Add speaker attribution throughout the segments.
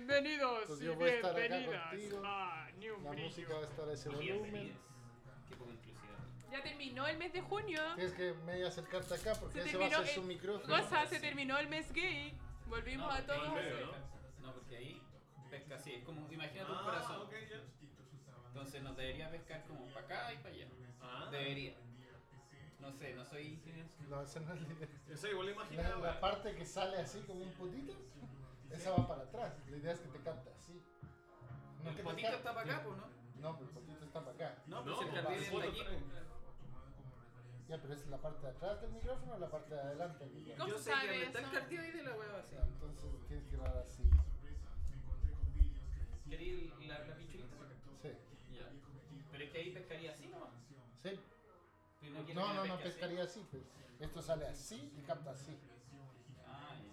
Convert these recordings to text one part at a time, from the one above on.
Speaker 1: Bienvenidos
Speaker 2: Pues
Speaker 1: y
Speaker 2: yo voy a estar acá
Speaker 1: bienvenidas
Speaker 2: contigo.
Speaker 1: a New
Speaker 2: La música va a
Speaker 1: Brillo.
Speaker 2: estar a ese Este volumen.
Speaker 3: Bienvenidos. Qué poco inclusiva.
Speaker 1: Ya terminó el mes de junio.
Speaker 2: Tienes que medio acercarte acá porque ese va a ser
Speaker 1: el-
Speaker 2: su micrófono.
Speaker 1: Cosa, se terminó el mes gay. Volvimos a
Speaker 3: porque
Speaker 1: todos.
Speaker 3: ahí
Speaker 1: a
Speaker 4: creo,
Speaker 1: hacer-
Speaker 3: pesca. ¿no? porque ahí pesca así, es como, imagínate un
Speaker 4: Ah,
Speaker 3: corazón.
Speaker 4: ok, ya.
Speaker 3: Entonces nos debería pescar como para acá y para allá.
Speaker 4: Ah.
Speaker 3: Debería. No sé, no soy ingeniero.
Speaker 2: No, esa no es la idea.
Speaker 4: Eso igual
Speaker 2: La, la
Speaker 4: imaginaba.
Speaker 2: parte que sale así como un potito, esa va para atrás. La idea es que te capte así. No que
Speaker 3: El
Speaker 2: te
Speaker 3: potito
Speaker 2: capte.
Speaker 3: está para acá, pues, ¿no?
Speaker 2: No, pero el potito está para acá.
Speaker 3: No,
Speaker 4: No,
Speaker 3: pues el
Speaker 4: pues,
Speaker 3: jardín
Speaker 4: el
Speaker 3: está
Speaker 4: foto
Speaker 3: aquí.
Speaker 4: trae.
Speaker 3: pues.
Speaker 2: Ya, pero es la parte de atrás del micrófono o la parte de adelante del micrófono.
Speaker 1: ¿Cómo
Speaker 3: Yo
Speaker 1: se
Speaker 3: sé
Speaker 1: sabe
Speaker 3: que está el
Speaker 1: eso?
Speaker 3: jardín ahí de la hueva así.
Speaker 2: Entonces tienes que dar así.
Speaker 3: ¿Queréis la, la pichulita para acá?
Speaker 2: Sí.
Speaker 3: Ya. Pero es que ahí pescaría así nomás.
Speaker 2: Sí.
Speaker 3: Pero quiero que
Speaker 2: No, no,
Speaker 3: pesque
Speaker 2: no
Speaker 3: así.
Speaker 2: pescaría así. Pues. Esto sale así y capta así.
Speaker 3: Ah, ya.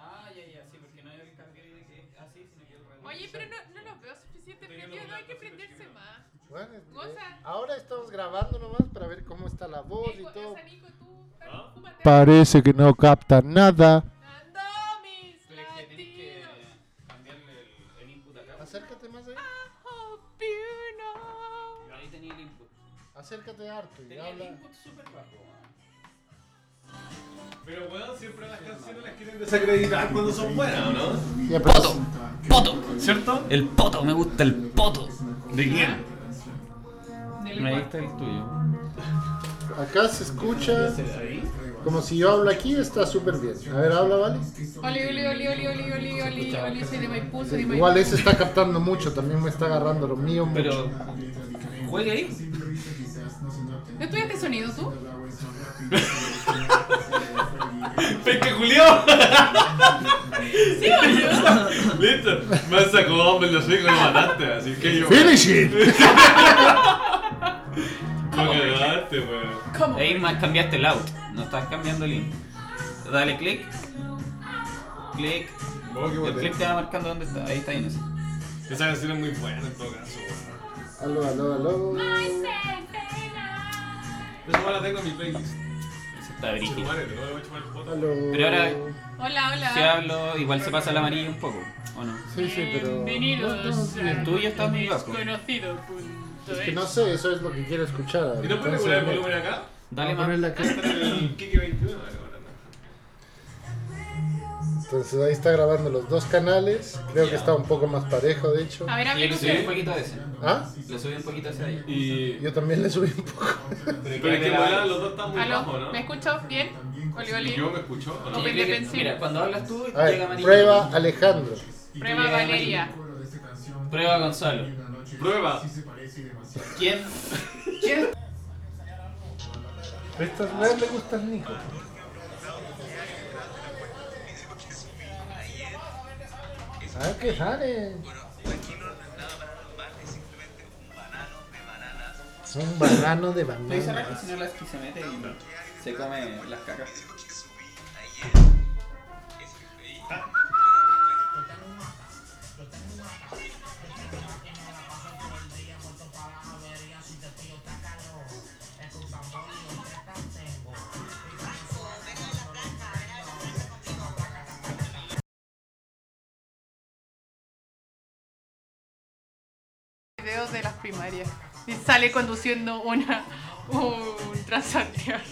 Speaker 3: Ah, ya, ya, sí, porque no hay que cambiar de que es así, sino que el radio.
Speaker 1: Oye, pero no, no los veo suficiente
Speaker 4: Tenía
Speaker 1: prendidos.
Speaker 4: los
Speaker 1: No hay que
Speaker 4: blancos súper
Speaker 1: prenderse
Speaker 4: chiquitos.
Speaker 1: más.
Speaker 2: Bueno, eh,
Speaker 1: Cosa.
Speaker 2: ahora estamos grabando nomás para ver cómo está la voz y
Speaker 1: Nico,
Speaker 2: todo.
Speaker 1: esa Nico, tú,
Speaker 4: ¿Ah?
Speaker 1: fúmate.
Speaker 2: Parece que no capta nada.
Speaker 1: Dando mis
Speaker 3: Pero es que tenés
Speaker 1: latidos.
Speaker 3: que cambiarle el, el input acá.
Speaker 2: Acércate más ahí.
Speaker 1: Hope you know.
Speaker 3: Ahí tenía el input.
Speaker 2: Acércate harto y
Speaker 3: Tenía el
Speaker 2: habla.
Speaker 3: input súper bajo. ¿eh?
Speaker 4: Pero weón, siempre las canciones las quieren desacreditar cuando son buenas, ¿o ¿no?
Speaker 2: Ya, pero-
Speaker 3: ¡Poto!
Speaker 4: ¿Cierto?
Speaker 3: El poto, me gusta el poto.
Speaker 4: ¿De quién?
Speaker 1: Del cuarto.
Speaker 3: el tuyo.
Speaker 2: Acá se escucha
Speaker 4: ahí?
Speaker 2: como si yo hablo aquí, está súper bien. A ver, habla, ¿vale?
Speaker 1: Oli, oli, oli, oli, oli, oli, oli, oli, soy de Maipú, soy de Maipú.
Speaker 2: Igual ese está captando mucho, también me está agarrando lo mío mucho.
Speaker 3: Pero. Juegue ahí.
Speaker 1: ¿No estudiaste sonido tú?
Speaker 4: ¡Pesca Julio!
Speaker 1: Sí, boludo.
Speaker 4: Listo. Me sacó hombre, lo sé que lo mataste, así que yo.
Speaker 2: ¡Finish it!
Speaker 4: Lo cagaste, weón.
Speaker 1: ¿Cómo?
Speaker 3: Ahí más cambiaste el out. No estás cambiando el input. Dale clic. Clic.
Speaker 4: Oh, qué
Speaker 3: El
Speaker 4: bueno.
Speaker 3: clic te va marcando dónde está. Ahí está Inés.
Speaker 4: Esa canción es muy buena en todo caso, weón.
Speaker 2: Aló, aló, aló.
Speaker 4: Esa weón la tengo en mi playlist.
Speaker 3: Eso está brígido.
Speaker 4: Chupare, te lo voy a chupar el poto.
Speaker 2: Aló.
Speaker 3: Pero ahora-
Speaker 1: Hola,
Speaker 3: Si
Speaker 1: hola.
Speaker 3: hablo, igual se pasa el amarillo un poco. ¿O no?
Speaker 2: Sí, sí, pero.
Speaker 1: Bienvenidos.
Speaker 2: No, no,
Speaker 3: El tuyo está muy bajo.
Speaker 1: Desconocido.
Speaker 2: Es que no sé, eso es lo que quiero escuchar.
Speaker 4: ¿Y no puedes
Speaker 2: Entonces,
Speaker 4: regular el volumen acá?
Speaker 3: Dale
Speaker 2: voy a ponerle
Speaker 3: más.
Speaker 2: acá.
Speaker 4: Está en el Kiki 21, weón.
Speaker 2: Entonces ahí está grabando los dos canales. Creo que está un poco más parejo, de hecho.
Speaker 1: A ver,
Speaker 3: Y le
Speaker 1: amigos.
Speaker 3: subí un poquito a ese.
Speaker 2: ¿Ah?
Speaker 3: Le subí un poquito a ese ahí.
Speaker 4: Y.
Speaker 2: Yo también le subí un poco.
Speaker 4: Pero es que weón, los dos están muy bajos,
Speaker 1: Aló,
Speaker 4: ¿no?
Speaker 1: ¿me escuchó bien? Oli,
Speaker 4: ¿Y yo
Speaker 1: oli.
Speaker 4: me escuchó o no?
Speaker 1: Open
Speaker 3: Yo creo que-
Speaker 1: defensive.
Speaker 3: Mira, cuando hablas
Speaker 2: A
Speaker 3: tú, llega
Speaker 2: ver,
Speaker 3: amarillo.
Speaker 2: prueba Alejandro.
Speaker 1: Prueba Valeria.
Speaker 3: Prueba Gonzalo.
Speaker 4: Prueba.
Speaker 3: ¿Quién? ¿Quién?
Speaker 2: A estas weas le gustan Nico. Ah, que sale. Un banano de
Speaker 3: Lo dice
Speaker 2: banana.
Speaker 3: Rafa, si no las que se mete y se come las cacas.
Speaker 1: Videos de las primarias. Y sale conduciendo una, un Transantiago.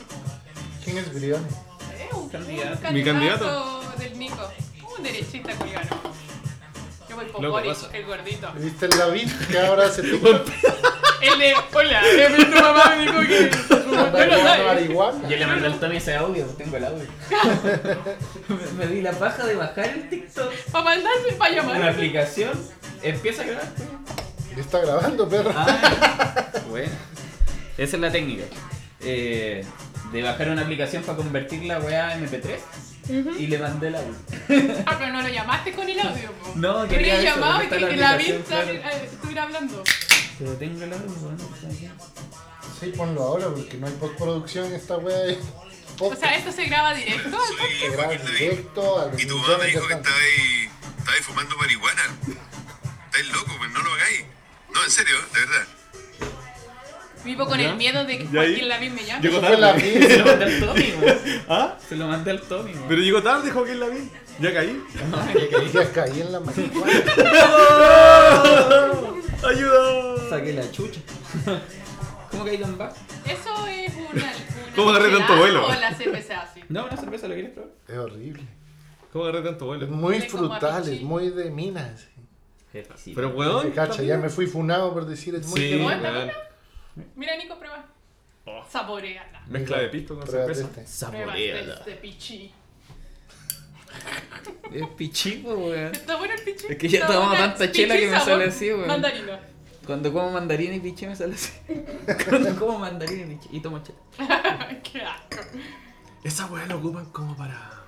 Speaker 2: ¿Quién es Brioni?
Speaker 1: Eh, un
Speaker 3: Candidato.
Speaker 4: Mi
Speaker 1: candidato del Nico. Un derechista culiano. Yo voy por
Speaker 4: Loco,
Speaker 1: Boris,
Speaker 4: pasa.
Speaker 1: el gordito.
Speaker 2: ¿Viste el David que ahora se te está
Speaker 1: El de, hola, eh, tu mamá me dijo que no lo
Speaker 2: dando
Speaker 1: sabes.
Speaker 2: marihuana?
Speaker 3: le mandé al Tommy ese audio, tengo el audio. me, di la paja de bajar el TikTok.
Speaker 1: Para mandarse para
Speaker 3: Una
Speaker 1: llamar.
Speaker 3: aplicación. Empieza a grabar.
Speaker 2: Le está grabando, perro.
Speaker 3: bueno. Esa es la técnica. Eh, de bajar una aplicación para convertir la weá a MP3 y le mandé el audio.
Speaker 1: Ah, pero no lo llamaste con el audio. po.
Speaker 3: No,
Speaker 1: Tú
Speaker 3: quería
Speaker 1: le
Speaker 3: eso,
Speaker 1: llamado y
Speaker 3: porque
Speaker 1: que
Speaker 3: está
Speaker 1: que
Speaker 3: la
Speaker 1: la David
Speaker 3: aplicación,
Speaker 1: sale- eh, estuviera hablando.
Speaker 3: Pero tengo el audio, weón. está aquí.
Speaker 2: Sí, ponlo ahora porque no hay postproducción esta wea. es
Speaker 1: O sea,
Speaker 2: podcast.
Speaker 1: esto se graba directo.
Speaker 2: Se graba en directo a los
Speaker 5: Y tu mamá me
Speaker 2: millones
Speaker 5: dijo que
Speaker 2: de fans.
Speaker 5: estabais estabais fumando marihuana. ¿eh? Estáis loco, pues no lo hagáis. No, en serio, de verdad.
Speaker 1: Mi tipo con
Speaker 4: ¿Ya?
Speaker 1: el miedo de que
Speaker 4: ¿Ya ahí?
Speaker 1: Joaquín Lavín me llame.
Speaker 4: Llegó
Speaker 2: Fue la
Speaker 4: tarde.
Speaker 3: Se lo
Speaker 2: misma.
Speaker 3: mandé al Tommy, weón.
Speaker 4: ¿Ah?
Speaker 3: Se lo mandé al Tommy, weón.
Speaker 4: Pero llegó tarde, Joaquín Lavín. Ya caí.
Speaker 2: Ya caí en la marihuana.
Speaker 4: ¡Ayuda!
Speaker 3: Saqué la chucha. ¿Cómo caí con Bach?
Speaker 1: Eso es una. una
Speaker 4: ¿Cómo agarré tanto
Speaker 1: ansiedad
Speaker 4: vuelo?
Speaker 1: O la cerveza así.
Speaker 3: No, una cerveza, ¿lo quieres probar?
Speaker 2: Es horrible.
Speaker 4: ¿Cómo agarré tanto
Speaker 2: Es
Speaker 4: vuelo?
Speaker 2: muy
Speaker 1: Huele como a
Speaker 2: frutal, es
Speaker 1: pichí.
Speaker 2: muy de minas.
Speaker 4: Pero
Speaker 2: Te
Speaker 4: weón.
Speaker 2: cacha, ya me fui funado por decir es muy
Speaker 4: Sí,
Speaker 2: de minas.
Speaker 1: ¿Está
Speaker 4: weón.
Speaker 1: Mira, Nico, prueba.
Speaker 4: Oh.
Speaker 1: Saboreala.
Speaker 4: Mezcla de pisto con
Speaker 2: Pruébate
Speaker 4: cerveza.
Speaker 2: este.
Speaker 1: Prueba este pichí.
Speaker 3: Es pichico, weón.
Speaker 1: Está bueno el pichí.
Speaker 3: Es que ya
Speaker 1: Está
Speaker 3: tomamos
Speaker 1: buena.
Speaker 3: tanta chela que
Speaker 1: Pichí
Speaker 3: me
Speaker 1: sabor
Speaker 3: sale así, weón.
Speaker 1: Mandarina.
Speaker 3: Cuando como mandarina y piche me sale así. Cuando como mandarina y piche y tomo chela.
Speaker 1: Qué asco.
Speaker 4: Esa weá la ocupan como para.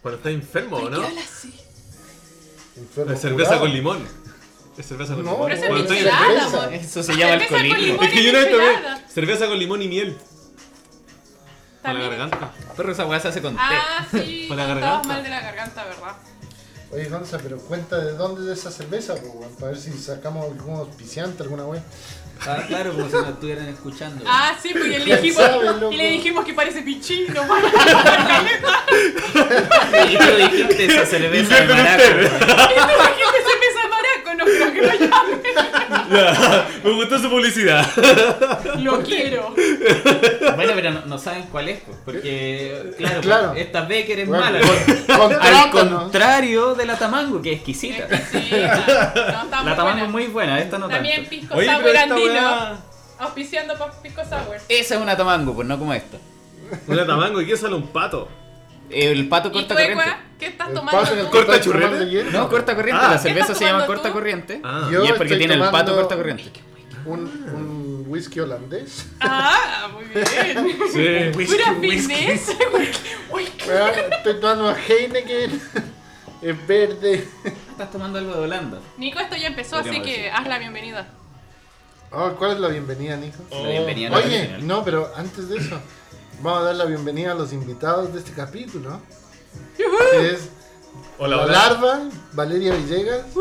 Speaker 4: Cuando estás enfermo, ¿o no?
Speaker 1: Quédala así.
Speaker 2: este Enfermo
Speaker 4: Es cerveza
Speaker 2: curado.
Speaker 4: con limón. Es cerveza con
Speaker 2: No,
Speaker 4: limón.
Speaker 1: Pero eso
Speaker 2: Bueno,
Speaker 1: es
Speaker 4: Cuando estás
Speaker 2: michelada.
Speaker 1: michelada,
Speaker 2: enfermo.
Speaker 1: amor.
Speaker 3: Eso se llama
Speaker 1: Cerveza con
Speaker 3: alcoholismo.
Speaker 1: limón.
Speaker 4: Es que yo una vez tomé
Speaker 1: Michelada.
Speaker 4: cerveza con limón y miel. Para la
Speaker 1: También-
Speaker 4: garganta.
Speaker 3: Perro, esa weá se hace con té.
Speaker 1: Ah, sí.
Speaker 4: Con la
Speaker 1: estabas
Speaker 4: garganta.
Speaker 1: mal de la garganta, ¿verdad?
Speaker 2: Oye, Gonza, pero cuenta de dónde es esa cerveza, po, weón, para ver si sacamos algún auspiciante, alguna wea.
Speaker 3: Ah, claro, como si no estuvieran escuchando. weón.
Speaker 1: Ah, sí, porque le dijimos,
Speaker 2: sabe, loco.
Speaker 1: y le dijimos que parece pichí, no
Speaker 3: Y tú dijiste esa cerveza de maraco, weón.
Speaker 1: Imagínate ese pesa maraco, no creo que lo llame.
Speaker 4: Me gustó su publicidad.
Speaker 1: Lo quiero.
Speaker 3: Bueno, pero no, no saben cuál es, pues, porque, claro,
Speaker 2: Claro.
Speaker 3: pues, esta Becker es
Speaker 2: Weón,
Speaker 3: mala.
Speaker 2: con-
Speaker 3: weón. Al
Speaker 2: Contrátanos.
Speaker 3: contrario de la Tamango, que es
Speaker 1: Es
Speaker 3: exquisita.
Speaker 1: que sí, no, está muy
Speaker 3: La Tamango
Speaker 1: buena.
Speaker 3: es muy buena, esta no
Speaker 1: También
Speaker 3: tanto.
Speaker 1: Pisco Sour Andino,
Speaker 4: weá-
Speaker 1: auspiciando para Pisco Sour.
Speaker 3: Esa es una Tamango, pues no como esta.
Speaker 4: Una tamango y que sale un pato.
Speaker 3: El pato
Speaker 1: ¿Y
Speaker 3: corta
Speaker 1: tú, Ecua,
Speaker 3: corriente.
Speaker 1: qué estás
Speaker 2: El
Speaker 1: tomando
Speaker 2: paso en Eh, el
Speaker 1: tú?
Speaker 2: que
Speaker 4: Ah, Corta
Speaker 2: estás
Speaker 4: churrete.
Speaker 2: tomando hielo.
Speaker 3: No, corta corriente,
Speaker 4: Ah.
Speaker 3: la cerveza
Speaker 1: ¿Qué estás
Speaker 3: se llama
Speaker 1: tomando
Speaker 3: corta
Speaker 1: tú?
Speaker 3: corriente.
Speaker 4: Ah.
Speaker 2: Yo
Speaker 3: y es porque
Speaker 2: estoy
Speaker 3: tiene el pato
Speaker 2: tomando-
Speaker 3: corta corriente.
Speaker 2: Un, un whisky holandés.
Speaker 1: Ah, muy bien.
Speaker 4: Sí.
Speaker 1: Pura finés. Uy,
Speaker 2: Weón, Estoy tomando una Heineken. Es verde.
Speaker 3: Estás tomando algo de Holanda.
Speaker 1: Nico, esto ya empezó, así
Speaker 3: Podríamos
Speaker 1: que
Speaker 3: decir.
Speaker 1: haz la bienvenida.
Speaker 2: Oh, ¿Cuál es la bienvenida, Nico?
Speaker 4: Oh.
Speaker 3: La bienvenida a la
Speaker 2: Oye,
Speaker 3: original.
Speaker 2: no, pero antes de eso, vamos a dar la bienvenida a los invitados de este capítulo. Que es
Speaker 4: Hola,
Speaker 2: la
Speaker 4: hola.
Speaker 2: larva, Valeria Villegas,
Speaker 1: ¡Uh!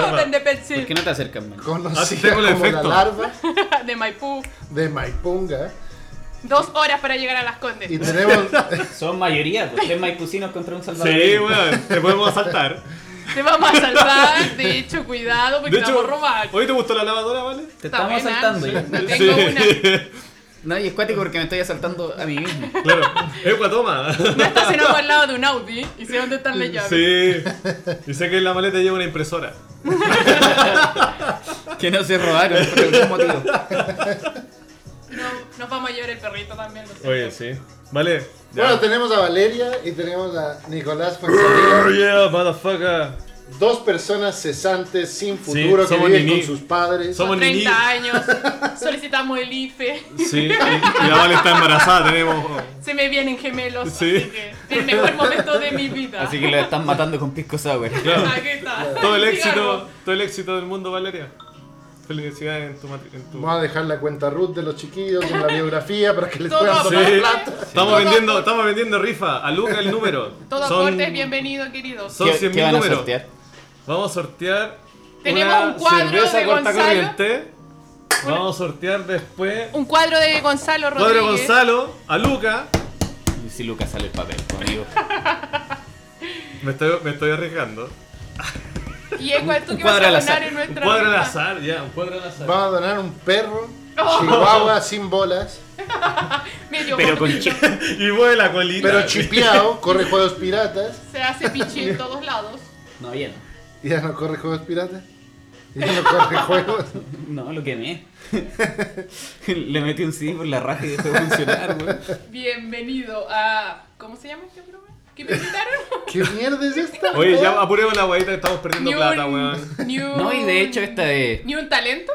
Speaker 4: Larva.
Speaker 1: Vende Pepsi.
Speaker 3: ¿Por qué no te acercas, man?
Speaker 2: conocida
Speaker 4: Ah, sí, tengo el
Speaker 2: como la
Speaker 4: efecto.
Speaker 2: larva
Speaker 1: De Maipú.
Speaker 2: de Maipunga.
Speaker 1: Dos horas para llegar a las Condes.
Speaker 2: Y tenemos,
Speaker 3: Son mayoría, pues tres maipucinos contra un salvadoreño.
Speaker 4: Sí, weón. Te podemos asaltar.
Speaker 1: Te vamos a salvar, de hecho, cuidado porque
Speaker 4: De
Speaker 1: te vamos a
Speaker 4: hecho,
Speaker 1: robar.
Speaker 4: ¿hoy te gustó la lavadora, vale?
Speaker 3: Te
Speaker 1: Está
Speaker 3: estamos
Speaker 1: buena.
Speaker 3: asaltando ya.
Speaker 1: No tengo
Speaker 4: Sí.
Speaker 1: una.
Speaker 3: No, y es cuático porque me estoy asaltando a mí mismo.
Speaker 4: Claro. Ecua, toma.
Speaker 1: Me estacionamos al lado de un Audi y sé dónde están las llaves.
Speaker 4: Sí. Y sé que en la maleta lleva una impresora.
Speaker 3: Que no se robaron por algún motivo.
Speaker 1: No, nos vamos a llevar el perrito también. lo siento.
Speaker 4: Oye, sí. Vale. Ya.
Speaker 2: bueno, tenemos a Valeria y tenemos a Nicolás Fonseca.
Speaker 4: Oh, yeah, motherfucker.
Speaker 2: Dos personas cesantes sin
Speaker 4: Sí,
Speaker 2: futuro que
Speaker 4: somos
Speaker 2: viven
Speaker 4: niní.
Speaker 2: con sus padres.
Speaker 4: Somos
Speaker 1: Con 30
Speaker 4: ninis.
Speaker 1: años, solicitamos el IFE,
Speaker 4: Sí. Y, y la Vale está embarazada, tenemos.
Speaker 1: se me vienen gemelos,
Speaker 4: Sí.
Speaker 1: así que el mejor momento de mi vida.
Speaker 3: Así que lo están matando con pisco sour.
Speaker 4: Claro.
Speaker 1: Aquí está.
Speaker 4: Todo el
Speaker 1: Cigarro.
Speaker 4: éxito, todo el éxito del mundo, Valeria. Felicidades en tu matri- en tu-
Speaker 2: Vamos a dejar la cuenta Ruth de los chiquillos en la biografía para que les
Speaker 1: Todo
Speaker 2: puedan
Speaker 1: Sí.
Speaker 2: tomar
Speaker 1: aparte.
Speaker 2: plata.
Speaker 4: Estamos
Speaker 1: Todo-
Speaker 4: vendiendo, estamos vendiendo rifa, a Luca el número.
Speaker 1: Todo aporte es bienvenido, queridos.
Speaker 4: Son
Speaker 3: ¿Qué-
Speaker 4: 100
Speaker 3: ¿Qué
Speaker 4: mil
Speaker 3: van a
Speaker 4: números.
Speaker 3: sortear?
Speaker 4: Vamos a sortear.
Speaker 1: Tenemos
Speaker 4: una
Speaker 1: un cuadro
Speaker 4: cerveza
Speaker 1: de
Speaker 4: corta
Speaker 1: Gonzalo.
Speaker 4: corriente. Vamos a sortear después.
Speaker 1: Un cuadro de Gonzalo Rodríguez.
Speaker 4: Cuadro Gonzalo, a Luca.
Speaker 3: Y si Lucas sale el papel, conmigo.
Speaker 4: Me estoy, me estoy arriesgando.
Speaker 1: Y es cual tú
Speaker 3: Un
Speaker 1: que vas
Speaker 3: cuadro
Speaker 1: a
Speaker 3: al
Speaker 1: ganar
Speaker 3: azar.
Speaker 1: en
Speaker 4: Un
Speaker 1: nuestra
Speaker 4: cuadro al
Speaker 1: rifa.
Speaker 4: azar, ya, un cuadro al azar.
Speaker 2: Vamos a donar un perro, chihuahua sin bolas,
Speaker 1: Medio
Speaker 3: Pero con
Speaker 1: gordito.
Speaker 3: chi-
Speaker 4: Y mueve la colita.
Speaker 2: pero chipeado, corre juegos piratas.
Speaker 1: Se hace pichi en todos lados.
Speaker 3: No, bien.
Speaker 2: Y ya no corre juegos piratas. Y ya no corre juegos.
Speaker 3: No, lo quemé. Le metí un CD por la raja y dejó de funcionar, güey.
Speaker 1: Bienvenido a. ¿Cómo se llama este programa? ¿Qué me invitaron?
Speaker 2: ¿Qué mierda es esta?
Speaker 4: Oye, ya
Speaker 2: weón?
Speaker 4: apuremos la guayita que estamos perdiendo
Speaker 1: Ni
Speaker 4: plata,
Speaker 1: un-
Speaker 4: weón.
Speaker 1: ni un-
Speaker 3: No, y de hecho esta es...
Speaker 1: ¿Ni un talento?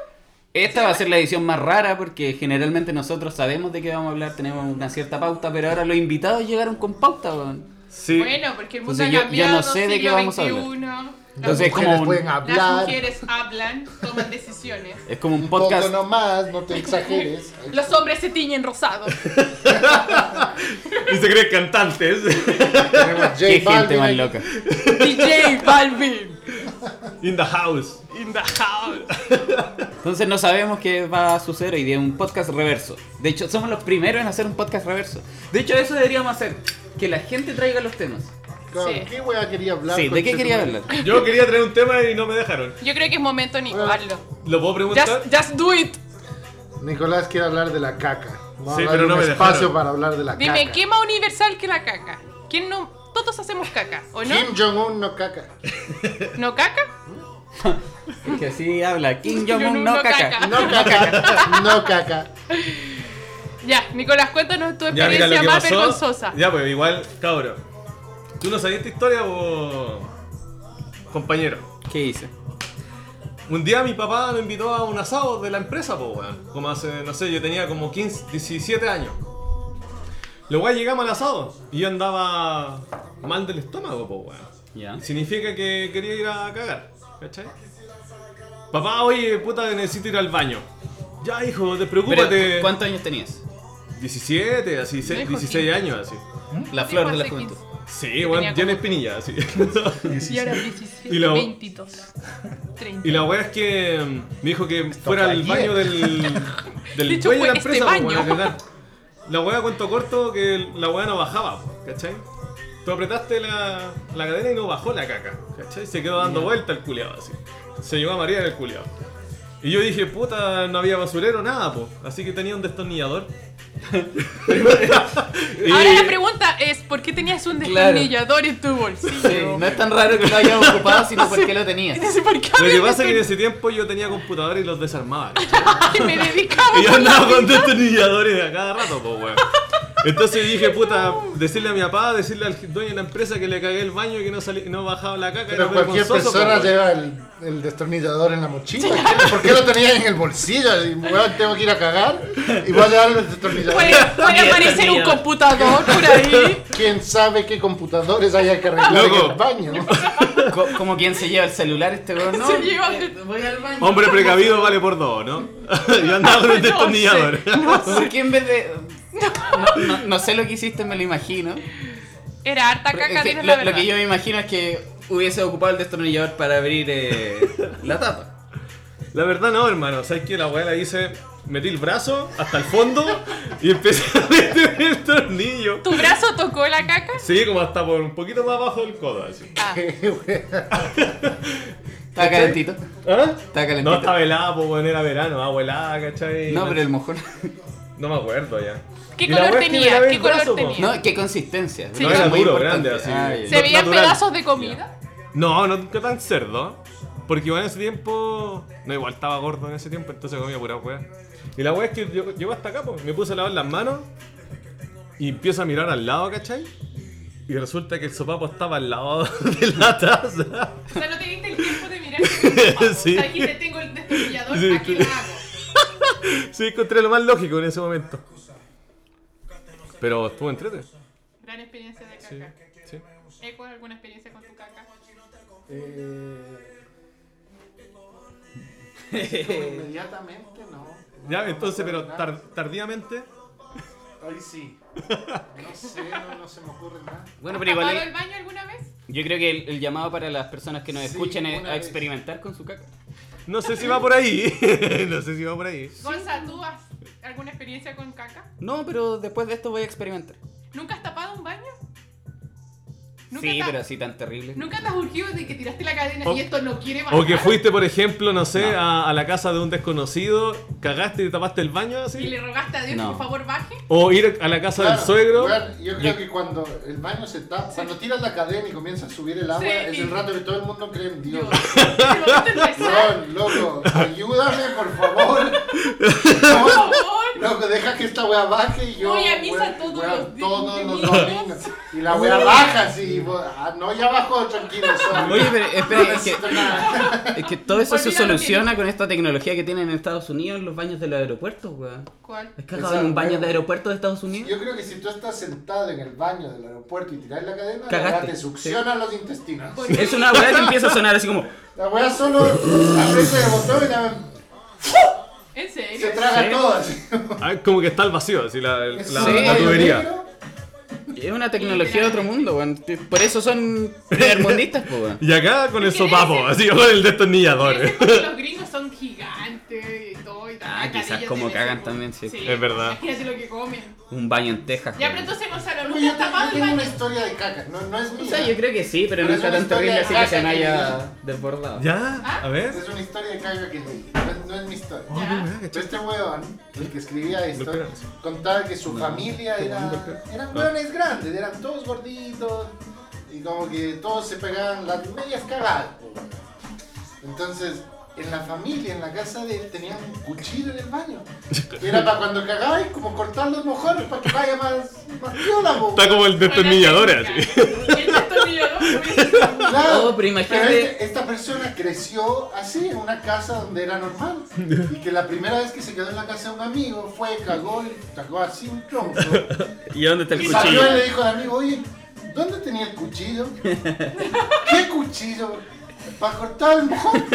Speaker 3: Esta va a ser la edición más rara porque generalmente nosotros sabemos de qué vamos a hablar, tenemos una cierta pauta, pero ahora los invitados llegaron con pauta, weón.
Speaker 4: Sí.
Speaker 1: Bueno, porque el mundo
Speaker 3: Entonces,
Speaker 1: ha
Speaker 3: yo- yo
Speaker 1: cambiado.
Speaker 3: no sé de qué
Speaker 1: siglo
Speaker 3: vamos a hablar.
Speaker 1: XXI. Las
Speaker 2: Las
Speaker 3: Entonces, es como
Speaker 2: mujeres
Speaker 3: un-
Speaker 2: pueden
Speaker 1: mu- las
Speaker 2: hablar.
Speaker 1: mujeres hablan, toman decisiones.
Speaker 3: Es como un
Speaker 2: Un poco
Speaker 3: podcast...
Speaker 2: nomás, no te exageres.
Speaker 1: Los hombres se tiñen rosado.
Speaker 4: Y se creen cantantes.
Speaker 2: Tenemos J
Speaker 3: Qué gente
Speaker 2: Balvin
Speaker 3: más
Speaker 2: aquí.
Speaker 3: loca.
Speaker 1: DJ Balvin.
Speaker 4: In the house.
Speaker 3: In the house. Entonces no sabemos qué va a suceder hoy día, un podcast reverso. De hecho, somos los primeros en hacer un podcast reverso. De hecho, eso deberíamos hacer, que la gente traiga los temas.
Speaker 2: Claro,
Speaker 1: Sí.
Speaker 2: ¿Qué wea quería hablar? este
Speaker 3: Sí, ¿de qué
Speaker 2: conchetumare?
Speaker 3: quería hablar?
Speaker 4: Yo quería traer un tema y no me dejaron.
Speaker 1: Yo creo que es momento, Nico,
Speaker 2: Bueno.
Speaker 1: hazlo.
Speaker 4: ¿Lo puedo preguntar?
Speaker 1: Just, just do it.
Speaker 2: Nicolás quiere hablar de la caca. Vamos
Speaker 4: Sí,
Speaker 2: a
Speaker 4: pero
Speaker 2: darle
Speaker 4: no
Speaker 2: un
Speaker 4: me
Speaker 2: espacio
Speaker 4: dejaron.
Speaker 2: para hablar de la
Speaker 1: Dime,
Speaker 2: caca.
Speaker 1: ¿qué más universal que la caca? ¿Quién no? Todos hacemos caca, ¿o no?
Speaker 2: Kim Jong-un no caca.
Speaker 1: ¿No caca?
Speaker 3: Que así habla, Kim
Speaker 1: Yo
Speaker 3: Jong-un no caca.
Speaker 2: No caca. no caca.
Speaker 1: Ya, Nicolás, cuéntanos tu experiencia más vergonzosa.
Speaker 4: Ya, pues igual, cabro. ¿Tú no sabías esta historia o. compañero?
Speaker 3: ¿Qué hice?
Speaker 4: Un día mi papá me invitó a un asado de la empresa, pues, weón. Como hace, no sé, yo tenía como 15, 17 años. Luego llegamos al asado y yo andaba mal del estómago, pues, weón.
Speaker 3: Ya.
Speaker 4: Significa que quería ir a cagar, ¿cachai? Papá, oye, puta, necesito ir al baño. Ya, hijo, despreocúpate.
Speaker 3: Pero, ¿Cuántos años tenías?
Speaker 4: 17, así, se-
Speaker 1: Lejos,
Speaker 4: 16 años, así.
Speaker 3: La flor de la
Speaker 1: hace
Speaker 3: juventud.
Speaker 4: Sí,
Speaker 1: Tenía
Speaker 4: weón, tiene
Speaker 1: como-
Speaker 4: espinilla, así.
Speaker 1: Y ahora 17,
Speaker 4: Y la-
Speaker 1: 22, 30.
Speaker 4: Y la weá es que mm, me dijo que fuera al
Speaker 2: ayer.
Speaker 4: baño del, del
Speaker 1: De hecho,
Speaker 4: dueño de la
Speaker 1: fue este
Speaker 4: empresa, pues, weón,
Speaker 1: baño.
Speaker 4: a cagar. La weá cuento corto que la weá no bajaba, po, ¿cachai? Tú apretaste la, la cadena y no bajó la caca, ¿cachai? Se quedó dando vuelta el culiado así. Se llegó a marear el culiado. Y yo dije, puta, no había basurero, nada, po. Así que tenía un destornillador. Y-
Speaker 1: Ahora la pregunta es, ¿por qué tenías un
Speaker 3: Claro.
Speaker 1: destornillador en tu bolsillo?
Speaker 3: Sí, no es tan raro que lo hayas ocupado, sino porque lo tenías.
Speaker 1: Entonces, ¿por qué
Speaker 4: Lo
Speaker 1: hablas
Speaker 4: que
Speaker 1: de
Speaker 4: pasa es que en
Speaker 1: esto?
Speaker 4: ese tiempo yo tenía computadores y los desarmaba. ¿cachai?
Speaker 1: Ay, me dedicaba
Speaker 4: Y yo
Speaker 1: con la
Speaker 4: andaba con
Speaker 1: vida.
Speaker 4: destornilladores a cada rato, po, weón. Entonces dije, puta, decirle a mi papá, decirle al dueño de la empresa que le cagué el baño y que no, salí, no bajaba la caca.
Speaker 2: Pero
Speaker 4: era
Speaker 2: cualquier
Speaker 4: vergonzoso, po,
Speaker 2: persona
Speaker 4: weón.
Speaker 2: lleva el, el destornillador en la mochila. ¿Por qué lo tenía en el bolsillo? Y, weón, tengo que ir a cagar y voy a llevar el destornillador.
Speaker 1: Puede, puede aparecer un computador por ahí.
Speaker 2: ¿Quién sabe qué computadores haya que arreglar en
Speaker 4: Loco.
Speaker 2: el baño?
Speaker 3: Co- como quien se lleva el celular este weón, ¿no?
Speaker 1: Se lleva-
Speaker 3: eh, Voy al baño.
Speaker 4: Hombre precavido vale por dos, ¿no? Yo andaba con el destornillador.
Speaker 3: ¿Por qué en vez de.? No, no- no sé lo que hiciste, me lo imagino.
Speaker 1: Era harta
Speaker 3: Pero es
Speaker 1: caca,
Speaker 3: que
Speaker 1: tienes la
Speaker 3: lo, lo
Speaker 1: verdad.
Speaker 3: que yo me imagino es que hubiese ocupado el destornillador para abrir eh, la tapa.
Speaker 4: La verdad no, hermano. ¿Sabes qué? La abuela dice, metí el brazo hasta el fondo y empecé a meter el tornillo.
Speaker 1: ¿Tu brazo tocó la caca?
Speaker 4: Sí, como hasta por un poquito más abajo del codo, así.
Speaker 1: Ah,
Speaker 3: Estaba calentito.
Speaker 4: ¿Ah?
Speaker 3: Estaba calentito.
Speaker 4: No, estaba helada, pues, bueno, era verano, abuelada, ¿cachai?
Speaker 3: No, pero el mojón.
Speaker 4: No me acuerdo ya.
Speaker 1: ¿Qué
Speaker 4: Y la
Speaker 1: color
Speaker 4: weá es que me
Speaker 1: tenía?
Speaker 4: lavé
Speaker 1: ¿Qué
Speaker 4: el
Speaker 1: color
Speaker 4: brazo, po.
Speaker 1: tenía?
Speaker 3: No, qué consistencia.
Speaker 1: Sí.
Speaker 4: No,
Speaker 3: Eso
Speaker 4: era
Speaker 3: es muy
Speaker 4: duro,
Speaker 3: importante.
Speaker 4: grande, así.
Speaker 3: Ay,
Speaker 1: ¿Se
Speaker 4: no-
Speaker 1: veían
Speaker 4: natural.
Speaker 1: pedazos de comida?
Speaker 4: No, no nunca tan cerdo. Porque igual en ese tiempo. No, igual estaba gordo en ese tiempo, entonces comía pura wea. Y la wea es que yo- llego hasta acá, pues, me puse a lavar las manos y empiezo a mirar al lado, ¿cachai? Y resulta que el sopapo estaba al lado de la taza.
Speaker 1: O sea, no te diste el tiempo de mirar.
Speaker 4: Sí.
Speaker 1: O sea, dijiste, tengo el destornillador,
Speaker 4: Sí,
Speaker 1: aquí
Speaker 4: sí.
Speaker 1: lo hago.
Speaker 4: Sí, encontré lo más lógico en ese momento. Pero estuvo entrete.
Speaker 1: Gran experiencia de caca.
Speaker 4: Sí.
Speaker 1: Eco, ¿alguna experiencia con tu caca?
Speaker 2: Inmediatamente no.
Speaker 4: Ya, entonces, pero tar- tardíamente.
Speaker 2: Ahí sí. No sé, no, se me ocurre nada.
Speaker 3: Bueno,
Speaker 1: ¿Has
Speaker 3: pero
Speaker 1: tapado el
Speaker 3: igual
Speaker 1: baño alguna vez?
Speaker 3: yo creo que el, el llamado para las personas que nos
Speaker 2: Sí,
Speaker 3: escuchan es
Speaker 2: una
Speaker 3: a
Speaker 2: vez.
Speaker 3: experimentar con su caca.
Speaker 4: No sé si va por ahí. no sé si va por ahí.
Speaker 1: Gonza, ¿tú has alguna experiencia con caca?
Speaker 3: No, pero después de esto voy a experimentar.
Speaker 1: ¿Nunca has tapado un baño? ¿Nunca
Speaker 3: Sí,
Speaker 1: te-
Speaker 3: pero así tan terrible.
Speaker 1: ¿Nunca te has urgido de que tiraste la cadena
Speaker 4: O-
Speaker 1: y esto no quiere bajar?
Speaker 4: O que fuiste, por ejemplo, no sé,
Speaker 3: No.
Speaker 4: A, a la casa de un desconocido, cagaste y tapaste el baño así.
Speaker 1: ¿Y le rogaste a Dios
Speaker 3: No.
Speaker 1: que por favor baje?
Speaker 4: O ir a la casa del suegro.
Speaker 2: yo creo que cuando el baño se tapa, cuando tiras la cadena y comienza a subir el agua,
Speaker 1: Sí.
Speaker 2: es el rato que todo el mundo cree en Dios.
Speaker 1: Dios. Ese momento en rezar,
Speaker 2: Weón, loco, ayúdame, por favor.
Speaker 1: por favor.
Speaker 2: Loco, deja que esta wea baje y yo.
Speaker 1: Voy a misa
Speaker 2: weón,
Speaker 1: todos
Speaker 2: weón,
Speaker 1: los días,
Speaker 2: todos los
Speaker 1: domingos.
Speaker 2: domingos. Y la wea baja así. bo- ah, no, ya bajó, tranquilo. sorry.
Speaker 3: Oye, pero espera, es que,
Speaker 2: necesito nada.
Speaker 3: es que todo eso se
Speaker 1: Olvídalo,
Speaker 3: soluciona con esta tecnología que tienen en Estados Unidos en los baños de los aeropuertos, weón.
Speaker 1: ¿Cuál?
Speaker 3: ¿Has cagado en un baño de aeropuerto de Estados Unidos?
Speaker 2: Yo creo que si tú estás sentado en el baño del aeropuerto y tiras la cadena, la
Speaker 3: Cagaste.
Speaker 2: wea te succiona los intestinos.
Speaker 3: Es una weá que empieza a sonar así como.
Speaker 2: La wea solo aprieta el botón y la-
Speaker 1: ¿En
Speaker 2: se
Speaker 1: serio?
Speaker 2: traga todo así.
Speaker 4: Ah, como que está el vacío, así la, el-
Speaker 2: Es
Speaker 4: la-
Speaker 2: un
Speaker 4: la
Speaker 2: hoyo
Speaker 4: tubería.
Speaker 2: negro
Speaker 3: Es una tecnología de otro mundo, weón. Por eso son primermundistas, po, weón.
Speaker 4: Y acá con el
Speaker 1: Porque
Speaker 4: sopapo,
Speaker 1: ese-
Speaker 4: así con el
Speaker 1: Pero
Speaker 4: destornillador.
Speaker 1: es porque los gringos son gigantes y todo y tal.
Speaker 3: Ah, quizás
Speaker 1: carillas
Speaker 3: como
Speaker 1: de
Speaker 3: cagan
Speaker 1: leche,
Speaker 3: también,
Speaker 1: pues.
Speaker 3: sí.
Speaker 4: Es verdad.
Speaker 1: Imagínate lo que comen.
Speaker 3: Un baño en Texas.
Speaker 1: Ya, pero
Speaker 3: weón.
Speaker 1: entonces Gonzalo,
Speaker 2: Yo,
Speaker 1: nunca has
Speaker 2: tengo-
Speaker 1: tapado
Speaker 2: yo
Speaker 1: el
Speaker 2: tengo una
Speaker 1: baño.
Speaker 2: historia de caca, no, no es mía.
Speaker 3: O sea, yo creo que sí, pero no
Speaker 2: Pero
Speaker 3: está
Speaker 2: es una
Speaker 3: tan terrible así
Speaker 2: historia
Speaker 3: que se me
Speaker 2: rara que
Speaker 3: haya desbordado.
Speaker 1: ¿Ah?
Speaker 4: Ya, a ver.
Speaker 2: Es una historia de caca que leí, no es, no es mi historia.
Speaker 4: Oh, qué weá, qué
Speaker 2: Pero
Speaker 4: chiste.
Speaker 2: este huevón, el que escribía esto,
Speaker 4: Golpea.
Speaker 2: contaba que su familia era,
Speaker 4: golpea.
Speaker 2: eran
Speaker 4: Ah.
Speaker 2: hueones grandes, eran todos gorditos y como que todos se pegaban las medias cagadas. po, weón. Entonces, en la familia, en la casa de él, tenían un cuchillo en el baño. que era para cuando cagaba y como cortar los mojones para que vaya más, más piola, po,
Speaker 4: Está como el destornillador así.
Speaker 1: El destornillador. pues.
Speaker 2: Claro,
Speaker 3: No, pero imagínate-
Speaker 2: este- esta persona creció así, en una casa donde era normal. Y que la primera vez que se quedó en la casa de un amigo fue, cagó, le cagó así un tronco.
Speaker 3: ¿Y dónde está el
Speaker 2: Y salió y
Speaker 3: cuchillo?
Speaker 2: le dijo al amigo, oye, ¿dónde tenía el cuchillo? ¿Qué cuchillo? Para cortar el mojón.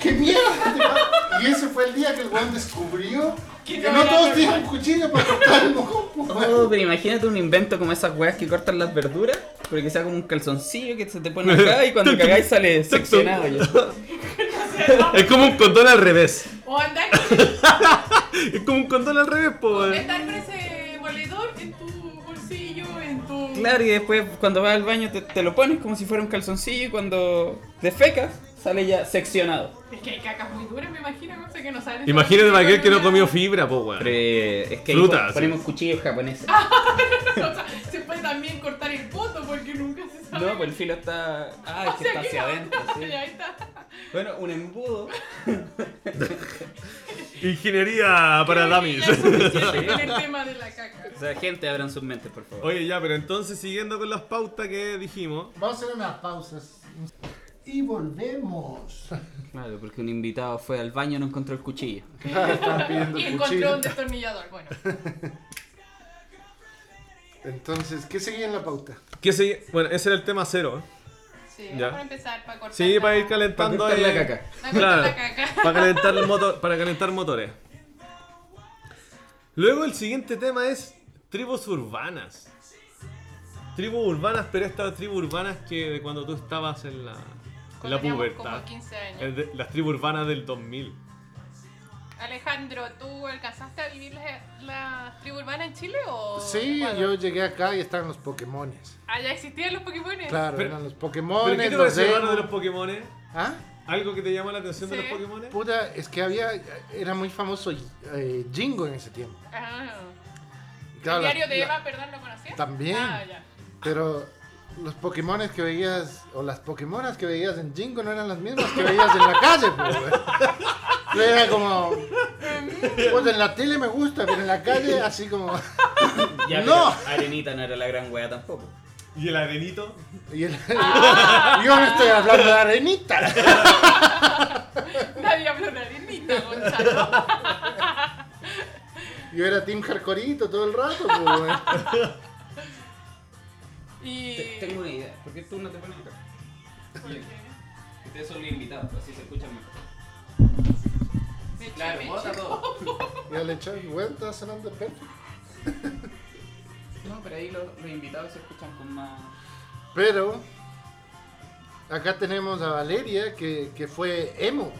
Speaker 2: ¡Qué mierda! Y ese fue el día que el weón descubrió que,
Speaker 1: Que
Speaker 2: no
Speaker 1: no era
Speaker 2: todos
Speaker 1: normal.
Speaker 2: tienen cuchillo para cortar el mojón. po, weón.
Speaker 3: Oh, pero imagínate un invento como esas weas que cortan las verduras, pero que sea como un calzoncillo que se te pone acá y cuando cagáis sale seccionado ya.
Speaker 4: Es como un condón al revés.
Speaker 1: O andar con,
Speaker 4: Es como un condón al revés, po.
Speaker 1: con
Speaker 4: weón.
Speaker 1: estar con ese moledor en tu bolsillo, en tu.
Speaker 3: Claro, y después cuando vas al baño te, te lo pones como si fuera un calzoncillo y cuando defecas sale ya seccionado.
Speaker 1: Es que hay cacas muy duras, me imagino, Gonzalo, que no salen.
Speaker 4: Imagínate para aquel que no comió fibra, po,
Speaker 3: Pero
Speaker 4: weón.
Speaker 3: eh, es que ahí
Speaker 4: Fruta,
Speaker 3: pon-
Speaker 4: sí.
Speaker 3: ponemos cuchillos japoneses.
Speaker 1: O sea, se puede también cortar el poto porque nunca se sabe.
Speaker 3: No, pues el filo está. Ah, es
Speaker 1: O
Speaker 3: que
Speaker 1: sea,
Speaker 3: está
Speaker 1: que
Speaker 3: hacia
Speaker 1: no.
Speaker 3: adentro, sí.
Speaker 1: Ya está.
Speaker 3: Bueno, un embudo.
Speaker 4: Ingeniería para
Speaker 1: Creo que
Speaker 4: dummies.
Speaker 1: ya es suficiente con el tema de la caca.
Speaker 3: O sea, gente, abran sus mentes, por favor.
Speaker 4: Oye, ya, pero entonces siguiendo con las pautas que dijimos.
Speaker 2: Vamos a hacer unas pausas. Y volvemos.
Speaker 3: Claro, porque un invitado fue al baño y no encontró el cuchillo.
Speaker 2: Estaban pidiendo
Speaker 1: Y
Speaker 2: el
Speaker 1: encontró
Speaker 2: cuchillo.
Speaker 1: un destornillador. Bueno,
Speaker 2: Entonces, ¿qué seguía en la pauta?
Speaker 4: ¿Qué se... Bueno, ese era el tema cero. ¿eh?
Speaker 1: sí,
Speaker 4: Ya.
Speaker 1: para empezar, para cortar.
Speaker 4: Sí,
Speaker 1: la-
Speaker 4: para ir
Speaker 3: Para
Speaker 4: calentando.
Speaker 3: cortar la
Speaker 4: eh,
Speaker 3: caca.
Speaker 1: Para
Speaker 4: Claro.
Speaker 1: cortar la caca.
Speaker 4: Para calentar, el motor, para calentar motores. Luego el siguiente tema es tribus urbanas. Tribus urbanas, pero estas tribus urbanas que de cuando tú estabas en la, en la
Speaker 1: Cuando teníamos
Speaker 4: pubertad.
Speaker 1: Como 15 años.
Speaker 4: El de- Las tribus urbanas del 2000.
Speaker 1: Alejandro, ¿tú alcanzaste a vivir la, la tribu urbana en Chile o.?
Speaker 2: Sí,
Speaker 1: Ecuador?
Speaker 2: yo llegué acá y estaban los Pokémones.
Speaker 1: Allá existían los Pokémon.
Speaker 2: Claro,
Speaker 4: Pero-
Speaker 2: eran los
Speaker 4: ¿Pero
Speaker 2: Pokémones,
Speaker 4: qué te
Speaker 2: los
Speaker 4: pareció
Speaker 2: emo.
Speaker 4: raro de los Pokémon?
Speaker 2: ¿Ah?
Speaker 4: ¿Algo que te llama la atención de
Speaker 1: Sí.
Speaker 4: los Pokémon?
Speaker 2: Puta, es que había, era muy famoso eh, Jingo en ese tiempo.
Speaker 1: Ah.
Speaker 2: Claro,
Speaker 1: el
Speaker 2: la-
Speaker 1: diario de
Speaker 2: la-
Speaker 1: Eva, perdón, ¿lo conocías?
Speaker 2: También.
Speaker 1: Ah, ya.
Speaker 2: Pero los Pokémones que veías, o las Pokémonas que veías en Jingo no eran las mismas que veías en la calle, pues. güey. Era como, pues en la tele me gusta, pero en la calle así como...
Speaker 3: Ya,
Speaker 2: ¡No!
Speaker 3: pero Arenita no era la gran wea tampoco.
Speaker 4: ¿Y el arenito?
Speaker 2: Y el-
Speaker 1: Ah.
Speaker 2: yo no estoy hablando de arenita.
Speaker 1: Nadie habló de Arenita, Gonzalo.
Speaker 2: Yo era Team Hardcoreito todo el rato, pues, güey.
Speaker 1: Y.
Speaker 3: Te- Tengo una idea. ¿Por qué tú no te pones acá?
Speaker 1: ¿por qué?
Speaker 3: Ustedes son los invitados, así se escuchan mejor.
Speaker 1: Me eché,
Speaker 3: Claro,
Speaker 1: me
Speaker 3: bota
Speaker 1: eché.
Speaker 3: todo.
Speaker 2: Ya le echas vueltas sonando perfecto.
Speaker 3: No, pero ahí los, los invitados se escuchan con más.
Speaker 2: Pero acá tenemos a Valeria que, que fue emo.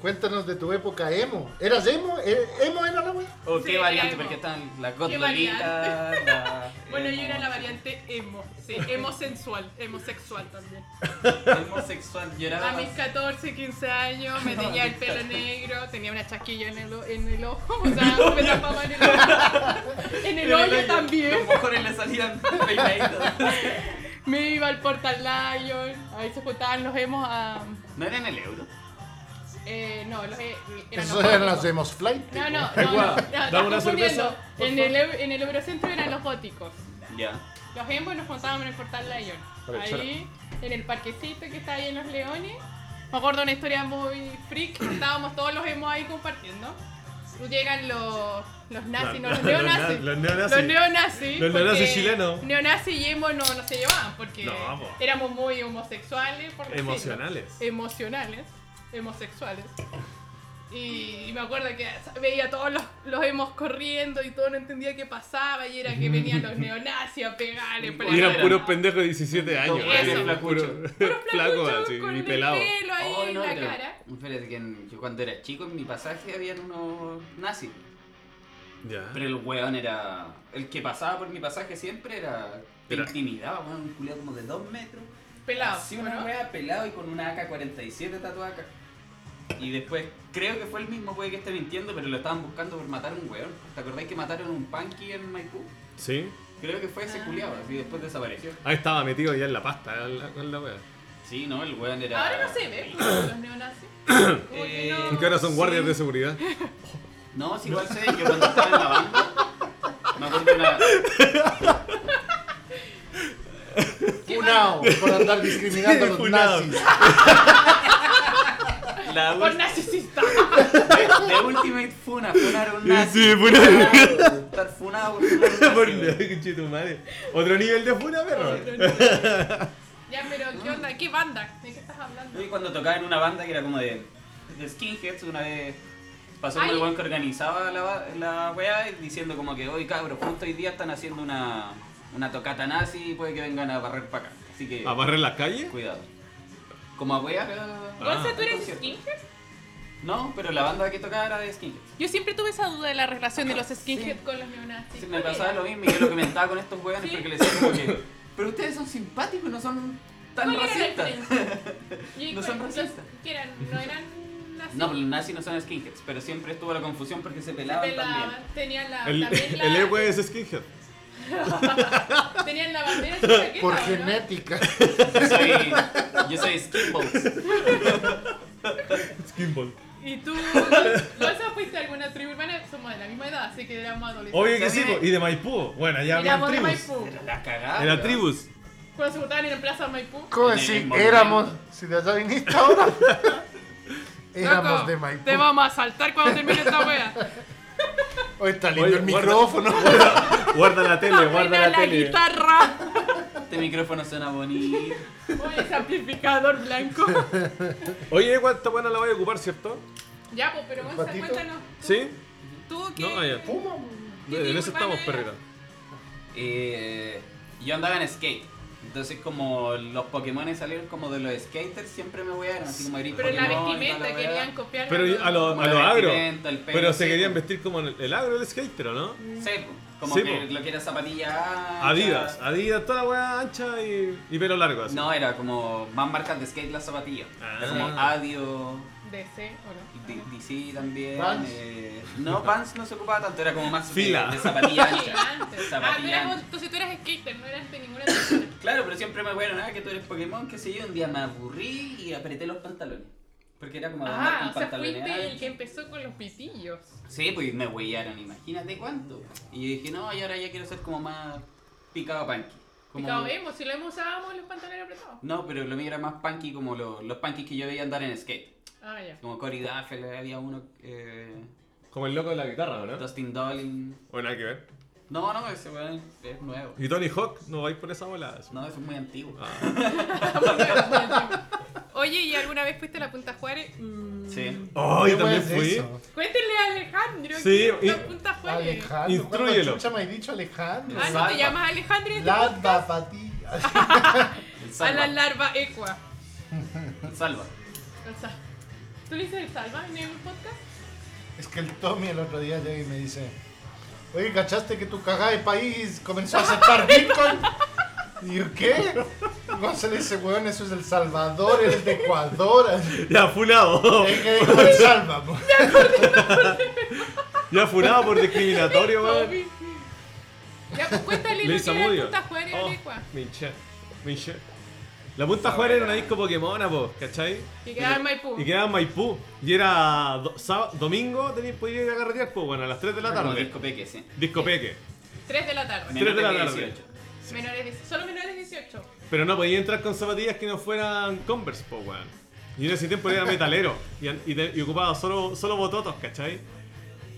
Speaker 2: Cuéntanos de tu época emo. ¿Eras emo? ¿E- ¿Emo era la wea?
Speaker 3: O Oh, qué
Speaker 1: Sí,
Speaker 3: variante,
Speaker 1: emo.
Speaker 3: porque están las
Speaker 1: ¿Qué
Speaker 3: gondolitas,
Speaker 1: variante?
Speaker 3: la.
Speaker 1: Bueno,
Speaker 3: emo,
Speaker 1: yo era la variante emo. Sí, emo sensual, emo sexual también.
Speaker 3: Emo sexual, yo era.
Speaker 1: A mis 14, 15 Ah. años me tenía el pelo negro, tenía una chasquilla en el, o- en el ojo, o sea, me tapaba en el ojo. En el hoyo también.
Speaker 3: Los mojones le salían peinaditos.
Speaker 1: Me iba al Portal Lion, ahí se juntaban los emos a...
Speaker 3: ¿No era en el euro?
Speaker 1: Eh, no, los e- eran
Speaker 2: Eso
Speaker 1: los
Speaker 2: eran
Speaker 1: góticos.
Speaker 2: las emos flight.
Speaker 1: No,
Speaker 2: tipo.
Speaker 1: no, no, no, no,
Speaker 4: Dame una
Speaker 1: estás confundiendo.
Speaker 4: cerveza, por
Speaker 1: En el, eu- en el Eurocentro eran los góticos.
Speaker 3: Ya.
Speaker 1: Los emos nos juntábamos en el Portal Lion.
Speaker 4: Vale,
Speaker 1: Ahí, en el parquecito que está ahí en Los Leones. Me acuerdo una historia muy freak. Estábamos todos los emos ahí compartiendo. Llegan los, los nazis, Ah, no,
Speaker 4: Los-
Speaker 1: los neonazis.
Speaker 4: los na- los neonazis.
Speaker 1: Los neonazis.
Speaker 4: Los neonazis
Speaker 1: porque
Speaker 4: chilenos.
Speaker 1: Neonazis y emo no, no se llevaban porque
Speaker 4: No, vamos.
Speaker 1: éramos muy homosexuales. Por decirlo.
Speaker 4: Emocionales.
Speaker 1: Emocionales. Homosexuales. Y, y me acuerdo que veía a todos los, los emos corriendo y todo no entendía qué pasaba y era que venían los neonazis a pegarle.
Speaker 4: Y eran puros pendejos de 17 años.
Speaker 1: Eso.
Speaker 4: así,
Speaker 3: Flacucho.
Speaker 4: puro-
Speaker 1: flacos
Speaker 4: flaco, así,
Speaker 1: con
Speaker 4: y
Speaker 1: el
Speaker 4: pelado.
Speaker 1: pelo ahí
Speaker 3: Oh,
Speaker 1: en
Speaker 3: no,
Speaker 1: la
Speaker 3: pero-
Speaker 1: cara.
Speaker 3: Espérate, que en- yo cuando era chico en mi pasaje habían unos nazis.
Speaker 4: Ya.
Speaker 3: Pero el weón era. El que pasaba por mi pasaje siempre era. Te
Speaker 4: Era-
Speaker 3: intimidaba, weón, un culiao como de 2 metros.
Speaker 1: Pelado.
Speaker 3: Así una
Speaker 1: ¿no?
Speaker 3: wea pelado y con una AK-47 tatuada acá. Y después, creo que fue el mismo puede que esté mintiendo, pero lo estaban buscando por matar a un weón. ¿Te acordáis que mataron a un punky en Maipú?
Speaker 4: Sí.
Speaker 3: Creo que fue ese
Speaker 1: Ah.
Speaker 3: culiao, así después desapareció.
Speaker 4: Ah, estaba metido ya en la pasta, en la, en la wea.
Speaker 3: Sí, no, el weón era.
Speaker 1: Ahora no se ve los neonazis. Como que
Speaker 3: Eh,
Speaker 1: no-
Speaker 4: Aunque ahora son
Speaker 3: Sí.
Speaker 4: guardias de seguridad.
Speaker 3: No, si igual sé, yo cuando estaba en la banda. Me acuerdo una.
Speaker 1: ¿Qué
Speaker 6: Funao por andar discriminando a los
Speaker 4: Funao.
Speaker 6: nazis.
Speaker 3: La
Speaker 1: Por narcisista.
Speaker 3: ul- de Ultimate Funa, funar a un nazi.
Speaker 4: pura.
Speaker 3: Estar funado por funar a un nazi, weón.
Speaker 4: Otro nivel de funa, perro.
Speaker 1: Ya, pero ¿qué onda? ¿Qué banda? ¿De qué estás hablando?
Speaker 3: Y cuando tocaba en una banda que era como de, de skinheads, una vez pasó un
Speaker 1: Ay.
Speaker 3: weón que organizaba la, la weá y diciendo como que, hoy cabros, justo hoy día están haciendo una, una tocata nazi y puede que vengan a barrer para acá. Así que,
Speaker 4: ¿A barrer la calle?
Speaker 3: cuidado. Como a weá, pero-
Speaker 4: Ah.
Speaker 1: Gonza, ¿tú eres
Speaker 3: Concierto.
Speaker 1: skinhead?
Speaker 3: No, pero la banda que tocaba era de skinheads.
Speaker 1: Yo siempre tuve esa duda de la relación de los skinhead
Speaker 3: Sí.
Speaker 1: con los neonazis.
Speaker 3: Sí, me
Speaker 1: ¿Cuál
Speaker 3: pasaba
Speaker 1: era?
Speaker 3: lo mismo y yo lo comentaba con estos weones
Speaker 1: Sí.
Speaker 3: porque les decía como que, pero ustedes son simpáticos, no son tan
Speaker 1: ¿Cuál era la
Speaker 3: racistas.
Speaker 1: diferencia? ¿Y
Speaker 3: No
Speaker 1: cuál-
Speaker 3: son
Speaker 1: los-
Speaker 3: racistas.
Speaker 1: ¿Qué eran? ¿No eran nazis?
Speaker 3: No, pero los nazis no son skinheads, pero siempre estuvo la confusión porque se pelaban, también.
Speaker 1: Pelaban, tenían la,
Speaker 4: El,
Speaker 1: Ah, también la,
Speaker 4: el E héroe es skinhead.
Speaker 1: tenían la bandera en su chaqueta,
Speaker 6: Por
Speaker 1: ¿o no?
Speaker 6: genética.
Speaker 3: Yo soy, yo soy skinballs.
Speaker 4: Skinball.
Speaker 1: Y tú, Gonza, fuiste a alguna tribu urbana, somos de la misma edad, así que éramos adolescentes.
Speaker 4: Obvio que sí,
Speaker 3: También.
Speaker 4: po, y de Maipú. Bueno, allá había
Speaker 1: Éramos de
Speaker 4: tribus.
Speaker 1: Maipú.
Speaker 3: Era la cagada.
Speaker 4: Era
Speaker 3: weón.
Speaker 4: tribus.
Speaker 1: Cuando se juntaban en la plaza de Maipú.
Speaker 6: ¿Cómo
Speaker 3: En el
Speaker 6: decir?
Speaker 3: mismo
Speaker 6: Éramos.
Speaker 3: momento.
Speaker 6: Si de allá viniste ahora. Éramos
Speaker 1: Loco,
Speaker 6: de Maipú.
Speaker 1: Te vamos a saltar cuando termine esta wea.
Speaker 6: Hoy está lindo
Speaker 4: Oye,
Speaker 6: el
Speaker 4: guarda-
Speaker 6: micrófono.
Speaker 4: Guarda la tele,
Speaker 1: Mira
Speaker 4: guarda la
Speaker 1: la
Speaker 4: tele.
Speaker 1: guitarra.
Speaker 3: Este micrófono suena bonito.
Speaker 1: Oye, ese amplificador blanco.
Speaker 4: Oye, ¿cuánta buena la voy a ocupar, cierto?
Speaker 1: Ya, pues, pero Gonza,
Speaker 6: Patito.
Speaker 1: cuéntanos. tú-
Speaker 4: ¿Sí?
Speaker 1: ¿Tú qué?
Speaker 4: No, ah, ya.
Speaker 6: Puma,
Speaker 1: Sí,
Speaker 4: En
Speaker 1: sí,
Speaker 4: eso
Speaker 1: urbana
Speaker 4: estamos,
Speaker 1: era.
Speaker 4: perrita.
Speaker 3: Eh, yo andaba en skate. Entonces como los Pokémon salieron como de los skaters, siempre me wearon. Así como gris
Speaker 1: Pero en la
Speaker 3: Pokémon y toda
Speaker 1: vestimenta
Speaker 3: la weá.
Speaker 1: querían copiar.
Speaker 4: Pero a los
Speaker 3: Como
Speaker 4: a
Speaker 3: la
Speaker 4: lo agro.
Speaker 3: vestimenta, el pelo,
Speaker 4: Pero se
Speaker 3: sí,
Speaker 4: querían
Speaker 3: po.
Speaker 4: vestir como el, el agro, el skater, ¿o no?
Speaker 3: Sí, po. como
Speaker 4: Sí,
Speaker 3: que
Speaker 4: po.
Speaker 3: lo que era zapatilla. ancha.
Speaker 4: Adidas, Adidas, toda la weá ancha y, y pelo largo así.
Speaker 3: No, era como más marcas de skate las zapatillas. Era
Speaker 4: Ah.
Speaker 3: como Adio,
Speaker 1: DC, ¿o no?
Speaker 3: D- DC también.
Speaker 6: Vans.
Speaker 3: eh, no, Vans no se ocupaba tanto, era como más de-
Speaker 4: Fila.
Speaker 3: de, zapatilla ancha.
Speaker 1: Antes. Ah, tú
Speaker 3: Zapatilla
Speaker 1: eras,
Speaker 3: ancha.
Speaker 1: entonces tú eras skater, no eras de ninguna persona.
Speaker 3: Claro, pero siempre me bueno, ah, que tú eres Pokémon, qué sé yo, un día me aburrí y apreté los pantalones. Porque era como andar
Speaker 1: Ah,
Speaker 3: con
Speaker 1: o sea,
Speaker 3: pantalones
Speaker 1: fuiste el
Speaker 3: anchos.
Speaker 1: que empezó con los pitillos.
Speaker 3: Sí, pues me huellaron, imagínate cuánto. Y yo dije, no, y ahora ya quiero ser como más picado punky. Como-
Speaker 1: Picado vemos, si lo hemos usábamos los pantalones apretados.
Speaker 3: No, pero lo mío era más punky como lo- los punkies que yo veía andar en skate.
Speaker 1: Ah, ya.
Speaker 3: Como Cory Duffel, había uno, eh,
Speaker 4: Como el loco de la guitarra, ¿o no?
Speaker 3: Dustin Dolin.
Speaker 4: Bueno, hay que ver.
Speaker 3: No, no, ese weón es nuevo.
Speaker 4: Y Tony Hawk, no vais por esa bola. Ah. así.
Speaker 3: No, eso es muy antiguo.
Speaker 1: Oye, ¿y alguna vez fuiste a la Punta Juárez? Mm.
Speaker 3: Sí.
Speaker 4: Oh, yo
Speaker 6: ¿Qué
Speaker 4: también
Speaker 6: es
Speaker 4: fui.
Speaker 6: eso?
Speaker 1: Cuéntenle a Alejandro
Speaker 4: Sí,
Speaker 1: que es
Speaker 4: y-
Speaker 1: la Punta Juárez.
Speaker 6: Alejandro.
Speaker 4: Instrúyelo.
Speaker 6: ¿Cuándo chucha me has dicho Alejandro?
Speaker 1: Ah, no
Speaker 3: Salva.
Speaker 1: te llamas Alejandro. y
Speaker 6: La papatilla.
Speaker 3: El
Speaker 1: A la
Speaker 3: salva.
Speaker 1: larva ecua.
Speaker 3: El salva.
Speaker 1: O sea, ¿Tú le dices el salva en el podcast?
Speaker 6: Es que el Tommy el otro día llega y me dice, oye, ¿cachaste que tu cagada de país comenzó a aceptar Bitcoin? Y yo, ¿qué? Gonzalo dice, weón, eso es El Salvador, eres de Ecuador.
Speaker 4: Ya funado.
Speaker 6: Es que dijo El Salva, po.
Speaker 4: Ya funado por discriminatorio, weón.
Speaker 1: Obvio. Ya, pues cuéntale
Speaker 4: Le
Speaker 1: lo
Speaker 4: hice
Speaker 1: que era el
Speaker 4: amudio.
Speaker 1: Punta Juárez
Speaker 4: Oh,
Speaker 1: Alecua.
Speaker 4: me hinché, me hinché. La Punta Juárez era una disco Pokémona, po, ¿cachai?
Speaker 1: Que quedaba en Maipú.
Speaker 4: Y quedaba en Maipú. Y era do- sá- domingo, tenías podías ir a carretear, pues bueno, a las 3 de la
Speaker 3: Como
Speaker 4: tarde.
Speaker 3: disco peque, sí.
Speaker 4: Disco Peque.
Speaker 1: 3 de la tarde.
Speaker 4: Tres de la
Speaker 3: que
Speaker 4: tarde.
Speaker 3: 18.
Speaker 1: Menores de- solo menores de 18.
Speaker 4: Pero no podía entrar con zapatillas que no fueran Converse, po, weón. Y yo en ese tiempo era metalero y, an- y te- y ocupaba solo, solo bototos, ¿cachai?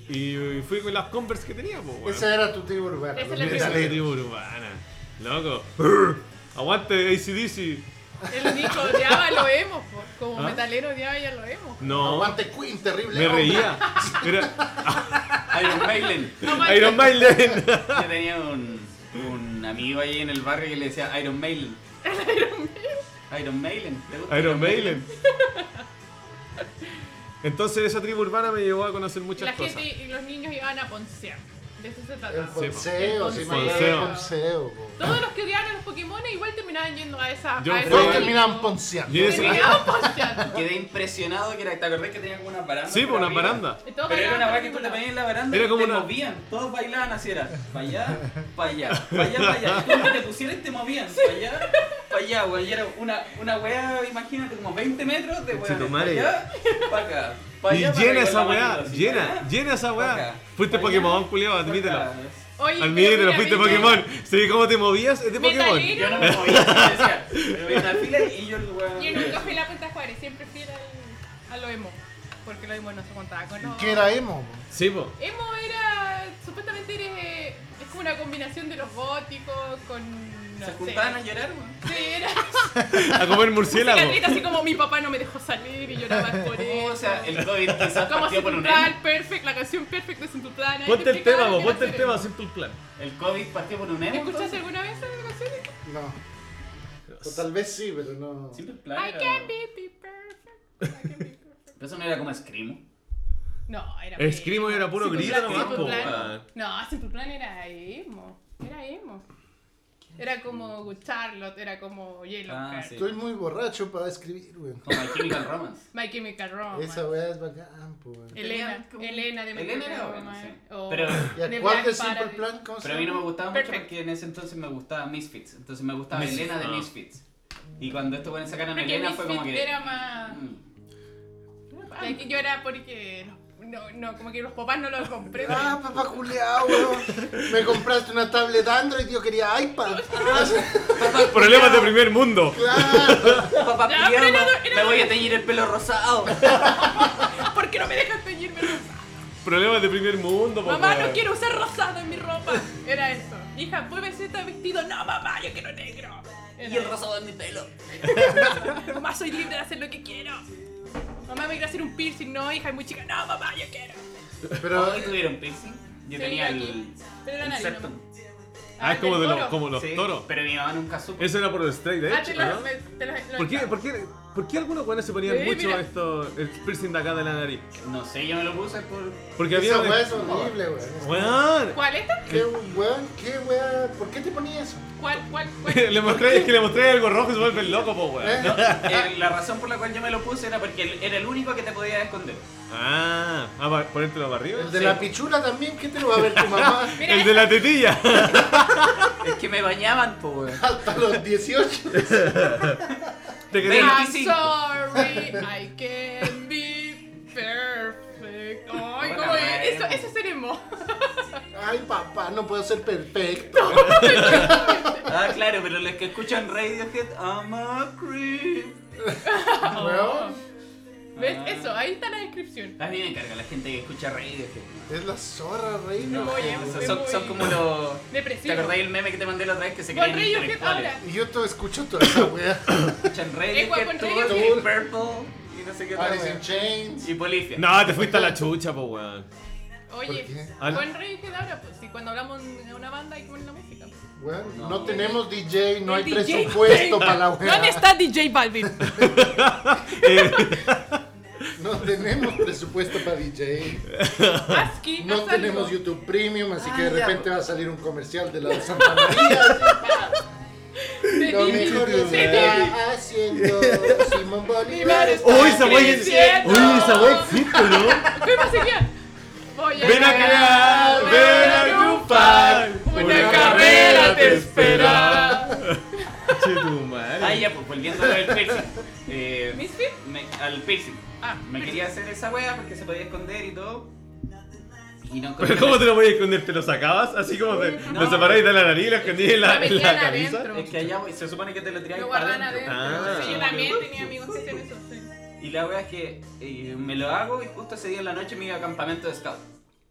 Speaker 4: Y fui con las Converse que tenía, po, weón.
Speaker 6: Esa era tu tribu urbana.
Speaker 1: Esa es la tribu.
Speaker 4: Esa
Speaker 6: los
Speaker 4: es la
Speaker 6: metaleros.
Speaker 4: tribu urbana. Loco. Aguante ACDC.
Speaker 1: El disco de Ava lo vemos, po, Como
Speaker 4: ¿Ah?
Speaker 1: metalero ya, ya lo vemos.
Speaker 4: No,
Speaker 2: Aguante Queen, terrible.
Speaker 4: me
Speaker 2: hombre.
Speaker 4: reía. Era
Speaker 3: Iron Maiden.
Speaker 1: No, man,
Speaker 4: Iron Maiden.
Speaker 3: Yo tenía un, un amigo ahí en el barrio que le decía Iron Maiden. Iron Maiden. ¿te gusta
Speaker 4: Iron Maiden. Entonces esa tribu urbana me llevó a conocer
Speaker 1: la
Speaker 4: muchas cosas.
Speaker 1: gente y los niños iban a poncear. De eso se
Speaker 2: El
Speaker 1: trataba.
Speaker 2: Fonseo,
Speaker 1: Sí,
Speaker 2: sí,
Speaker 1: po.
Speaker 2: me acuerdo
Speaker 4: Fonseo.
Speaker 2: del Fonseo. po.
Speaker 1: Todos los que odiaban a los Pokémon igual terminaban yendo a esa.
Speaker 4: Yo
Speaker 1: a esa
Speaker 4: fui-
Speaker 2: Todos
Speaker 1: tribu.
Speaker 2: terminaban ponceando.
Speaker 4: Yo-
Speaker 1: Terminaban ponceando.
Speaker 3: Quedé impresionado que era, ¿te acordás que tenía como una baranda?
Speaker 4: Sí,
Speaker 3: por
Speaker 4: pues una
Speaker 3: arriba?
Speaker 4: baranda.
Speaker 1: Y todos
Speaker 3: Pero era
Speaker 1: bailaban
Speaker 3: una
Speaker 1: por
Speaker 3: weá que tú
Speaker 1: ningún
Speaker 3: te
Speaker 1: lado.
Speaker 3: ponías en la baranda
Speaker 4: Era
Speaker 3: y
Speaker 4: como
Speaker 3: te
Speaker 4: una-
Speaker 3: movían, todos bailaban así era, para allá, para allá, para allá, para allá. Y tú donde te pusieras te movían, para allá, para allá, güey. Y era una, una weá, imagínate, como 20 metros de
Speaker 4: Conche
Speaker 3: weá,
Speaker 4: tu
Speaker 3: para
Speaker 4: madre.
Speaker 3: allá, para acá. pa'
Speaker 1: Pues
Speaker 4: Y
Speaker 3: allá, pa'
Speaker 4: llena
Speaker 3: arriba,
Speaker 4: esa
Speaker 3: la manito,
Speaker 4: weá,
Speaker 3: así, pa'
Speaker 4: llena,
Speaker 3: allá,
Speaker 4: llena esa
Speaker 3: pa' acá,
Speaker 4: weá. Fuiste
Speaker 3: pa' allá,
Speaker 4: Pokémon, culiado,
Speaker 3: pa'
Speaker 4: admítelo.
Speaker 3: acá.
Speaker 1: Oye, pero
Speaker 4: Admítelo,
Speaker 1: mira, ¿viste?
Speaker 4: fuiste Pokémon. Sí, cómo te movías, es de Pokémon.
Speaker 1: Metalero.
Speaker 3: Yo no me movía, decía, me metí en la fila y yo el weá.
Speaker 1: Yo nunca fui a la Punta Juárez, siempre fui al- a lo emo. Porque lo emo no se contaba con no.
Speaker 2: ¿Qué era emo? po?
Speaker 4: Sí, po.
Speaker 1: Emo era. Supuestamente eres. eh, es como una combinación de los góticos con. No
Speaker 3: Se
Speaker 1: sé.
Speaker 3: juntaban a llorar, güey.
Speaker 1: Sí, era.
Speaker 4: A comer murciélago.
Speaker 1: Cicatriz, así como mi papá no me dejó salir y lloraba por eso.
Speaker 3: Oh, O sea, el COVID quizás
Speaker 1: Como
Speaker 3: partió por un
Speaker 1: Central
Speaker 3: emo.
Speaker 1: Perfect, la canción Perfect de Central Plan. ahí
Speaker 4: Ponte
Speaker 1: te
Speaker 4: el tema,
Speaker 1: explicaban
Speaker 4: po,
Speaker 1: que
Speaker 4: ponte
Speaker 1: era
Speaker 4: el
Speaker 1: hacer
Speaker 4: tema,
Speaker 1: emo.
Speaker 4: simple plan.
Speaker 3: El COVID partió por un emo.
Speaker 1: ¿Escuchaste
Speaker 3: entonces.
Speaker 1: alguna vez esa canción?
Speaker 2: No. O tal vez sí, pero no.
Speaker 3: Simple plan.
Speaker 1: I
Speaker 3: era-
Speaker 1: can be, be perfect. I can be perfect.
Speaker 3: Pero eso no era como Screamo.
Speaker 1: No, era.
Speaker 4: El Screamo era puro
Speaker 1: Simple
Speaker 4: grito
Speaker 1: Plan,
Speaker 4: nomás,
Speaker 1: Simple
Speaker 4: po,
Speaker 1: Plan.
Speaker 4: weón.
Speaker 1: No, Simple Plan era emo. Era emo. Era como Good Charlotte, era como Yellow
Speaker 3: Ah,
Speaker 1: Card.
Speaker 3: sí.
Speaker 2: Estoy muy borracho para escribir, güey.
Speaker 3: Como My Chemical Romance.
Speaker 1: My Chemical Romance.
Speaker 2: Esa weá es bacán, po,
Speaker 1: Eh,
Speaker 2: güey.
Speaker 1: Elena,
Speaker 3: Tenía-
Speaker 1: Elena de My
Speaker 3: Elena era
Speaker 1: Chemical
Speaker 3: buena,
Speaker 1: Romance.
Speaker 3: sí.
Speaker 1: O
Speaker 3: Pero-
Speaker 2: ¿Y a
Speaker 1: The
Speaker 2: cuál
Speaker 1: Black
Speaker 2: de Simple
Speaker 1: Parody.
Speaker 2: Plan? ¿Cómo se
Speaker 3: Pero a mí no me
Speaker 2: llama?
Speaker 3: gustaba
Speaker 1: Perfect.
Speaker 3: mucho porque en ese entonces me gustaba Misfits. Entonces me gustaba
Speaker 4: Misfits,
Speaker 3: Elena de
Speaker 4: ah.
Speaker 3: Misfits. Y cuando estos buenos sacaron
Speaker 1: Porque
Speaker 3: Elena fue como
Speaker 1: Misfits
Speaker 3: que.
Speaker 1: era más-
Speaker 3: Mm.
Speaker 1: Y aquí yo era porque. No, no, como que los papás no lo compré.
Speaker 2: Ah, papá culiao, weón. Me compraste una tablet Android y yo quería iPad.
Speaker 4: Problemas de primer mundo.
Speaker 2: Claro.
Speaker 3: Papá
Speaker 1: Ya, pero
Speaker 3: pijama,
Speaker 1: era- era-
Speaker 3: me voy a teñir el pelo rosado.
Speaker 2: pues.
Speaker 1: ¿Por qué no me dejas teñirme rosado?
Speaker 4: Problemas de primer mundo, po,
Speaker 1: Mamá, no
Speaker 4: Pues, weón.
Speaker 1: quiero usar rosado en mi ropa. Era eso. Hija, ¿puedes vestir este vestido? No, mamá, yo quiero negro.
Speaker 3: Y el rosado en mi pelo.
Speaker 1: rosado. Mamá, soy libre de hacer lo que quiero. Mamá, me quiero hacer un piercing. No, hija, es muy chica. No, mamá, yo quiero.
Speaker 2: Pero
Speaker 3: ¿Hoy tuvieron piercing? Yo
Speaker 1: Sí,
Speaker 3: tenía el.
Speaker 1: aquí. Pero era
Speaker 3: el
Speaker 1: nariz,
Speaker 3: septum.
Speaker 4: Ah, es como,
Speaker 1: del
Speaker 4: de los,
Speaker 1: toro.
Speaker 4: como los
Speaker 3: Sí,
Speaker 4: toros.
Speaker 3: Pero mi mamá nunca supo.
Speaker 4: Eso era por el straight
Speaker 1: Ah,
Speaker 4: edge,
Speaker 1: te
Speaker 4: ¿o
Speaker 1: lo,
Speaker 4: ¿no?
Speaker 1: me- te lo-
Speaker 4: ¿Por qué, por, qué, por qué algunos buenos se ponían
Speaker 1: Sí,
Speaker 4: mucho
Speaker 1: mira.
Speaker 4: esto, el piercing de acá de la nariz?
Speaker 3: No sé, yo me lo puse por.
Speaker 4: Porque había...
Speaker 2: esa
Speaker 4: un-
Speaker 2: weá es horrible,
Speaker 3: Oh,
Speaker 2: weón.
Speaker 4: Weón.
Speaker 1: ¿Cuál esta?
Speaker 2: ¿Qué weón? ¿Qué weá? ¿Por qué te ponías eso?
Speaker 1: ¿Cuál, cuál, cuál?
Speaker 4: Le mostré, es que le mostré algo rojo y se vuelve loco, po,
Speaker 2: ¿Eh?
Speaker 4: weón.
Speaker 3: Eh, la razón por la cual yo me lo puse era porque el- era el único que te podía esconder.
Speaker 4: Ah, ah, pa- ponértelo para arriba.
Speaker 2: El de
Speaker 3: Sí.
Speaker 2: la pichula también, ¿qué te lo va a ver tu mamá?
Speaker 1: Mira,
Speaker 4: El de la tetilla.
Speaker 3: Es que me bañaban, po, weón.
Speaker 2: Hasta los 18.
Speaker 4: Te querían-
Speaker 1: I'm
Speaker 3: 25.
Speaker 1: sorry, I can be perfect. Ay,
Speaker 3: Hola,
Speaker 1: como
Speaker 3: madre.
Speaker 1: eso, eso es ser emo.
Speaker 2: Ay, papá, no puedo ser perfecto.
Speaker 3: Ah, claro, pero los que escuchan Radiohead, I'm a creep.
Speaker 1: Oh.
Speaker 2: Weón,
Speaker 1: ¿Ves?
Speaker 3: Ah.
Speaker 1: Eso, ahí está la descripción.
Speaker 3: A mí me encarga la gente que escucha Radiohead.
Speaker 2: es la zorra, Eh, rey.
Speaker 1: No, oye,
Speaker 3: eh, Son-
Speaker 1: es
Speaker 3: Son,
Speaker 1: muy-
Speaker 3: son como los... ¿Te
Speaker 1: eh, Depresivo.
Speaker 3: acordáis el meme que te mandé la otra vez que se
Speaker 1: Con
Speaker 3: creen
Speaker 1: Radiohead
Speaker 3: intelectuales?
Speaker 1: ahora.
Speaker 2: Y yo todo escucho toda esa weá.
Speaker 3: Escuchan
Speaker 1: Igual con
Speaker 3: Radiohead, Tool,
Speaker 1: Radiohead.
Speaker 3: Deep Purple y no sé qué otra
Speaker 2: Alice in
Speaker 3: wea.
Speaker 2: Chains.
Speaker 3: Y Polifia.
Speaker 4: No, te fuiste a la chucha, po, weón.
Speaker 1: Oye,
Speaker 2: ¿Por qué?
Speaker 4: Al-
Speaker 1: buen rey que da ahora, pues si cuando hablamos de una banda hay que poner la música.
Speaker 2: Weón, no,
Speaker 3: No.
Speaker 2: tenemos DJ, no hay
Speaker 1: El DJ.
Speaker 2: presupuesto para la weá.
Speaker 1: ¿Dónde está DJ Balvin?
Speaker 4: Eh,
Speaker 2: No tenemos presupuesto para DJ.
Speaker 1: Aski,
Speaker 2: No
Speaker 1: haz
Speaker 2: tenemos
Speaker 1: algo.
Speaker 2: YouTube Premium, así
Speaker 3: Ah,
Speaker 2: que de
Speaker 3: ya.
Speaker 2: repente va a salir un comercial de la de Santa María.
Speaker 1: De
Speaker 2: Lo
Speaker 1: DJ.
Speaker 2: mejor que se
Speaker 1: De DJ.
Speaker 2: está haciendo Simón Bolívar.
Speaker 1: Uy,
Speaker 2: está
Speaker 4: Uy, esa wea
Speaker 1: creciendo.
Speaker 4: Uy, esa wea existe, ¿no?
Speaker 1: ¿Qué más sería? Voy
Speaker 4: Ven a crear, ven a agrupar.
Speaker 1: Una carrera te espera.
Speaker 4: Che, tu madre.
Speaker 3: Ah, ya, pues volviendo a lo del piercing. Eh,
Speaker 1: ¿Misfit?
Speaker 3: me- al piercing.
Speaker 1: Ah,
Speaker 3: Me
Speaker 1: pero-
Speaker 3: quería hacer esa wea porque se podía esconder y todo. Y no encontré
Speaker 4: Pero ¿cómo te lo voy a esconder? ¿Te lo sacabas? Así como te,
Speaker 3: No.
Speaker 4: lo separáis de la nariz, lo escondí en la,
Speaker 1: La
Speaker 4: en la
Speaker 1: metían
Speaker 4: camisa.
Speaker 1: adentro.
Speaker 3: Es que allá güey, se supone que te lo tiráis
Speaker 1: Lo
Speaker 3: para
Speaker 1: guardan adentro.
Speaker 4: Ah.
Speaker 1: Sí, yo también tenía amigos que hacían eso. sí.
Speaker 3: Y la wea es que eh, me lo hago y justo ese día en la noche me iba a campamento de scout.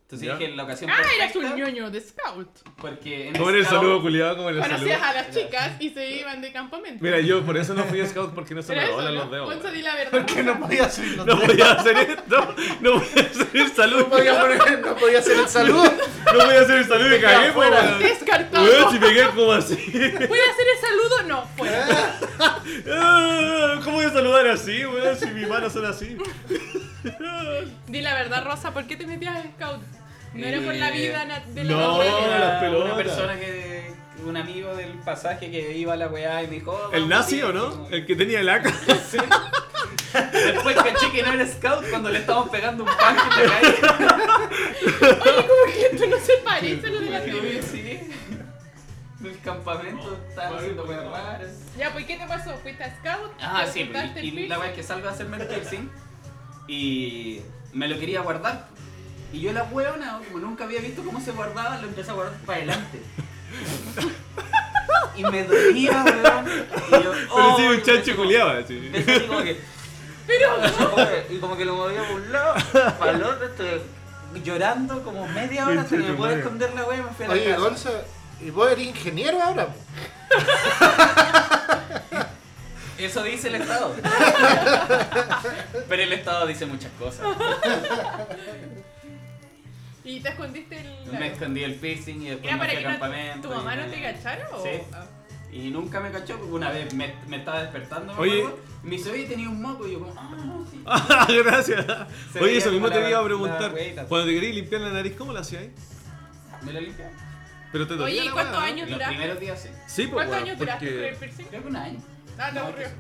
Speaker 3: Entonces
Speaker 4: Ya.
Speaker 3: dije, la ocasión
Speaker 1: Ah, eras
Speaker 3: perfecta,
Speaker 1: un ñoño de scout.
Speaker 3: Porque en
Speaker 4: ¿Cómo era el
Speaker 3: Scout-
Speaker 4: saludo, culiado? ¿Cómo era el saludo?
Speaker 1: Conocías a las chicas y se iban de campamento.
Speaker 4: Mira, yo por eso no fui scout porque no se
Speaker 1: Pero
Speaker 4: me
Speaker 1: eso,
Speaker 4: doblan
Speaker 1: ¿no?
Speaker 4: los dedos.
Speaker 1: Ponce,
Speaker 4: weón.
Speaker 1: di la verdad.
Speaker 6: ¿Por qué no podía subir los
Speaker 4: No
Speaker 6: dedos?
Speaker 4: podía hacer esto, no podía hacer el saludo.
Speaker 6: No podía, poner- no podía hacer el saludo.
Speaker 4: No podía hacer el saludo y me cagué, pues? po,
Speaker 6: afuera.
Speaker 4: weón.
Speaker 1: Descartado.
Speaker 4: Weón, si me quedé como así.
Speaker 1: ¿Puede hacer el saludo? No, puede.
Speaker 4: Ah, ¿Cómo voy a saludar así, weón? Si mis manos son así.
Speaker 1: Di la verdad, Rosa, ¿por qué te metías en scout? No era por la
Speaker 3: Eh,
Speaker 1: vida na- de la
Speaker 4: no.
Speaker 1: naturaleza.
Speaker 4: Oh, las
Speaker 3: Era
Speaker 4: pelotas.
Speaker 3: una persona que un amigo del pasaje que iba a la weá y me dijo "Oh,
Speaker 4: ¿El
Speaker 3: vamos,
Speaker 4: nazi
Speaker 3: sí".
Speaker 4: o no? El que tenía el AK.
Speaker 3: Sí. después caché que no era scout cuando le estábamos pegando un pan en la calle
Speaker 1: Oye, como que esto no se parece a lo de la
Speaker 3: Sí,
Speaker 1: tele.
Speaker 3: sí. del campamento estaban haciendo weas raras
Speaker 1: Ya, pues, ¿qué te pasó? ¿Fuiste a scout?
Speaker 3: Ah,
Speaker 1: ¿Te
Speaker 3: sí,
Speaker 1: cortaste
Speaker 3: y,
Speaker 1: el
Speaker 3: y la wea es
Speaker 1: piercing?
Speaker 3: que salgo a hacerme el piercing y me lo quería guardar. Y yo la weona, como nunca había visto cómo se guardaba, lo empecé a guardar para adelante. Y me dolía, weón. Y yo,
Speaker 4: Pero sí,
Speaker 3: "Oh",
Speaker 4: un
Speaker 3: y
Speaker 4: chancho
Speaker 3: empecé
Speaker 4: culiaba, así.
Speaker 3: como- empecé así como que,
Speaker 1: Pero,
Speaker 3: como que- Y como que lo movía por un lado, para el otro, estuve llorando como media hora hasta que me
Speaker 4: Conchetumare.
Speaker 3: pude esconder la wea y me fui a la
Speaker 6: Oye,
Speaker 3: casa.
Speaker 6: Gonza, ¿y vos eres ingeniero ahora? po?
Speaker 3: Eso dice el Estado. Pero el Estado dice muchas cosas.
Speaker 1: ¿y te escondiste el...?
Speaker 3: Me escondí el piercing y después
Speaker 1: ¿Era
Speaker 3: me
Speaker 1: para
Speaker 3: fui
Speaker 1: que
Speaker 3: a
Speaker 1: no,
Speaker 3: campamento.
Speaker 1: tu mamá
Speaker 3: y-
Speaker 1: no te cachara o...?
Speaker 3: Sí.
Speaker 1: Ah.
Speaker 3: Y nunca me cachó porque una vez me, me estaba despertando. me
Speaker 4: Oye.
Speaker 3: acuerdo, y me dice, oye, tenía un moco. Y yo, como, ah, sí.
Speaker 4: Ah, gracias.
Speaker 3: Se
Speaker 4: Oye,
Speaker 3: veía
Speaker 4: eso mismo
Speaker 3: como
Speaker 4: te
Speaker 3: la-
Speaker 4: iba a
Speaker 3: la
Speaker 4: preguntar.
Speaker 3: güeyita.
Speaker 4: Cuando te querías limpiar la nariz, ¿cómo la hacías ahí?
Speaker 3: Me lo limpié.
Speaker 4: Pero te dolía
Speaker 1: Oye, ¿y
Speaker 4: la
Speaker 1: cuántos
Speaker 4: weá, ¿no?
Speaker 1: años
Speaker 3: Los
Speaker 1: duraste?
Speaker 3: primeros días, sí.
Speaker 4: Sí, pues,
Speaker 1: ¿Cuántos
Speaker 4: weón,
Speaker 1: años duraste con el
Speaker 4: porque...
Speaker 1: piercing?
Speaker 3: Creo que un año.
Speaker 1: Ah, te
Speaker 3: No,
Speaker 1: aburrió.
Speaker 3: que-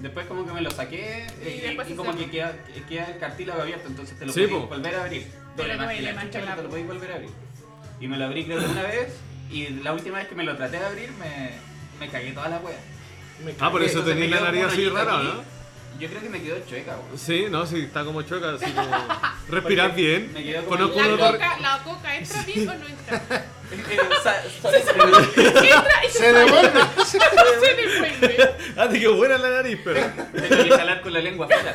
Speaker 3: Después como que me lo saqué eh,
Speaker 1: Y
Speaker 3: y,
Speaker 1: después
Speaker 3: y
Speaker 1: se
Speaker 3: como
Speaker 1: cerró.
Speaker 3: que queda, que queda el cartílago abierto, entonces te lo
Speaker 4: Sí,
Speaker 3: podéis
Speaker 4: po.
Speaker 3: volver a abrir.
Speaker 1: Pero
Speaker 3: Duele más
Speaker 1: duele
Speaker 3: que la
Speaker 1: más
Speaker 3: chucha,
Speaker 1: que la
Speaker 3: pero te lo
Speaker 1: po.
Speaker 3: podéis volver a abrir. Y me lo abrí creo que una vez y la última vez que me lo traté de abrir me, me cagué toda la wea.
Speaker 4: Ah, por eso
Speaker 3: Entonces me
Speaker 4: tenías la
Speaker 3: quedó
Speaker 4: nariz
Speaker 3: como un
Speaker 4: así
Speaker 3: hoyito
Speaker 4: rara,
Speaker 3: aquí.
Speaker 4: ¿no?
Speaker 3: Yo creo que me quedó chueca, weón.
Speaker 4: Sí, no, sí, está como chueca, así como... Respirás
Speaker 3: Porque
Speaker 4: bien.
Speaker 3: me quedo como
Speaker 4: Conozco
Speaker 3: en
Speaker 4: uno
Speaker 1: ¿La
Speaker 3: la
Speaker 4: que...
Speaker 1: coca, ¿La coca entra bien o no entra?
Speaker 3: Eh, sa- sa-
Speaker 1: Entra y se
Speaker 6: Se devuelve.
Speaker 1: se devuelve.
Speaker 4: Ah, te quedó buena la nariz, pero...
Speaker 3: Tengo que jalar con la lengua afuera.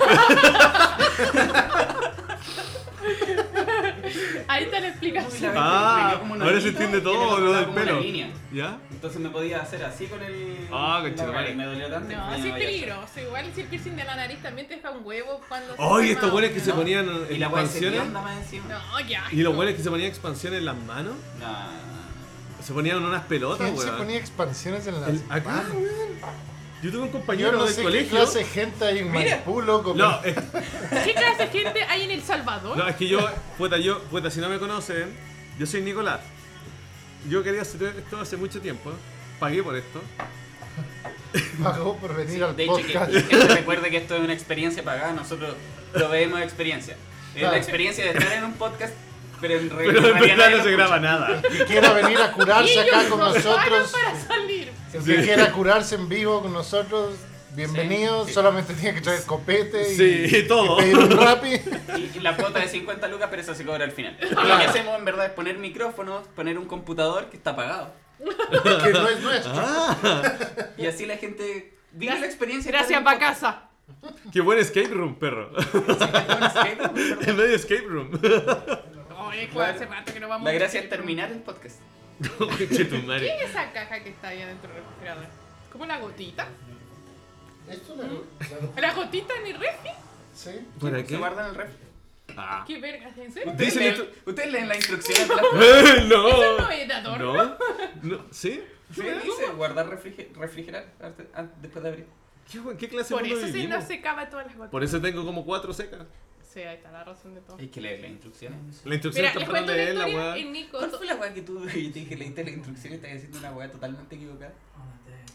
Speaker 1: Ahí está la explicación.
Speaker 3: Me
Speaker 4: Ah,
Speaker 3: quedó como un
Speaker 4: ahora
Speaker 3: hoyito
Speaker 4: se entiende
Speaker 3: y me
Speaker 4: todo lo
Speaker 3: cortaba
Speaker 4: del
Speaker 3: como una
Speaker 4: pelo.
Speaker 3: línea.
Speaker 4: ¿Ya?
Speaker 3: Entonces me podía hacer así con el...
Speaker 4: Ah,
Speaker 3: con la
Speaker 4: conchetumare.
Speaker 3: cara, y Me dolió tanto. que
Speaker 1: No,
Speaker 3: ya
Speaker 1: sí es
Speaker 3: había hecho.
Speaker 1: peligroso. Igual si el piercing de la nariz también te deja un huevo cuando se
Speaker 4: Oye,
Speaker 1: forma
Speaker 4: estos güeyes que
Speaker 1: otro,
Speaker 4: se
Speaker 1: ¿no?
Speaker 4: ponían
Speaker 3: Y la
Speaker 4: en
Speaker 3: wea se
Speaker 4: expansiones...
Speaker 3: anda más encima.
Speaker 1: No, ya.
Speaker 4: Y los güeyes que se ponían expansiones en las manos,
Speaker 3: No.
Speaker 4: se ponían unas pelotas,
Speaker 6: ¿Quién se
Speaker 4: weón.
Speaker 6: ponía expansiones en las
Speaker 4: El- acá,
Speaker 6: manos?
Speaker 4: weón. Yo tuve un
Speaker 6: Yo
Speaker 4: compañero
Speaker 6: no
Speaker 4: del
Speaker 6: sé qué
Speaker 4: colegio.
Speaker 6: clase de gente hay en
Speaker 3: Mira.
Speaker 6: Maipú, loco.
Speaker 4: No, es,
Speaker 1: ¿Qué clase de gente hay en El Salvador?
Speaker 4: no, es que yo, puta, yo, puta, si no me conocen, yo soy Nicolás. Yo quería hacer esto hace mucho tiempo. Pagué por esto.
Speaker 6: Pagó por venir al
Speaker 3: De hecho, que,
Speaker 6: podcast.
Speaker 3: que se recuerde que esto es una experiencia pagada, nosotros proveemos de experiencia. Es
Speaker 6: Claro.
Speaker 3: la experiencia de estar en un podcast, pero en realidad,
Speaker 4: Pero en verdad
Speaker 3: nadie
Speaker 4: no
Speaker 3: lo
Speaker 4: se graba
Speaker 3: escucha.
Speaker 4: nada.
Speaker 6: Que quiera venir a curarse acá
Speaker 1: Ellos
Speaker 6: con
Speaker 1: nos pagan
Speaker 6: nosotros.
Speaker 1: para salir.
Speaker 6: Si usted quiera curarse en vivo con nosotros, bienvenido.
Speaker 3: Sí.
Speaker 6: Solamente tiene que traer copete y,
Speaker 4: Sí, y todo.
Speaker 6: y pedir un rapi.
Speaker 3: Y, y la cuota de 50 lucas, pero eso se cobra al final. Lo que hacemos en verdad es poner micrófonos, poner un computador que está pagado.
Speaker 6: que no es nuestro. Ah.
Speaker 3: Y así la gente vive la experiencia.
Speaker 1: Gracias, pa'
Speaker 3: Bacas.
Speaker 1: casa.
Speaker 4: Qué buen escape room, perro. En medio escape room.
Speaker 1: Oye, cuál hace rato que no vamos
Speaker 3: La
Speaker 1: a-
Speaker 3: gracia es terminar el podcast.
Speaker 4: Conche tu madre.
Speaker 1: ¿Qué es esa caja que está ahí adentro del refrigerador? ¿Como la gotita?
Speaker 6: ¿Esto la, la-
Speaker 1: ¿La gotita en el refri?
Speaker 6: sí.
Speaker 4: ¿Para
Speaker 3: Se
Speaker 4: qué?
Speaker 3: guardan el ref.
Speaker 4: Ah.
Speaker 1: ¿Qué vergas? ¿En serio?
Speaker 3: Ustedes
Speaker 4: Dicen
Speaker 3: leen, ustedes leen las instrucciones de la
Speaker 4: ¡Eh, no!
Speaker 1: Eso no es de adorno.
Speaker 4: ¿No? no. ¿Sí?
Speaker 3: Sí, dice guardar refrige- refrigerar antes- antes- después de abrir.
Speaker 4: ¿Qué, buen- qué clase
Speaker 1: Por
Speaker 4: de mundo
Speaker 1: eso se
Speaker 4: vivimos?
Speaker 1: nos secaba todas las gotas.
Speaker 4: Por eso tengo como cuatro secas.
Speaker 1: Sí, ahí está la razón de todo.
Speaker 3: Hay que leer las instrucciones.
Speaker 4: La instrucción
Speaker 1: Mira,
Speaker 4: está
Speaker 1: les
Speaker 4: para
Speaker 1: cuento una
Speaker 4: leerla,
Speaker 1: historia
Speaker 4: weón.
Speaker 1: en Nico.
Speaker 3: ¿Cuál fue la weá que tú y te dije, leíste las instrucciones y estás haciendo una weá totalmente equivocada?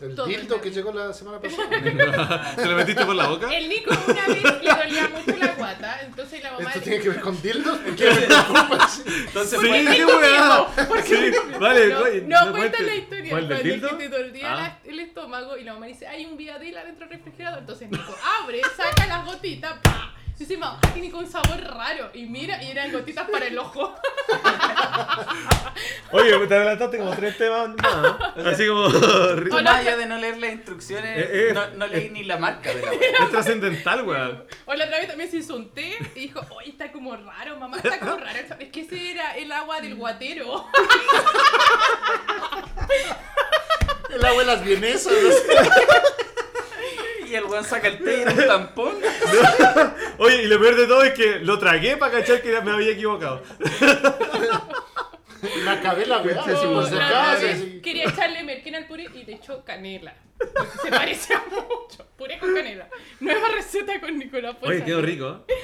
Speaker 6: El
Speaker 1: Todo
Speaker 6: dildo
Speaker 1: el
Speaker 6: que
Speaker 1: día.
Speaker 6: llegó la semana pasada.
Speaker 4: ¿Te lo metiste por la boca?
Speaker 1: El Nico una vez le dolía mucho la guata, entonces la mamá le-
Speaker 6: ¿Esto
Speaker 1: "Pues
Speaker 6: tiene que ver con dildo? ¿Por qué me preocupas?
Speaker 3: Entonces,
Speaker 4: Sí,
Speaker 3: fue-
Speaker 4: qué
Speaker 1: tu
Speaker 4: weá. Sí, vale,
Speaker 1: no,
Speaker 4: oye,
Speaker 1: no, cuenta
Speaker 4: cuente.
Speaker 1: la historia.
Speaker 4: ¿Cuál del
Speaker 1: cuando
Speaker 4: dildo?
Speaker 1: que te dolía
Speaker 4: Ah.
Speaker 1: la- el estómago y la mamá dice, hay un viadil adentro del refrigerador. Entonces Nico abre, saca las gotitas, ¡pa! Y dice, mamá, tiene con sabor raro. Y mira, y eran gotitas para el ojo.
Speaker 4: Oye, te adelantaste como tres temas más. ¿eh? Así como.
Speaker 3: Tú, más allá de no leer las instrucciones,
Speaker 4: Eh, eh,
Speaker 3: no, no leí
Speaker 4: eh.
Speaker 3: ni la marca de la weá.
Speaker 4: es trascendental, weón.
Speaker 1: O la otra vez también se hizo un té y dijo, oye, está como raro, mamá, está como raro. Es que ese era el agua del guatero.
Speaker 6: El agua de las vienesas. ¿no?
Speaker 3: Y el weón saca el té y era un tampón.
Speaker 4: Oye, y lo peor de todo es que lo tragué para cachar que me había equivocado.
Speaker 1: Pues
Speaker 6: Y me acabé la weá.
Speaker 4: Sí, sí,
Speaker 1: O
Speaker 6: por
Speaker 4: pues,
Speaker 6: si
Speaker 1: la
Speaker 4: acá,
Speaker 1: otra
Speaker 6: acaso,
Speaker 1: vez
Speaker 6: así.
Speaker 1: quería echarle merquén al puré y le echó canela. Se parecía mucho. Puré con canela. Nueva receta con Nicolás Poza.
Speaker 4: Oye, quedó rico. ¿eh?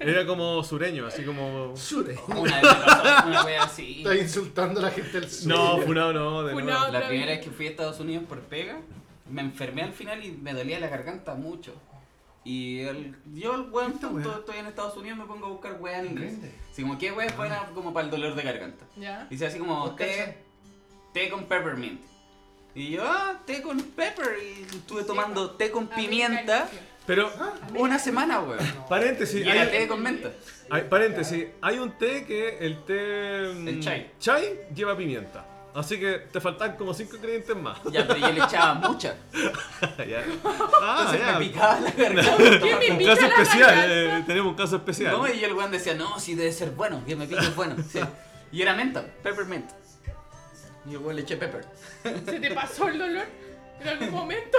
Speaker 4: Era como sureño, así como.
Speaker 6: Sure.
Speaker 3: Una vez me pasó una wea así.
Speaker 6: Está insultando a la gente del sur.
Speaker 4: No, funado no, de nuevo.
Speaker 1: Funado.
Speaker 3: La primera vez que fui a Estados Unidos por pega, me enfermé al final y me dolía la garganta mucho. Y el- yo, el weón, tonto, estoy en Estados Unidos, me pongo a buscar weá en inglés. Así como, ¿qué weá es buena
Speaker 4: Ah.
Speaker 3: como para el dolor de garganta?
Speaker 1: ¿Ya?
Speaker 3: Dice así como, té, té con peppermint. Y yo, ah, té con pepper. Y estuve tomando té con pimienta
Speaker 4: Pero,
Speaker 3: una semana, weón.
Speaker 4: paréntesis.
Speaker 3: Y era
Speaker 4: Hay,
Speaker 3: té con menta.
Speaker 4: hay- paréntesis. Hay un té que el té. mm,
Speaker 3: El chai.
Speaker 4: Chai lleva pimienta. Así que te faltan como cinco ingredientes más.
Speaker 3: Ya, pero yo le echaba mucha.
Speaker 4: Ya. Ah,
Speaker 3: Entonces
Speaker 4: ya.
Speaker 3: me picaba la garganta.
Speaker 1: ¿Qué me
Speaker 4: Un
Speaker 1: pica
Speaker 4: caso
Speaker 1: la
Speaker 4: especial,
Speaker 1: garganta?
Speaker 4: eh, tenemos un caso especial.
Speaker 3: No, y el weón decía, no, sí debe ser bueno, que me pique es bueno. sí. Y era menta, peppermint. Y el weón le eché pepper.
Speaker 4: eh,
Speaker 1: ¿Se te pasó el dolor en algún momento?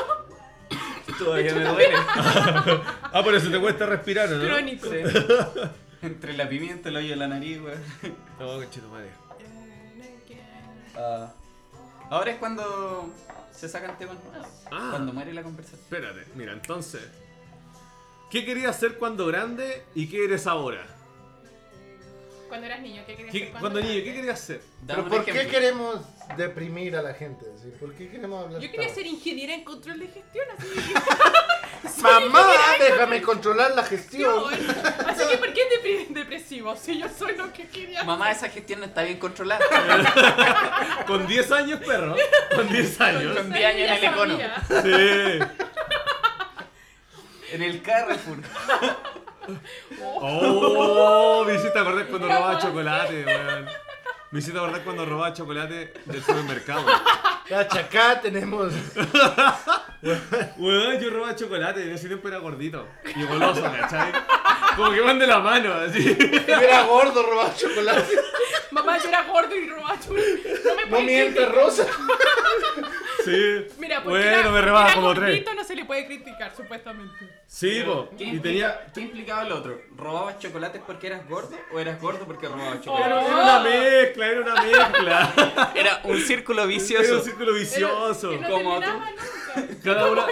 Speaker 3: Todavía me duele.
Speaker 4: Ah, por eso te cuesta respirar, ¿no?
Speaker 1: Crónico.
Speaker 3: Sí. Entre la pimienta, el hoyo de la nariz, weón.
Speaker 4: No, cachito madre.
Speaker 3: Ah. ahora es cuando se sacan temas nuevos.
Speaker 4: Ah.
Speaker 3: Cuando muere la conversación.
Speaker 4: Espérate, mira, entonces. ¿Qué querías hacer cuando grande y qué eres ahora?
Speaker 1: Cuando eras niño, ¿qué querías
Speaker 4: ¿Qué-
Speaker 1: hacer
Speaker 4: cuando niño, ¿qué querías hacer?
Speaker 3: Dame
Speaker 6: Pero
Speaker 3: un
Speaker 6: ¿por qué
Speaker 3: ejemplo.
Speaker 6: queremos deprimir a la gente? así? ¿Por qué queremos hablar?
Speaker 1: Yo quería
Speaker 6: tan-
Speaker 1: ser ingeniera en control de gestión, así
Speaker 6: Mamá, déjame controlar la
Speaker 1: que no,
Speaker 6: gestión.
Speaker 1: eh, Así que, ¿por qué depre- depresivo? Si yo soy lo que quería.
Speaker 3: Mamá, esa gestión no está bien controlada.
Speaker 4: Con 10 años, perro. Con 10 años.
Speaker 3: Con 10 años en el
Speaker 1: Ya
Speaker 3: econo.
Speaker 1: sabía.
Speaker 4: Sí.
Speaker 3: En el Carrefour.
Speaker 4: Oh, me hiciste acordar cuando
Speaker 1: Era
Speaker 4: robaba
Speaker 1: más.
Speaker 4: chocolate, weón. Me hiciste acordar cuando robaba chocolate del supermercado.
Speaker 6: Cacha, acá tenemos.
Speaker 4: Weón, yo robaba chocolate, en ese tiempo era gordito. Y goloso, ¿cachai? Como que van de la mano, así.
Speaker 6: Era gordo robar chocolate.
Speaker 1: Mamá, yo era gordo y robaba churros. No me
Speaker 6: No
Speaker 1: puedes
Speaker 6: mientes,
Speaker 1: criticar.
Speaker 6: Rosa.
Speaker 4: Sí.
Speaker 1: Mira, porque
Speaker 4: bueno,
Speaker 1: era,
Speaker 4: me rebaba
Speaker 1: era
Speaker 4: como tres.
Speaker 1: gordito, no se le puede criticar, supuestamente.
Speaker 4: Sí, po.
Speaker 3: ¿Qué,
Speaker 4: Y
Speaker 3: implica-
Speaker 4: tenía.
Speaker 3: ¿Qué implicaba el otro? ¿Robabas chocolates porque eras gordo o eras gordo porque robabas
Speaker 4: Era
Speaker 3: chocolates?
Speaker 1: Oh.
Speaker 4: una mezcla, era una mezcla.
Speaker 3: Era un círculo
Speaker 4: Era un
Speaker 3: vicioso.
Speaker 4: círculo vicioso.
Speaker 1: Era- que no
Speaker 3: Como
Speaker 1: terminaba nunca.
Speaker 4: Cada una.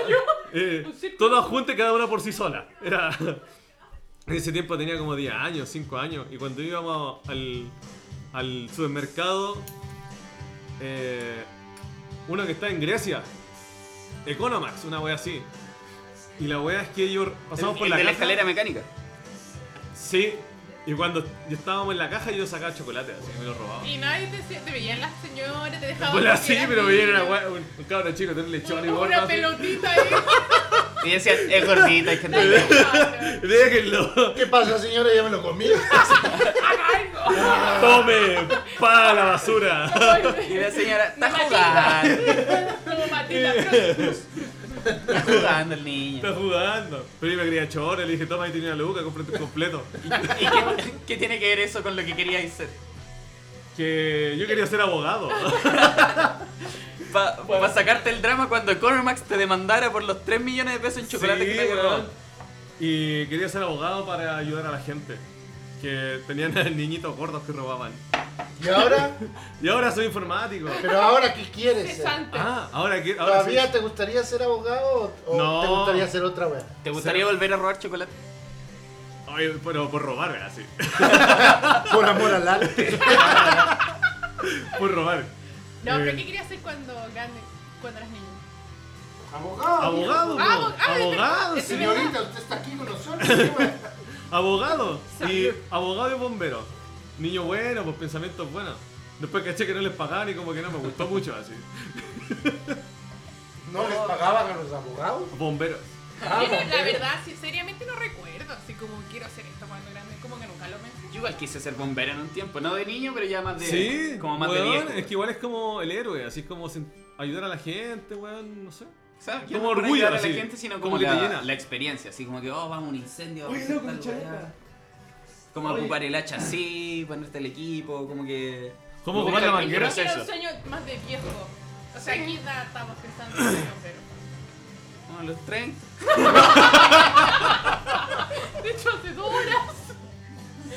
Speaker 4: eh,
Speaker 1: Un círculo.
Speaker 4: todas juntas, cada una por sí sola. Era. En ese tiempo tenía como 10 años, 5 años. Y cuando íbamos al, al supermercado. eh, uno que está en Grecia. Economax, una wea así. Y la wea es que ellos pasamos por
Speaker 3: El
Speaker 4: la
Speaker 3: de la
Speaker 4: caja.
Speaker 3: escalera mecánica.
Speaker 4: Sí. Y cuando yo estábamos en la caja, yo sacaba chocolate, así que me lo robaba.
Speaker 1: Y nadie te decía, te veían las señoras, te dejaban.
Speaker 4: Hola, sí,
Speaker 1: porque
Speaker 4: pero
Speaker 1: eras
Speaker 4: me dieron
Speaker 1: niño.
Speaker 4: una, un, un cabrón chico, tiene un lechón y
Speaker 1: Una,
Speaker 4: gordo. así.
Speaker 1: pelotita ahí.
Speaker 3: Y decían, es gordito, es que
Speaker 1: Nadie
Speaker 3: te
Speaker 1: te
Speaker 4: Déjenlo.
Speaker 6: ¿Qué pasa, señora? Ya me lo comí.
Speaker 1: Haga algo.
Speaker 4: Tome, paga la basura.
Speaker 3: Y la señora, está
Speaker 1: Matita.
Speaker 3: jugando.
Speaker 1: Como Matita Cruz.
Speaker 3: Está jugando el niño.
Speaker 4: Está jugando. Pero yo me quería chora, le dije, toma, ahí tenía una luca, cómprate un completo.
Speaker 3: ¿Y qué, qué tiene que ver eso con lo que queríais ser?
Speaker 4: Que yo quería ser abogado.
Speaker 3: Para sacarte el drama cuando Economax te demandara por los 3 millones de pesos en chocolate que
Speaker 4: Sí,
Speaker 3: te había
Speaker 4: weón.
Speaker 3: robado.
Speaker 4: Y quería ser abogado para ayudar a la gente. Que tenían niñitos gordos que robaban.
Speaker 6: ¿Y ahora?
Speaker 4: Y ahora soy informático.
Speaker 6: ¿Pero ahora qué quieres ser?
Speaker 1: Interesante.
Speaker 4: Ah, ahora que. Ahora soy-
Speaker 6: ¿Todavía te gustaría ser abogado o- o
Speaker 4: No.
Speaker 6: te gustaría ser otra wea?
Speaker 3: ¿Te gustaría volver a robar chocolate?
Speaker 4: Ay, pero por robar, así.
Speaker 6: Por amor al arte.
Speaker 4: Por robar.
Speaker 1: No, pero
Speaker 4: Eh,
Speaker 1: ¿qué querías hacer cuando grande? Cuando eras niño.
Speaker 6: Abogado.
Speaker 4: Abogado, po.
Speaker 1: Ah, ah, es
Speaker 4: abogado,
Speaker 1: verdad, es
Speaker 4: señor.
Speaker 6: Señorita, usted está aquí con nosotros. ¿qué wea?
Speaker 4: Abogado y
Speaker 1: Salud.
Speaker 4: abogado y bombero. Niño bueno, pues pensamientos buenos. Después caché que no les pagaban y como que no me gustó mucho así.
Speaker 6: ¿No les pagaban a los abogados?
Speaker 4: Bomberos.
Speaker 1: Eh, Yo, la verdad, sí, seriamente no recuerdo. Así como quiero ser esta cuando grande. Como que nunca lo pensé.
Speaker 3: Yo igual quise ser bombero en un tiempo, no de niño, pero ya más de.
Speaker 4: Sí,
Speaker 3: como más de
Speaker 4: weón,
Speaker 3: viejo.
Speaker 4: es que igual es como el héroe, así es como sen- ayudar a la gente, weón, no sé.
Speaker 3: O sea,
Speaker 4: como
Speaker 3: yo no por
Speaker 4: orgullo,
Speaker 3: ayudar a
Speaker 4: así,
Speaker 3: la gente, sino
Speaker 4: como
Speaker 3: como,
Speaker 4: que te
Speaker 3: la,
Speaker 4: llena.
Speaker 3: la experiencia, así como que, oh, vamos a un incendio, vamos a
Speaker 4: Oye, loco,
Speaker 3: hacer tal
Speaker 4: mucha
Speaker 3: weá.
Speaker 4: weá.
Speaker 3: Como
Speaker 4: Oye.
Speaker 3: ocupar el hacha así, ponerte el equipo, como que.
Speaker 4: ¿Cómo
Speaker 3: Como
Speaker 4: ocupar la
Speaker 3: que-
Speaker 1: Yo creo
Speaker 4: manguera?
Speaker 1: que era un
Speaker 4: Eso.
Speaker 1: sueño más de viejo. O sea, aquí nada, estamos pensando en el bombero.
Speaker 3: Como los 30.
Speaker 1: De hecho, hace dos horas.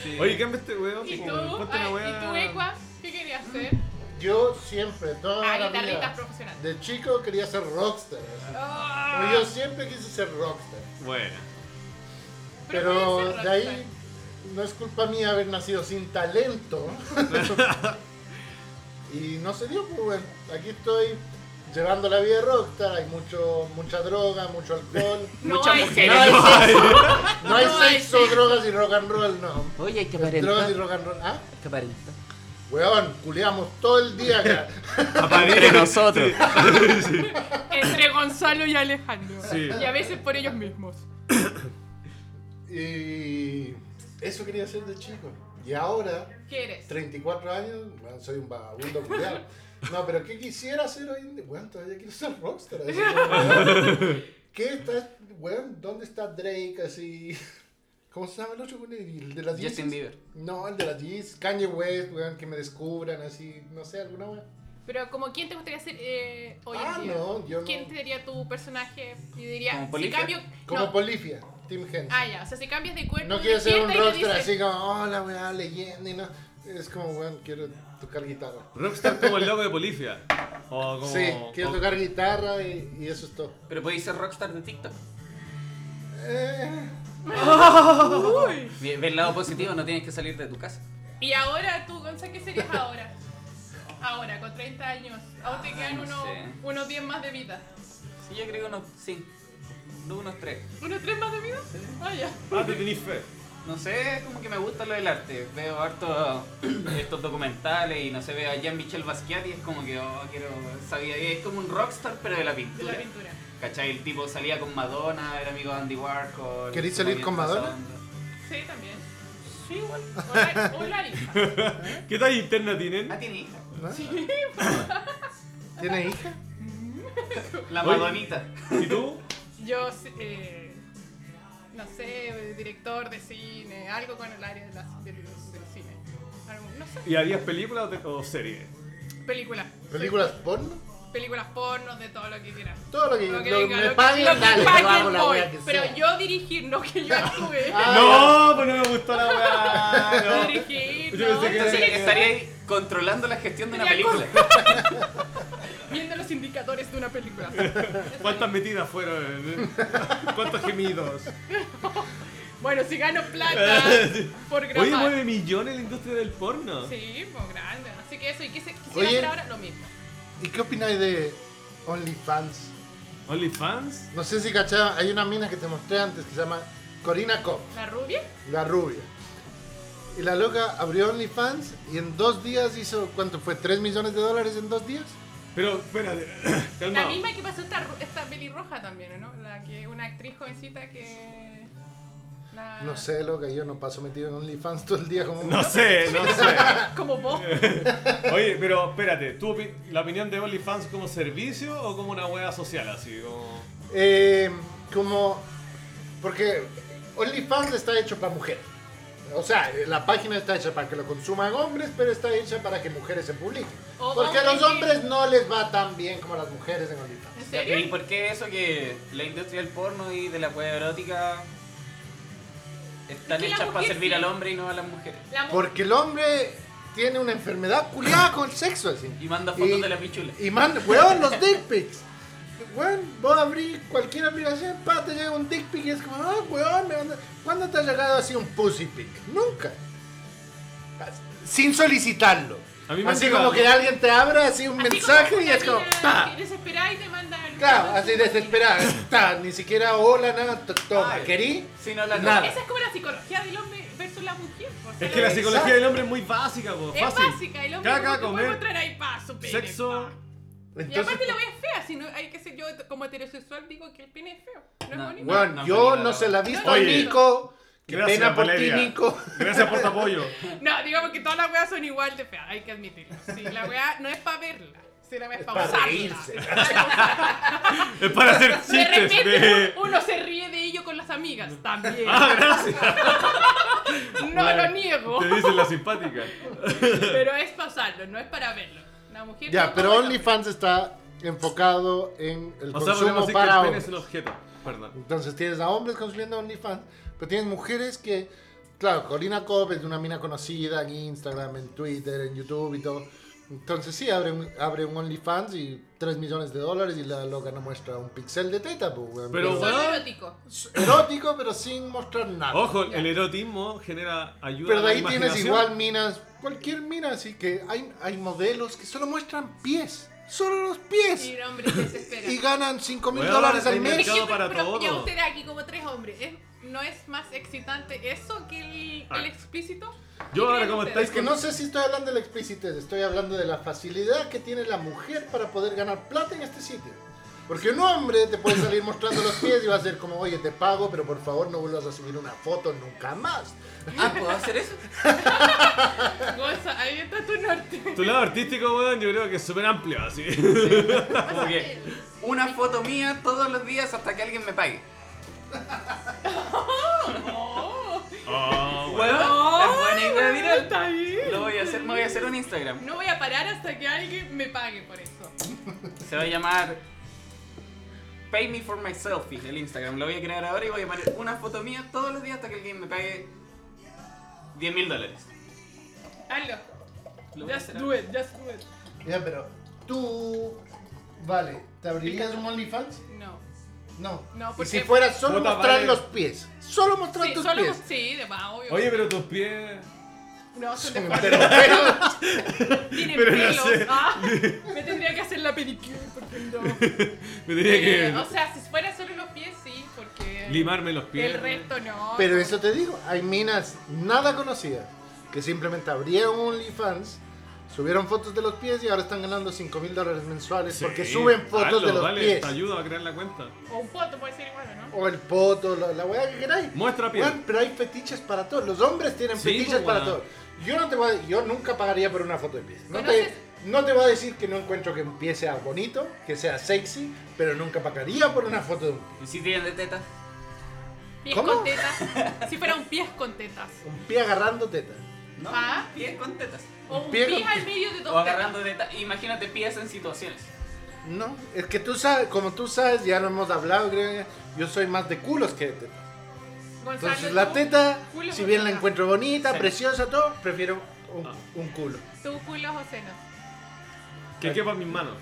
Speaker 3: sí.
Speaker 4: Oye, cambia este weón.
Speaker 1: ¿Y
Speaker 4: po,
Speaker 1: tú?
Speaker 4: ponte
Speaker 1: Ay,
Speaker 4: una
Speaker 1: ¿Y
Speaker 4: weá.
Speaker 1: tú, Ecua? ¿Qué querías hacer?
Speaker 2: Yo siempre, toda
Speaker 1: Ah,
Speaker 2: la
Speaker 1: guitarrita
Speaker 2: vida,
Speaker 1: profesional.
Speaker 2: de chico quería ser rockstar. así.
Speaker 1: Ah.
Speaker 2: Pero yo siempre quise ser rockstar.
Speaker 4: Bueno.
Speaker 1: puede
Speaker 2: Pero
Speaker 1: ser
Speaker 2: de ahí no es culpa mía haber nacido sin talento. y no se dio, pues bueno, aquí estoy llevando la vida de rockstar, hay mucho, mucha droga, mucho alcohol.
Speaker 1: No
Speaker 3: Muchas
Speaker 1: hay
Speaker 3: mujeres.
Speaker 1: sexo.
Speaker 3: No hay-
Speaker 2: No hay
Speaker 1: No hay
Speaker 2: sexo,
Speaker 1: sexo.
Speaker 2: drogas y rock and roll, no.
Speaker 3: Oye, hay que
Speaker 2: Drogas y
Speaker 3: aparentar.
Speaker 2: rock and roll. Ah,
Speaker 3: Hay que aparentar.
Speaker 2: weón, culeamos todo el día acá.
Speaker 3: Entre nosotros.
Speaker 1: Entre Gonzalo y Alejandro.
Speaker 4: Sí.
Speaker 1: Y a veces por ellos mismos.
Speaker 2: Y eso quería hacer de chico. Y ahora,
Speaker 1: ¿Qué eres?
Speaker 2: 34 años, weón, soy un vagabundo culiao. No, pero ¿qué quisiera hacer hoy en día? Weón, todavía quiero ser rockstar. así como, weón, ¿Qué estás, weón? ¿Dónde está Drake? Así. ¿Cómo se llama el otro, weón? El de las Yeezys?
Speaker 3: Justin Bieber.
Speaker 2: No, el de las Yeezys. Kanye West, weón, que me descubran, así. No sé, alguna weón.
Speaker 1: Pero como quién te gustaría ser eh, hoy
Speaker 2: Ah,
Speaker 1: en día.
Speaker 2: no, yo no.
Speaker 1: ¿Quién sería tu personaje? Y diría,
Speaker 3: ¿Como
Speaker 1: si
Speaker 3: Polifia?
Speaker 1: cambio.
Speaker 2: Como
Speaker 1: no.
Speaker 2: Polifia, Tim Henson.
Speaker 1: Ah, ya, o sea, si cambias de cuerpo.
Speaker 2: no quiero ser un
Speaker 1: despierta y te
Speaker 2: rockstar
Speaker 1: dice-
Speaker 2: así como, hola, weón, leyenda y no. Es como, weón, quiero tocar guitarra.
Speaker 4: Rockstar como el loco de Polifia. O como. oh.
Speaker 2: Sí, quiero
Speaker 4: o-
Speaker 2: tocar guitarra y, y eso es todo.
Speaker 3: Pero podéis ser rockstar de TikTok.
Speaker 2: Eh,
Speaker 1: Uy.
Speaker 3: Ve ve el lado positivo, no tienes que salir de tu casa.
Speaker 1: Y ahora tú, Gonza, ¿qué serías ahora? Ahora, con 30 años. Aún te quedan
Speaker 3: Ah, no
Speaker 1: unos,
Speaker 3: sé.
Speaker 1: unos 10 más de vida.
Speaker 3: Sí, yo creo que unos. Sí. No, unos tres.
Speaker 1: ¿Unos 3 más de vida? Ah, ya.
Speaker 4: Ah, te tenís fe.
Speaker 3: No sé, como que me gusta lo del arte. Veo harto estos documentales y no sé, veo a Jean-Michel Basquiat y es como que, oh, quiero. Sabía, es como un rockstar, pero de la
Speaker 1: De
Speaker 3: pintura.
Speaker 1: la pintura.
Speaker 3: ¿Cachai? El tipo salía con Madonna, era amigo de Andy Warhol.
Speaker 2: ¿Queréis salir con Madonna?
Speaker 1: Sí, también. Sí, igual. Hola, hola hija.
Speaker 4: ¿Qué tal interna tienen?
Speaker 3: Ah, tiene hija.
Speaker 2: ¿no? ¿Tiene hija?
Speaker 3: La
Speaker 4: Oye.
Speaker 3: Madonita.
Speaker 4: ¿Y tú?
Speaker 1: Yo, eh, no sé, director de cine, algo con el área de la- del, del cine. Algo- no sé,
Speaker 4: ¿Y harías películas o, te- o series?
Speaker 1: películas.
Speaker 2: ¿Películas porno?
Speaker 1: Películas pornos, de todo lo que quieras.
Speaker 2: Todo lo que,
Speaker 1: Lo que
Speaker 2: lo-
Speaker 1: venga,
Speaker 2: me
Speaker 1: lo que-
Speaker 2: paguen,
Speaker 1: lo que
Speaker 2: dale,
Speaker 1: paguen,
Speaker 2: yo hago la
Speaker 1: voy.
Speaker 2: wea que
Speaker 1: Pero
Speaker 2: sea.
Speaker 1: yo dirigir, no que yo actúe.
Speaker 2: Ah,
Speaker 4: ¡No! Pues no me gustó la
Speaker 1: Ah,
Speaker 4: weá. no.
Speaker 1: dirigir,
Speaker 4: Yo
Speaker 1: no.
Speaker 4: pensé
Speaker 3: Entonces
Speaker 4: que era-
Speaker 1: Entonces,
Speaker 3: estaría ahí controlando la gestión de una
Speaker 1: Sería
Speaker 3: película.
Speaker 1: Viendo los indicadores de una película.
Speaker 4: ¿Cuántas metidas fueron? ¿Cuántos gemidos?
Speaker 1: Bueno, si gano plata por grabar.
Speaker 4: Oye, mueve millones la industria del porno.
Speaker 1: Sí, pues grande. Así que eso, ¿y qué se quisiera
Speaker 2: Oye.
Speaker 1: hacer ahora? Lo mismo.
Speaker 2: ¿Y qué opináis de OnlyFans?
Speaker 4: OnlyFans.
Speaker 2: No sé si cachaban, hay una mina que te mostré antes que se llama Corina Cop,
Speaker 1: ¿La rubia?
Speaker 2: la rubia. Y la loca abrió OnlyFans y en dos días hizo, ¿cuánto fue? ¿3 millones de dólares en dos días?
Speaker 4: Pero, espérate,
Speaker 1: La
Speaker 4: calmado.
Speaker 1: misma que pasó esta, ru- esta pelirroja también, ¿no? La que una actriz jovencita que. la-
Speaker 2: No sé, loca, yo no paso metido en OnlyFans todo el día como...
Speaker 4: No sé, no sé.
Speaker 1: Como vos.
Speaker 4: Oye, pero espérate, ¿tú opi- la opinión de OnlyFans como servicio o como una wea social así? Como...
Speaker 2: Eh, como. Porque OnlyFans está hecho para mujeres. O sea, la página está hecha para que lo consuman hombres, pero está hecha para que mujeres se publiquen.
Speaker 1: O
Speaker 2: Porque a
Speaker 1: hombres
Speaker 2: los
Speaker 1: que-
Speaker 2: hombres no les va tan bien como a las mujeres en OnlyFans.
Speaker 1: ¿En
Speaker 3: ¿Y
Speaker 1: serio?
Speaker 3: por qué eso que la industria del porno y de la web erótica
Speaker 1: Es
Speaker 3: están
Speaker 1: que la
Speaker 3: hechas para
Speaker 1: mujer
Speaker 3: servir
Speaker 1: sí.
Speaker 3: al hombre y no a las mujeres?
Speaker 1: La mu-
Speaker 2: Porque el hombre tiene una enfermedad culiada con el sexo, así.
Speaker 3: Y manda fotos de las pichulas.
Speaker 2: Y manda, weón, los dick pics. Weón, vos abrís cualquier aplicación, pa, te llega un dick pic y es como, ah, weón, me manda. ¿Cuándo te ha llegado así un pussy pic? Nunca. Sin solicitarlo.
Speaker 4: A mí me
Speaker 2: así
Speaker 4: han
Speaker 2: como
Speaker 4: llegado.
Speaker 2: que alguien te abra así un
Speaker 1: Así
Speaker 2: mensaje y
Speaker 1: una
Speaker 2: es como,
Speaker 1: mina
Speaker 2: pa.
Speaker 1: que Desesperada y te manda.
Speaker 2: Claro, así desesperada, ta, ni siquiera hola, nada, to- toma,
Speaker 3: Ay.
Speaker 2: querí.
Speaker 3: Si no la
Speaker 2: Nada.
Speaker 1: Esa es como la psicología del hombre versus la mujer. o sea,
Speaker 4: Es que la
Speaker 1: es
Speaker 4: psicología del hombre es muy básica, po, fácil.
Speaker 1: básica, el hombre
Speaker 4: Caca,
Speaker 1: como que puede
Speaker 4: comer,
Speaker 1: mostrar ahí pa, su pene,
Speaker 4: sexo.
Speaker 1: pa. Y
Speaker 2: Entonces,
Speaker 1: aparte la voy a fea, si no hay que ser yo como heterosexual digo que el pene es feo, no,
Speaker 3: No,
Speaker 1: es bonito.
Speaker 2: weón,
Speaker 3: No, no,
Speaker 2: yo
Speaker 3: no,
Speaker 2: no
Speaker 3: no.
Speaker 2: se la he visto a
Speaker 1: Oye.
Speaker 2: Nico Qué
Speaker 4: Gracias,
Speaker 2: pena por ti,
Speaker 4: Valeria.
Speaker 2: Nico.
Speaker 4: Gracias por tu apoyo.
Speaker 1: No, digamos que todas las weas son igual de feas, hay que admitirlo. Si la wea no es para verla, si la wea es para
Speaker 2: pa'
Speaker 1: usarla.
Speaker 2: reírse.
Speaker 1: Es para usarla.
Speaker 4: Es para hacer
Speaker 1: De
Speaker 4: chistes
Speaker 1: repente
Speaker 4: de.
Speaker 1: uno se ríe de ello con las amigas también.
Speaker 4: Ah, gracias.
Speaker 1: No
Speaker 4: Bueno,
Speaker 1: lo niego,
Speaker 4: Te dicen la simpática.
Speaker 1: pero es para usarlo, no es para verlo. Una mujer
Speaker 2: Ya,
Speaker 1: no
Speaker 2: pero
Speaker 1: toma-
Speaker 2: OnlyFans está enfocado en el
Speaker 4: O sea,
Speaker 2: consumo
Speaker 4: podemos decir que
Speaker 2: para
Speaker 4: el pene es
Speaker 2: hombres.
Speaker 4: un objeto. Perdón.
Speaker 2: Entonces tienes a hombres consumiendo OnlyFans, pero tienes mujeres que, claro, Corina Cobb es una mina conocida en Instagram, en Twitter, en YouTube y todo. Entonces sí, abre un, abre un OnlyFans y 3 millones de dólares y la loca no muestra un pixel de teta, pues, weón.
Speaker 4: Pero,
Speaker 1: Solo
Speaker 4: weón.
Speaker 1: erótico.
Speaker 2: Es erótico, pero sin mostrar nada.
Speaker 4: Ojo, el erotismo genera ayuda.
Speaker 2: Pero
Speaker 4: a la
Speaker 2: de ahí tienes
Speaker 4: imaginación.
Speaker 2: igual minas, cualquier mina, así que hay, hay modelos que solo muestran pies, solo los pies.
Speaker 1: Y hombres que se esperan.
Speaker 2: y ganan 5 mil
Speaker 4: Weón,
Speaker 2: dólares al
Speaker 4: hay
Speaker 2: mes.
Speaker 4: mercado para todo.
Speaker 1: Ya usted aquí como tres hombres. ¿Es- ¿No es más excitante eso que el,
Speaker 4: Ah.
Speaker 1: el explícito? ¿Qué
Speaker 4: Yo ahora
Speaker 1: creen
Speaker 4: como
Speaker 1: ustedes?
Speaker 4: estáis
Speaker 2: Es que no sé si estoy hablando de la explicitez, estoy hablando de la facilidad que tiene la mujer para poder ganar plata en este sitio. Porque un hombre te puede salir mostrando los pies y va a ser como, oye, te pago, pero por favor no vuelvas a subir una foto nunca más.
Speaker 3: Ah, ¿puedo hacer eso?
Speaker 1: Gonza, ahí está tu norte.
Speaker 4: Tu lado artístico, weón, yo creo que es súper amplio, así.
Speaker 3: Como que una foto mía todos los días hasta que alguien me pague.
Speaker 4: Oh, weón.
Speaker 3: Weón, es buena idea, mira.
Speaker 1: Está bien.
Speaker 3: Lo voy a hacer, me voy a hacer un Instagram.
Speaker 1: No voy a parar hasta que alguien me pague por eso.
Speaker 3: Se va a llamar Pay Me For My Selfie, el Instagram. Lo voy a crear ahora y voy a poner una foto mía todos los días hasta que alguien me pague 10 mil dólares.
Speaker 1: Hazlo.
Speaker 3: Lo voy a
Speaker 1: Just
Speaker 3: hacer
Speaker 1: do
Speaker 3: ahora.
Speaker 1: it, just do it.
Speaker 2: Ya, pero tú, vale, ¿te abrirías un OnlyFans?
Speaker 1: No.
Speaker 2: No.
Speaker 1: No,
Speaker 2: y
Speaker 1: porque-
Speaker 2: si fuera solo
Speaker 4: Puta,
Speaker 2: mostrar
Speaker 4: vale.
Speaker 2: los pies, solo mostrar
Speaker 1: Sí,
Speaker 2: tus
Speaker 1: solo
Speaker 2: pies.
Speaker 1: sí, de más, obvio.
Speaker 4: Oye, pero tus pies.
Speaker 1: no, son de
Speaker 2: Pero, pero-
Speaker 1: Tienen
Speaker 4: pero no
Speaker 1: pelos.
Speaker 4: sé.
Speaker 1: Ah, me tendría que hacer la pedicure porque no.
Speaker 4: Me diría
Speaker 1: Eh, o
Speaker 4: que
Speaker 1: sea, si fuera solo los pies, sí, porque.
Speaker 4: limarme los pies.
Speaker 1: El resto no.
Speaker 2: Pero eso te digo, hay minas nada conocidas que simplemente abrieron OnlyFans, subieron fotos de los pies y ahora están ganando 5 mil dólares mensuales
Speaker 4: Sí,
Speaker 2: porque suben fotos
Speaker 4: hazlo,
Speaker 2: de los
Speaker 4: vale,
Speaker 2: pies.
Speaker 4: Te ayudo a crear la cuenta.
Speaker 1: O un poto puede ser igual, ¿no?
Speaker 2: O el poto, la, la weá que queráis.
Speaker 4: Muestra piel.
Speaker 2: Weón, pero hay fetiches para todos. Los hombres tienen
Speaker 4: Sí,
Speaker 2: fetiches
Speaker 4: pues,
Speaker 2: para
Speaker 4: weón.
Speaker 2: todos. Yo no te voy a- yo nunca pagaría por una foto de pies. No te,
Speaker 1: ¿Conoces?
Speaker 2: no te voy a decir que no encuentro que un pie sea bonito, que sea sexy, pero nunca pagaría por una foto de un pie.
Speaker 3: ¿Y si tienen de tetas?
Speaker 1: Pies
Speaker 2: ¿Cómo?
Speaker 1: con tetas. Si fuera un pies con tetas.
Speaker 2: Un pie agarrando teta.
Speaker 3: No,
Speaker 1: Ah.
Speaker 3: pies con tetas.
Speaker 1: O un
Speaker 2: Pie
Speaker 1: pie,
Speaker 2: con-
Speaker 1: al medio de dos
Speaker 3: O agarrando tetas. Imagínate pies en situaciones.
Speaker 2: No, es que tú sabes, como tú sabes, ya lo hemos hablado, creo, yo soy más de culos que de tetas.
Speaker 1: tetas. Gonzalo,
Speaker 2: Entonces
Speaker 1: tú-
Speaker 2: la teta,
Speaker 1: culo
Speaker 2: si
Speaker 1: con
Speaker 2: bien la
Speaker 1: teta.
Speaker 2: encuentro bonita,
Speaker 3: Sí.
Speaker 2: preciosa, todo, prefiero un,
Speaker 4: Ah.
Speaker 2: un culo.
Speaker 1: Tú culos o senos.
Speaker 4: Que quepa en mis manos.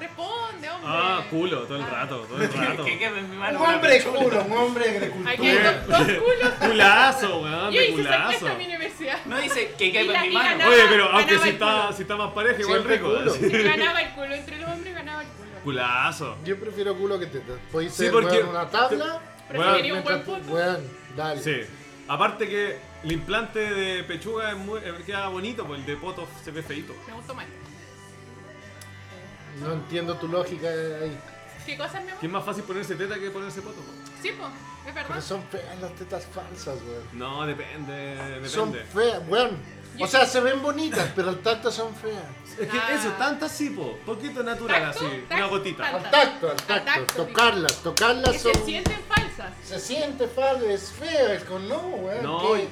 Speaker 1: Responde, hombre.
Speaker 4: Ah, culo, todo el
Speaker 1: Ah.
Speaker 4: rato, todo el rato.
Speaker 3: Que quede en mi
Speaker 2: Un
Speaker 4: Ah,
Speaker 3: mano. una
Speaker 2: hombre de
Speaker 3: pechuga.
Speaker 2: culo, un hombre de
Speaker 1: Aquí hay
Speaker 2: cultura.
Speaker 1: dos, dos culos.
Speaker 4: Culazo, weón,
Speaker 1: Yo
Speaker 4: Ah, de
Speaker 1: hice esa
Speaker 4: culazo.
Speaker 1: encuesta en mi universidad.
Speaker 3: No dice que
Speaker 1: Y
Speaker 3: quede
Speaker 1: la-
Speaker 3: en mi
Speaker 1: y
Speaker 3: mano.
Speaker 1: ganaba-
Speaker 4: Oye, pero
Speaker 1: ganaba
Speaker 4: aunque si
Speaker 1: el culo.
Speaker 4: está, si está más pareja, igual
Speaker 2: Siempre
Speaker 4: rico.
Speaker 2: culo.
Speaker 4: así.
Speaker 1: Ganaba el culo. Entre los hombres ganaba el culo.
Speaker 4: Culazo.
Speaker 2: Yo prefiero culo que teta. Podéis
Speaker 4: Sí,
Speaker 2: ser
Speaker 4: porque-
Speaker 2: weón, una tabla.
Speaker 1: Pero
Speaker 4: Bueno,
Speaker 1: sería un buen
Speaker 2: mientras tú-
Speaker 1: punto.
Speaker 2: weón, dale.
Speaker 4: Sí. Aparte que el implante de pechuga es muy- eh, queda bonito, pues el de poto se ve feito.
Speaker 1: Me gustó más.
Speaker 2: No entiendo tu lógica ahí.
Speaker 1: ¿Qué cosas me
Speaker 4: ¿Qué
Speaker 1: gustan?
Speaker 4: es más fácil ponerse teta que ponerse poto? pues. po?
Speaker 1: Sí, po, es
Speaker 2: Pero
Speaker 1: verdad.
Speaker 2: son feas las tetas falsas, weón.
Speaker 4: No, depende, depende.
Speaker 2: Son feas, weón. O sea, se ven bonitas, pero al tacto son feas.
Speaker 4: Es que
Speaker 1: Ah.
Speaker 4: eso, tantas sí, po. Poquito natural
Speaker 1: Tacto,
Speaker 4: así,
Speaker 1: tacto,
Speaker 4: una gotita.
Speaker 1: tacto.
Speaker 2: Al tacto, al
Speaker 1: Al
Speaker 2: tacto.
Speaker 1: tacto, digo.
Speaker 2: tocarlas, tocarlas
Speaker 1: Que
Speaker 2: son.
Speaker 1: se sienten falsas.
Speaker 2: Se siente padre, es feo, es como no, weón.
Speaker 4: No,
Speaker 2: ¿Qué,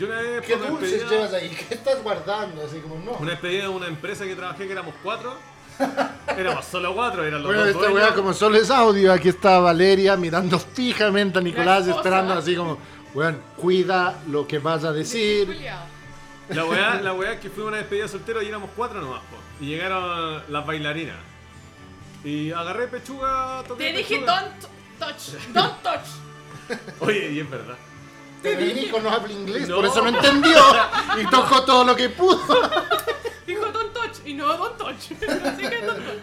Speaker 4: yo una vez
Speaker 2: qué
Speaker 4: por una
Speaker 2: dulces
Speaker 4: despedida-
Speaker 2: llevas ahí? ¿Qué estás guardando? Así como no.
Speaker 4: Una despedida de una empresa que trabajé que éramos cuatro. Éramos solo cuatro, eran los
Speaker 2: Bueno,
Speaker 4: dos
Speaker 2: esta
Speaker 4: dueños.
Speaker 2: weá como solo es audio, aquí está Valeria mirando fijamente a Nicolás,
Speaker 1: La esposa.
Speaker 2: esperando así como, weón, cuida lo que vas a decir.
Speaker 1: Juliado.
Speaker 4: La weá, la weá es que fue una despedida soltero y éramos cuatro nomás, po. Y llegaron las bailarinas. Y agarré pechuga, toqué
Speaker 1: Te dije
Speaker 4: pechuga.
Speaker 1: don't touch. Don't touch.
Speaker 4: Oye, y es verdad.
Speaker 2: Pero el Nico no habla inglés,
Speaker 4: No.
Speaker 2: por eso no entendió y tocó todo lo que pudo.
Speaker 1: Dijo don't touch y no don't touch. Así que don't touch.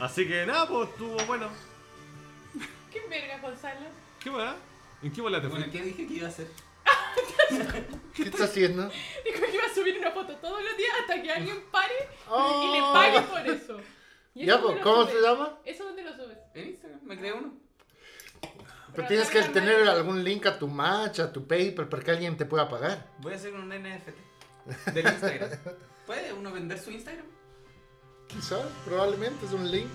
Speaker 4: Así que nada, pues estuvo bueno.
Speaker 1: ¿Qué verga, Gonzalo?
Speaker 4: ¿Qué weá? ¿En qué bola te
Speaker 3: Bueno,
Speaker 4: fuiste?
Speaker 3: ¿qué dije que iba a hacer?
Speaker 2: ¿Qué está haciendo?
Speaker 1: Dijo que iba a subir una foto todos los días hasta que alguien pare
Speaker 2: Oh.
Speaker 1: y le pague por eso. ¿Y
Speaker 2: Ya,
Speaker 1: eso
Speaker 2: pues,
Speaker 1: dónde lo
Speaker 2: ¿cómo
Speaker 1: subes?
Speaker 2: se llama?
Speaker 1: ¿Eso dónde lo subes?
Speaker 3: En Instagram, me creé uno.
Speaker 2: Pero tienes que tener algún link a tu match, a tu PayPal, para que alguien te pueda pagar.
Speaker 3: Voy a hacer un NFT del Instagram. ¿Puede uno vender su Instagram?
Speaker 2: Quizá, probablemente es un link.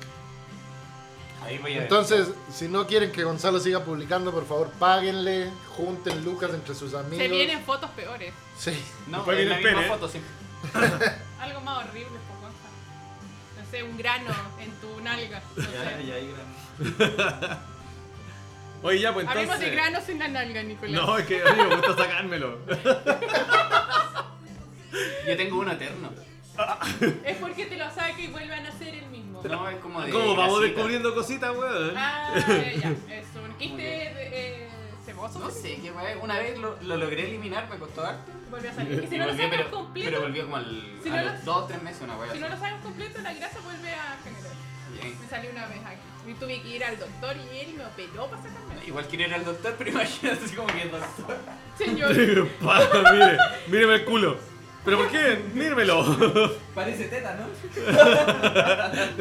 Speaker 3: Ahí voy a
Speaker 2: Entonces, si no quieren que Gonzalo siga publicando, por favor, páguenle, junten lucas entre sus amigos.
Speaker 1: Se vienen fotos peores.
Speaker 2: Sí.
Speaker 3: No,
Speaker 4: Después
Speaker 3: en
Speaker 4: viene
Speaker 3: la
Speaker 4: el
Speaker 3: misma
Speaker 4: pene.
Speaker 3: foto siempre.
Speaker 1: Algo más horrible, po, Gonza. No sé, un grano en tu nalga. No
Speaker 3: Ya,
Speaker 1: sé.
Speaker 3: ya, ahí gran-
Speaker 4: Oye, ya, pues
Speaker 1: Hablemos de
Speaker 4: entonces.
Speaker 1: granos en la nalga, Nicolás.
Speaker 4: No, es que a mí me gusta sacármelo.
Speaker 3: Yo tengo uno eterno.
Speaker 1: Es porque te lo saca y vuelvan a hacer el mismo.
Speaker 3: No, es como de.
Speaker 4: ¿Cómo vamos
Speaker 3: grasita.
Speaker 4: descubriendo cositas, weón?
Speaker 1: Ah, ya. Es un quiste de- eh, ceboso.
Speaker 3: No sé, qué weá. Una vez lo, lo logré eliminar, me costó harto.
Speaker 1: Volvió a salir. Y si
Speaker 3: Y
Speaker 1: no lo
Speaker 3: volvió,
Speaker 1: sacas
Speaker 3: pero, pero
Speaker 1: completo,
Speaker 3: volvió como al,
Speaker 1: Si
Speaker 3: a
Speaker 1: no lo-
Speaker 3: los dos o tres meses una weá.
Speaker 1: si no lo sacas completo, la grasa vuelve a generar. Me salió una vez aquí. Y tuve que ir al doctor y él me operó para sacármelo.
Speaker 3: Igual quiero ir al doctor, pero imagínate así como que el doctor.
Speaker 1: Señor.
Speaker 4: Pa, mire, míreme el culo. ¿Pero por qué? Mírmelo.
Speaker 3: Parece teta, ¿no?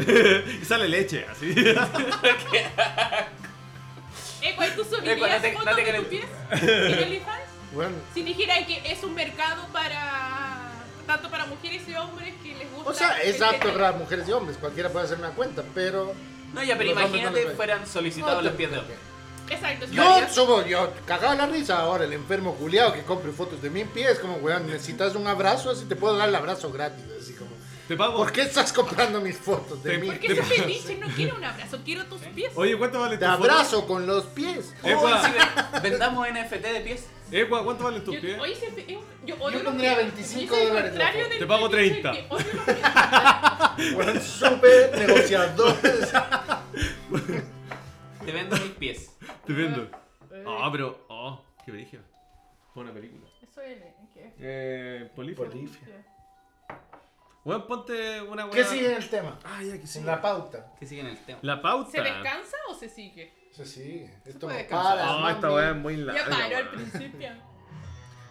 Speaker 4: Y sale leche, así.
Speaker 1: Eco, ¿y tú
Speaker 3: Eco, no
Speaker 1: subirías
Speaker 3: te- no
Speaker 1: fotos
Speaker 3: te
Speaker 1: de tus
Speaker 3: calentes.
Speaker 1: pies en OnlyFans?
Speaker 2: Bueno,
Speaker 1: Si dijera que es un mercado para... Tanto para mujeres y hombres que les gusta...
Speaker 2: o sea, es
Speaker 1: el
Speaker 2: apto
Speaker 1: detalle.
Speaker 2: para mujeres y hombres, cualquiera puede hacer una cuenta, pero...
Speaker 3: No, ya, pero
Speaker 2: Los hombres no
Speaker 3: imagínate
Speaker 2: les ve.
Speaker 3: fueran solicitados los pies de hombre.
Speaker 1: Exacto. si lo
Speaker 2: Yo
Speaker 1: harías-
Speaker 2: subo, yo cagaba la risa ahora, el enfermo culiado que compre fotos de mi pie, es como, weón, necesitas un abrazo, así te puedo dar el abrazo gratis, así como...
Speaker 4: Te pago.
Speaker 2: ¿Por qué estás comprando mis fotos de
Speaker 4: Te-
Speaker 2: mí?
Speaker 1: Porque
Speaker 4: Te-
Speaker 1: ese fetiche no quiero un abrazo, quiero tus pies.
Speaker 4: Oye, ¿cuánto vale tu
Speaker 2: Te abrazo con los pies.
Speaker 4: Epa.
Speaker 3: Oh, si ve- vendamos NFT de pies.
Speaker 4: Epa, ¿cuánto valen tus
Speaker 1: Yo-
Speaker 4: pies?
Speaker 1: oye, ese- eh, yo, odio
Speaker 2: Yo
Speaker 1: los
Speaker 2: pondría
Speaker 1: pies.
Speaker 2: 25
Speaker 1: Yo soy el
Speaker 2: dólares la
Speaker 1: contrario
Speaker 2: foto.
Speaker 1: del
Speaker 4: Te pago
Speaker 1: fetiche
Speaker 4: 30.
Speaker 1: que odio los pies.
Speaker 2: Weón, súper negociadores.
Speaker 3: Te vendo mis pies.
Speaker 4: Te vendo.
Speaker 1: Eh,
Speaker 4: Ah, pero. Oh, qué brillo. Fue una película.
Speaker 1: Eso es... ¿qué?
Speaker 4: Eh, polifia.
Speaker 2: Polifia.
Speaker 4: Weón, ponte una weón.
Speaker 2: ¿Qué sigue en el tema?
Speaker 4: Ah, ya, que sigue.
Speaker 2: En la pauta.
Speaker 3: Que siguen el tema.
Speaker 4: La pauta.
Speaker 1: ¿Se descansa o se sigue?
Speaker 2: Eso sí, esto
Speaker 1: puede
Speaker 2: no
Speaker 1: descansar.
Speaker 2: para.
Speaker 4: Ah,
Speaker 2: mami.
Speaker 4: esta weá es muy larga.
Speaker 1: Ya paró al
Speaker 4: weón.
Speaker 1: principio.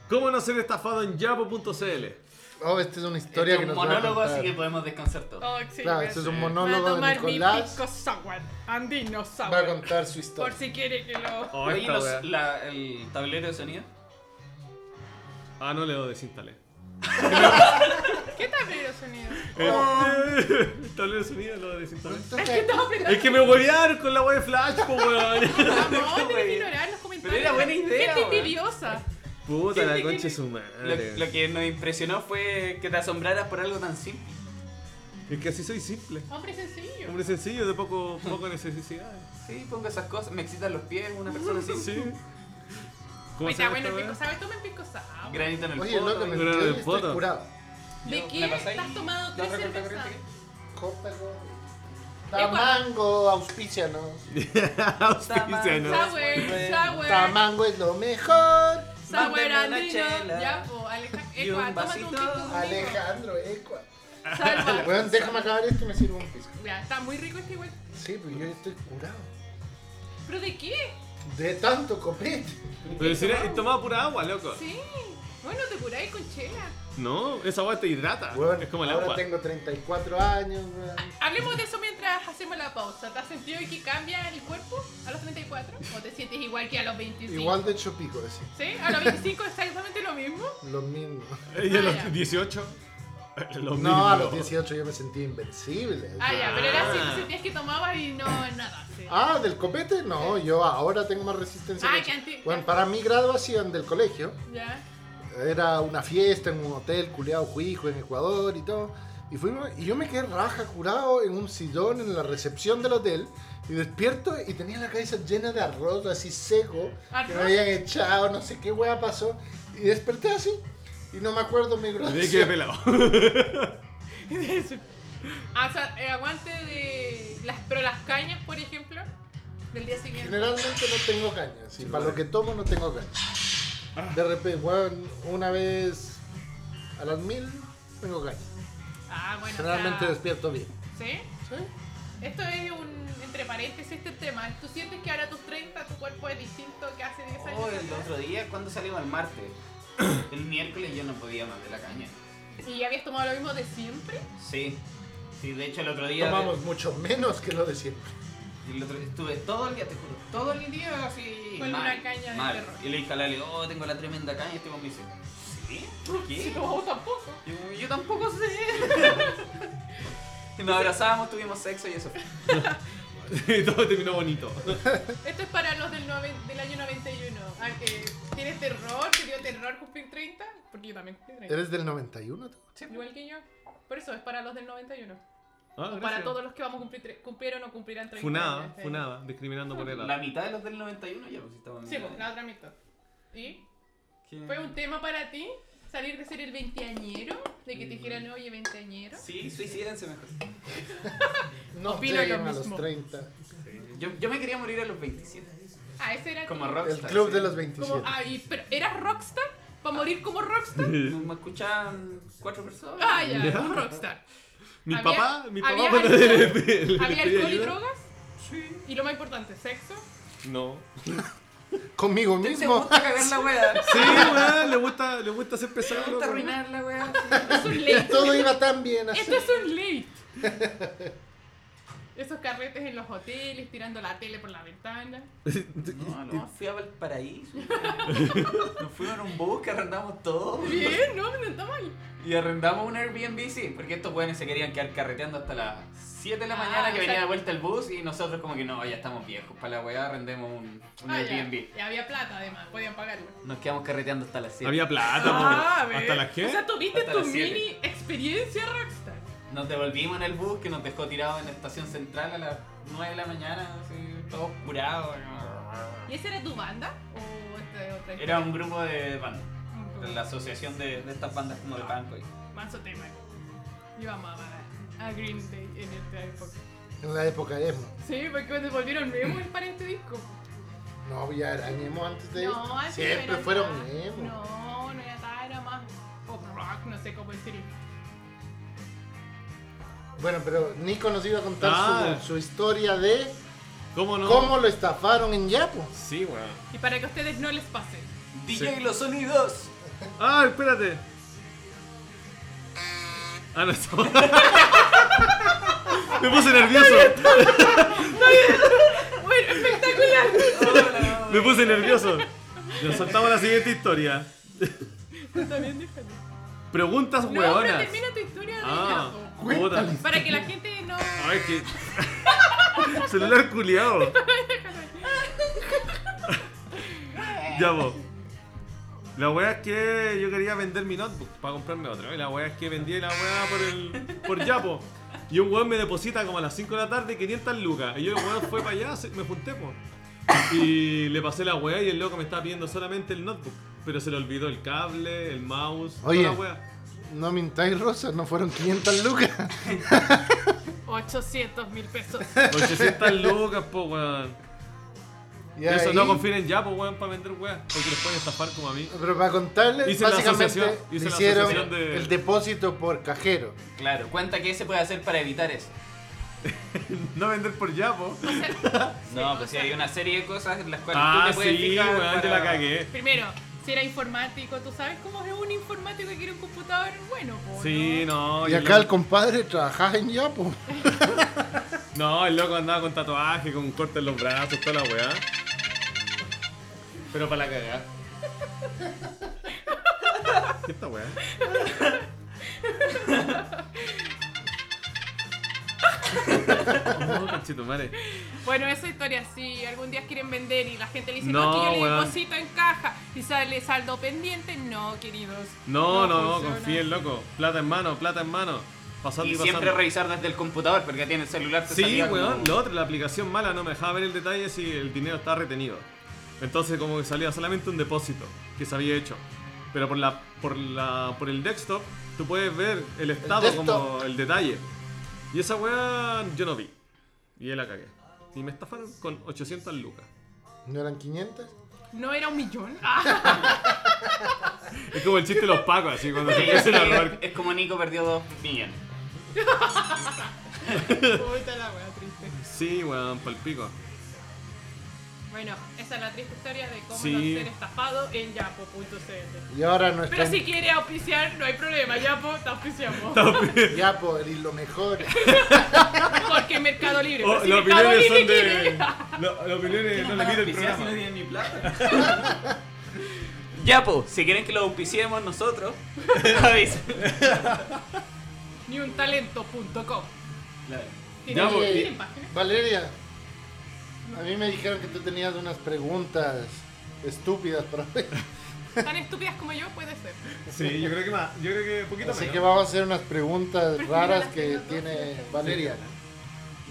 Speaker 4: ¿Cómo no ser estafado en yapo.cl?
Speaker 2: Oh, esta es una historia
Speaker 3: Este
Speaker 2: que nos
Speaker 3: es un
Speaker 2: va a
Speaker 3: monólogo,
Speaker 2: contar.
Speaker 3: así que podemos descansar todos.
Speaker 1: Oh, sí,
Speaker 2: Claro,
Speaker 1: me-
Speaker 2: este es un
Speaker 4: Sí.
Speaker 1: Va a
Speaker 2: monólogo de
Speaker 1: tomar mi
Speaker 2: Nicolás.
Speaker 1: pico sour, andino sour.
Speaker 2: Va a contar su
Speaker 1: Por
Speaker 2: historia.
Speaker 1: si quiere que lo...
Speaker 4: Oh,
Speaker 3: Oye,
Speaker 4: esta
Speaker 3: los-
Speaker 4: weá.
Speaker 3: la- el tablero de sonido.
Speaker 4: Ah, no le lo desinstalé.
Speaker 1: ¿Qué tablero sonido? Oh.
Speaker 4: Eh, Tablero de sonido lo desinstalé.
Speaker 1: Es que estaba apretando.
Speaker 4: Es que me huevearon con la wea de Flash, po, weón.
Speaker 1: Amor,
Speaker 3: Güey.
Speaker 1: debes ignorar los comentarios.
Speaker 3: Pero era buena idea,
Speaker 1: Gente
Speaker 3: güey.
Speaker 1: envidiosa.
Speaker 4: Puta
Speaker 1: Sí,
Speaker 4: la
Speaker 1: sí,
Speaker 4: concha
Speaker 1: sí.
Speaker 4: de su
Speaker 3: Lo,
Speaker 4: madre.
Speaker 3: lo que nos impresionó fue que te asombraras por algo tan simple.
Speaker 4: Es que así soy simple.
Speaker 1: Hombre sencillo.
Speaker 4: Hombre sencillo, de poco, poco necesidad.
Speaker 3: Sí, pongo esas cosas. Me excitan los pies, una persona
Speaker 2: Uh.
Speaker 3: así.
Speaker 4: Sí.
Speaker 1: Oye,
Speaker 4: ¿Cómo se
Speaker 1: está
Speaker 4: llama
Speaker 1: bueno el pico
Speaker 4: esta wea?
Speaker 1: sour. Tomen pico sour.
Speaker 3: Granito en el
Speaker 2: Oye,
Speaker 3: poto,
Speaker 2: loco, me
Speaker 3: y-
Speaker 4: Pero
Speaker 2: estoy,
Speaker 4: de
Speaker 2: estoy
Speaker 4: foto.
Speaker 2: curado.
Speaker 1: ¿De
Speaker 3: Yo-
Speaker 1: qué
Speaker 3: ¿me pasáis?
Speaker 1: estás tomando
Speaker 3: ¿Dos
Speaker 1: tres
Speaker 3: recortes
Speaker 1: cervezas?
Speaker 3: corrientes?
Speaker 2: Córtalo.
Speaker 1: Epa.
Speaker 2: Tamango, auspícianos.
Speaker 4: Auspícianos.
Speaker 1: Sour, sour,
Speaker 2: Tamango es lo mejor.
Speaker 1: sour
Speaker 3: Mándame una
Speaker 1: andino.
Speaker 3: chela.
Speaker 1: Ya, po, Alejandro.
Speaker 3: Y un
Speaker 1: Ecua, tómate un
Speaker 3: vasito.
Speaker 1: pico conmigo.
Speaker 2: Alejandro, Ecua.
Speaker 1: Salva.
Speaker 2: Bueno, déjame acabar esto y me sirvo un pisco.
Speaker 1: Ya, está muy rico este igual.
Speaker 2: Sí, pues yo estoy curado.
Speaker 1: ¿Pero de qué?
Speaker 2: De tanto copete.
Speaker 4: Pero si eres- tomaba pura agua, loco.
Speaker 1: Sí. Bueno, te curáis con chela.
Speaker 4: No, esa agua te hidrata.
Speaker 2: Weón,
Speaker 4: Ah, es como el
Speaker 2: ahora
Speaker 4: agua.
Speaker 2: tengo 34 años, weón.
Speaker 1: Hablemos de eso mientras hacemos la pausa. ¿Te has sentido que cambia el cuerpo a los 34? ¿O te sientes igual que a los 25?
Speaker 2: Igual de hecho pico, así.
Speaker 1: ¿Sí? ¿A los 25 es exactamente lo mismo?
Speaker 2: Lo mismo.
Speaker 4: Y a
Speaker 1: Ah, ya.
Speaker 4: los 18. Lo
Speaker 2: No, a los
Speaker 4: mismo.
Speaker 2: 18 yo me sentía invencible.
Speaker 1: Ah, ya, pero era
Speaker 4: Ah.
Speaker 1: así, sentías que tomabas y no, nada. sí.
Speaker 2: Ah, del copete, no, yo ahora tengo más resistencia.
Speaker 1: Ah,
Speaker 2: que-
Speaker 1: que antes-
Speaker 2: Bueno, para mi graduación del colegio,
Speaker 1: Ya.
Speaker 2: era una fiesta en un hotel culeado juijo en Ecuador y todo. Y fuimos, y yo me quedé raja curado en un sillón en la recepción del hotel. Y despierto y tenía la cabeza llena de arroz así seco. Que
Speaker 1: ¿Arroz?
Speaker 2: me habían echado, no sé qué wea pasó. Y desperté así. Y no me acuerdo mi
Speaker 4: De que
Speaker 2: graduación.
Speaker 4: pelado.
Speaker 1: Ah, o sea, el aguante de las, pero las cañas, por ejemplo, del día siguiente.
Speaker 2: Generalmente no tengo cañas. Y para lo que tomo no tengo cañas. De repente, weón, una vez a las mil tengo cañas.
Speaker 1: Ah, bueno, o sea,
Speaker 2: Generalmente despierto bien.
Speaker 1: ¿sí?
Speaker 2: ¿Sí?
Speaker 1: Esto es un, entre paréntesis, este tema. ¿Tú sientes que ahora a tus 30 tu cuerpo es distinto que hace 10 años?
Speaker 3: Oh, el otro día, cuando salimos el martes? El miércoles yo no podía más de la caña.
Speaker 1: ¿Y habías tomado lo mismo de siempre?
Speaker 3: Sí. Sí, de hecho el otro día.
Speaker 2: Tomamos mucho menos que lo de siempre.
Speaker 3: Y el otro, estuve todo el día, te juro, todo el día así.
Speaker 1: Con
Speaker 3: mal,
Speaker 1: una caña de
Speaker 3: mal.
Speaker 1: perro.
Speaker 3: Y le dije a Lali, oh, tengo la tremenda caña. Y este hombre me dice, ¿sí? ¿Por qué?
Speaker 1: Si no, tampoco.
Speaker 3: Y yo, yo tampoco sé. y nos abrazamos, tuvimos sexo y eso.
Speaker 4: Y todo terminó bonito.
Speaker 1: Esto es para los del, noven- del año 91. Ah, que ¿Tienes terror? ¿Te dio terror cumplir 30? Porque yo también cumplí 30.
Speaker 2: ¿Eres del 91 tú?
Speaker 1: Igual que yo. Por eso es para los del 91.
Speaker 4: Ah,
Speaker 1: o para
Speaker 4: gracias.
Speaker 1: todos los que vamos a cumplir, tre- cumplieron o cumplirán 30.
Speaker 4: Funada,
Speaker 1: años, ¿eh?
Speaker 4: funada, discriminando por el
Speaker 3: La
Speaker 4: lado.
Speaker 3: mitad de los del 91 ya, pues estaban.
Speaker 1: Sí, pues, la otra mitad. ¿Y?
Speaker 3: ¿Qué?
Speaker 1: ¿Fue un tema para ti? ¿Salir de ser el veinteañero? ¿De que te dijeran, oye, veinteañero?
Speaker 3: Sí, suicídense mejor.
Speaker 2: No
Speaker 1: Opino
Speaker 2: lleguen
Speaker 1: lo
Speaker 2: a los
Speaker 1: mismo.
Speaker 2: 30.
Speaker 3: Yo, yo me quería morir a los 27.
Speaker 1: Ah, ese era
Speaker 3: Como
Speaker 1: tu-
Speaker 2: El
Speaker 3: rockstar.
Speaker 2: club
Speaker 3: sí.
Speaker 2: de los
Speaker 1: Como,
Speaker 2: 27.
Speaker 1: ah, y- pero, ¿eras rockstar? ¿Para morir como rockstar?
Speaker 3: Me me escuchaban cuatro personas.
Speaker 1: Ah, ya,
Speaker 4: Ya.
Speaker 1: un rockstar.
Speaker 4: Mi
Speaker 1: Había-
Speaker 4: papá, mi papá
Speaker 1: había
Speaker 4: cuando
Speaker 1: alcohol-
Speaker 4: le- le- le
Speaker 1: ¿Había
Speaker 4: pedí
Speaker 1: alcohol y
Speaker 4: ayuda.
Speaker 1: drogas? Sí. Y lo más importante, sexo.
Speaker 4: No.
Speaker 2: Conmigo
Speaker 3: ¿Te, te
Speaker 2: mismo.
Speaker 3: gusta cagar la wea?
Speaker 4: Sí, pues, weón, le gusta, le gusta hacer
Speaker 3: ¿Te
Speaker 4: pesado.
Speaker 3: gusta
Speaker 4: weón.
Speaker 3: arruinar la wea?
Speaker 1: Es un
Speaker 2: Y
Speaker 1: late.
Speaker 2: todo iba tan bien así.
Speaker 1: Esto es un late. Esos carretes en los hoteles, tirando la tele por la ventana.
Speaker 3: No, no, fui a Valparaíso. Nos fuimos en un bus que arrendamos todo.
Speaker 1: Bien, no, no está mal.
Speaker 3: Y arrendamos un Airbnb, sí, porque estos weones se querían quedar carreteando hasta las 7 de la mañana
Speaker 1: Ah,
Speaker 3: que
Speaker 1: o sea-
Speaker 3: venía de vuelta el bus y nosotros como que no, ya estamos viejos, para la weá arrendemos un, un
Speaker 1: Ah, ya.
Speaker 3: Airbnb.
Speaker 1: Y había plata además, podían pagarlo.
Speaker 3: Nos quedamos carreteando hasta las 7.
Speaker 4: Había plata,
Speaker 1: Ah,
Speaker 4: po.
Speaker 1: ve.
Speaker 4: ¿Hasta las
Speaker 1: O
Speaker 4: qué?
Speaker 1: sea, tuviste
Speaker 3: Hasta
Speaker 1: tu
Speaker 3: las siete.
Speaker 1: mini experiencia rockstar.
Speaker 3: Nos devolvimos en el bus que nos dejó tirados en la estación central a las 9 de la mañana, así, todos curados.
Speaker 1: ¿Y esa era tu banda? ¿O esta es otra?
Speaker 3: Era un grupo de bandas,
Speaker 1: Un grupo.
Speaker 3: de la asociación de, de estas bandas como de punk. güey.
Speaker 1: Manso tema. Yo amaba a Green Day en esta época.
Speaker 2: En la época emo.
Speaker 1: Sí, porque cuando se volvieron emo para este disco.
Speaker 2: No, ya eran emo antes de
Speaker 1: No, antes
Speaker 2: Siempre
Speaker 1: no era
Speaker 2: fueron
Speaker 1: tan-
Speaker 2: emo.
Speaker 1: No, no era tan, era más pop rock, no sé cómo decirlo.
Speaker 2: Bueno, pero Nico nos iba a contar
Speaker 4: Ah.
Speaker 2: su, su historia de
Speaker 4: ¿Cómo no?
Speaker 2: cómo lo estafaron en Yapo.
Speaker 4: Sí, weón.
Speaker 1: Y para que a ustedes no les pase.
Speaker 3: DJ Los Sonidos.
Speaker 4: Ah, espérate. Ah, no, estaba. Me puse nervioso.
Speaker 1: Bueno, espectacular.
Speaker 3: Hola.
Speaker 4: Me puse nervioso. Nos saltamos a la siguiente historia.
Speaker 1: También déjalo.
Speaker 4: Preguntas
Speaker 1: No, pero
Speaker 4: hueonas.
Speaker 1: termina tu historia de
Speaker 4: Ah,
Speaker 1: Japo.
Speaker 4: puta.
Speaker 1: Para que la gente no.
Speaker 4: Ay, que. Celular culiado. ya vos. La wea es que yo quería vender mi notebook para comprarme otro. Y la wea es que vendí la wea por el. por Yapo. Y un weón me deposita como a las 5 de la tarde 500 lucas. Y yo el weón fue para allá, se- me junté, po. Y le pasé la wea y el loco me estaba pidiendo solamente el notebook. Pero se le olvidó el cable, el mouse,
Speaker 2: Oye.
Speaker 4: toda la wea.
Speaker 2: No mintáis, Rosa, no fueron 500 lucas.
Speaker 1: 800 mil pesos.
Speaker 4: 800 lucas, po, weón.
Speaker 2: Y
Speaker 4: Por eso
Speaker 2: ahí-
Speaker 4: no confíen en Yapo, weón, para vender weón, porque les pueden estafar como a mí.
Speaker 2: Pero para contarles,
Speaker 4: Hice la
Speaker 2: básicamente
Speaker 4: asociación- hice
Speaker 2: le
Speaker 4: la
Speaker 2: hicieron
Speaker 4: asociación de-
Speaker 2: el depósito por cajero.
Speaker 3: Claro, cuenta qué se puede hacer para evitar eso.
Speaker 4: No vender por Yapo.
Speaker 3: No, pues sí, hay una serie de cosas en las cuales tú
Speaker 4: Ah,
Speaker 3: te puedes
Speaker 4: sí,
Speaker 3: fijar.
Speaker 4: weón, te la
Speaker 3: para-
Speaker 4: cagué.
Speaker 1: Primero, si era informático, tú sabes cómo es un informático que quiere un computador bueno, po,
Speaker 4: Sí,
Speaker 1: ¿no?
Speaker 4: no.
Speaker 2: y
Speaker 4: yo
Speaker 2: acá
Speaker 4: lo-
Speaker 2: el compadre trabajaba en Yapo.
Speaker 4: No, el loco andaba con tatuaje, con corte en los brazos, toda la weá. Pero para la cagada. ¿Qué esta weá? No, conchetumare.
Speaker 1: Bueno, esa historia, si algún día quieren vender y la gente le dice,
Speaker 4: No,
Speaker 1: no, es que yo le
Speaker 4: weón.
Speaker 1: deposito en caja y sale saldo pendiente, no, queridos.
Speaker 4: No, no, no,
Speaker 1: funciona.
Speaker 4: confíen, loco. Plata en mano, plata en mano. Pasando y,
Speaker 3: Y
Speaker 4: pasando.
Speaker 3: siempre revisar desde el computador porque tiene el celular. Te
Speaker 4: Sí,
Speaker 3: salía como-
Speaker 4: weón, lo otro, la aplicación mala no me dejaba ver el detalle si el dinero estaba retenido. Entonces como que salía solamente un depósito que se había hecho. Pero por la por la por el desktop tú puedes ver el estado como
Speaker 2: desktop.
Speaker 4: el detalle. Y esa weá yo no vi. Y él la cagué. Y me estafaron con 800 lucas.
Speaker 2: ¿No eran 500?
Speaker 1: ¿No era un millón? Ah,
Speaker 4: Es como el chiste de los pacos, así cuando se
Speaker 3: Sí, es,
Speaker 4: empiezan a robar.
Speaker 3: es como Nico perdió dos millones.
Speaker 1: puta la wea triste.
Speaker 4: Sí, weón, palpico.
Speaker 1: Bueno, esa es la triste historia de cómo
Speaker 4: Sí.
Speaker 1: no ser estafado en yapo.cl.
Speaker 2: Y ahora nuestra.
Speaker 1: Pero si quiere auspiciar, no hay problema, Yapo, te auspiciamos.
Speaker 2: Yapo, eres pues, lo mejor.
Speaker 1: Porque Mercado Libre.
Speaker 4: Oh,
Speaker 1: pero si
Speaker 4: las
Speaker 1: Mercado
Speaker 4: opiniones
Speaker 1: Libre
Speaker 4: son de.
Speaker 1: quiere.
Speaker 4: la- Las opiniones no le quita el
Speaker 3: Auspiciar si no
Speaker 4: programa.
Speaker 3: tienen ni plata. Ya, pues, si quieren que lo auspiciemos nosotros, avisen.
Speaker 1: Niuntalento.com.
Speaker 3: Claro.
Speaker 1: ¿Tienen,
Speaker 4: Yapo, y-
Speaker 1: ¿tienen página?
Speaker 2: Valeria, a mí me dijeron que tú tenías unas preguntas estúpidas para mí.
Speaker 1: Tan estúpidas como yo puede ser.
Speaker 4: Sí, yo creo que más. Yo creo que poquito
Speaker 2: Así
Speaker 4: menos.
Speaker 2: que vamos a hacer unas preguntas
Speaker 1: Pero
Speaker 2: raras
Speaker 1: las
Speaker 2: que
Speaker 1: tengo todas,
Speaker 2: tiene
Speaker 1: fíjate.
Speaker 2: Valeria.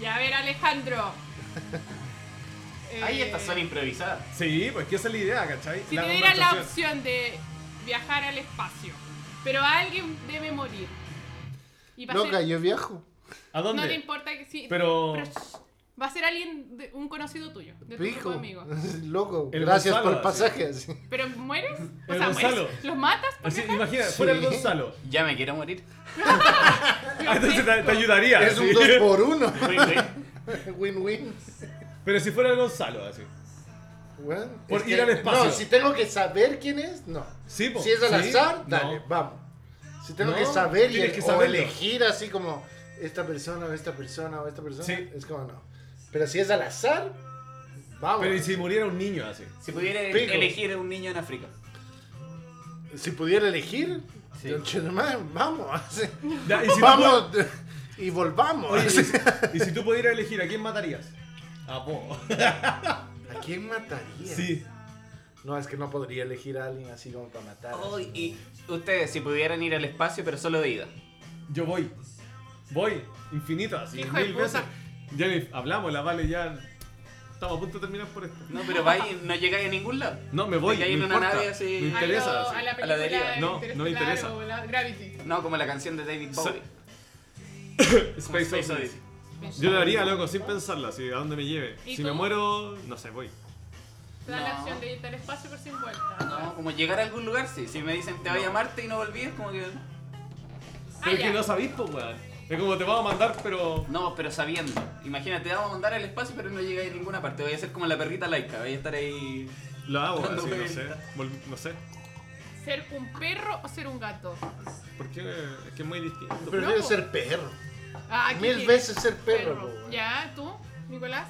Speaker 1: Y a ver, Alejandro.
Speaker 3: Ahí
Speaker 1: Eh,
Speaker 3: estas son improvisadas.
Speaker 4: Sí, pues que esa es la idea, ¿cachai?
Speaker 1: Si
Speaker 4: La
Speaker 1: te dieran la
Speaker 4: conversación.
Speaker 1: opción de viajar al espacio, pero alguien debe morir. Y va a
Speaker 2: Loca,
Speaker 1: ser-
Speaker 2: yo viajo.
Speaker 4: ¿A dónde?
Speaker 1: No te importa que sí.
Speaker 4: Pero-
Speaker 1: shh, va a ser alguien, de- un conocido tuyo, de tu grupo
Speaker 2: Pico.
Speaker 1: de amigos.
Speaker 2: Loco,
Speaker 4: El
Speaker 2: gracias
Speaker 4: Gonzalo,
Speaker 2: por el pasaje. así.
Speaker 1: ¿Pero mueres? O
Speaker 4: El
Speaker 1: sea,
Speaker 4: Gonzalo.
Speaker 1: mueres. ¿Los matas? por
Speaker 4: Así,
Speaker 1: viajar?
Speaker 4: imagina, fuera el
Speaker 2: Sí.
Speaker 4: Gonzalo.
Speaker 3: Ya me quiero morir.
Speaker 4: Ah, entonces te, te ayudaría.
Speaker 2: Es un
Speaker 4: así.
Speaker 2: 2 por 1
Speaker 3: Uy, uy.
Speaker 2: Win-win.
Speaker 4: Pero si fuera el Gonzalo, así.
Speaker 2: Bueno,
Speaker 4: Por
Speaker 2: es
Speaker 4: ir
Speaker 2: que-
Speaker 4: al espacio.
Speaker 2: No, si tengo que saber quién es, no.
Speaker 4: Sí, po.
Speaker 2: Si es al
Speaker 4: Sí,
Speaker 2: azar,
Speaker 4: no.
Speaker 2: dale, vamos. Si tengo
Speaker 4: No,
Speaker 2: que saber y
Speaker 4: tienes que
Speaker 2: o
Speaker 4: saberlo.
Speaker 2: elegir así como esta persona o esta persona o esta persona,
Speaker 4: Sí.
Speaker 2: es como no. Pero si es al azar, vamos.
Speaker 4: Pero y si muriera un niño así.
Speaker 3: Si pudiera
Speaker 2: Pico.
Speaker 3: elegir un niño en África.
Speaker 2: Si pudiera elegir,
Speaker 3: Sí.
Speaker 2: don Chetumal, vamos. así.
Speaker 4: Ya, y si tú
Speaker 2: vamos y volvamos.
Speaker 4: Oye, y
Speaker 2: así.
Speaker 4: si- y si tú pudieras elegir, ¿a quién matarías? A vos.
Speaker 2: ¿A quién mataría?
Speaker 4: Sí.
Speaker 2: No, es que no podría elegir a alguien así como para matar.
Speaker 3: Uy, y ustedes, si pudieran ir al espacio, pero solo de ida.
Speaker 4: Yo voy. Voy. Infinito, así.
Speaker 1: Hijo de
Speaker 4: mil
Speaker 1: puta.
Speaker 4: veces. Ya ni hablamos, la vale, ya. Estamos a punto de terminar por esto.
Speaker 3: No, pero vais, no llegáis a ningún lado.
Speaker 4: No, me voy.
Speaker 3: Te caí en
Speaker 4: no
Speaker 3: una
Speaker 4: importa.
Speaker 3: nave así.
Speaker 4: Me
Speaker 1: A lo-
Speaker 4: interesa. así.
Speaker 1: A la
Speaker 3: A la
Speaker 1: película
Speaker 3: deriva.
Speaker 4: No, no
Speaker 1: Interestelar
Speaker 4: me interesa.
Speaker 1: o la Gravity.
Speaker 3: No, como la canción de David Bowie.
Speaker 4: Space,
Speaker 3: Space
Speaker 4: Odyssey.
Speaker 3: Odyssey.
Speaker 4: Yo lo haría, loco, sin pensarla, así, a dónde me lleve.
Speaker 1: ¿Y
Speaker 4: Si
Speaker 1: tú?
Speaker 4: me muero, no sé, voy.
Speaker 1: Te da la
Speaker 3: No.
Speaker 1: opción de irte al espacio por Ah, sin vuelta.
Speaker 3: No, como llegar a algún lugar, sí. Si me dicen te voy a Marte y no volví, es como que.
Speaker 1: Ah,
Speaker 4: Pero es
Speaker 1: ya.
Speaker 4: que no sabís, pues, weón. Es como te vamos a mandar, pero.
Speaker 3: No, pero sabiendo. Imagínate, vamos a mandar al espacio, pero no llegáis a ninguna parte. Voy a ser como la perrita laica, voy a estar ahí.
Speaker 4: Lo hago,
Speaker 3: Dando
Speaker 4: así, no
Speaker 3: vuelta.
Speaker 4: sé. Vol- No sé.
Speaker 1: ¿Ser un perro o ser un gato?
Speaker 4: Porque es que es muy distinto.
Speaker 2: Prefiero
Speaker 1: No.
Speaker 2: ser perro.
Speaker 1: Ah, ¿qué
Speaker 2: Mil
Speaker 1: quieres?
Speaker 2: veces ser perro, po,
Speaker 1: Ya, tú, Nicolás.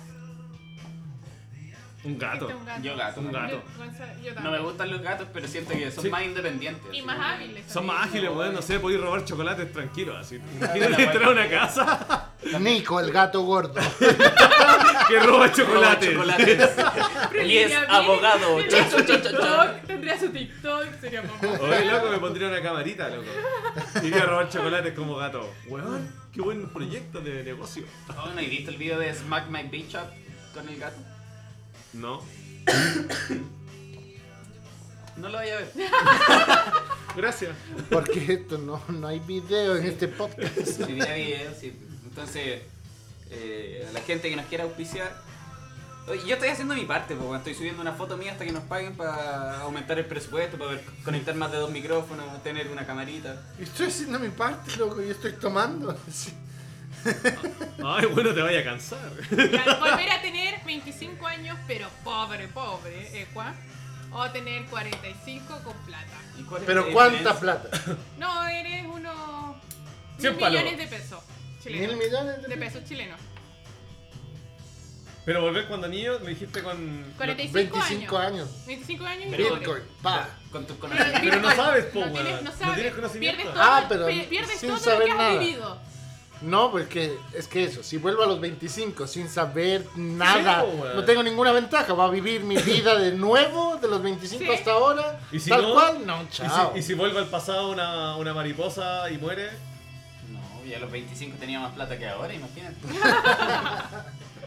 Speaker 4: Un gato.
Speaker 1: Este es un gato.
Speaker 3: Yo gato.
Speaker 4: Un gato.
Speaker 1: Yo, Gonzalo, yo
Speaker 3: No me
Speaker 1: también.
Speaker 3: gustan los gatos, pero siento que son
Speaker 4: Sí.
Speaker 3: más independientes.
Speaker 1: Y
Speaker 3: así
Speaker 1: más
Speaker 3: como que-
Speaker 1: hábiles.
Speaker 4: Son
Speaker 1: también.
Speaker 4: más ágiles, weón, no sé, podéis robar chocolates tranquilos, así. Imagínate
Speaker 3: bueno.
Speaker 4: entrar a una casa
Speaker 2: Nico, el gato gordo.
Speaker 4: que roba
Speaker 3: Roba
Speaker 4: chocolates.
Speaker 1: Pero
Speaker 3: y es
Speaker 1: Lidia, mira,
Speaker 3: abogado.
Speaker 1: Tendría su
Speaker 3: Cho, cho, cho, cho.
Speaker 1: TikTok, tendría su TikTok, sería mamá.
Speaker 4: Oye, loco, me pondría una camarita, loco. Iría a robar chocolates como gato. Weón, qué buen proyecto de negocio.
Speaker 3: Oh, ¿No has visto el video de Smack My Bitch Up con el gato?
Speaker 4: No.
Speaker 3: No lo voy a ver.
Speaker 4: Gracias.
Speaker 2: Porque esto no, no hay video en este podcast.
Speaker 3: Sí, mira bien, sí. Entonces, eh, a la gente que nos quiera auspiciar. Oye, Yo estoy haciendo mi parte, porque estoy subiendo una foto mía hasta que nos paguen para aumentar el presupuesto, para ver- conectar más de dos micrófonos, tener una camarita.
Speaker 2: Estoy haciendo mi parte, loco, yo estoy tomando. Sí.
Speaker 4: Ay, bueno, te vaya a cansar.
Speaker 1: Y al volver a tener 25 años, pero pobre, pobre, Ecua. O tener 45 con plata.
Speaker 3: ¿Y cuál es
Speaker 2: Pero
Speaker 3: la
Speaker 2: ¿cuánta
Speaker 3: diferencia?
Speaker 2: plata?
Speaker 1: No, eres unos mil
Speaker 4: Cien palos.
Speaker 1: millones de pesos
Speaker 2: Mil
Speaker 1: chilenos.
Speaker 2: millones de
Speaker 1: De pesos chilenos.
Speaker 4: Pero volver cuando niño, me dijiste con.
Speaker 1: 45
Speaker 2: 25
Speaker 1: años.
Speaker 2: años.
Speaker 1: 25 años y
Speaker 3: Pero-
Speaker 1: pobre.
Speaker 2: Bitcoin, pa.
Speaker 3: Con tus
Speaker 1: Pero el
Speaker 3: conocidos.
Speaker 4: Pero no
Speaker 1: Bitcoin,
Speaker 4: sabes, po,
Speaker 1: no tienes,
Speaker 4: weón.
Speaker 1: no
Speaker 4: No
Speaker 1: sabes.
Speaker 4: tienes conocimiento.
Speaker 1: Pierdes todo,
Speaker 2: Ah, pero
Speaker 1: pi- pierdes
Speaker 2: sin
Speaker 1: todo lo
Speaker 2: saber
Speaker 1: que has
Speaker 2: nada.
Speaker 1: vivido.
Speaker 2: No, porque es que eso, si vuelvo a los 25 sin saber nada,
Speaker 4: Sí, güey.
Speaker 2: no tengo ninguna ventaja, va a vivir mi vida de nuevo, de los 25
Speaker 1: Sí.
Speaker 2: hasta ahora,
Speaker 4: ¿Y si
Speaker 2: tal
Speaker 4: no?
Speaker 2: cual, no,
Speaker 4: ¿Y
Speaker 2: chao.
Speaker 4: si, y si vuelve al pasado una, una mariposa y muere?
Speaker 3: No, ya a los 25 tenía más plata que ahora, imagínate.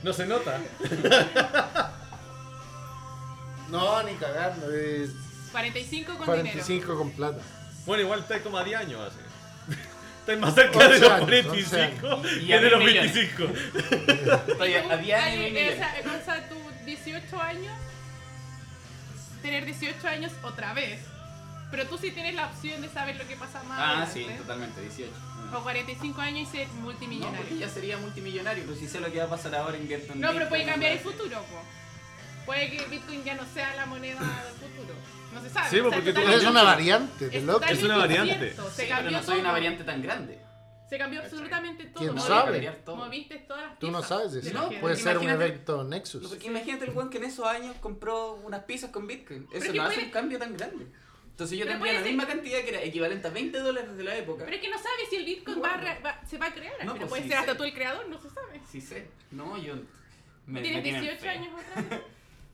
Speaker 4: No se nota.
Speaker 2: No, ni cagando, es
Speaker 1: 45 con dinero.
Speaker 2: 45 con plata.
Speaker 4: Bueno, igual estáis como a 10 años así. Estáis más cerca de
Speaker 2: Once
Speaker 4: los
Speaker 2: años,
Speaker 4: 45
Speaker 3: años. Y
Speaker 4: que
Speaker 3: a
Speaker 4: de los
Speaker 3: mil millones.
Speaker 4: 25.
Speaker 3: Estoy a, a
Speaker 1: Tú,
Speaker 3: 10
Speaker 1: ahí,
Speaker 3: años y medio.
Speaker 1: esa- eh, Gonza, tú, 18 años, tener 18 años otra vez. Pero tú sí tienes la opción de saber lo que pasa más
Speaker 3: Ah,
Speaker 1: adelante.
Speaker 3: sí, totalmente, 18.
Speaker 1: O 45 años y ser
Speaker 3: No,
Speaker 1: multimillonario.
Speaker 3: porque ya sería multimillonario, pero si sé lo que va a pasar ahora invierto en
Speaker 1: No, pero
Speaker 3: Bitcoin,
Speaker 1: puede cambiar el
Speaker 3: ¿verdad?
Speaker 1: futuro, po. Puede que Bitcoin ya no sea la moneda del futuro. No se sabe.
Speaker 4: Sí,
Speaker 1: o sea,
Speaker 4: porque tú-
Speaker 1: totalmente-
Speaker 2: Es una variante de
Speaker 1: es
Speaker 2: loco.
Speaker 1: totalmente
Speaker 4: Es una variante.
Speaker 1: incierto, Se
Speaker 3: Sí,
Speaker 1: cambió
Speaker 3: pero no soy
Speaker 1: todo.
Speaker 3: una variante tan grande.
Speaker 1: Se cambió absolutamente todo.
Speaker 2: ¿Quién
Speaker 1: Moviste-
Speaker 2: sabe?
Speaker 3: Cambiar todo.
Speaker 1: Moviste todas las
Speaker 2: Tú no
Speaker 1: piezas
Speaker 2: sabes
Speaker 1: de
Speaker 2: eso.
Speaker 1: la
Speaker 3: No,
Speaker 1: gente.
Speaker 2: Puede ser un
Speaker 3: imagínate-
Speaker 2: evento
Speaker 3: No,
Speaker 2: Nexus.
Speaker 3: porque imagínate el weón que en esos años compró unas pizzas con Bitcoin.
Speaker 1: Pero
Speaker 3: Eso
Speaker 1: que
Speaker 3: no hace
Speaker 1: puede-
Speaker 3: un cambio tan grande. Entonces yo
Speaker 1: Pero
Speaker 3: tendría la
Speaker 1: puede ser-
Speaker 3: misma cantidad que era equivalente a 20 dólares de la época.
Speaker 1: Pero es que no sabes si el Bitcoin
Speaker 3: Bueno.
Speaker 1: va a re- va- se va a crear.
Speaker 3: No,
Speaker 1: pero
Speaker 3: pues
Speaker 1: puede
Speaker 3: sí,
Speaker 1: ser hasta
Speaker 3: sí.
Speaker 1: tú el creador, no se sabe.
Speaker 3: Sí sé. No, yo... me- me
Speaker 1: Tienes
Speaker 3: tienen
Speaker 1: 18
Speaker 3: fe.
Speaker 1: años otra vez.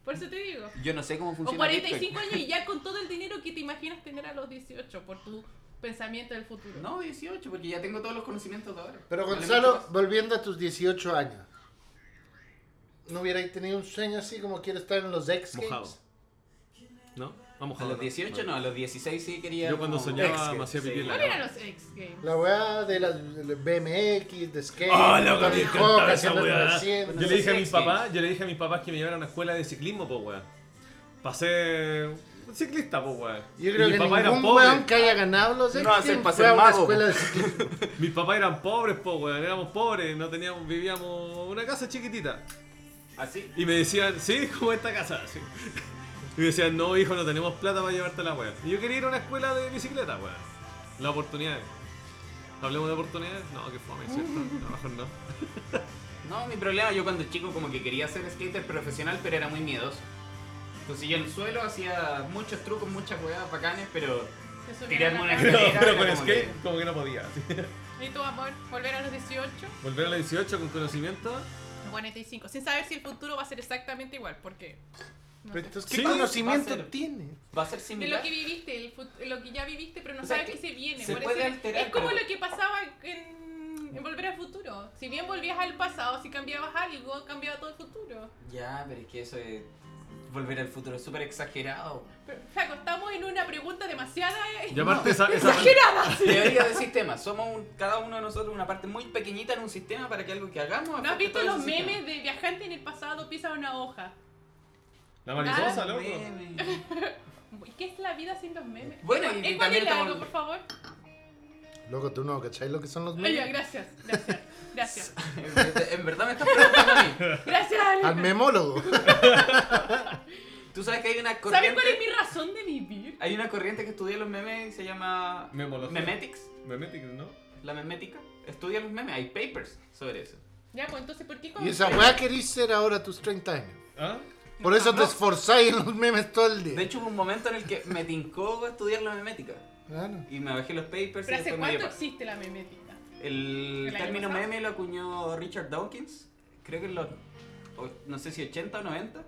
Speaker 1: Por eso te digo.
Speaker 3: Yo no sé cómo
Speaker 1: O
Speaker 3: funciona
Speaker 1: 45
Speaker 3: Bitcoin.
Speaker 1: años y ya con todo el dinero que te imaginas tener a los 18 por tu pensamiento del futuro.
Speaker 3: No, 18, porque ya tengo todos los conocimientos de ahora.
Speaker 2: Pero
Speaker 3: Vale
Speaker 2: Gonzalo,
Speaker 3: mucho más.
Speaker 2: volviendo a tus 18 años, ¿no hubierais tenido un sueño así como quiero estar en los X Games?
Speaker 4: Mojado. ¿No? No
Speaker 3: A
Speaker 4: mojado.
Speaker 3: los 18 no, a los 16 sí quería...
Speaker 4: Yo cuando
Speaker 3: como-
Speaker 4: soñaba
Speaker 2: Ex-
Speaker 4: me hacía
Speaker 3: sí.
Speaker 4: pipí en la
Speaker 1: ¿Cuáles eran
Speaker 4: cama.
Speaker 1: los X Games?
Speaker 2: La weá de la de BMX, de skate,
Speaker 4: ¡Oh,
Speaker 2: de
Speaker 4: loco, me
Speaker 2: Tony
Speaker 4: encantaba
Speaker 2: Hawk,
Speaker 4: esa
Speaker 2: haciendo el
Speaker 4: weá!
Speaker 2: 300.
Speaker 4: Yo le dije a mis
Speaker 3: Sex Games.
Speaker 4: papás, yo le dije a mis papás que me llevaran a una escuela de ciclismo, pues weón. Pasé ciclista, pues weón.
Speaker 2: Yo
Speaker 4: Y
Speaker 2: creo
Speaker 4: mis
Speaker 2: que
Speaker 4: papás eran
Speaker 2: ningún
Speaker 4: pobres.
Speaker 2: weón que haya ganado los X
Speaker 3: No va a ser
Speaker 2: Games
Speaker 3: pa'
Speaker 2: fue
Speaker 3: ser
Speaker 2: a una
Speaker 3: mago,
Speaker 2: escuela
Speaker 3: po.
Speaker 2: de ciclismo.
Speaker 4: Mis papás eran pobres, pues weón. Éramos pobres, no teníamos, vivíamos una casa chiquitita.
Speaker 3: Así.
Speaker 4: Y me decían, sí, como esta casa. sí. Y me decían, no, hijo, no tenemos plata para llevarte a la weá. Y yo quería ir a una escuela de bicicleta, weón. La oportunidad. ¿Hablemos de oportunidades? No, que fome, ¿cierto? A lo mejor no.
Speaker 3: No, mi problema, yo cuando chico como que quería ser skater profesional, pero era muy miedoso. Entonces yo en el suelo hacía muchos trucos, muchas jugadas bacanes, pero
Speaker 1: Te subieron
Speaker 3: Tirarme
Speaker 1: a
Speaker 3: una
Speaker 1: la
Speaker 4: Pero,
Speaker 3: escalera.
Speaker 4: pero con
Speaker 3: Como
Speaker 4: skate
Speaker 3: que-
Speaker 4: como que no podía. sí.
Speaker 1: cama. Y tu amor, volver a los 18,
Speaker 4: Volver a los 18 con conocimiento.
Speaker 1: los 45, sin saber si el futuro va a ser exactamente igual, porque no
Speaker 2: Pero
Speaker 1: sé.
Speaker 2: entonces, ¿qué
Speaker 4: Sí,
Speaker 3: va a
Speaker 2: conocimiento
Speaker 3: ser.
Speaker 2: tiene?
Speaker 3: va a ser
Speaker 1: de
Speaker 3: similar.
Speaker 1: lo que viviste, el fut- lo que ya viviste, pero no
Speaker 3: O sea,
Speaker 1: sabes
Speaker 3: que
Speaker 1: qué se viene.
Speaker 3: se
Speaker 1: por
Speaker 3: puede
Speaker 1: eso-
Speaker 3: alterar,
Speaker 1: es como
Speaker 3: pero-
Speaker 1: lo que pasaba en, en Volver al Futuro. Si bien volvías al pasado, si cambiabas algo, cambiaba todo el futuro.
Speaker 3: Ya, pero es que eso es volver al futuro es súper exagerado.
Speaker 1: Pero, flaco, estamos en una pregunta demasiada... eh,
Speaker 4: Y aparte esa, esa-
Speaker 1: exagerada.
Speaker 3: Teoría del sistema, somos un- cada uno de nosotros una parte muy pequeñita en un sistema para que algo que hagamos...
Speaker 1: ¿No has
Speaker 3: afecte
Speaker 1: visto
Speaker 3: todo ese
Speaker 1: los
Speaker 3: sistema.
Speaker 1: memes de viajante en el pasado pisa una hoja?
Speaker 4: La mariposa,
Speaker 1: Ah,
Speaker 4: loco.
Speaker 3: Memes.
Speaker 1: ¿Y ¿Qué es la vida sin los memes?
Speaker 3: Bueno, y
Speaker 1: ¿Es
Speaker 3: también estamos-
Speaker 1: algo, por favor?
Speaker 2: Loco, tú no, ¿cachai lo que son los
Speaker 3: ¿Mm?
Speaker 1: Ay, ya,
Speaker 2: memes?
Speaker 1: gracias, gracias, gracias.
Speaker 3: En verdad- En verdad me estás preguntando a mí.
Speaker 1: Gracias,
Speaker 2: Al
Speaker 1: Ale.
Speaker 2: memólogo.
Speaker 3: Tú sabes que hay una
Speaker 1: ¿Sabes
Speaker 3: corriente...
Speaker 1: cuál es mi razón de vivir?
Speaker 3: Hay una corriente que estudia los memes y se llama...
Speaker 4: Memología.
Speaker 3: Memetics.
Speaker 4: Memetic, ¿no?
Speaker 3: La memética estudia los memes, hay papers sobre eso.
Speaker 1: Ya, pues entonces, ¿por qué como
Speaker 2: Y esa
Speaker 1: que-
Speaker 2: weá querís ser ahora a tus 30 años.
Speaker 4: ¿Ah?
Speaker 2: Por eso te esforzáis en los memes todo el
Speaker 3: De
Speaker 2: día.
Speaker 3: hecho, hubo un momento en el que me tincó estudiar la memética
Speaker 2: Claro.
Speaker 3: y me bajé los papers. y
Speaker 1: ¿Pero hace
Speaker 3: después me dio
Speaker 1: cuánto
Speaker 3: paja.
Speaker 1: existe la memética?
Speaker 3: El
Speaker 1: ¿El año
Speaker 3: término
Speaker 1: pasado?
Speaker 3: meme lo acuñó Richard Dawkins, creo que en los, o- no sé si 80 o 90.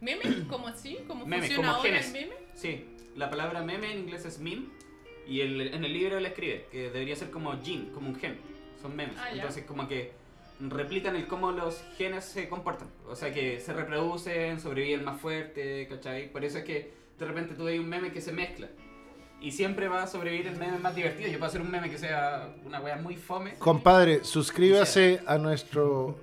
Speaker 1: ¿Meme? ¿Cómo así? ¿Cómo
Speaker 3: Meme,
Speaker 1: funciona
Speaker 3: como
Speaker 1: ahora el
Speaker 3: genes.
Speaker 1: meme?
Speaker 3: Sí, la palabra meme en inglés es meme y el- en el libro él escribe que debería ser como gene, como un gen, son memes.
Speaker 1: Ah, ya.
Speaker 3: Entonces como que replican el cómo los genes se comportan, o sea que se reproducen, sobreviven más fuerte, ¿cachai? Por eso es que de repente tú ves un meme que se mezcla y siempre va a sobrevivir el meme más divertido. Yo puedo hacer un meme que sea una wea muy fome.
Speaker 2: Compadre, suscríbase a nuestro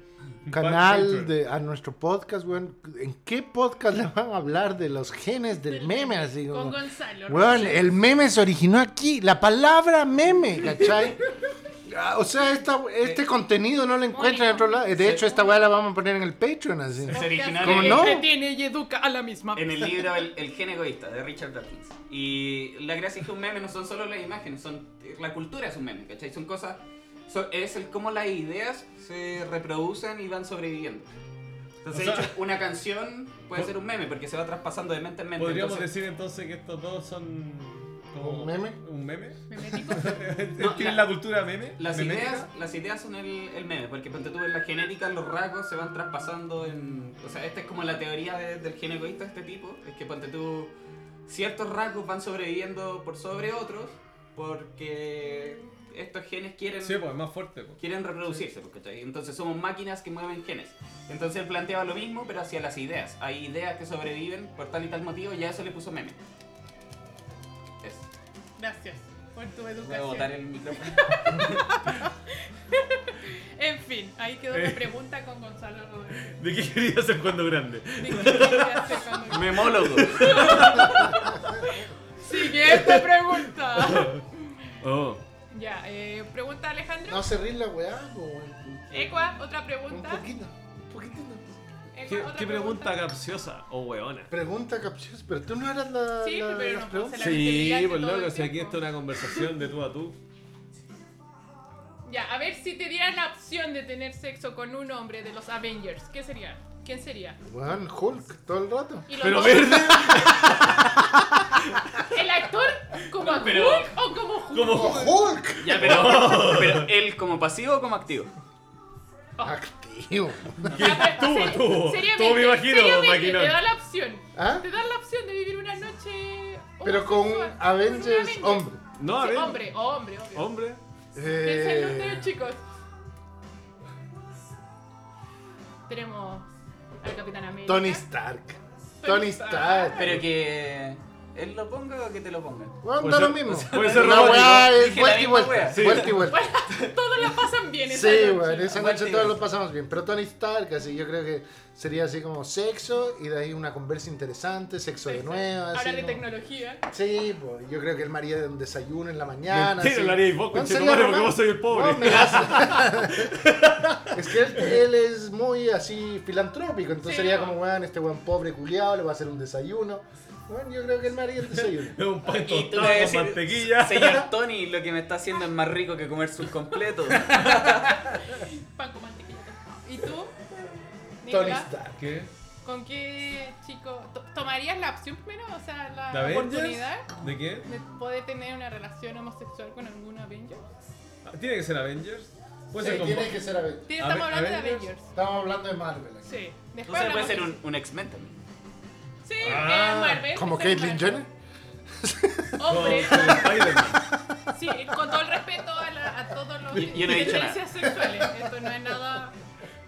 Speaker 2: canal, de, a nuestro podcast, weón. ¿En qué podcast le van a hablar de los genes del meme? Así
Speaker 1: Con
Speaker 2: como,
Speaker 1: Gonzalo.
Speaker 2: weón,
Speaker 1: Rocha.
Speaker 2: el meme se originó aquí, la palabra meme, ¿cachai? Ah, O sea, esta- este contenido no lo encuentran en otro lado. De hecho, esta weá la vamos a poner en el Patreon, así.
Speaker 3: Es original.
Speaker 2: ¿Cómo
Speaker 3: en-
Speaker 2: no?
Speaker 1: Entretiene y educa a la misma
Speaker 3: En el libro el, el gen egoísta de Richard Dawkins. Y la gracia es que un meme no son solo las imágenes, son la cultura es un meme, ¿cachai? Son cosas, so- es el cómo las ideas se reproducen y van sobreviviendo. Entonces,
Speaker 4: O sea-
Speaker 3: de hecho, una canción puede ser un meme porque se va traspasando de mente en mente.
Speaker 4: Podríamos
Speaker 3: Entonces,
Speaker 4: decir entonces que estos dos son como
Speaker 2: ¿Un meme?
Speaker 4: ¿Un meme?
Speaker 1: Memético.
Speaker 4: ¿Tienen la, cultura meme?
Speaker 3: las
Speaker 4: memética?
Speaker 3: ideas, las ideas son el, el meme, porque ponte tú en la genética, los rasgos se van traspasando en... O sea, esta es como la teoría de- del gen egoísta de este tipo, es que ponte tú ciertos rasgos van sobreviviendo por sobre otros, porque estos genes quieren...
Speaker 4: Sí, pues es más fuerte. pues.
Speaker 3: Quieren reproducirse, pues, ¿cachai? Entonces somos máquinas que mueven genes. Entonces él planteaba lo mismo, pero hacia las ideas. Hay ideas que sobreviven por tal y tal motivo, y a eso le puso meme. Eso.
Speaker 1: Gracias por tu
Speaker 3: Voy a
Speaker 1: educación.
Speaker 3: botar el micrófono.
Speaker 1: En fin, ahí quedó
Speaker 3: Eh.
Speaker 1: mi pregunta con Gonzalo Rodríguez.
Speaker 4: ¿De qué querías ser cuando grande?
Speaker 1: Ni que quería hacer cuando-
Speaker 3: Memólogo.
Speaker 1: Siguiente pregunta.
Speaker 4: Oh.
Speaker 1: Ya, eh, pregunta Alejandro.
Speaker 2: No se ríe la weá, po, weón.
Speaker 1: Ecua, otra
Speaker 2: Un
Speaker 1: pregunta.
Speaker 2: poquito, un poquito.
Speaker 1: Es
Speaker 4: ¿Qué,
Speaker 1: otra
Speaker 4: qué pregunta capciosa o weona?
Speaker 2: Pregunta capciosa, pero tú no eras la.
Speaker 1: Sí,
Speaker 2: la-
Speaker 1: pero
Speaker 2: las
Speaker 1: no,
Speaker 2: preguntas.
Speaker 1: se la-
Speaker 4: Sí,
Speaker 1: integridad de
Speaker 4: pues
Speaker 1: todo
Speaker 4: loco,
Speaker 1: el
Speaker 4: si aquí
Speaker 1: tiempo.
Speaker 4: está una conversación de tú a tú.
Speaker 1: Ya, a ver si te dieran la opción de tener sexo con un hombre de los Avengers, ¿qué sería? ¿Quién sería?
Speaker 2: Weón, Hulk, todo el rato.
Speaker 1: Y los
Speaker 4: Pero
Speaker 1: dos-
Speaker 4: verde,
Speaker 1: ¿El actor como Hulk
Speaker 3: pero-
Speaker 1: o como Hulk?
Speaker 4: como.
Speaker 2: ¡Hulk!
Speaker 3: Ya, pero, pero él como pasivo o como activo.
Speaker 2: Activo.
Speaker 1: Ya, pero
Speaker 4: Tú,
Speaker 1: ser-
Speaker 4: tú,
Speaker 1: seriamente,
Speaker 4: tú me imagino,
Speaker 1: seriamente,
Speaker 4: maquinón.
Speaker 1: Te da la opción.
Speaker 2: ¿Ah?
Speaker 1: Te da la opción de vivir una noche.
Speaker 2: Pero con un
Speaker 1: homosexual, con un
Speaker 2: Avengers
Speaker 1: Avenger.
Speaker 2: hombre.
Speaker 4: No, a
Speaker 1: Sí,
Speaker 4: ver.
Speaker 1: hombre, hombre, obvio.
Speaker 4: Ah, Hombre.
Speaker 1: Piénsenlo ustedes,
Speaker 2: Eh,
Speaker 1: chicos. Tenemos al Capitán América.
Speaker 2: Tony Stark. Tony Stark.
Speaker 3: Pero que él lo ponga o que te lo pongan.
Speaker 2: Weón,
Speaker 4: Puede
Speaker 2: da
Speaker 4: ser-
Speaker 2: lo mismo.
Speaker 4: puede ser
Speaker 2: La
Speaker 4: romántico.
Speaker 2: weá es
Speaker 3: Dije la
Speaker 2: vuelta y
Speaker 3: misma
Speaker 2: vuelta.
Speaker 3: weá.
Speaker 4: Sí.
Speaker 2: Vuelta y vuelta.
Speaker 1: Todos la pasan bien esa
Speaker 2: Sí,
Speaker 1: noche.
Speaker 2: weón, esa
Speaker 3: Vuelta
Speaker 2: noche
Speaker 3: y
Speaker 2: todos
Speaker 3: vuelta.
Speaker 2: lo pasamos bien. Pero Tony Stark, así yo creo que sería así como sexo y de ahí una conversa interesante, sexo de nuevo. Así,
Speaker 1: Hablar de
Speaker 2: ¿no?
Speaker 1: tecnología.
Speaker 2: Sí, pues yo creo que él me haría un desayuno en la mañana.
Speaker 4: Mentira,
Speaker 2: así.
Speaker 4: lo haríais vos,
Speaker 2: Weón,
Speaker 4: conchetumare,
Speaker 2: sería
Speaker 4: porque vos sois el pobre.
Speaker 2: Weón, me hace- es que él, él es muy así filantrópico, entonces
Speaker 1: Sí,
Speaker 2: sería
Speaker 1: no.
Speaker 2: como, weón, este weón pobre culiado le va a hacer un desayuno. Bueno, yo creo que él me haría el desayuno.
Speaker 4: Es un pan
Speaker 3: Y tú
Speaker 4: tostado
Speaker 3: le
Speaker 4: con
Speaker 3: decís,
Speaker 4: mantequilla.
Speaker 3: Señor Tony, lo que me está haciendo es más rico que comerse un completo.
Speaker 1: Pan con mantequilla. ¿Y tú?
Speaker 2: Tony
Speaker 1: Nicolás,
Speaker 2: Stark.
Speaker 4: ¿Qué?
Speaker 1: ¿Con qué chico? to- ¿Tomarías la opción primero? O sea, la
Speaker 4: ¿De Avengers?
Speaker 1: oportunidad
Speaker 4: ¿De qué?
Speaker 1: de poder tener una relación homosexual con algún Avenger.
Speaker 4: Ah, ¿Tiene que ser Avengers? Puede
Speaker 2: Sí,
Speaker 4: ser con
Speaker 2: tiene que ser Avengers.
Speaker 1: Sí, estamos
Speaker 4: Ave-
Speaker 1: hablando de
Speaker 4: Avengers.
Speaker 1: Avengers.
Speaker 2: Estamos hablando de Marvel. aquí.
Speaker 1: Sí. Después
Speaker 3: Entonces puede
Speaker 1: hablamos
Speaker 3: ser
Speaker 1: de-
Speaker 3: un, un X-Men también.
Speaker 1: Sí,
Speaker 4: Ah,
Speaker 1: es Marvel.
Speaker 2: Como
Speaker 1: es Marvel.
Speaker 2: Caitlyn Jenner.
Speaker 1: Hombre.
Speaker 4: con- con Spider-Man.
Speaker 1: Sí, con todo el respeto a, la- a todos los
Speaker 3: Yo- yo no he dicho nada.
Speaker 1: diferencias sexuales. Esto no es nada.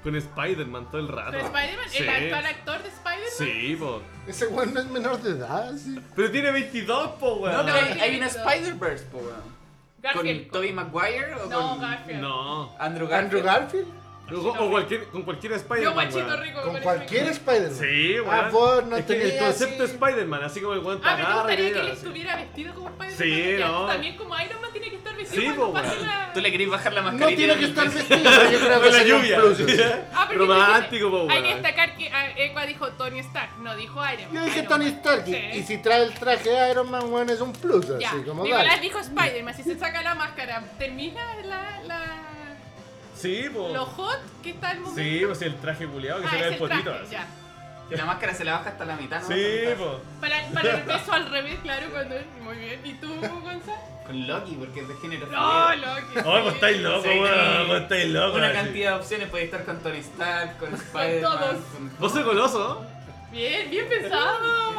Speaker 4: Con Spider-Man todo el rato.
Speaker 1: Pero Spider-Man,
Speaker 4: Ah, Sí.
Speaker 1: el actual actor de Spider-Man.
Speaker 4: Sí, po.
Speaker 2: Ese weón no es menor de edad, sí.
Speaker 4: Pero tiene 22, po,
Speaker 3: No,
Speaker 4: weón.
Speaker 3: pero hay, hay una
Speaker 1: sí.
Speaker 3: Spider-Verse, po, weón. ¿Con
Speaker 1: Garfield.
Speaker 3: Tobey Maguire o
Speaker 1: No,
Speaker 3: con
Speaker 1: Garfield.
Speaker 4: No.
Speaker 3: Andrew Garfield?
Speaker 2: Andrew Garfield.
Speaker 4: O, o cualquier, con cualquier
Speaker 1: Yo,
Speaker 4: Spider-Man.
Speaker 1: guachito
Speaker 4: weón.
Speaker 1: rico.
Speaker 2: Con
Speaker 1: me parece
Speaker 2: cualquier
Speaker 1: que-
Speaker 2: Spider-Man.
Speaker 4: Sí, weón.
Speaker 2: Ah, vos no
Speaker 4: es que el
Speaker 2: tenías,
Speaker 4: concepto
Speaker 2: sí.
Speaker 4: Spider-Man, así como el weón te
Speaker 1: Ah, me
Speaker 4: agarra y
Speaker 1: gustaría
Speaker 4: te
Speaker 1: que él
Speaker 4: lleva, así.
Speaker 1: estuviera vestido como Spider-Man.
Speaker 4: Sí,
Speaker 1: Ya,
Speaker 4: no.
Speaker 1: También como Iron Man tiene que estar vestido
Speaker 4: Sí,
Speaker 1: cuando
Speaker 4: po,
Speaker 1: pase
Speaker 4: weón.
Speaker 1: la...
Speaker 3: ¿Tú le querés bajar la
Speaker 2: No
Speaker 3: mascarilla?
Speaker 2: tiene que
Speaker 3: y-
Speaker 2: estar vestido, pero yo creo que
Speaker 4: Con la
Speaker 2: sería un
Speaker 4: lluvia.
Speaker 2: plus, sí.
Speaker 1: Ah, pero
Speaker 4: Romántico, po,
Speaker 1: dije- Hay que
Speaker 4: weón.
Speaker 1: destacar que ah, Equa dijo Tony Stark, no dijo Iron Man.
Speaker 2: Yo dije
Speaker 1: Iron
Speaker 2: Tony
Speaker 1: Man.
Speaker 2: Stark y,
Speaker 1: Sí.
Speaker 2: y si trae el traje de Iron Man, weón, es un plus, así
Speaker 1: Ya,
Speaker 2: como
Speaker 1: Nicolás
Speaker 2: dale.
Speaker 1: dijo Spider-Man, si se saca la máscara, termina la, la,
Speaker 4: Sí, po.
Speaker 1: lo hot que está el momento.
Speaker 4: Oh. Sí, pues el traje culiado que
Speaker 1: ah,
Speaker 4: se
Speaker 1: es
Speaker 4: ve el
Speaker 1: el traje,
Speaker 4: potito. así.
Speaker 1: ya.
Speaker 3: La máscara se la baja hasta la mitad, ¿no?
Speaker 4: Sí, po.
Speaker 1: Para, para el beso al revés, claro, cuando muy bien. ¿Y tú, Gonzalo?
Speaker 3: Con Loki, porque es de género
Speaker 1: No,
Speaker 3: fluido.
Speaker 1: Loki.
Speaker 4: Ay, vos Oh, pues estáis locos,
Speaker 3: Sí,
Speaker 4: weón.
Speaker 3: tenéis
Speaker 4: Vos estáis locos.
Speaker 3: Una
Speaker 4: así.
Speaker 3: cantidad de opciones, podéis estar con Tony Stark, con Spider-Man,
Speaker 1: todos.
Speaker 3: con...
Speaker 4: Vos sos goloso,
Speaker 1: Bien, bien pensado,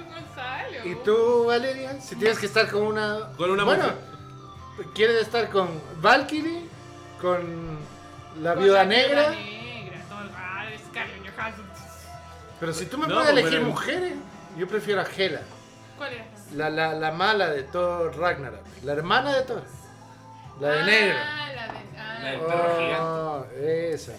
Speaker 1: Gonzalo.
Speaker 2: ¿Y tú, Valeria? Si tienes que estar con una.
Speaker 4: Con una
Speaker 2: bueno,
Speaker 4: mujer.
Speaker 2: ¿Quieres estar con Valkyrie? ¿Con la
Speaker 1: Con
Speaker 2: viuda
Speaker 1: la
Speaker 2: negra?
Speaker 1: negra, todo el ah, Scarlett Johansson.
Speaker 2: Pero si tú me
Speaker 4: No,
Speaker 2: puedes
Speaker 4: pero-
Speaker 2: elegir mujeres, yo prefiero a Hela.
Speaker 1: ¿Cuál era?
Speaker 2: La, la, la mala de Thor Ragnarok. La hermana de Thor. La de
Speaker 1: ah,
Speaker 2: negra.
Speaker 1: La de, ah,
Speaker 3: La del perro
Speaker 2: Oh, esa.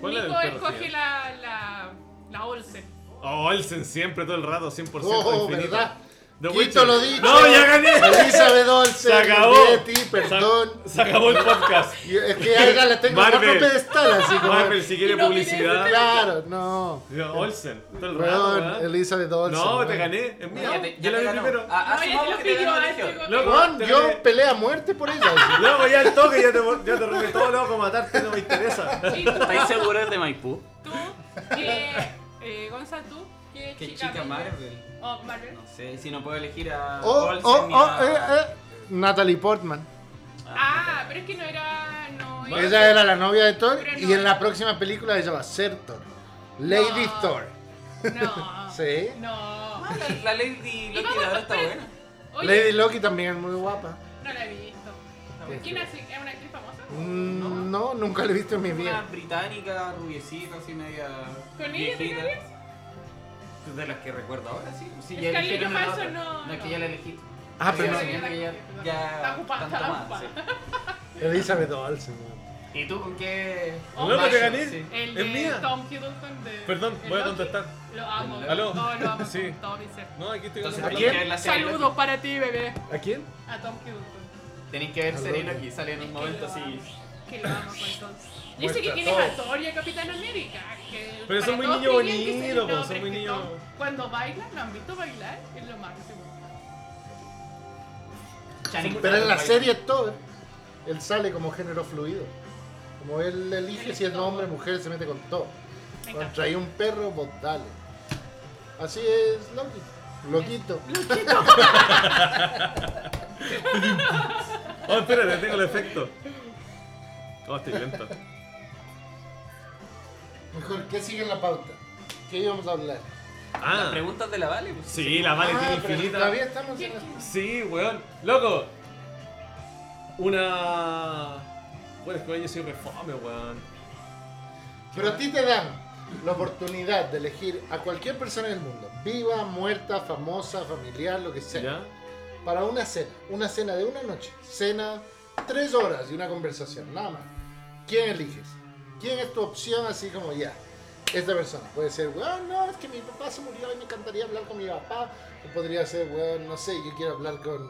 Speaker 4: ¿Cuál es el
Speaker 1: Nico
Speaker 4: perro
Speaker 1: escoge
Speaker 4: gigante?
Speaker 1: la, la, la Olsen.
Speaker 4: Oh, Olsen siempre, todo el rato, 100%
Speaker 2: Oh,
Speaker 4: infinito.
Speaker 2: ¿verdad?
Speaker 4: The
Speaker 2: Quito
Speaker 4: Witcher.
Speaker 2: lo dicho.
Speaker 4: No, ya gané.
Speaker 2: Elizabeth Olsen,
Speaker 4: Se acabó.
Speaker 2: de ti, perdón.
Speaker 4: Se, se acabó el podcast.
Speaker 2: Yo- es que ahí ya la tengo en cuatro
Speaker 4: Marvel.
Speaker 2: pedestal, así como.
Speaker 4: Marvel, si quiere
Speaker 1: Y no
Speaker 4: publicidad.
Speaker 2: Claro, no.
Speaker 4: Digo, Olsen, todo el rato.
Speaker 2: Perdón,
Speaker 4: ¿verdad?
Speaker 2: Elizabeth Olsen.
Speaker 4: No, te
Speaker 2: weón.
Speaker 4: gané. Es
Speaker 3: No,
Speaker 4: mío.
Speaker 3: ya te- ya
Speaker 4: Yo la
Speaker 3: te
Speaker 4: vi
Speaker 3: ganó.
Speaker 4: primero.
Speaker 3: Ah,
Speaker 1: No, ya
Speaker 3: asumamos
Speaker 1: te
Speaker 3: que te
Speaker 1: lo
Speaker 3: ganó
Speaker 1: pidió,
Speaker 3: Eligio.
Speaker 1: ah, este
Speaker 4: Loco,
Speaker 2: Weón,
Speaker 4: te gané.
Speaker 2: yo peleé a muerte por ella. así.
Speaker 4: Luego ya al toque, ya te, ya te robé todo loco, matarte no me interesa.
Speaker 1: ¿Y tú?
Speaker 3: ¿Estáis seguros de Maipú?
Speaker 1: ¿Tú? ¿Qué, eh, Gonza, tú? ¿Qué,
Speaker 3: Qué chica Marvel.
Speaker 1: Oh, Marvel.
Speaker 3: No sé, si no puedo elegir a
Speaker 2: Oh,
Speaker 3: Olsen
Speaker 2: oh,
Speaker 3: ni
Speaker 2: oh, eh,
Speaker 3: a-
Speaker 2: eh. Natalie Portman.
Speaker 1: Ah, pero es que no era... No era...
Speaker 2: Ella era la novia de Thor
Speaker 1: Pero no
Speaker 2: y en la
Speaker 1: era.
Speaker 2: próxima película ella va a ser Thor. Lady
Speaker 1: No.
Speaker 2: Thor.
Speaker 1: No.
Speaker 2: Sí.
Speaker 1: No.
Speaker 3: Ah, la- La Lady
Speaker 1: Y
Speaker 3: Loki
Speaker 1: vamos
Speaker 3: de ahora
Speaker 1: a
Speaker 3: está
Speaker 1: sorpresa.
Speaker 3: buena.
Speaker 1: Oye,
Speaker 2: Lady Loki también es muy guapa.
Speaker 1: No la he visto. ¿Quién hace? ¿Es una actriz famosa?
Speaker 2: Mm, No, nunca la he visto en mi
Speaker 3: Una
Speaker 2: vida.
Speaker 3: británica, rubiecita, así media.
Speaker 1: ¿Con ella te
Speaker 3: viejita.
Speaker 1: caerías?
Speaker 3: De las que recuerdo ahora, sí. sí
Speaker 1: Es que a
Speaker 3: eligieron a la
Speaker 1: Johansson
Speaker 3: otra.
Speaker 1: no-
Speaker 3: No, es
Speaker 1: no.
Speaker 3: que ya la elegí.
Speaker 2: Ah, pero
Speaker 3: Ya
Speaker 2: no.
Speaker 3: sé que ya- ya
Speaker 1: Está ocupada,
Speaker 3: están
Speaker 1: está
Speaker 3: tomadas,
Speaker 1: ocupada.
Speaker 2: Elizabeth Olsen.
Speaker 3: sí. ¿Y tú con qué?
Speaker 1: Oh,
Speaker 4: Loco, te
Speaker 1: macho,
Speaker 4: gané.
Speaker 3: Sí.
Speaker 1: El
Speaker 4: Es
Speaker 1: de
Speaker 4: mía.
Speaker 1: Tom Hiddleston de...
Speaker 4: Perdón,
Speaker 1: el
Speaker 4: voy a
Speaker 1: Loki.
Speaker 4: contestar.
Speaker 1: Lo amo.
Speaker 4: Aló.
Speaker 1: No, lo amo.
Speaker 4: Sí.
Speaker 1: Todo mi ser.
Speaker 4: No, aquí estoy
Speaker 3: Entonces,
Speaker 4: ganando.
Speaker 3: tenéis que ver la serie Loki.
Speaker 1: Saludos para ti, bebé.
Speaker 2: ¿A quién?
Speaker 1: A Tom Hiddleston.
Speaker 3: Tenéis que ver
Speaker 2: Aló.
Speaker 3: Serena que sale en
Speaker 1: Es
Speaker 3: un
Speaker 1: que
Speaker 3: momento
Speaker 1: lo
Speaker 3: así.
Speaker 1: amo. que lo amo con todo. Yo sé que tienes a Thor y a Capitán América. Que
Speaker 4: Pero
Speaker 1: para
Speaker 4: son muy
Speaker 1: todos
Speaker 4: niños
Speaker 1: dirían que sí,
Speaker 4: bonitos,
Speaker 1: no,
Speaker 4: po, son
Speaker 1: pero es
Speaker 4: muy
Speaker 1: que
Speaker 4: niños-
Speaker 1: Thor, Cuando bailan, lo han visto bailar, es lo máximo.
Speaker 3: Channing
Speaker 2: Pero en la
Speaker 3: Tatum,
Speaker 2: serie todo, ¿eh? él sale como género fluido. Como él elige si es hombre o mujer, se mete con todo.
Speaker 1: Me encanta.
Speaker 2: Contraí un perro, vos dale. Así es Loki. Loquito.
Speaker 4: Oh, espérate, tengo el efecto. Oh, estoy lento.
Speaker 2: Mejor, ¿qué sigue en la pauta? ¿Qué íbamos a hablar?
Speaker 3: Las
Speaker 4: Ah,
Speaker 3: preguntas de la Vale. pues.
Speaker 4: sí, la vale
Speaker 2: Ah,
Speaker 4: tiene
Speaker 2: pero
Speaker 4: infinita.
Speaker 2: Todavía estamos en la...
Speaker 4: Sí, weón. Loco. Una. Bueno, es que yo soy refome, weón.
Speaker 2: Pero a ti te dan la oportunidad de elegir a cualquier persona en el mundo, viva, muerta, famosa, familiar, lo que sea,
Speaker 4: ¿Ya?
Speaker 2: para una cena, una cena de una noche, cena tres horas y una conversación, nada más. ¿Quién eliges? ¿Quién es tu opción así como ya? Esta persona puede ser, weón, no, es que mi papá se murió y me encantaría hablar con mi papá. O podría ser, weón, no sé, yo quiero hablar con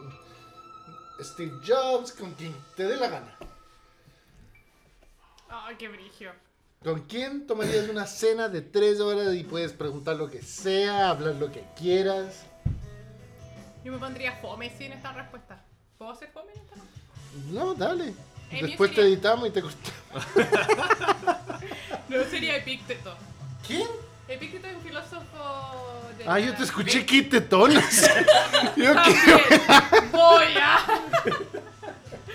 Speaker 2: Steve Jobs, con quien te dé la gana.
Speaker 1: Ay, qué brigio.
Speaker 2: ¿Con quién tomarías una cena de tres horas y puedes preguntar lo que sea, hablar lo que quieras?
Speaker 1: Yo me pondría fome sin esta respuesta. ¿Puedo ser fome en esta respuesta?
Speaker 2: No, dale.
Speaker 1: El
Speaker 2: Después
Speaker 1: mío
Speaker 2: te
Speaker 1: sería-
Speaker 2: editamos y te gusta.
Speaker 1: No, sería Epícteto.
Speaker 2: ¿Quién?
Speaker 1: Epícteto es un filósofo de.
Speaker 2: Ah, yo
Speaker 1: la-
Speaker 2: te escuché quitetones. yo que...
Speaker 1: También. Voy a.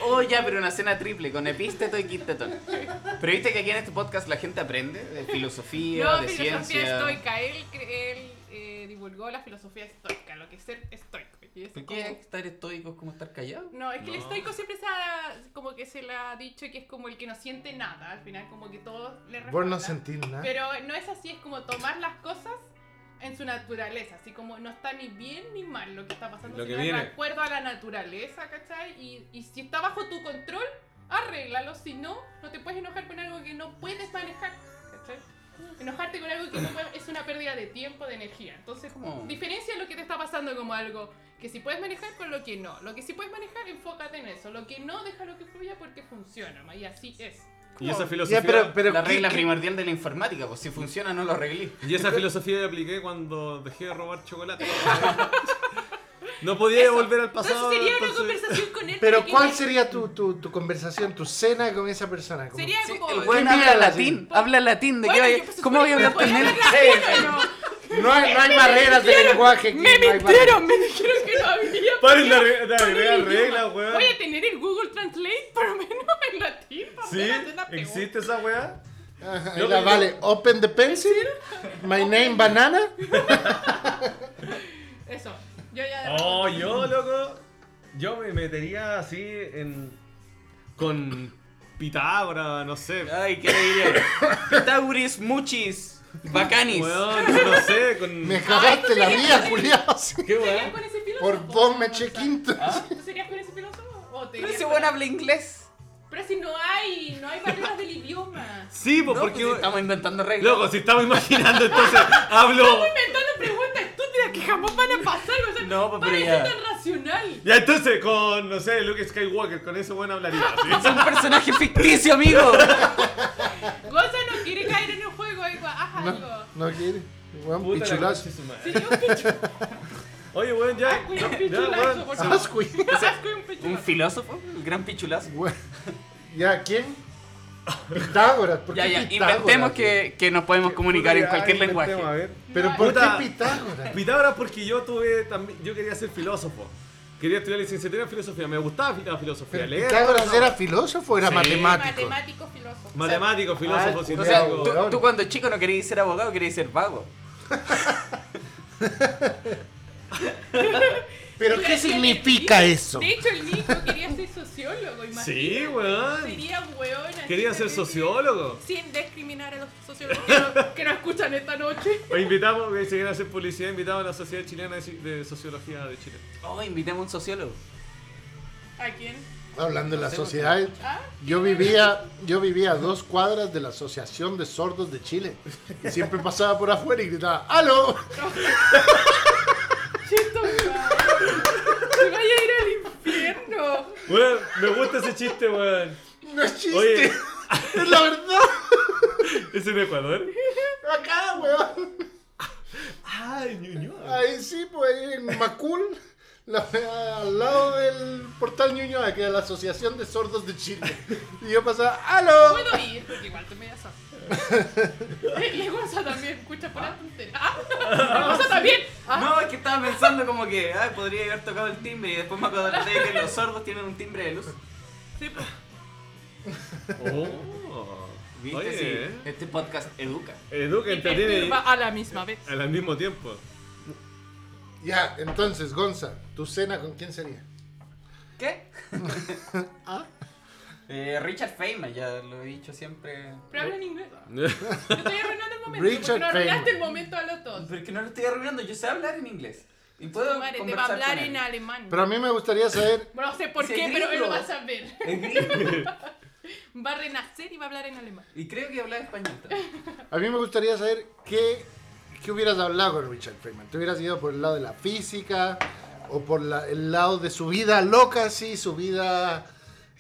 Speaker 3: Oh, ya, pero una cena triple con epísteto y quintetón. Pero viste que aquí en este podcast la gente aprende de filosofía,
Speaker 1: No,
Speaker 3: de
Speaker 1: filosofía
Speaker 3: ciencia.
Speaker 1: estoica. Él, cre- él eh, divulgó la filosofía estoica, lo que es ser estoico. Y es
Speaker 3: ¿Por
Speaker 1: como-
Speaker 3: qué estar estoico es como estar callado?
Speaker 1: No, es que el
Speaker 4: No.
Speaker 1: estoico siempre se ha, como que se le ha dicho que es como el que no siente nada, al final como que todo le responde.
Speaker 2: Vos no sentís nada.
Speaker 1: Pero no es así, es como tomar las cosas en su naturaleza, así como no está ni bien ni mal lo que está pasando,
Speaker 4: Lo que
Speaker 1: sino
Speaker 4: viene.
Speaker 1: de acuerdo a la naturaleza, ¿cachai? Y, y si está bajo tu control, arréglalo, si no, no te puedes enojar con algo que no puedes manejar, ¿cachai? Enojarte con algo que no puedes es una pérdida de tiempo, de energía. Entonces,
Speaker 3: Como-
Speaker 1: diferencia lo que te está pasando como algo que si puedes manejar con lo que no. Lo que sí puedes manejar, enfócate en eso. Lo que no, déjalo que fluya porque funciona, ma, y así es.
Speaker 4: Y esa filosofía.
Speaker 2: Ya, pero, pero
Speaker 3: la
Speaker 2: ¿qué-
Speaker 3: regla
Speaker 2: qué-
Speaker 3: primordial de la informática, pues si funciona no lo arreglé.
Speaker 4: Y esa filosofía la apliqué cuando dejé de robar chocolate. No podía
Speaker 1: Eso.
Speaker 4: volver al pasado.
Speaker 1: entonces sería
Speaker 4: entonces-
Speaker 1: una conversación con él.
Speaker 2: Pero
Speaker 1: porque
Speaker 2: ¿cuál
Speaker 1: él-
Speaker 2: sería tu, tu, tu conversación, tu cena con esa persona? Como-
Speaker 1: Sería
Speaker 3: Sí,
Speaker 1: como...
Speaker 3: el
Speaker 2: güey
Speaker 3: buen
Speaker 2: ¿Qué
Speaker 3: habla
Speaker 2: piensas?
Speaker 3: latín, habla latín, ¿de qué
Speaker 1: Bueno,
Speaker 3: vaya-
Speaker 1: yo, pues,
Speaker 3: ¿Cómo voy a hablar con
Speaker 1: ¿puedo
Speaker 3: él?
Speaker 1: hablar latín o no?
Speaker 2: No hay, no hay barreras de lenguaje. aquí, no
Speaker 1: Me
Speaker 2: hay
Speaker 1: mintieron,
Speaker 2: barreras.
Speaker 1: me dijeron que no había.
Speaker 4: Paren de
Speaker 1: porque-
Speaker 4: arre- de
Speaker 1: con un
Speaker 4: agregar
Speaker 1: idioma.
Speaker 4: reglas, weón.
Speaker 1: Voy a tener el Google Translate, por lo menos en latín. para
Speaker 4: ¿Sí?
Speaker 1: poder hacer la pregunta.
Speaker 4: ¿Existe esa weá?
Speaker 2: Ajá, ahí
Speaker 4: Yo-
Speaker 2: la
Speaker 4: yo-
Speaker 2: vale. Open the pencil. My name banana.
Speaker 1: Eso, yo ya.
Speaker 4: Oh, yo, loco. Yo me metería así en. con Pitágoras, no sé.
Speaker 3: Ay, qué alegría. Pitauris muchis bacanis.
Speaker 4: Weón, no sé, con.
Speaker 2: Me acabaste
Speaker 1: Ay,
Speaker 2: la
Speaker 1: sería-
Speaker 2: vida, Julián. sí.
Speaker 4: ¿Qué
Speaker 1: ¿Serías
Speaker 4: weá?
Speaker 1: con ese filósofo?
Speaker 2: Por vos me eché
Speaker 1: Gonzalo?
Speaker 2: quinto.
Speaker 1: ¿Tú serías con ese filósofo? ¿O te
Speaker 3: Pero
Speaker 1: irías
Speaker 3: ese
Speaker 1: con-
Speaker 3: buen habla inglés.
Speaker 1: Pero si no hay, no hay barreras del idioma.
Speaker 4: Sí, pues
Speaker 3: No,
Speaker 4: porque.
Speaker 3: pues, si estamos inventando reglas.
Speaker 4: Loco, si estamos imaginando, entonces hablo.
Speaker 1: Estamos inventando preguntas estúpidas que jamás van a pasar. O sea,
Speaker 3: No, pues, pero
Speaker 1: parece
Speaker 3: ya.
Speaker 1: tan racional.
Speaker 4: Ya entonces con, no sé, Luke Skywalker, con ese buen hablaría.
Speaker 3: Es un personaje ficticio, amigo.
Speaker 1: Goza no quiere caer en el juego, eh, Ajá,
Speaker 2: No,
Speaker 1: algo.
Speaker 2: no quiere. Weón, pichulazo.
Speaker 1: Sí, un pichulazo.
Speaker 4: Oye, weón, ya.
Speaker 1: Asco y
Speaker 4: ya,
Speaker 1: un Ah, pichulazo,
Speaker 4: weón.
Speaker 1: por favor.
Speaker 2: Asco, y-
Speaker 1: Asco y un
Speaker 3: Un
Speaker 1: pichulazo.
Speaker 3: filósofo, el gran pichulazo.
Speaker 2: Bueno, ¿Ya quién? Pitágoras, ¿por qué
Speaker 3: Ya, ya,
Speaker 2: Pitágoras?
Speaker 3: inventemos que, que nos podemos comunicar en
Speaker 4: Ya,
Speaker 3: cualquier
Speaker 4: inventemos,
Speaker 3: lenguaje.
Speaker 4: a ver.
Speaker 2: ¿Pero
Speaker 1: No,
Speaker 2: por
Speaker 4: puta.
Speaker 2: qué Pitágoras?
Speaker 4: Pitágoras porque yo tuve también, yo quería ser filósofo. Quería estudiar licenciatura en filosofía, me gustaba la filosofía,
Speaker 2: Pero
Speaker 4: leer.
Speaker 2: ¿Pitágoras
Speaker 4: todo.
Speaker 2: era filósofo o era
Speaker 4: Sí.
Speaker 2: matemático?
Speaker 1: Matemático, filósofo.
Speaker 4: Matemático, filósofo,
Speaker 2: Ah,
Speaker 3: O sea,
Speaker 4: científico.
Speaker 3: tú,
Speaker 2: Weón.
Speaker 3: tú cuando chico no querías ser abogado, querías ser vago.
Speaker 2: ¿Pero
Speaker 1: Mira,
Speaker 2: qué
Speaker 1: si el
Speaker 2: significa
Speaker 1: Nico-
Speaker 2: eso?
Speaker 1: De hecho, el Nico quería ser sociólogo, imagínate.
Speaker 4: Sí, weón.
Speaker 1: Sería weón. así
Speaker 4: Quería
Speaker 1: de-
Speaker 4: ser sociólogo.
Speaker 1: Sin discriminar a los sociólogos que no, que no escuchan esta noche.
Speaker 4: O invitamos, si quieren hacer publicidad, invitamos a la Sociedad Chilena de Ci- de Sociología de Chile.
Speaker 3: Oh, invitemos a un sociólogo.
Speaker 1: ¿A quién?
Speaker 2: Hablando de las
Speaker 3: No sé,
Speaker 2: sociedades,
Speaker 1: ¿Ah?
Speaker 2: yo vivía, yo vivía a dos cuadras de la Asociación de Sordos de Chile. Y siempre pasaba por afuera y gritaba, ¡Aló!
Speaker 1: Chito, weón. Te vaya a ir al infierno.
Speaker 4: Weón, me gusta ese chiste, weón.
Speaker 2: No es chiste,
Speaker 4: Oye,
Speaker 2: es la verdad.
Speaker 4: ¿es en Ecuador?
Speaker 2: Acá, weón.
Speaker 4: Ah, en Ñuñoa.
Speaker 2: Ahí sí, pues ahí en Macul, la wea al lado del portal Ñuñoa, que es la Asociación de Sordos de Chile. Y yo pasaba, ¡Aló!
Speaker 1: Puedo ir, porque igual tú me das Le gusta también, escucha por la tontera. Ah, le gusta también. Ah,
Speaker 3: No, es que estaba pensando como que ay, podría haber tocado el timbre y después me acordé de que los sordos tienen un timbre de luz.
Speaker 1: sí, pues.
Speaker 4: Oh.
Speaker 3: ¿Viste?
Speaker 4: Oye,
Speaker 3: Sí,
Speaker 4: eh.
Speaker 3: Este podcast educa.
Speaker 4: Educa,
Speaker 1: Y te
Speaker 4: entretiene y-
Speaker 1: perturba Este, a la misma vez.
Speaker 4: al mismo tiempo.
Speaker 2: Ya, entonces, Gonza, ¿tu cena con quién sería?
Speaker 3: ¿Qué? Ah. Eh, Richard Feynman, ya lo he dicho siempre.
Speaker 1: Pero habla en inglés. Yo estoy arruinando el momento.
Speaker 2: Richard
Speaker 1: porque no arruinaste
Speaker 2: Feynman.
Speaker 1: el momento a los dos.
Speaker 3: Pero es que no lo estoy arruinando, yo sé hablar en inglés. Y puedo
Speaker 1: Madre, te va a
Speaker 3: conversar
Speaker 1: hablar
Speaker 3: con él.
Speaker 1: en alemán.
Speaker 2: Pero a mí me gustaría saber,
Speaker 1: Bueno, no sé por
Speaker 3: Ese
Speaker 1: qué, pero él lo
Speaker 3: gringo.
Speaker 1: va a saber.
Speaker 3: Es gringo.
Speaker 1: Va a renacer y va a hablar en alemán.
Speaker 3: Y creo que habla español también.
Speaker 2: a mí me gustaría saber qué, qué hubieras hablado con Richard Feynman. ¿Te hubieras ido por el lado de la física o por la- el lado de su vida loca, sí, su vida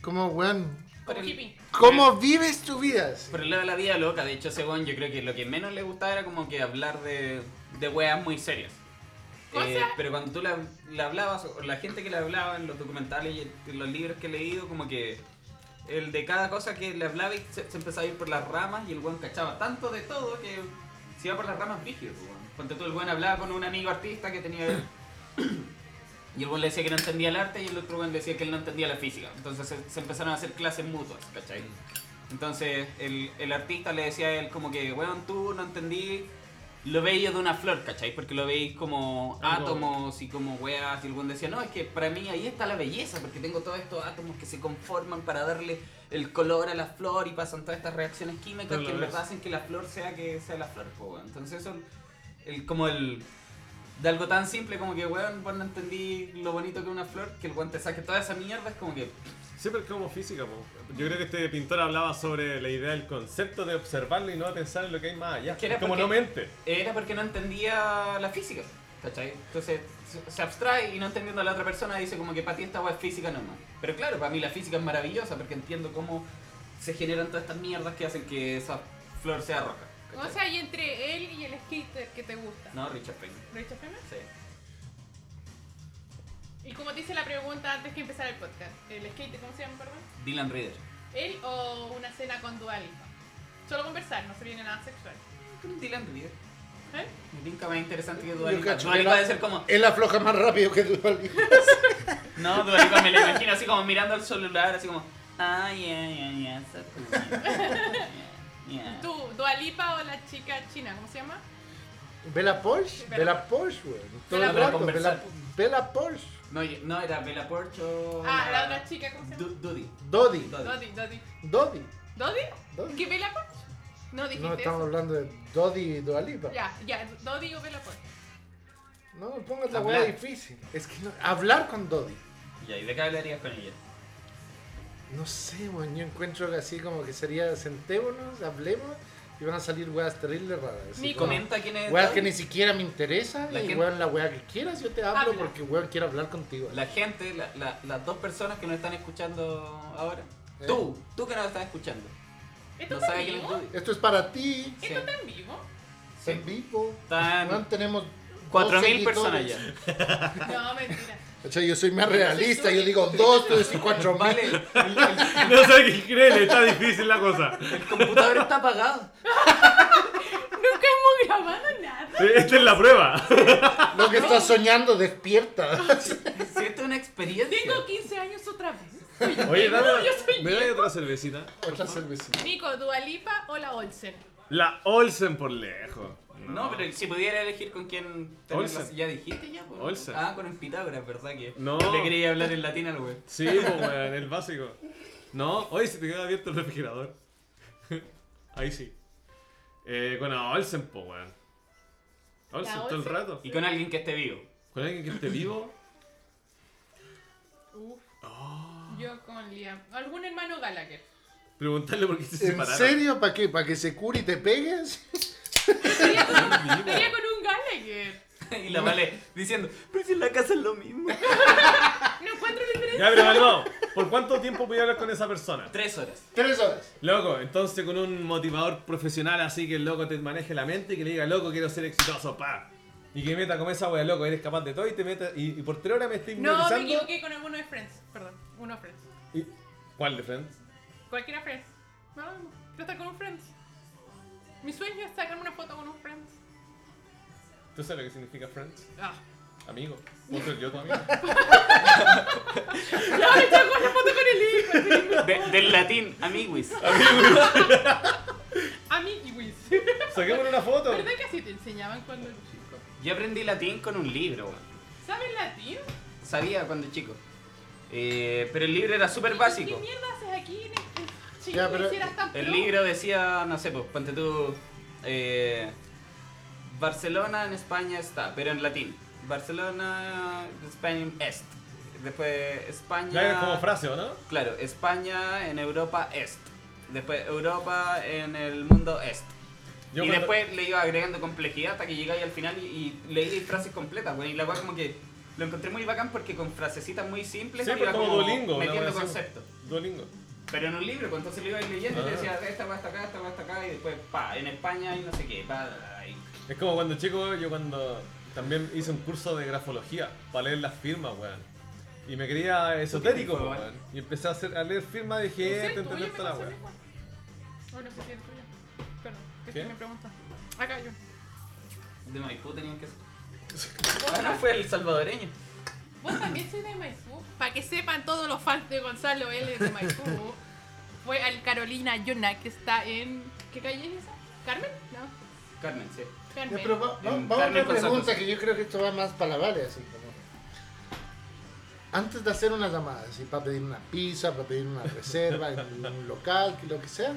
Speaker 2: como weón?
Speaker 1: Como
Speaker 3: el-
Speaker 1: hippie.
Speaker 2: ¿Cómo vives tu vida? así?
Speaker 3: Por el lado de la vida loca, de hecho, según yo creo que lo que menos le gustaba era como que hablar de, de weas muy serias.
Speaker 1: O
Speaker 3: Eh,
Speaker 1: sea-
Speaker 3: pero cuando tú la, la hablabas, o la gente que la hablaba en los documentales y en los libros que he leído, como que el de cada cosa que le hablaba y se, se empezaba a ir por las ramas y el weón cachaba tanto de todo que se iba por las ramas rígido. Cuando tú el weón hablaba con un amigo artista que tenía... Y el weón le decía que no entendía el arte y el otro weón le decía que él no entendía la física. Entonces se, se empezaron a hacer clases mutuas, ¿cachai? Entonces el, el artista le decía a él como que, weón, tú no entendí lo bello de una flor, ¿cachai? Porque lo veis como
Speaker 2: Algo.
Speaker 3: átomos y como weas. Y el weón decía, no, es que para mí ahí está la belleza, porque tengo todos estos átomos que se conforman para darle el color a la flor y pasan todas estas reacciones químicas
Speaker 4: Pero lo
Speaker 3: que en
Speaker 4: ves.
Speaker 3: verdad hacen que la flor sea que sea la flor, po, weón. Entonces eso, el, como el... De algo tan simple como que, weón, vos no entendí lo bonito que es una flor, que el weón te saque toda esa mierda, es como que...
Speaker 4: Siempre es como física, po. Yo creo que este pintor hablaba sobre la idea del concepto de observarlo y no pensar en lo que hay más allá.
Speaker 3: Que era
Speaker 4: Como
Speaker 3: porque-
Speaker 4: no mente.
Speaker 3: Era porque no entendía la física, ¿cachai? Entonces se- se abstrae y no entendiendo a la otra persona dice como que para ti esta hueá es física nomás. Pero claro, para mí la física es maravillosa porque entiendo cómo se generan todas estas mierdas que hacen que esa flor sea roja.
Speaker 1: O
Speaker 3: ¿cachai?
Speaker 1: sea, y entre él y el skater que te gusta.
Speaker 3: No, Richard Payne.
Speaker 1: ¿Richard Feynman?
Speaker 3: Sí.
Speaker 1: Y como te hice la pregunta antes que empezara el podcast, ¿el skater cómo se llama, perdón?
Speaker 3: Dylan Reader.
Speaker 1: ¿Él o una cena con Dua Lipa? Solo conversar, no se viene nada sexual.
Speaker 3: Dylan Reader.
Speaker 1: ¿Eh?
Speaker 3: Me tinca más interesante que Dua
Speaker 2: Yo
Speaker 3: Lipa.
Speaker 2: cacho
Speaker 3: Dua
Speaker 2: que
Speaker 3: Lipa
Speaker 2: la-
Speaker 3: debe ser como...
Speaker 2: Él afloja más rápido que tú, Pali.
Speaker 3: No, Dua Lipa me la imagino así como mirando al celular, así como... Ah, yeah, yeah, yeah, so cool. Yeah, yeah.
Speaker 1: ¿Tú, Dua Lipa o la chica china? ¿Cómo se llama?
Speaker 2: Bella Porsche,
Speaker 1: Bella-
Speaker 2: Bella Porsche, weón. Todo
Speaker 1: Bella
Speaker 2: el
Speaker 3: para
Speaker 2: rato,
Speaker 3: conversar.
Speaker 2: Bella, Bella Porsche.
Speaker 3: No, yo- no, era Bella Porch o...
Speaker 1: Ah, la otra chica, ¿cómo se llama?
Speaker 3: Du- Dudi.
Speaker 2: Dodi,
Speaker 1: Dodi, Dodi.
Speaker 2: Dodi.
Speaker 1: ¿Dodi?
Speaker 2: Dodi.
Speaker 1: ¿Qué Bella Poch? No dijiste
Speaker 2: No estamos
Speaker 1: eso.
Speaker 2: hablando de Dodi y Dualipa.
Speaker 1: Ya, ya, Dodi o Bella Poch.
Speaker 2: No me pongas la
Speaker 3: Hablar.
Speaker 2: weá difícil. Es que no- hablar con Dodi.
Speaker 3: Ya, ¿y de qué hablarías con ella?
Speaker 2: No sé, weón. Yo encuentro que así como que sería sentémonos, hablemos y van a salir weas terribles raras. así
Speaker 1: Ni
Speaker 2: como
Speaker 3: Comenta quién es.
Speaker 2: Weas que ni siquiera me interesa.
Speaker 3: La
Speaker 2: y
Speaker 3: gente-
Speaker 2: weón, la wea que quieras, yo te hablo
Speaker 1: Habla.
Speaker 2: porque weón quiero hablar contigo.
Speaker 3: La gente, la- la- las dos personas que nos están escuchando ahora.
Speaker 2: ¿Eh?
Speaker 3: Tú, tú que nos estás escuchando.
Speaker 1: ¿Esto
Speaker 3: No
Speaker 1: está en
Speaker 3: sabes quién es
Speaker 1: vivo?
Speaker 3: Judy.
Speaker 2: Esto es para ti.
Speaker 1: ¿Esto está en vivo?
Speaker 3: Sí.
Speaker 2: En vivo.
Speaker 3: Tan-
Speaker 2: Weón, tenemos. dos
Speaker 3: 4.000 personas
Speaker 2: seguidores.
Speaker 3: ya.
Speaker 1: No, mentira.
Speaker 2: O sea, yo soy más realista, yo digo dos, tú decís cuatro
Speaker 3: Vale,
Speaker 2: mil.
Speaker 3: el, el-
Speaker 4: No sé qué creerle, está difícil la cosa.
Speaker 3: el computador está apagado.
Speaker 1: Nunca hemos grabado nada.
Speaker 4: Esta es la prueba.
Speaker 2: Lo que estás soñando, despierta.
Speaker 3: Si esto es una experiencia.
Speaker 1: Tengo 15 años otra vez.
Speaker 4: Oye, dame,
Speaker 1: yo soy
Speaker 4: ¿me das otra cervecita?
Speaker 2: Otra cervecita.
Speaker 1: Nico, Dualipa o la Olsen.
Speaker 4: La Olsen por lejos.
Speaker 3: No, pero si pudiera elegir con quién tener
Speaker 4: Olsen.
Speaker 3: las- Ya dijiste ya, po.
Speaker 4: Olsen.
Speaker 3: Ah, con el Pitágoras, ¿verdad? Que
Speaker 4: No.
Speaker 3: le quería hablar en latín al güey.
Speaker 4: Sí, pues, weón, el básico. No, hoy se te queda abierto el refrigerador. Ahí sí. Eh, con la Olsen, pues, weón. Olsen todo el
Speaker 1: Olsen?
Speaker 4: rato.
Speaker 3: Y con alguien que esté vivo.
Speaker 4: ¿Con alguien que esté vivo?
Speaker 1: Uf. Yo con Liam. ¿Algún hermano Gallagher?
Speaker 4: Preguntarle por qué se
Speaker 2: ¿En
Speaker 4: separaron.
Speaker 2: serio? ¿Para qué? ¿Para que se cure y te pegues?
Speaker 1: Estaría con, estaría con un Gallagher.
Speaker 3: y la vale diciendo, pero si en la casa es lo mismo.
Speaker 1: No encuentro diferencia.
Speaker 4: Ya, pero calmado. ¿Por cuánto tiempo podía hablar con esa persona?
Speaker 3: Tres horas.
Speaker 2: Tres horas.
Speaker 4: Loco, entonces con un motivador profesional así que el loco te maneje la mente y que le diga, loco, quiero ser exitoso, pa. Y que meta como esa wea, loco, eres capaz de todo y te meta. Y, y por tres horas me estoy
Speaker 1: No, me
Speaker 4: hipnotizando.
Speaker 1: equivoqué con alguno de Friends. Perdón, uno de Friends.
Speaker 4: Y- ¿Cuál de Friends?
Speaker 1: Cualquiera Friends. No, yo estar con un Friends. Mi sueño es sacarme una foto con un Friends.
Speaker 4: ¿Tú sabes lo que significa Friends?
Speaker 1: Ah.
Speaker 4: Amigo. ¿Vos ser yo tu amigo?
Speaker 1: Ya me echó con la foto con el hijo. así.
Speaker 3: De- del latín, amiguis.
Speaker 1: A mí y Wiz.
Speaker 4: Saquémosle una foto.
Speaker 1: ¿Verdad que así te enseñaban cuando eras chico?
Speaker 3: Yo aprendí latín con un libro, weón.
Speaker 1: ¿Sabes latín?
Speaker 3: Sabía cuando chico. Eh, pero el libro era súper básico.
Speaker 1: ¿Qué mierda haces aquí en el chico?
Speaker 2: Ya, pero-
Speaker 1: si eras tan
Speaker 3: El
Speaker 1: pro?
Speaker 3: libro decía, no sé, pues ponte tú. eh, Barcelona en España está, pero en latín. Barcelona, España est. Después España.
Speaker 4: Ya es como frase, ¿o no?
Speaker 3: Claro, España en Europa est. Después Europa en el mundo est.
Speaker 4: Yo
Speaker 3: y
Speaker 4: cuando-
Speaker 3: después le iba agregando complejidad hasta que llegáis al final y, y leí frases completas, güey. Y la cual como que lo encontré muy bacán porque con frasecitas muy simples
Speaker 4: Sí,
Speaker 3: iba
Speaker 4: pero como Duolingo. una wea
Speaker 3: metiendo
Speaker 4: así.
Speaker 3: conceptos.
Speaker 4: Duolingo.
Speaker 3: Pero en un libro, pues, entonces lo iba leyendo y
Speaker 4: Ah.
Speaker 3: te decía, esta va hasta acá, esta va hasta acá, y después, pa, en España y no sé qué, pa, y-
Speaker 4: Es como cuando chico, yo cuando también hice un curso de grafología para leer las firmas, weón. Y me creía esotérico,
Speaker 3: Fue,
Speaker 4: weón.
Speaker 3: weón.
Speaker 4: Y empecé a, hacer, a leer firmas de
Speaker 1: No sé,
Speaker 4: gente,
Speaker 1: ¿el tuyo
Speaker 4: entender
Speaker 1: me
Speaker 4: toda la
Speaker 1: pasó
Speaker 4: weón.
Speaker 1: lengua? Oh, no sé si el tuyo. Perdón, que
Speaker 4: ¿Qué?
Speaker 1: si me preguntan. Acá yo.
Speaker 3: de Maipú tenían que ser. Ah, no, fue el salvadoreño.
Speaker 1: Vos también sois de Maipú. Para que sepan todos los fans de Gonzalo L. de Maipú, fue al Carolina Yona que está en. ¿Qué calle es esa? ¿Carmen? No.
Speaker 3: Carmen, sí.
Speaker 1: Carmen.
Speaker 2: Ya, pero va- va-
Speaker 3: En
Speaker 2: vamos a
Speaker 3: carne
Speaker 2: una
Speaker 3: con
Speaker 2: pregunta
Speaker 3: sacos.
Speaker 2: que yo creo que esto va más para la Vale, así como. Antes de hacer una llamada, así para pedir una pizza, para pedir una reserva en un local, que lo que sea,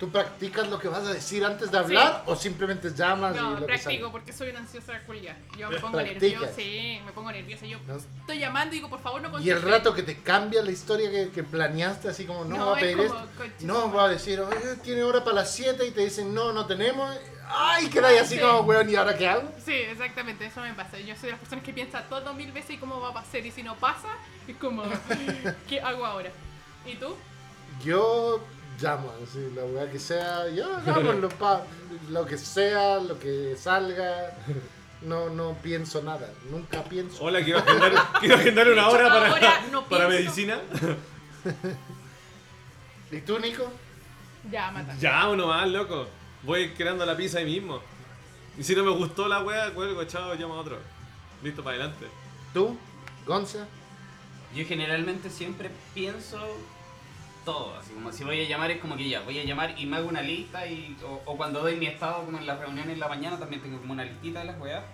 Speaker 2: ¿tú practicas lo que vas a decir antes de hablar o simplemente llamas y
Speaker 1: No,
Speaker 2: Ah, lo
Speaker 1: practico porque soy una ansiosa culia. Yo me pongo
Speaker 2: Practica.
Speaker 1: nerviosa, sí, me pongo nerviosa. Yo
Speaker 2: que sale? ¿No?
Speaker 1: estoy llamando y digo, por favor, no
Speaker 2: Y el
Speaker 1: contestes.
Speaker 2: rato que te cambia la historia que, que planeaste, así como no,
Speaker 1: No,
Speaker 2: va a
Speaker 1: es
Speaker 2: pedir
Speaker 1: como,
Speaker 2: esto,
Speaker 1: "Conche
Speaker 2: no
Speaker 1: su
Speaker 2: va a decir, oye, tiene hora para las 7 y te dicen, no, no tenemos. Ay, quedáis así
Speaker 1: Sí.
Speaker 2: como, weón, ¿y ahora qué hago?
Speaker 1: Sí, exactamente, eso me pasa. Yo soy de las personas que piensa todo mil veces y cómo va a pasar. Y si no pasa, es como, ¿qué hago ahora? ¿Y tú?
Speaker 2: Yo llamo, así, la weá que sea, yo llamo lo, pa- lo que sea, lo que salga. No, no pienso nada, nunca pienso.
Speaker 4: Hola, quiero agendar, quiero agendar una hora para,
Speaker 1: ahora no
Speaker 4: para
Speaker 1: pienso.
Speaker 4: medicina.
Speaker 2: ¿Y tú, Nico?
Speaker 1: Ya, mata.
Speaker 4: Ya, uno más, loco. Voy creando la pizza ahí mismo. Y si no me gustó la wea, cuelgo, chao, llamo a otro. Listo, para adelante.
Speaker 2: ¿Tú? ¿Gonza?
Speaker 3: Yo generalmente siempre pienso todo, así como si voy a llamar es como que ya, voy a llamar y me hago una lista y, o, o cuando doy mi estado como en las reuniones en la mañana también tengo como una listita de las weas.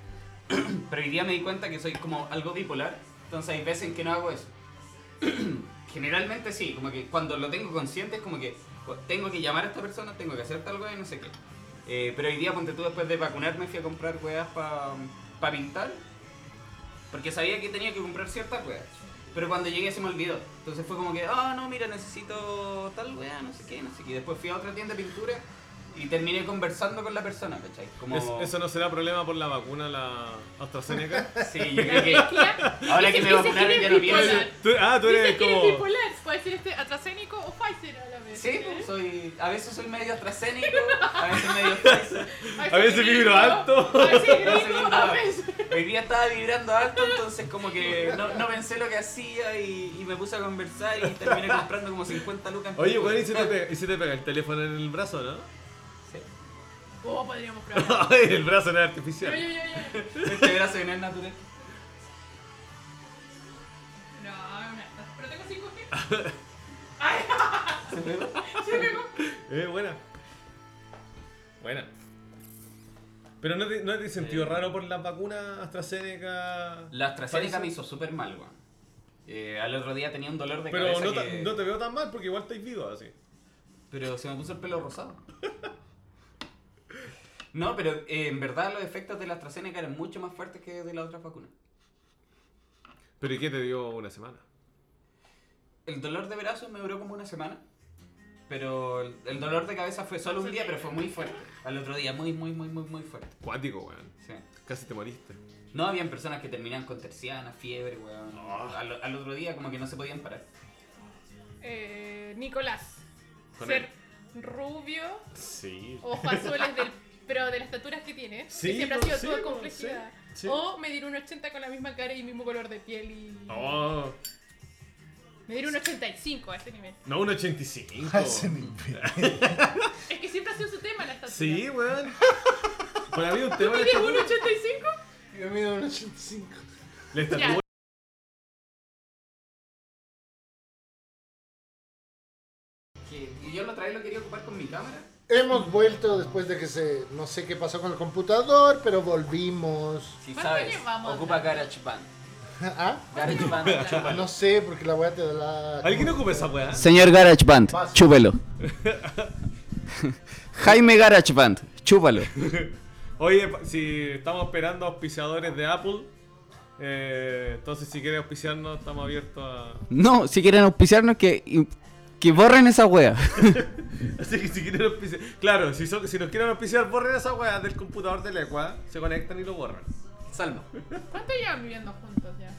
Speaker 3: Pero hoy día me di cuenta que soy como algo bipolar, entonces hay veces en que no hago eso. Generalmente sí, como que cuando lo tengo consciente es como que o tengo que llamar a esta persona, tengo que hacer tal wea y no sé qué. Eh, pero hoy día, ponte tú, después de vacunarme fui a comprar weas para pintar, porque sabía que tenía que comprar ciertas weas. Pero cuando llegué se me olvidó. Entonces fue como que, ah, no, mira, necesito tal wea, no sé qué, no sé qué. Y después fui a otra tienda de pintura y terminé conversando con la persona, ¿cachai? Como...
Speaker 4: Es- ¿Eso no será problema por la vacuna, la AstraZeneca?
Speaker 3: Sí, yo creo que... Ahora que me
Speaker 1: Dice
Speaker 3: vacunaron
Speaker 1: eres
Speaker 3: ya no
Speaker 1: bipolar.
Speaker 3: pienso.
Speaker 4: Tú- ah, tú
Speaker 1: Dice
Speaker 4: eres
Speaker 1: que
Speaker 4: como...
Speaker 1: eres bipolar. Puede ser este atracénico o Pfizer a la vez.
Speaker 3: Sí, pues, soy... A veces soy medio AstraZeneca, a veces medio Pfizer.
Speaker 4: A veces vibro alto.
Speaker 1: A veces
Speaker 3: No sé,
Speaker 1: gringo,
Speaker 3: no.
Speaker 1: a veces.
Speaker 3: Hoy día estaba vibrando alto, entonces como que no, no pensé lo que hacía y, y me puse a conversar y terminé comprando como 50 lucas. en
Speaker 4: Oye,
Speaker 3: pintura.
Speaker 4: weón, ¿y si te, pega, y si te pega el teléfono en el brazo, no?
Speaker 3: Sí.
Speaker 1: Oh, podríamos probar.
Speaker 4: Ay, el brazo no
Speaker 1: Yo,
Speaker 4: es
Speaker 1: yo,
Speaker 4: artificial.
Speaker 1: yo, yo.
Speaker 3: Este brazo que no es natural.
Speaker 1: No, una. Pero tengo 5G. Ay, se pegó.
Speaker 4: Eh, buena. Buena. Pero no te, no te sentido raro por las vacunas AstraZeneca.
Speaker 3: La AstraZeneca
Speaker 4: Pfizer?
Speaker 3: me hizo súper mal, weón. Eh, al otro día tenía un dolor de
Speaker 4: Pero
Speaker 3: cabeza
Speaker 4: no, ta-
Speaker 3: que...
Speaker 4: no te veo tan mal porque igual estáis vivos así.
Speaker 3: Pero se me puso el pelo rosado. No, pero eh, en verdad los efectos de la AstraZeneca eran mucho más fuertes que de las otras vacunas.
Speaker 4: ¿Pero y qué te dio una semana?
Speaker 3: El dolor de brazo me duró como una semana. Pero el el dolor de cabeza fue solo un día, pero fue muy fuerte. Al otro día, muy, muy, muy, muy, muy fuerte.
Speaker 4: Cuático, weón.
Speaker 3: Sí.
Speaker 4: Casi te moriste.
Speaker 3: No Ah. habían personas que terminaban con terciana, fiebre, weón. Al, al otro día como que no se podían parar.
Speaker 1: Eh, Nicolás.
Speaker 4: Con
Speaker 1: ser
Speaker 4: él.
Speaker 1: rubio,
Speaker 4: Sí.
Speaker 1: ojos azules, del, pero de las estaturas que tiene.
Speaker 4: Sí,
Speaker 1: que siempre ha
Speaker 4: no,
Speaker 1: sido
Speaker 4: sí,
Speaker 1: toda
Speaker 4: no,
Speaker 1: complejidad.
Speaker 4: sí, sí.
Speaker 1: O medir un 80 con la misma cara y mismo color de piel y.
Speaker 4: Oh,
Speaker 1: Medir un 85 a ese nivel.
Speaker 4: no, un 85.
Speaker 7: Hacen el-
Speaker 1: Es que siempre ha sido su tema la estatura.
Speaker 4: Sí, weón. Para mí un tema este de
Speaker 1: ¿Mide un
Speaker 4: estatura.
Speaker 1: 85?
Speaker 2: Yo mido un 85.
Speaker 4: La estatura.
Speaker 3: Que- y yo lo traí lo quería ocupar con mi cámara.
Speaker 2: Hemos vuelto después de que se. No sé qué pasó con el computador, pero volvimos.
Speaker 3: Si
Speaker 1: ¿Cuánto
Speaker 3: sabes,
Speaker 1: llevamos?
Speaker 3: ocupa GarageBand.
Speaker 2: ¿Ah?
Speaker 3: GarageBand.
Speaker 2: No sé, porque la weá te da la.
Speaker 4: ¿Alguien ocupa esa weá?
Speaker 3: Señor GarageBand,
Speaker 2: Paso.
Speaker 3: chúpelo. Jaime GarageBand, chúpalo.
Speaker 4: Oye, pa- si estamos esperando auspiciadores de Apple, eh, entonces si quieren auspiciarnos, estamos abiertos a.
Speaker 3: No, si quieren auspiciarnos, que, que borren esa wea.
Speaker 4: Así que si quieren auspiciar. Claro, si, son- si nos quieren auspiciar, borren esa weá del computador de Legua, se conectan y lo borran.
Speaker 3: Salmo.
Speaker 1: ¿Cuánto llevan viviendo juntos ya?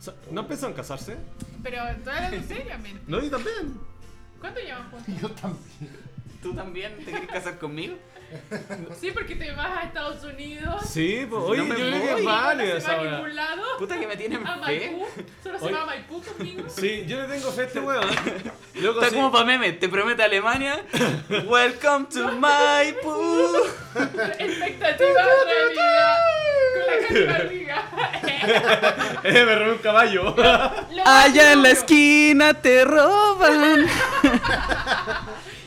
Speaker 4: So- ¿No pensaron casarse?
Speaker 1: Pero toda la seriamente.
Speaker 4: No, yo también.
Speaker 1: ¿Cuánto llevan juntos?
Speaker 6: Yo también.
Speaker 3: ¿Tú también te quieres casar conmigo?
Speaker 1: Sí, porque te vas a Estados Unidos.
Speaker 4: Sí, pues,
Speaker 3: No
Speaker 4: oye,
Speaker 3: me
Speaker 4: yo creo
Speaker 3: voy.
Speaker 4: que es
Speaker 1: y no
Speaker 4: válida
Speaker 1: se va
Speaker 4: esa
Speaker 1: a
Speaker 4: weá.
Speaker 1: ningún lado.
Speaker 3: Puta que me tienen
Speaker 1: A
Speaker 3: fe.
Speaker 1: Maipú. Solo se
Speaker 4: Oye.
Speaker 1: va a Maipú conmigo.
Speaker 4: Sí, yo le tengo fe a este weón. Loco,
Speaker 3: Está
Speaker 4: sí.
Speaker 3: como para meme, te promete Alemania. Welcome to my pool.
Speaker 1: Expectativa realidad. Con la gente arriba.
Speaker 4: Eh, me robé un caballo.
Speaker 1: Lo
Speaker 3: Allá en la
Speaker 1: más seguro.
Speaker 3: esquina te roban.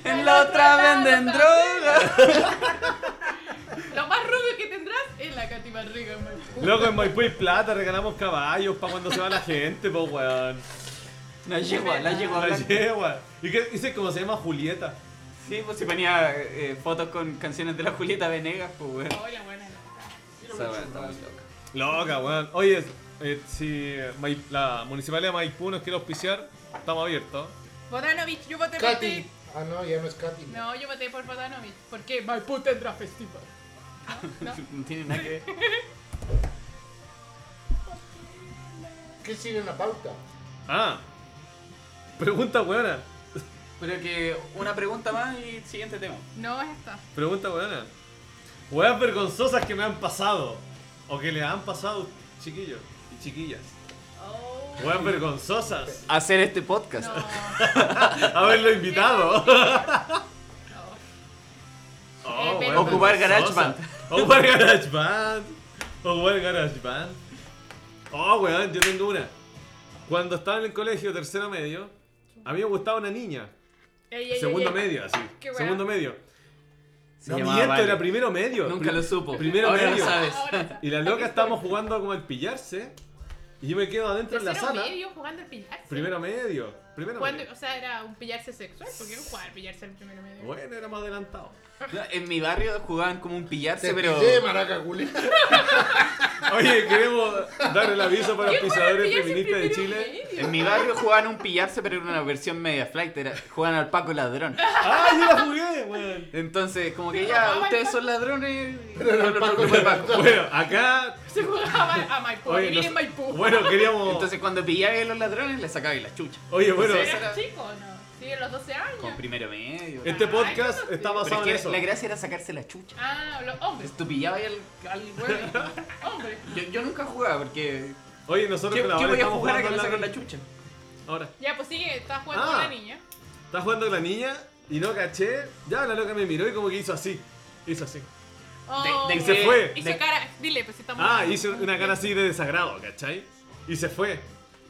Speaker 3: En la otra venden droga.
Speaker 1: Lo más rubio que tendrás es la cativa rica,
Speaker 4: Loco, en Maipú y Plata regalamos caballos para cuando se va la gente, pues weón.
Speaker 3: La yegua, la yegua.
Speaker 4: La
Speaker 3: blanca.
Speaker 4: yegua. ¿Y qué dice cómo se llama Julieta?
Speaker 3: Sí, pues si ponía eh, fotos con canciones de la Julieta Venegas, pues weón.
Speaker 1: Hola, buena.
Speaker 3: Esa weá está muy loca.
Speaker 4: Loca, weón. Oye, eh, si Mai- la municipalidad de Maipú nos quiere auspiciar, estamos abiertos.
Speaker 1: Bodanovich, yo voté por
Speaker 2: Katy.
Speaker 1: ti.
Speaker 2: Ah, no, ya no es Katy.
Speaker 1: No, yo voté por Bodanovich. ¿Por qué? Maipú tendrá festival. ¿No? ¿No?
Speaker 3: No tiene nada que ver.
Speaker 2: ¿Qué sigue en la pauta?
Speaker 4: Ah, pregunta buena.
Speaker 3: Pero que una pregunta más y siguiente tema.
Speaker 1: No es esta.
Speaker 4: Pregunta buena. Weas vergonzosas que me han pasado. O que le han pasado, chiquillos y chiquillas.
Speaker 1: Oh.
Speaker 4: Weas vergonzosas.
Speaker 3: Hacer este podcast.
Speaker 1: No.
Speaker 4: Haberlo invitado.
Speaker 1: No.
Speaker 4: Oh,
Speaker 1: Eh,
Speaker 4: weas
Speaker 3: Ocupar
Speaker 4: vergonzosas.
Speaker 3: GarageBand.
Speaker 4: Ocupar GarageBand. Ocupar GarageBand. Oh, weón, yo tengo una. Cuando estaba en el colegio, tercero medio, a mí me gustaba una niña.
Speaker 1: Ey, ey,
Speaker 4: Segundo
Speaker 1: ey, ey.
Speaker 4: medio, así.
Speaker 1: Qué weá.
Speaker 4: Segundo medio.
Speaker 3: Se
Speaker 4: No
Speaker 3: llamaba
Speaker 4: miento,
Speaker 3: Vale.
Speaker 4: era primero medio.
Speaker 3: Nunca
Speaker 4: Pri-
Speaker 3: lo supo.
Speaker 4: Primero
Speaker 3: Ahora
Speaker 4: medio.
Speaker 3: lo sabes.
Speaker 1: Ahora,
Speaker 4: Y la loca estábamos jugando como al pillarse. Y yo me quedo adentro en la
Speaker 1: tercero
Speaker 4: sala.
Speaker 1: medio jugando al pillarse.
Speaker 4: Primero medio. Primero
Speaker 1: ¿Cuándo?
Speaker 4: medio.
Speaker 1: O sea, era un pillarse sexual. ¿Por qué no jugaba al pillarse al primero medio?
Speaker 4: Bueno, era más adelantado.
Speaker 3: No, en mi barrio jugaban como un pillarse,
Speaker 2: Te
Speaker 3: pero.
Speaker 2: pillé, maraca, culera.
Speaker 4: Oye, queremos dar el aviso para los
Speaker 1: ¿Quién juega al
Speaker 4: pisadores
Speaker 1: pillarse en
Speaker 4: feministas de
Speaker 1: primero
Speaker 4: Chile.
Speaker 1: medio?
Speaker 3: En mi barrio jugaban un pillarse, pero era una versión media flight. Era, jugaban al Paco Ladrón.
Speaker 4: ¡Ah, yo la jugué! weón!
Speaker 3: Entonces, como que ya, ustedes son ladrones. Pero
Speaker 2: era el Paco Ladrón.
Speaker 4: Bueno, acá.
Speaker 1: Se jugaba a Maipú,
Speaker 4: oye,
Speaker 1: vivir
Speaker 4: nos-
Speaker 1: en Maipú.
Speaker 4: Bueno, queríamos.
Speaker 3: Entonces, cuando pillabas a los ladrones, les sacabas la chucha.
Speaker 4: oye, bueno,
Speaker 3: Entonces,
Speaker 1: ¿Eras chico o no? Sí, a los 12 años.
Speaker 3: Con primero medio.
Speaker 4: este
Speaker 1: Ay,
Speaker 4: podcast
Speaker 1: no sé.
Speaker 4: está
Speaker 1: Pero
Speaker 3: Pero
Speaker 4: basado
Speaker 3: es
Speaker 4: en
Speaker 3: que
Speaker 4: eso.
Speaker 3: la gracia era sacarse la chucha.
Speaker 1: Ah, los hombres.
Speaker 3: Entonces, tú pillabas al, al güey.
Speaker 1: Hombres.
Speaker 3: Yo, yo nunca jugaba porque.
Speaker 4: Oye,
Speaker 3: ¿Qué,
Speaker 4: nosotros
Speaker 3: qué
Speaker 4: con la Vale
Speaker 3: voy a
Speaker 4: estamos
Speaker 3: jugar a que
Speaker 4: jugando
Speaker 3: no sacan
Speaker 4: con la
Speaker 3: la chucha?
Speaker 4: Ahora,
Speaker 1: Ya, pues sigue, estaba jugando
Speaker 4: Ah.
Speaker 1: con la niña.
Speaker 4: estaba jugando con la niña y no caché. Ya la loca me miró y como que hizo así. Hizo así.
Speaker 1: Oh,
Speaker 3: de-
Speaker 4: Y se fue.
Speaker 1: Hizo cara, dile, pues estamos.
Speaker 4: Ah, hizo una cara así de desagrado, ¿cachai? Y se fue.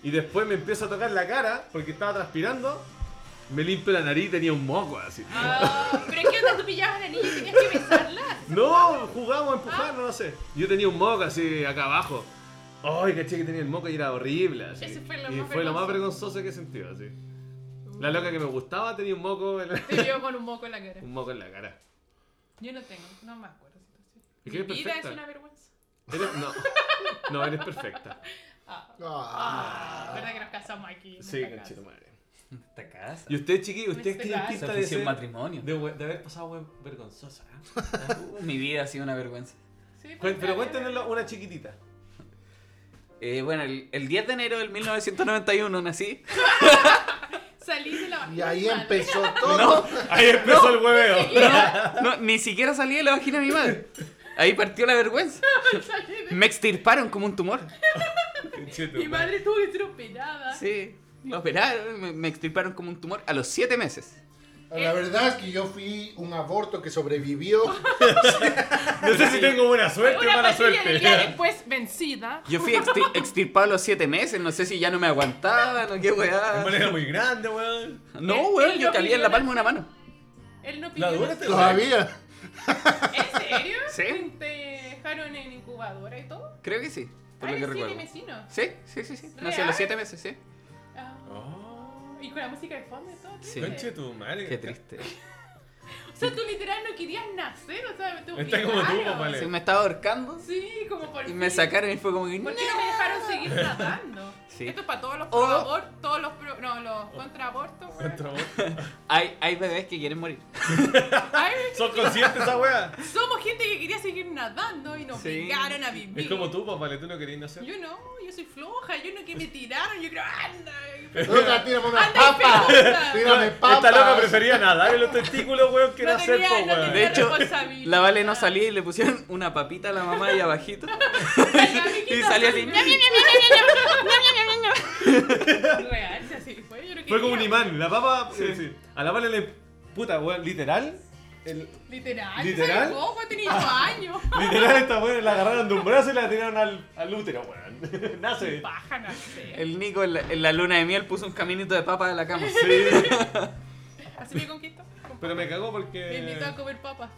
Speaker 4: Y después me empiezo a tocar la cara porque estaba transpirando. Me limpio la nariz y tenía un moco así.
Speaker 1: Ah, pero es que cuando tú pillabas a la niña tenías que besarla.
Speaker 4: No, jugamos a empujar, no sé. Yo tenía un moco así acá abajo. Ay, caché que tenía el moco y era horrible. Así.
Speaker 1: Ese fue lo
Speaker 4: y
Speaker 1: más
Speaker 4: fue lo más
Speaker 1: vergonzoso.
Speaker 4: vergonzoso que he sentido, así. La loca que me gustaba tenía un moco en la,
Speaker 1: Te vio con un moco en la cara.
Speaker 4: un moco en la cara.
Speaker 1: Yo no tengo, no me acuerdo.
Speaker 4: Es que
Speaker 1: Mi
Speaker 4: es
Speaker 1: vida es
Speaker 4: perfecta.
Speaker 1: una vergüenza.
Speaker 4: Eres- no. no, eres perfecta.
Speaker 1: Ah,
Speaker 2: Ah,
Speaker 1: ah, verdad que nos casamos aquí. en
Speaker 4: Sí,
Speaker 1: esta casa.
Speaker 4: conchito madre.
Speaker 3: Esta casa.
Speaker 4: Y usted, chiqui, usted
Speaker 1: Este
Speaker 4: tiene
Speaker 1: gato.
Speaker 3: Se
Speaker 4: pinta de
Speaker 3: ofreció un
Speaker 4: ser,
Speaker 3: matrimonio.
Speaker 4: de, we- de haber pasado we- vergonzosa. ¿eh?
Speaker 3: Uh, Mi vida ha sido una vergüenza.
Speaker 1: Sí,
Speaker 4: Cuen- Pero
Speaker 1: pues,
Speaker 4: cuéntenoslo una chiquitita.
Speaker 3: Eh, bueno, el, el 10 de enero del 1991 nací.
Speaker 1: Salí salí de la
Speaker 2: Y ahí empezó
Speaker 3: No,
Speaker 2: todo.
Speaker 4: Ahí empezó el hueveo.
Speaker 3: no, ni siquiera salí de la vagina de mi madre. Ahí partió la vergüenza.
Speaker 1: Salí de-
Speaker 3: Me extirparon como un tumor.
Speaker 1: Mi madre tuvo que ser operada.
Speaker 3: Sí, lo operaron, me, me extirparon como un tumor a los 7 meses.
Speaker 1: Eh.
Speaker 2: La verdad es que yo fui un aborto que sobrevivió.
Speaker 4: No sé si tengo buena suerte o
Speaker 1: Una
Speaker 4: mala
Speaker 1: pastilla del día
Speaker 4: suerte.
Speaker 1: después vencida.
Speaker 3: Yo fui extir- extirpado a los 7 meses, no sé si ya no me aguantaba, no qué
Speaker 4: En
Speaker 3: weá.
Speaker 4: manera muy grande, weón.
Speaker 3: No, weón, yo cabía en la palma de una mano.
Speaker 1: Él no pidió.
Speaker 4: La dura te
Speaker 2: Todavía.
Speaker 1: ¿En serio?
Speaker 3: Sí.
Speaker 1: ¿Te dejaron en incubadora y todo?
Speaker 3: Creo que sí, por
Speaker 1: Ah,
Speaker 3: lo que
Speaker 1: eres sí,
Speaker 3: recuerdo.
Speaker 1: mi vecino.
Speaker 3: Sí, sí, sí, sí. Nació a los 7 meses, sí.
Speaker 1: Ah,
Speaker 4: Oh,
Speaker 1: y con la música de fondo y todo. triste.
Speaker 3: Sí.
Speaker 4: conche de tu madre.
Speaker 3: Qué triste.
Speaker 1: O sea, tú literal no querías nacer, o sea, tú
Speaker 4: Está como tú,
Speaker 1: claro.
Speaker 4: papá, le-
Speaker 3: Sí, me estaba ahorcando
Speaker 1: Sí, como por
Speaker 3: y me
Speaker 1: fin.
Speaker 3: sacaron y fue como que.
Speaker 1: ¿Por qué no me dejaron seguir tratando?
Speaker 3: Sí.
Speaker 1: Esto es para todos los
Speaker 3: O-
Speaker 1: pro-abor- todos los pro- no, los contra-abortos, güey.
Speaker 4: Contra vos.
Speaker 3: Hay, hay bebés que quieren morir.
Speaker 1: Ay,
Speaker 4: ¿Son conscientes esa weá?
Speaker 1: Somos gente que quería seguir nadando y nos
Speaker 3: Sí.
Speaker 1: obligaron a vivir.
Speaker 4: Es como tú, papá, le tú no querías nacer.
Speaker 1: Yo no, yo soy floja, yo no que me tiraron, yo creo, anda.
Speaker 2: Loca, tírame una
Speaker 1: Anda y
Speaker 2: papa.
Speaker 1: pregunta.
Speaker 2: Tírame
Speaker 4: Esta loca
Speaker 2: papas.
Speaker 4: prefería nadar en los testículos, weón, que
Speaker 1: No
Speaker 4: nacer,
Speaker 1: tenía-
Speaker 4: po,
Speaker 1: no
Speaker 4: weón.
Speaker 3: De
Speaker 1: tenía-
Speaker 3: hecho,
Speaker 1: responsabilidad.
Speaker 3: la Vale no salía y le pusieron una papita a la mamá ahí abajito.
Speaker 1: y
Speaker 3: Y salía así.
Speaker 1: Real, si así fue, yo no
Speaker 4: Fue como un
Speaker 1: quería.
Speaker 4: imán. La papa, sí, sí. A la vale le. Puta, weón, literal. el-
Speaker 1: Literal.
Speaker 4: ¿Literal?
Speaker 1: ¿Literal? Poco, tenía dos años.
Speaker 4: literal, esta weón la agarraron de un brazo y la tiraron al, al útero, weón. Nace.
Speaker 1: Paja, no sé.
Speaker 3: El Nico en la, en la luna de miel puso un caminito de papa a la cama.
Speaker 4: Sí.
Speaker 1: Así me conquistó.
Speaker 4: Pero me cagó
Speaker 1: Me invitó a
Speaker 4: porque.
Speaker 1: comer papas.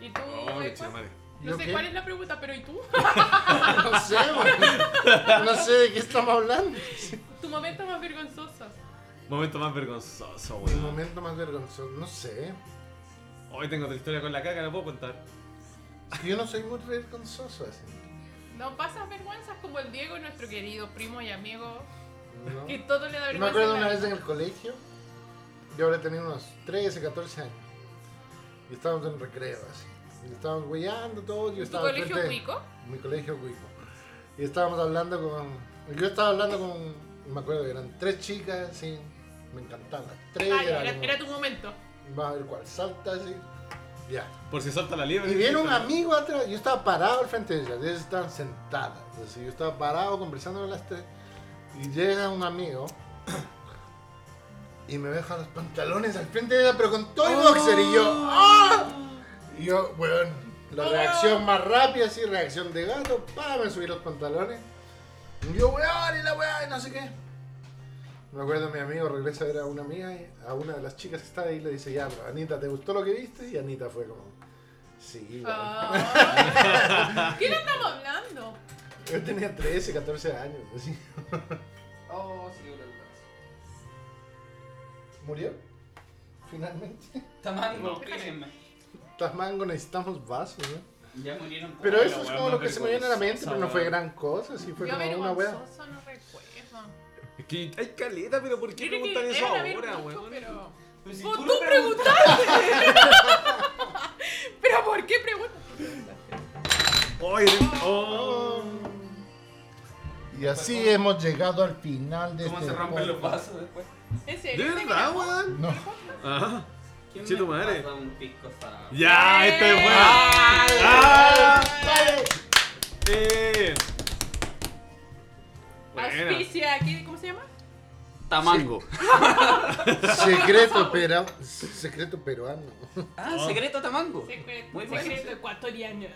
Speaker 1: ¿Y tú?
Speaker 4: Oh,
Speaker 1: güey,
Speaker 4: che,
Speaker 1: cuál?
Speaker 4: madre.
Speaker 1: No
Speaker 2: ¿Yo
Speaker 1: sé
Speaker 2: qué?
Speaker 1: cuál es la pregunta, pero ¿y tú?
Speaker 2: No sé, güey. No sé de qué estamos hablando.
Speaker 1: Tu momento más vergonzoso.
Speaker 4: Momento más vergonzoso,
Speaker 2: El
Speaker 4: weón.
Speaker 2: momento más vergonzoso. No sé.
Speaker 4: Hoy tengo otra historia con la caca, no puedo contar.
Speaker 2: Yo no soy muy vergonzoso así.
Speaker 1: No pasas vergüenzas como el Diego, nuestro querido primo y amigo,
Speaker 2: ¿no?
Speaker 1: que todo le da
Speaker 2: Yo Me
Speaker 1: vergüenza.
Speaker 2: acuerdo
Speaker 1: en
Speaker 2: una
Speaker 1: la
Speaker 2: vez en
Speaker 1: vida.
Speaker 2: el colegio, yo habré tenido unos 13, 14 años, y estábamos en recreo así. Y estábamos guiando todos, yo
Speaker 1: ¿Tu
Speaker 2: estaba
Speaker 1: colegio
Speaker 2: frente-
Speaker 1: cuico?
Speaker 2: Mi colegio cuico. Y estábamos hablando con... Yo estaba hablando con... Me acuerdo que eran tres chicas, sí, me encantaban las tres.
Speaker 1: Ay,
Speaker 2: era
Speaker 1: Ah, era,
Speaker 2: como,
Speaker 1: era tu momento.
Speaker 2: Va a ver cuál salta, así. Ya.
Speaker 4: Por si salta la liebre.
Speaker 2: Y viene un
Speaker 4: ¿no?
Speaker 2: amigo atrás, yo estaba parado al frente de ellas, ellas estaban sentadas, así, yo estaba parado conversando con las tres, y llega un amigo y me deja los pantalones al frente de ella, pero con todo el boxer, y yo, ¡ah! Y yo, bueno, la
Speaker 1: Oh.
Speaker 2: reacción más rápida, así, reacción de gato, para, me subí los pantalones, y yo, weón, y la weá, y no sé qué. Me acuerdo mi amigo regresa a ver a una amiga, y- a una de las chicas que está ahí, y le dice, ya, pero Anita, ¿te gustó lo que viste? Y Anita fue como, sí, weón".
Speaker 1: Ah. ¿Qué le estamos hablando?
Speaker 2: Yo tenía 13, 14 años, así.
Speaker 3: Oh, sí,
Speaker 2: ¿Murió? Finalmente.
Speaker 3: Tamango,
Speaker 2: Tamango, necesitamos vasos, ¿no?
Speaker 3: Ya murieron.
Speaker 2: Pero eso es
Speaker 4: weá
Speaker 2: como
Speaker 4: más
Speaker 2: lo que se me viene a la mente,
Speaker 4: vergonzosa,
Speaker 2: pero no fue
Speaker 4: weón.
Speaker 2: gran cosa, sí fue
Speaker 1: Yo
Speaker 2: como una wea.
Speaker 1: vergonzoso no recuerdo.
Speaker 4: Es que hay caleta, pero ¿por qué
Speaker 1: Tiene que
Speaker 4: preguntan eso
Speaker 1: deben haber
Speaker 4: ahora,
Speaker 1: mucho,
Speaker 4: weón?
Speaker 1: pero...
Speaker 3: Pues si
Speaker 1: ¡Vos
Speaker 3: tú
Speaker 1: tú,
Speaker 3: lo
Speaker 1: preguntaste! ¿Pero por qué preguntas?
Speaker 4: Oye, oh.
Speaker 2: Y así hemos llegado al final de
Speaker 3: ¿Cómo
Speaker 2: este
Speaker 3: se rompen los
Speaker 2: podcast.
Speaker 3: vasos después?
Speaker 1: ¿En
Speaker 4: ¿De
Speaker 1: serio?
Speaker 4: verdad, weón?
Speaker 2: No.
Speaker 4: Ajá.
Speaker 3: ¿Quién
Speaker 4: Sí,
Speaker 3: me
Speaker 4: tu madre.
Speaker 3: pasa un pisco salado?
Speaker 4: Ya, esto es bueno.
Speaker 1: ¡Ay!
Speaker 4: ¡Ah!
Speaker 1: ¡Ay!
Speaker 4: Eh. Buena.
Speaker 1: Auspicia, ¿qué- ¿cómo se llama?
Speaker 3: Tamango.
Speaker 2: Secreto, pero, secreto peruano.
Speaker 3: Ah, secreto tamango.
Speaker 1: Secreto,
Speaker 3: Muy bueno.
Speaker 1: secreto ecuatoriano.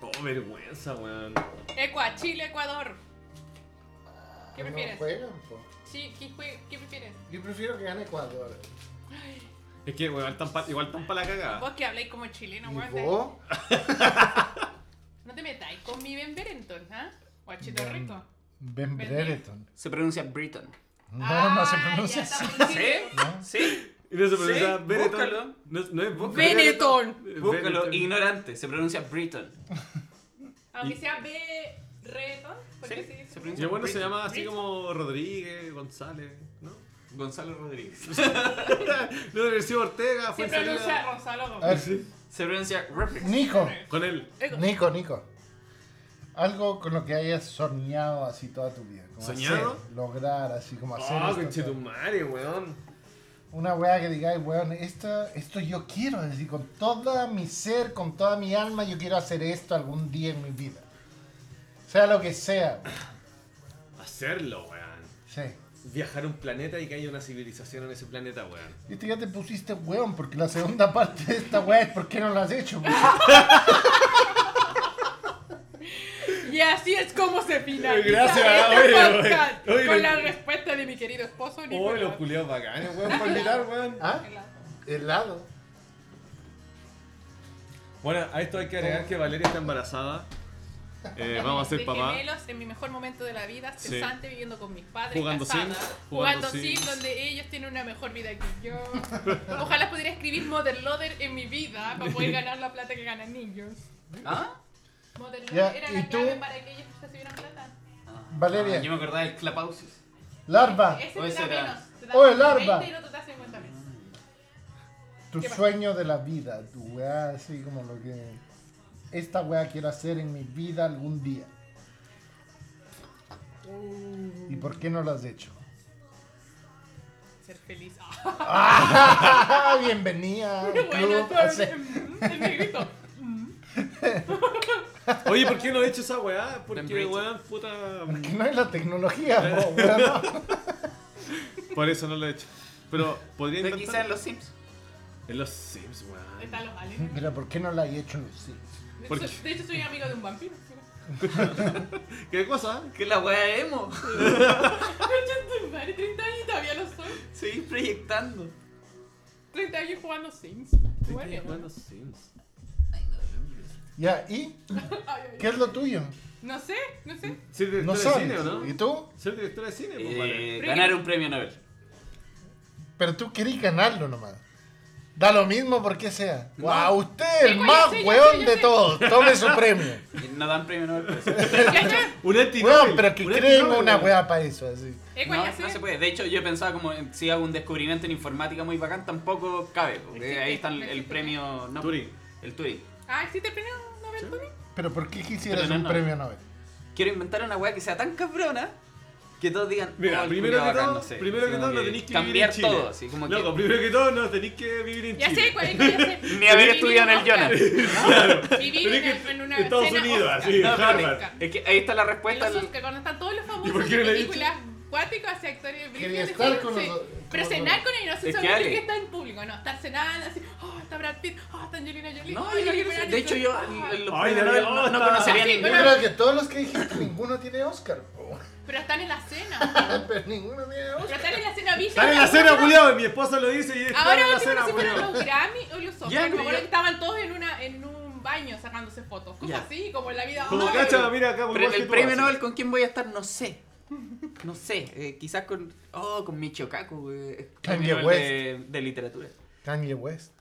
Speaker 4: Oh, vergüenza, weón.
Speaker 1: Ecua, Chile, Ecuador. ¿Qué
Speaker 2: No
Speaker 1: prefieres?
Speaker 2: juegan, po.
Speaker 1: Sí, ¿qué, jue- qué prefieres?
Speaker 2: Yo prefiero que gane Ecuador.
Speaker 4: Es que, weón, tan pa- igual tan para la cagada.
Speaker 1: Vos que habláis como chileno,
Speaker 2: ¿Y
Speaker 1: weón.
Speaker 2: vos?
Speaker 1: No te metáis con mi Benverenton, ¿ah? Guachito
Speaker 2: Ben-
Speaker 1: rico.
Speaker 2: Ben Brereton.
Speaker 3: Se pronuncia Briton.
Speaker 2: No, no se
Speaker 1: Ah,
Speaker 2: pronuncia
Speaker 1: ya
Speaker 2: así.
Speaker 1: estamos en Chile.
Speaker 3: Sí.
Speaker 4: Y no se
Speaker 3: Sí,
Speaker 4: pronuncia
Speaker 3: búscalo.
Speaker 4: Benetton. No, no es Benetton.
Speaker 1: Benetton.
Speaker 3: Búscalo, ignorante. Se pronuncia Briton.
Speaker 1: Aunque sea Berreton, porque
Speaker 3: Sí,
Speaker 1: sí.
Speaker 3: se pronuncia-
Speaker 4: Y el bueno se
Speaker 3: Briton.
Speaker 4: llama así como Rodríguez, González, ¿no?
Speaker 3: Gonzalo Rodríguez.
Speaker 4: No, Universidad Ortega,
Speaker 1: Se
Speaker 4: fue
Speaker 1: pronuncia Gonzalo
Speaker 2: A ver,
Speaker 1: Gómez.
Speaker 3: Se pronuncia Reference.
Speaker 2: Nico.
Speaker 4: Con él.
Speaker 2: Nico, Nico. Algo con lo que hayas soñado así toda tu vida. Como
Speaker 4: ¿Soñado?
Speaker 2: hacer, lograr, así como hacer.
Speaker 4: Ah,
Speaker 2: esto, todo.
Speaker 4: conchetumare, weón.
Speaker 2: Una weá que digáis, weón, esto, esto yo quiero, es decir, con toda mi ser, con toda mi alma, yo quiero hacer esto algún día en mi vida. Sea lo que sea.
Speaker 4: Hacerlo, weón.
Speaker 2: Sí.
Speaker 4: Viajar a un planeta y que haya una civilización en ese planeta, weón.
Speaker 2: Y tú ya te pusiste weón, porque la segunda parte de esta weá es por qué no la has hecho. weón?
Speaker 1: Y así es como se finaliza
Speaker 4: Gracias,
Speaker 1: este
Speaker 4: oye, oye,
Speaker 1: podcast,
Speaker 4: oye,
Speaker 1: con
Speaker 4: oye.
Speaker 1: la respuesta de mi querido esposo
Speaker 4: Oh,
Speaker 1: Nicolás.
Speaker 4: los culiados bacanes, weón, por mirar, weón.
Speaker 2: ¿Ah? Helado.
Speaker 4: Bueno, a esto hay que agregar que Valeria está embarazada. Eh, vamos a ser
Speaker 1: De
Speaker 4: papá.
Speaker 1: gemelos en mi mejor momento de la vida,
Speaker 4: Sí.
Speaker 1: cesante, viviendo con mis padres,
Speaker 4: Jugando
Speaker 1: casada,
Speaker 4: Sims, jugando
Speaker 1: jugando
Speaker 4: Sims.
Speaker 1: Sims, donde ellos tienen una mejor vida que yo. Ojalá pudiera escribir Mother Loader en mi vida para poder ganar la plata que ganan niños.
Speaker 3: ¿Ah?
Speaker 1: Mother Loader
Speaker 2: Ya,
Speaker 1: era
Speaker 2: ¿y
Speaker 1: la
Speaker 2: tú?
Speaker 1: clave para que ellos recibieran plata.
Speaker 2: Valeria.
Speaker 3: Ah, yo me acordaba del Clapausis.
Speaker 2: Larva,
Speaker 1: Ese
Speaker 3: Oye,
Speaker 1: te da
Speaker 3: será.
Speaker 1: menos. Te da
Speaker 2: Oye,
Speaker 1: 20
Speaker 2: larva.
Speaker 1: y el otro te da 50 menos.
Speaker 2: tu
Speaker 1: ¿Qué pasa?
Speaker 2: sueño de la vida, tu weá así como lo que esta weá quiero hacer en mi vida algún día. ¿Y por qué no lo has hecho?
Speaker 1: Ser feliz. Ah.
Speaker 2: ¡Ah! Bienvenida. al
Speaker 1: Qué bueno,
Speaker 2: club.
Speaker 1: tú
Speaker 2: Hace-
Speaker 1: eres- el negrito.
Speaker 4: Oye, ¿por qué no he hecho esa weá? Porque,
Speaker 3: Membrane.
Speaker 4: weón, puta.
Speaker 2: Que no es la tecnología, po, weá, no.
Speaker 4: Por eso no lo he hecho. Pero podría
Speaker 3: Pero
Speaker 4: intentar.
Speaker 3: quizás los Sims.
Speaker 4: En los Sims, weón.
Speaker 1: Están los aliens.
Speaker 2: Pero ¿por qué no la he hecho en los Sims?
Speaker 1: De
Speaker 4: ¿Por
Speaker 1: hecho-
Speaker 4: qué?
Speaker 1: De hecho, soy amigo de un vampiro.
Speaker 4: ¿Qué cosa?
Speaker 3: Que la wea emo.
Speaker 1: Concha tu madre, 30 años y todavía lo soy.
Speaker 3: Seguís proyectando.
Speaker 1: 30 años jugando Sims. Bueno,
Speaker 4: jugando Sims.
Speaker 2: Ya, ¿y
Speaker 1: ay, ay,
Speaker 2: qué es lo tuyo?
Speaker 1: No sé, no sé.
Speaker 4: ¿Ser director
Speaker 2: No
Speaker 4: de
Speaker 2: sabes.
Speaker 4: cine o no?
Speaker 2: ¿Y tú?
Speaker 4: ¿Ser director de cine? Pues,
Speaker 3: Eh,
Speaker 4: vale.
Speaker 3: ganar un premio Nobel.
Speaker 2: Pero tú querés ganarlo nomás. Da lo mismo por qué sea. ¡Wow! Usted es el
Speaker 1: Sí, güey, sí,
Speaker 2: más
Speaker 1: ya sé,
Speaker 2: weón
Speaker 1: ya
Speaker 2: de
Speaker 1: sé.
Speaker 2: todos. Tome su premio.
Speaker 3: Y No dan premio Nobel. pero sí.
Speaker 1: Ya, ya.
Speaker 4: Un antinobel.
Speaker 2: Weón, pero que
Speaker 4: un
Speaker 2: creen
Speaker 4: antinobel,
Speaker 2: una
Speaker 4: weón.
Speaker 2: weá para eso. Así.
Speaker 1: Ego,
Speaker 3: No,
Speaker 1: Eh, ya sé.
Speaker 3: no se puede. De hecho, yo pensaba como eh, si hago un descubrimiento en informática muy bacán, tampoco cabe. porque
Speaker 1: Existe,
Speaker 3: ahí está el,
Speaker 1: no
Speaker 3: el
Speaker 1: existe.
Speaker 3: premio no,
Speaker 4: Turing.
Speaker 3: El Turing.
Speaker 1: Ah, ¿existe el premio Nobel Tony?
Speaker 2: Pero ¿por qué quisieras
Speaker 3: Pero no,
Speaker 2: un
Speaker 3: no.
Speaker 2: premio Nobel?
Speaker 3: Quiero inventar una weá que sea tan cabrona que todos digan.
Speaker 4: Mira,
Speaker 3: "Oh, el
Speaker 4: primero
Speaker 3: culiao
Speaker 4: que todo,
Speaker 3: bacán", no sé.
Speaker 4: primero
Speaker 3: Así
Speaker 4: que
Speaker 3: como
Speaker 4: todo, no tenéis que vivir
Speaker 3: cambiar
Speaker 4: en Chile.
Speaker 3: todo. Así como
Speaker 4: Loco,
Speaker 3: que,
Speaker 4: primero que todo, no tenéis que vivir en
Speaker 1: Ya
Speaker 4: Chile.
Speaker 1: sé, cuál es, ya sé.
Speaker 3: Ni haber
Speaker 1: Vivir
Speaker 3: estudiado en el
Speaker 1: Oscar. Vivir
Speaker 4: Tenés
Speaker 1: en,
Speaker 4: que-
Speaker 1: el- en una
Speaker 4: Estados
Speaker 1: cena
Speaker 4: Unidos,
Speaker 1: Oscar.
Speaker 4: así,
Speaker 1: No,
Speaker 4: Harvard.
Speaker 1: Oscar.
Speaker 3: es que ahí está la respuesta.
Speaker 1: En
Speaker 3: al-
Speaker 1: los Oscar, cuando están todos los
Speaker 4: ¿Y por
Speaker 1: famosos
Speaker 4: qué
Speaker 1: de
Speaker 4: no le he
Speaker 1: películas cuáticos, así actores
Speaker 2: Quería
Speaker 1: brillantes,
Speaker 2: estar
Speaker 1: sí,
Speaker 2: con
Speaker 1: sí.
Speaker 2: nosotros.
Speaker 1: Pero cenar con ellos, no sé
Speaker 3: Es que
Speaker 1: solamente
Speaker 3: Ale-
Speaker 1: que está en público, no, estar cenando así, oh, está Brad Pitt, oh, está Angelina Jolie.
Speaker 3: No,
Speaker 1: oh,
Speaker 3: yo-
Speaker 1: Jennifer
Speaker 3: de hecho, yo
Speaker 1: Aniston,
Speaker 3: en
Speaker 1: oh.
Speaker 3: los
Speaker 4: Ay,
Speaker 3: premios Nobel
Speaker 4: no, no,
Speaker 3: no, no
Speaker 4: no.
Speaker 3: conocería
Speaker 1: Sí,
Speaker 3: ninguno.
Speaker 1: Bueno.
Speaker 2: Yo creo que todos los que dijiste, ninguno tiene Oscar. po.
Speaker 1: Pero están en la cena.
Speaker 2: Pero ninguno tiene Oscar.
Speaker 1: Pero están en la cena, ¿viste?
Speaker 4: Están en la cena, culiado. Mi esposa lo dice y están
Speaker 1: Ahora
Speaker 4: en la
Speaker 1: último
Speaker 4: cena,
Speaker 1: no sé si fueron
Speaker 4: culiao.
Speaker 1: los Grammy o los Oscar.
Speaker 3: Ya,
Speaker 1: me
Speaker 3: pero
Speaker 1: acuerdo
Speaker 3: ya-
Speaker 1: que estaban todos en una en un baño sacándose fotos. Cosas
Speaker 3: Ya.
Speaker 1: así, como en la vida.
Speaker 4: Como
Speaker 1: Ay,
Speaker 4: cacha, mira acá,
Speaker 3: Pero
Speaker 4: culiao,
Speaker 3: en
Speaker 4: que
Speaker 3: el
Speaker 4: tú
Speaker 3: premio
Speaker 4: haces.
Speaker 3: Nobel, ¿con quién voy a estar? No sé. No sé. Eh, quizás con. Oh, con Michio Kaku. eh,
Speaker 2: Kanye
Speaker 3: premio Nobel De, de literatura.
Speaker 2: Kanye West.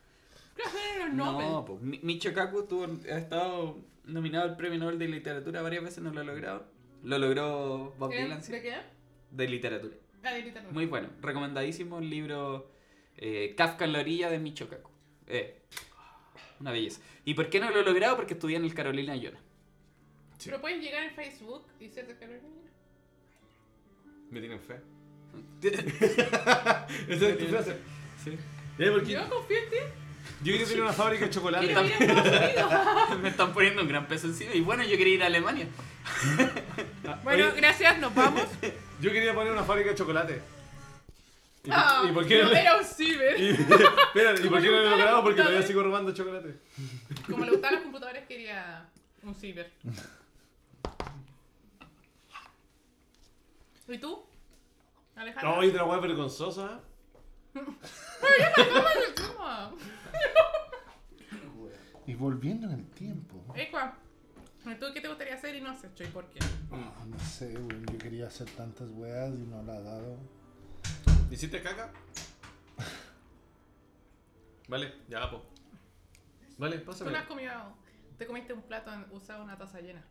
Speaker 1: creo que eran los Nobel.
Speaker 3: No, pues Michio Kaku estuvo- ha estado nominado al premio Nobel de literatura varias veces, no lo ha logrado. Lo logró Bob
Speaker 1: ¿Eh?
Speaker 3: Dylan, sí,
Speaker 1: ¿De qué?
Speaker 3: de literatura.
Speaker 1: La de Rita Nobel.
Speaker 3: Muy bueno, recomendadísimo el libro eh, Kafka en la orilla de Michio Kaku. Eh, una belleza. ¿Y por qué no lo he logrado? Porque estudié en el Carolina Llona.
Speaker 1: Pero puedes llegar en Facebook y ser de Carolina.
Speaker 4: Me tienen fe. Esa es tu frase. Sí. Ya, porque yo
Speaker 1: Yo confío en ti.
Speaker 4: quiero tener una fábrica de chocolate.
Speaker 1: Quiero ir a Estados Unidos.
Speaker 3: Me están poniendo un gran peso encima. Y bueno, yo quería ir a Alemania.
Speaker 1: Bueno,
Speaker 4: Oye,
Speaker 1: gracias, nos vamos.
Speaker 4: yo quería poner una fábrica de chocolate. ¿Y por,
Speaker 1: Ah,
Speaker 4: y por qué no?
Speaker 1: no
Speaker 4: le-
Speaker 1: era un ciber.
Speaker 4: y- espera, ¿y por qué no lo he logrado? Porque todavía
Speaker 1: ¿eh?
Speaker 4: sigo robando chocolate.
Speaker 1: Como le gustaban los computadores, quería un ciber. ¿Y tú? Alejandro.
Speaker 4: No, y otra hueá vergonzosa.
Speaker 1: ¿Cómo?
Speaker 2: Y volviendo en el tiempo.
Speaker 1: Ecua, ¿tú qué te gustaría hacer y no has hecho? ¿Y por qué?
Speaker 2: Ah, no sé, weón. Yo quería hacer tantas weas y no la ha dado.
Speaker 4: ¿Hiciste caca? Vale, ya, po. Vale,
Speaker 1: Tú no has
Speaker 4: pásame.
Speaker 1: comido. Te comiste un plato en- usado una taza llena.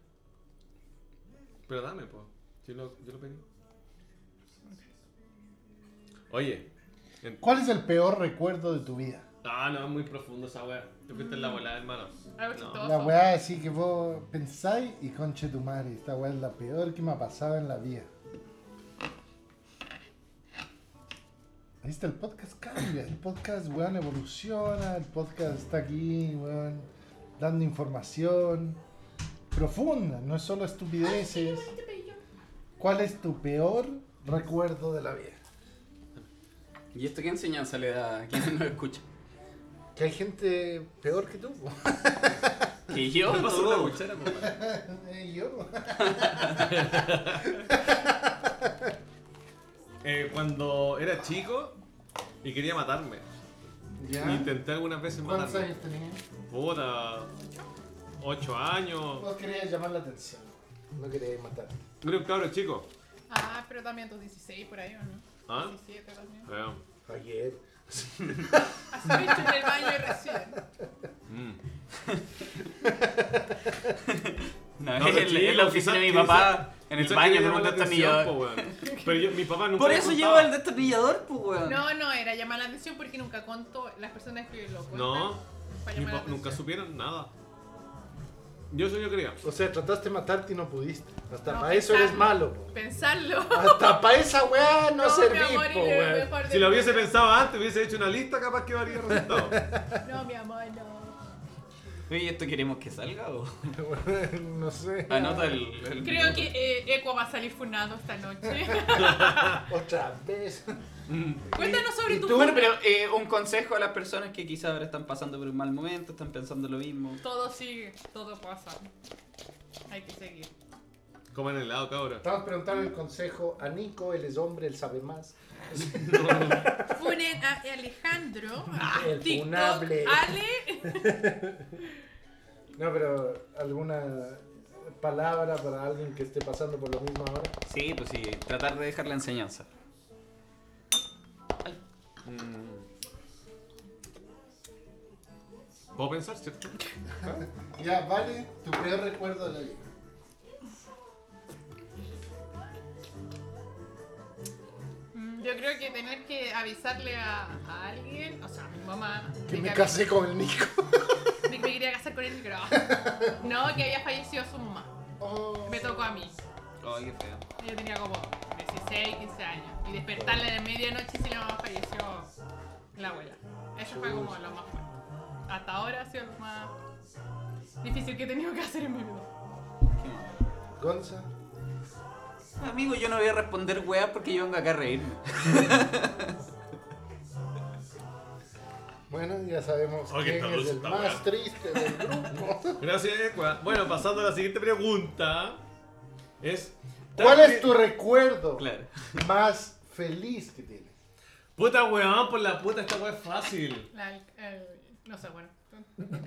Speaker 4: Pero dame, po. Yo lo, yo lo pedí. Oye, en-
Speaker 2: ¿Cuál es el peor recuerdo de tu vida?
Speaker 4: Ah, no, es muy profundo esa weá. Te fuiste en la volada, hermano.
Speaker 1: Algo
Speaker 4: No.
Speaker 1: chistoso.
Speaker 2: La weá así que vos pensáis y conche tu madre, esta weá es la peor que me ha pasado en la vida. Ahí está, el podcast cambia, el podcast, weón, evoluciona, el podcast está aquí, weón, dando información profunda, no es solo estupideces. ¿Cuál es tu peor recuerdo de la vida?
Speaker 3: ¿Y esto qué enseñanza le da a quien nos escucha?
Speaker 2: Que hay gente peor que tú.
Speaker 3: Que yo,
Speaker 4: Me pasó la
Speaker 2: Oh.
Speaker 3: no.
Speaker 4: cuchara, po, weón.
Speaker 2: Y yo.
Speaker 4: Eh, cuando era chico y quería matarme.
Speaker 2: ¿Ya?
Speaker 4: Intenté algunas veces
Speaker 2: ¿Cuántos
Speaker 4: matarme.
Speaker 2: años tenías?
Speaker 4: Puta. 8 años.
Speaker 2: Vos querías llamar la atención, no querías matar.
Speaker 4: Era un cabro chico.
Speaker 1: Ah, pero también tus 16 por ahí, ¿o no?
Speaker 4: ¿Ah?
Speaker 1: 17 también. Ah,
Speaker 4: Weón.
Speaker 2: Ayer.
Speaker 1: Así me eché en el baño y recién.
Speaker 4: Mm.
Speaker 3: No,
Speaker 4: No,
Speaker 3: en,
Speaker 4: pero
Speaker 3: el-
Speaker 4: chico,
Speaker 3: en la oficina de mi
Speaker 4: quizás-
Speaker 3: papá, en el
Speaker 4: quizás
Speaker 3: baño, con
Speaker 4: quería
Speaker 3: un
Speaker 4: llamar la atención,
Speaker 3: destornillador.
Speaker 4: po, weón. Pero yo, mi papá nunca
Speaker 3: Por
Speaker 4: me
Speaker 3: eso
Speaker 4: contaba.
Speaker 3: lleva el destornillador, pues, weón.
Speaker 1: No, no, era llamar la atención porque nunca contó las personas que lo cuentan.
Speaker 4: No,
Speaker 1: para
Speaker 4: mi
Speaker 1: llamar la
Speaker 4: pa- nunca
Speaker 1: atención.
Speaker 4: supieron nada. Yo eso yo quería.
Speaker 2: O sea, trataste de matarte y no pudiste. Hasta
Speaker 1: No,
Speaker 2: para eso eres
Speaker 1: pensarlo.
Speaker 2: malo, po.
Speaker 1: Pensarlo.
Speaker 2: Hasta para esa weá no,
Speaker 1: mi
Speaker 2: servís,
Speaker 1: amor, y
Speaker 2: po,
Speaker 1: lo
Speaker 2: weón.
Speaker 1: mejor de
Speaker 4: Si lo
Speaker 1: mí.
Speaker 4: hubiese pensado antes, hubiese hecho una lista, capaz que varía el resultado.
Speaker 1: No, mi amor, no.
Speaker 3: Oye, ¿esto queremos que salga o...?
Speaker 2: no sé.
Speaker 3: Anota el... el-
Speaker 1: Creo que eh, Eco va a salir funado esta noche.
Speaker 2: Ah, Otra vez.
Speaker 1: Cuéntanos sobre
Speaker 2: ¿Y
Speaker 1: tu
Speaker 2: tú?
Speaker 3: Bueno, pero eh, un consejo a las personas que quizás ahora están pasando por un mal momento, están pensando lo mismo.
Speaker 1: Todo sigue, todo pasa. Hay que seguir.
Speaker 4: Coman helado, cabra.
Speaker 2: Estamos preguntando el consejo a Nico, él es hombre, él sabe más.
Speaker 1: Funen a Alejandro.
Speaker 2: Ah, el
Speaker 1: TikTok,
Speaker 2: funable.
Speaker 1: Ale.
Speaker 2: No, pero alguna palabra para alguien que esté pasando por lo mismo ahora.
Speaker 3: Sí, pues sí, tratar de dejar la enseñanza.
Speaker 4: ¿Puedo pensar, cierto?
Speaker 6: Ya, vale, tu peor recuerdo de la vida.
Speaker 1: Mm, Yo creo que tener que avisarle a, a alguien, o sea, a mi mamá.
Speaker 2: Que
Speaker 1: de
Speaker 2: me
Speaker 1: hab-
Speaker 2: casé con el Nico.
Speaker 1: de que me quería casar con él, pero. No, que había fallecido su mamá.
Speaker 2: Oh.
Speaker 1: Me tocó a mí.
Speaker 3: Ay, Oh, qué feo.
Speaker 1: Yo tenía como 16, 15 años. Y despertarla en la medianoche si la mamá falleció la abuela. Eso fue como lo más fuerte. Hasta ahora ha sido lo más difícil que he tenido que hacer en mi vida.
Speaker 3: Qué mal.
Speaker 2: Gonza.
Speaker 3: Amigo, yo no voy a responder weas porque yo vengo acá a reírme.
Speaker 2: Bueno, ya sabemos
Speaker 4: Oh, qué
Speaker 2: quién es
Speaker 4: tablosa
Speaker 2: el
Speaker 4: esta
Speaker 2: más
Speaker 4: weá.
Speaker 2: triste del grupo.
Speaker 4: Gracias, Ecua. Bueno, pasando a la siguiente pregunta. Es.
Speaker 2: ¿Cuál es tu recuerdo
Speaker 3: Claro.
Speaker 2: más feliz que tienes?
Speaker 4: Puta weón, por la puta, esta weá es fácil.
Speaker 1: La- el- no sé, bueno.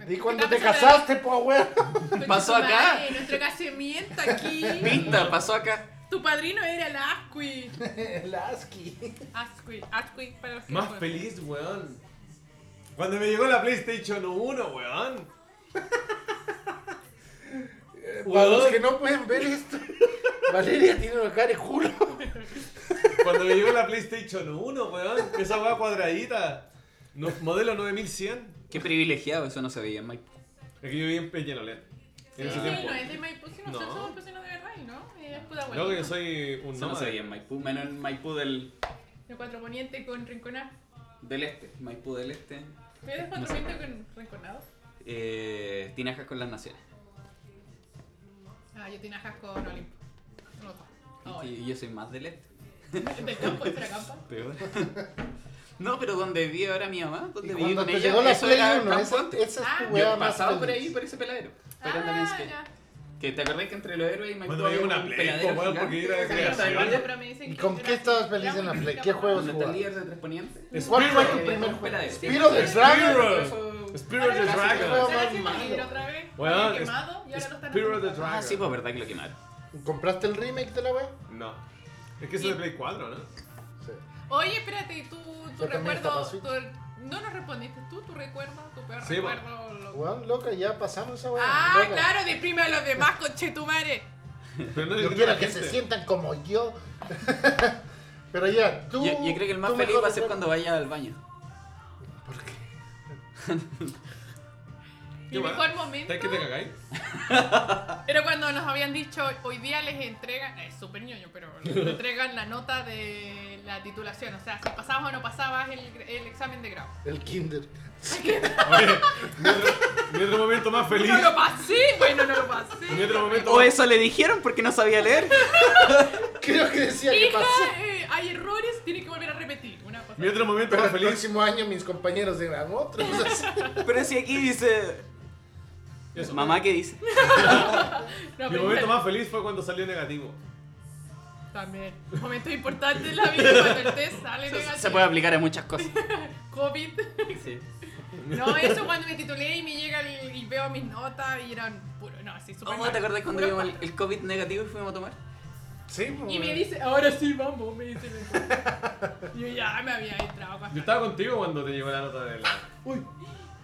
Speaker 2: ¿Y cuando te casaste, po, weón?
Speaker 1: Conchetumare,
Speaker 3: Pasó acá.
Speaker 1: Nuestro casamiento aquí.
Speaker 3: Pista, pasó acá.
Speaker 1: tu padrino era el Asqui.
Speaker 2: El ASCII.
Speaker 1: Asqui, Asqui para los que
Speaker 4: Más
Speaker 1: no conocen.
Speaker 4: feliz, weón. Cuando me llegó la PlayStation 1, weón.
Speaker 3: Eh,
Speaker 2: Para los
Speaker 4: Weón.
Speaker 2: que no pueden ver esto, Valeria tiene una cara de culo.
Speaker 4: Cuando me llegó la PlayStation 1, weón. Esa weá cuadradita. No- modelo 9100.
Speaker 3: Qué privilegiado, eso no se veía, Mike.
Speaker 4: Es que yo viví en Peñalolén. En ese
Speaker 1: Sí,
Speaker 4: tiempo.
Speaker 1: no es de Maipú, si no,
Speaker 4: No.
Speaker 1: somos personas de verdad, ¿no? Es puta
Speaker 4: Luego
Speaker 1: abuelita.
Speaker 4: que soy
Speaker 3: Eso no
Speaker 4: un
Speaker 3: eh. se
Speaker 4: nómada.
Speaker 3: veía en Maipú, menos en Maipú del,
Speaker 1: De Cuatro Poniente con Rinconado.
Speaker 3: del Este. Maipú del Este.
Speaker 1: ¿Me das Cuatro Poniente con Rinconado?
Speaker 3: Eh, tinajas con las naciones.
Speaker 1: Ah, yo tinajas con Olimpo. No, no.
Speaker 3: Y-
Speaker 1: Ahora.
Speaker 3: y yo soy más del Este.
Speaker 1: ¿Del campo? ¿Extra campo?
Speaker 3: Peor. No, pero donde vive ahora mi mamá,
Speaker 2: Y
Speaker 3: donde viví
Speaker 2: cuando
Speaker 3: con
Speaker 2: te
Speaker 3: ella,
Speaker 2: llegó la
Speaker 3: eso
Speaker 2: Play
Speaker 3: era
Speaker 2: 1,
Speaker 3: campo
Speaker 2: esa,
Speaker 3: antes.
Speaker 2: esa es
Speaker 1: Ah,
Speaker 2: tu
Speaker 3: Yo
Speaker 2: weá
Speaker 3: he
Speaker 2: más
Speaker 3: pasado por
Speaker 2: feliz.
Speaker 3: ahí, por ese peladero. Esperando a
Speaker 1: Ah,
Speaker 3: Vince
Speaker 1: ya.
Speaker 3: Que te acordás que entre los héroes y Maipú
Speaker 4: Cuando me
Speaker 3: había
Speaker 4: llegó una
Speaker 3: un
Speaker 4: Play,
Speaker 3: peladero
Speaker 4: po, weón,
Speaker 3: gigante,
Speaker 4: porque era de
Speaker 3: que salía hasta el
Speaker 4: creación.
Speaker 3: baño,
Speaker 1: Pero me dicen
Speaker 2: ¿Y
Speaker 1: que
Speaker 2: con
Speaker 1: era
Speaker 2: qué
Speaker 1: así.
Speaker 2: estabas feliz
Speaker 1: Era
Speaker 2: en la
Speaker 1: muy
Speaker 2: Play?
Speaker 1: rica,
Speaker 2: ¿Qué
Speaker 1: papá.
Speaker 2: juegos?
Speaker 3: Donde está el líder de Tres Ponientes.
Speaker 2: ¿Cuál fue
Speaker 4: Spiro.
Speaker 2: tu primer
Speaker 3: Un
Speaker 2: juego?
Speaker 3: peladero.
Speaker 2: Spiro the Dragon.
Speaker 4: Spiro. Spiro the Dragon.
Speaker 1: ¿Será que me libro otra vez?
Speaker 4: Bueno,
Speaker 1: Había
Speaker 4: es-
Speaker 1: quemado y ahora lo están
Speaker 4: Spiro the
Speaker 1: haciendo.
Speaker 4: Dragon.
Speaker 3: Ah, sí, pues verdad que lo quemaron.
Speaker 2: ¿Compraste el remake de la weá?
Speaker 4: No. Es que eso es de Play 4, ¿no?
Speaker 2: Sí.
Speaker 1: Oye, espérate, ¿y tú, tu
Speaker 2: Yo también
Speaker 1: recuerdo?
Speaker 2: estaba así.
Speaker 1: tu- no nos respondiste tú, tu recuerdo, tu peor
Speaker 4: Sí, po.
Speaker 1: recuerdo. lo-
Speaker 2: Weón, loca, ya pasamos esa weá.
Speaker 1: Ah,
Speaker 2: loca.
Speaker 1: claro, deprime a los demás, conchetumare.
Speaker 4: Pero no
Speaker 2: Yo
Speaker 4: no
Speaker 2: quiero
Speaker 4: la
Speaker 2: que
Speaker 4: gente.
Speaker 2: se sientan como yo. Pero ya, tú.
Speaker 3: Yo, yo creo que el más
Speaker 2: tú
Speaker 3: feliz
Speaker 2: mejor
Speaker 3: va a ser
Speaker 2: recuerdo.
Speaker 3: cuando vaya al baño.
Speaker 2: ¿Por qué?
Speaker 1: Mi mejor momento
Speaker 4: ¿Sabes que te cagáis?
Speaker 1: era cuando nos habían dicho hoy día les entregan, es súper ñoño, pero les entregan la nota de la titulación, o sea, si pasabas o no pasabas el, el examen de grado.
Speaker 2: El kinder.
Speaker 4: Oye, mi otro, mi otro momento más feliz.
Speaker 1: No lo pasé, bueno, no lo pasé.
Speaker 4: Mi otro momento
Speaker 3: O
Speaker 4: más-
Speaker 3: eso le dijeron porque no sabía leer.
Speaker 2: Creo que decía que
Speaker 1: Hija,
Speaker 2: pasó.
Speaker 1: eh, hay errores, tiene que volver a repetir. Una cosa.
Speaker 4: mi otro momento
Speaker 2: Pero
Speaker 4: más
Speaker 2: el
Speaker 4: feliz.
Speaker 2: próximo año mis compañeros dirán otros.
Speaker 3: Pero si aquí dice.
Speaker 4: Eso.
Speaker 3: Mamá, ¿qué dice?
Speaker 1: No,
Speaker 4: Mi
Speaker 1: pero-
Speaker 4: momento más feliz fue cuando salió negativo.
Speaker 1: También. Momentos importantes en la vida cuando el test sale negativo.
Speaker 3: Se puede aplicar a muchas cosas.
Speaker 1: COVID.
Speaker 3: Sí.
Speaker 1: No, eso cuando me titulé y me llega el- y veo mis notas y eran puro. No, sí, súper.
Speaker 3: ¿Cómo
Speaker 1: mal.
Speaker 3: Oh, te acordás cuando
Speaker 1: Puro
Speaker 3: vimos el, el COVID negativo y fuimos a tomar?
Speaker 2: Sí, pues.
Speaker 1: Y me dice, ahora sí, vamos, me dice. mi papá. Yo ya me había entrado.
Speaker 4: Yo estaba contigo cuando te llegó la nota de la. Uy,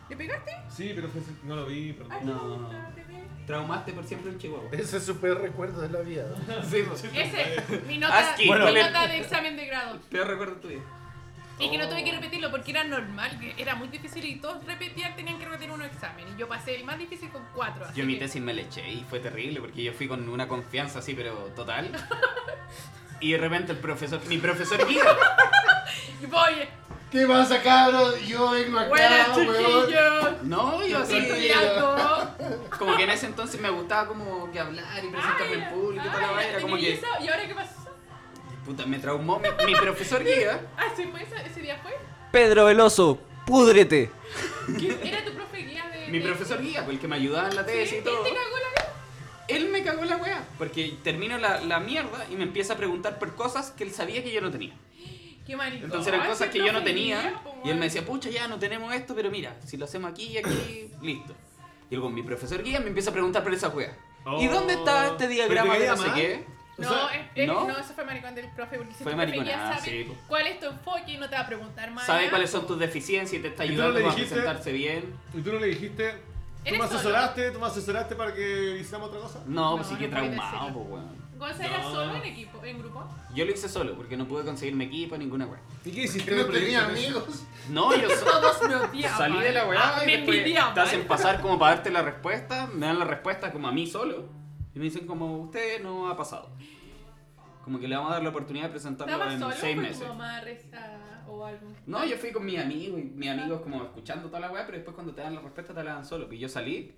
Speaker 1: ¿Le pegaste?
Speaker 4: sí, pero fue- no lo vi,
Speaker 1: Ay,
Speaker 4: perdón.
Speaker 3: No.
Speaker 1: puta, bebé.
Speaker 3: Traumaste por siempre en Chihuahua.
Speaker 2: Ese es su peor recuerdo de la vida.
Speaker 3: Sí, pues.
Speaker 1: Ese, mi nota,
Speaker 3: Asqui.
Speaker 4: Bueno.
Speaker 1: mi nota de examen de grado.
Speaker 3: Peor recuerdo tuyo.
Speaker 1: Y que no tuve
Speaker 3: Oh.
Speaker 1: que repetirlo porque era normal, que era muy difícil y todos repetían, tenían que repetir unos exámenes. Y yo pasé el más difícil con cuatro. así
Speaker 3: Yo mi
Speaker 1: que-
Speaker 3: tesis me le eché y fue terrible porque yo fui con una confianza así, pero total. Y de repente el profesor, mi profesor guía,
Speaker 1: Y voy,
Speaker 6: ¿Qué pasa, cabros? Yo vengo acá,
Speaker 1: buenas
Speaker 6: weón.
Speaker 1: chiquillos,
Speaker 3: no, yo así,
Speaker 1: estudiando.
Speaker 3: como que en ese entonces me gustaba como que hablar y presentarme
Speaker 1: Ah,
Speaker 3: en público y toda la
Speaker 1: Ay,
Speaker 3: vaina, como
Speaker 1: tenía
Speaker 3: que,
Speaker 1: eso, ¿Y ahora qué pasó?
Speaker 3: puta, me traumó mi, mi profesor guía.
Speaker 1: Ah, sí, fue ese, ese día fue.
Speaker 3: Pedro Veloso, púdrete.
Speaker 1: ¿Quién- Era tu profe guía de.
Speaker 3: Mi
Speaker 1: de-
Speaker 3: profesor guía, pues el que me ayudaba en la
Speaker 1: Sí, este
Speaker 3: tesis y
Speaker 1: él
Speaker 3: todo.
Speaker 1: te cagó la vida.
Speaker 3: Él me cagó la weá, porque termino la, la mierda y me empieza a preguntar por cosas que él sabía que yo no tenía.
Speaker 1: Qué maricón.
Speaker 3: Entonces eran cosas
Speaker 1: ese
Speaker 3: que yo no
Speaker 1: profe
Speaker 3: tenía
Speaker 1: guía, po,
Speaker 3: y él me decía, pucha, ya no tenemos esto, pero mira, si lo hacemos aquí y aquí, listo. Y luego mi profesor guía me empieza a preguntar por esa weá. ¿Y
Speaker 4: Oh.
Speaker 3: dónde está este diagrama
Speaker 4: ¿Pero
Speaker 3: de
Speaker 4: te
Speaker 3: no
Speaker 4: caía
Speaker 3: sé
Speaker 4: mal?
Speaker 3: qué?
Speaker 1: No,
Speaker 4: O sea,
Speaker 1: es- es-
Speaker 3: ¿no?
Speaker 1: no, eso fue maricón del profe. Porque si
Speaker 3: Fue
Speaker 1: tu profe guía
Speaker 3: mariconada,
Speaker 1: sabe
Speaker 3: sí, po.
Speaker 1: cuál es tu enfoque y no te va a preguntar más.
Speaker 3: Sabe
Speaker 1: nada,
Speaker 3: cuáles
Speaker 1: po.
Speaker 3: son tus deficiencias y te está
Speaker 4: ¿Y tú no
Speaker 3: ayudando
Speaker 4: le
Speaker 3: a
Speaker 4: dijiste?
Speaker 3: presentarse bien.
Speaker 4: ¿Y tú no le dijiste? ¿Tú
Speaker 1: Eres
Speaker 4: me
Speaker 1: solo.
Speaker 4: asesoraste? ¿Tú me asesoraste para que hicieramos otra cosa?
Speaker 3: No,
Speaker 1: No,
Speaker 3: pues sí
Speaker 1: no
Speaker 3: que
Speaker 1: puedes
Speaker 3: traumado,
Speaker 1: decirlo.
Speaker 3: pues weón.
Speaker 1: Gonzalo era
Speaker 4: No.
Speaker 1: solo en equipo, en grupo.
Speaker 3: Yo lo hice solo porque no pude conseguirme equipo, ninguna weá.
Speaker 4: ¿Y qué hiciste?
Speaker 6: Que no
Speaker 4: de proyecto
Speaker 6: tenía
Speaker 4: en eso?
Speaker 6: amigos.
Speaker 3: No, yo solo.
Speaker 1: Todos me odiaban.
Speaker 3: Salí de la weá
Speaker 1: Ah,
Speaker 3: y
Speaker 1: me
Speaker 3: después
Speaker 1: envidiaban.
Speaker 3: te hacen pasar como para darte la respuesta, me dan la respuesta como a mí solo y me dicen como usted no ha pasado. Como que le vamos a dar la oportunidad de presentarlo
Speaker 1: ¿Estabas
Speaker 3: en
Speaker 1: solo
Speaker 3: seis
Speaker 1: con
Speaker 3: meses.
Speaker 1: tu mamá reza o algo?
Speaker 3: No, yo fui con mis amigos y mis amigos como escuchando toda la weá, pero después cuando te dan la respuesta te la dan solo. Y yo salí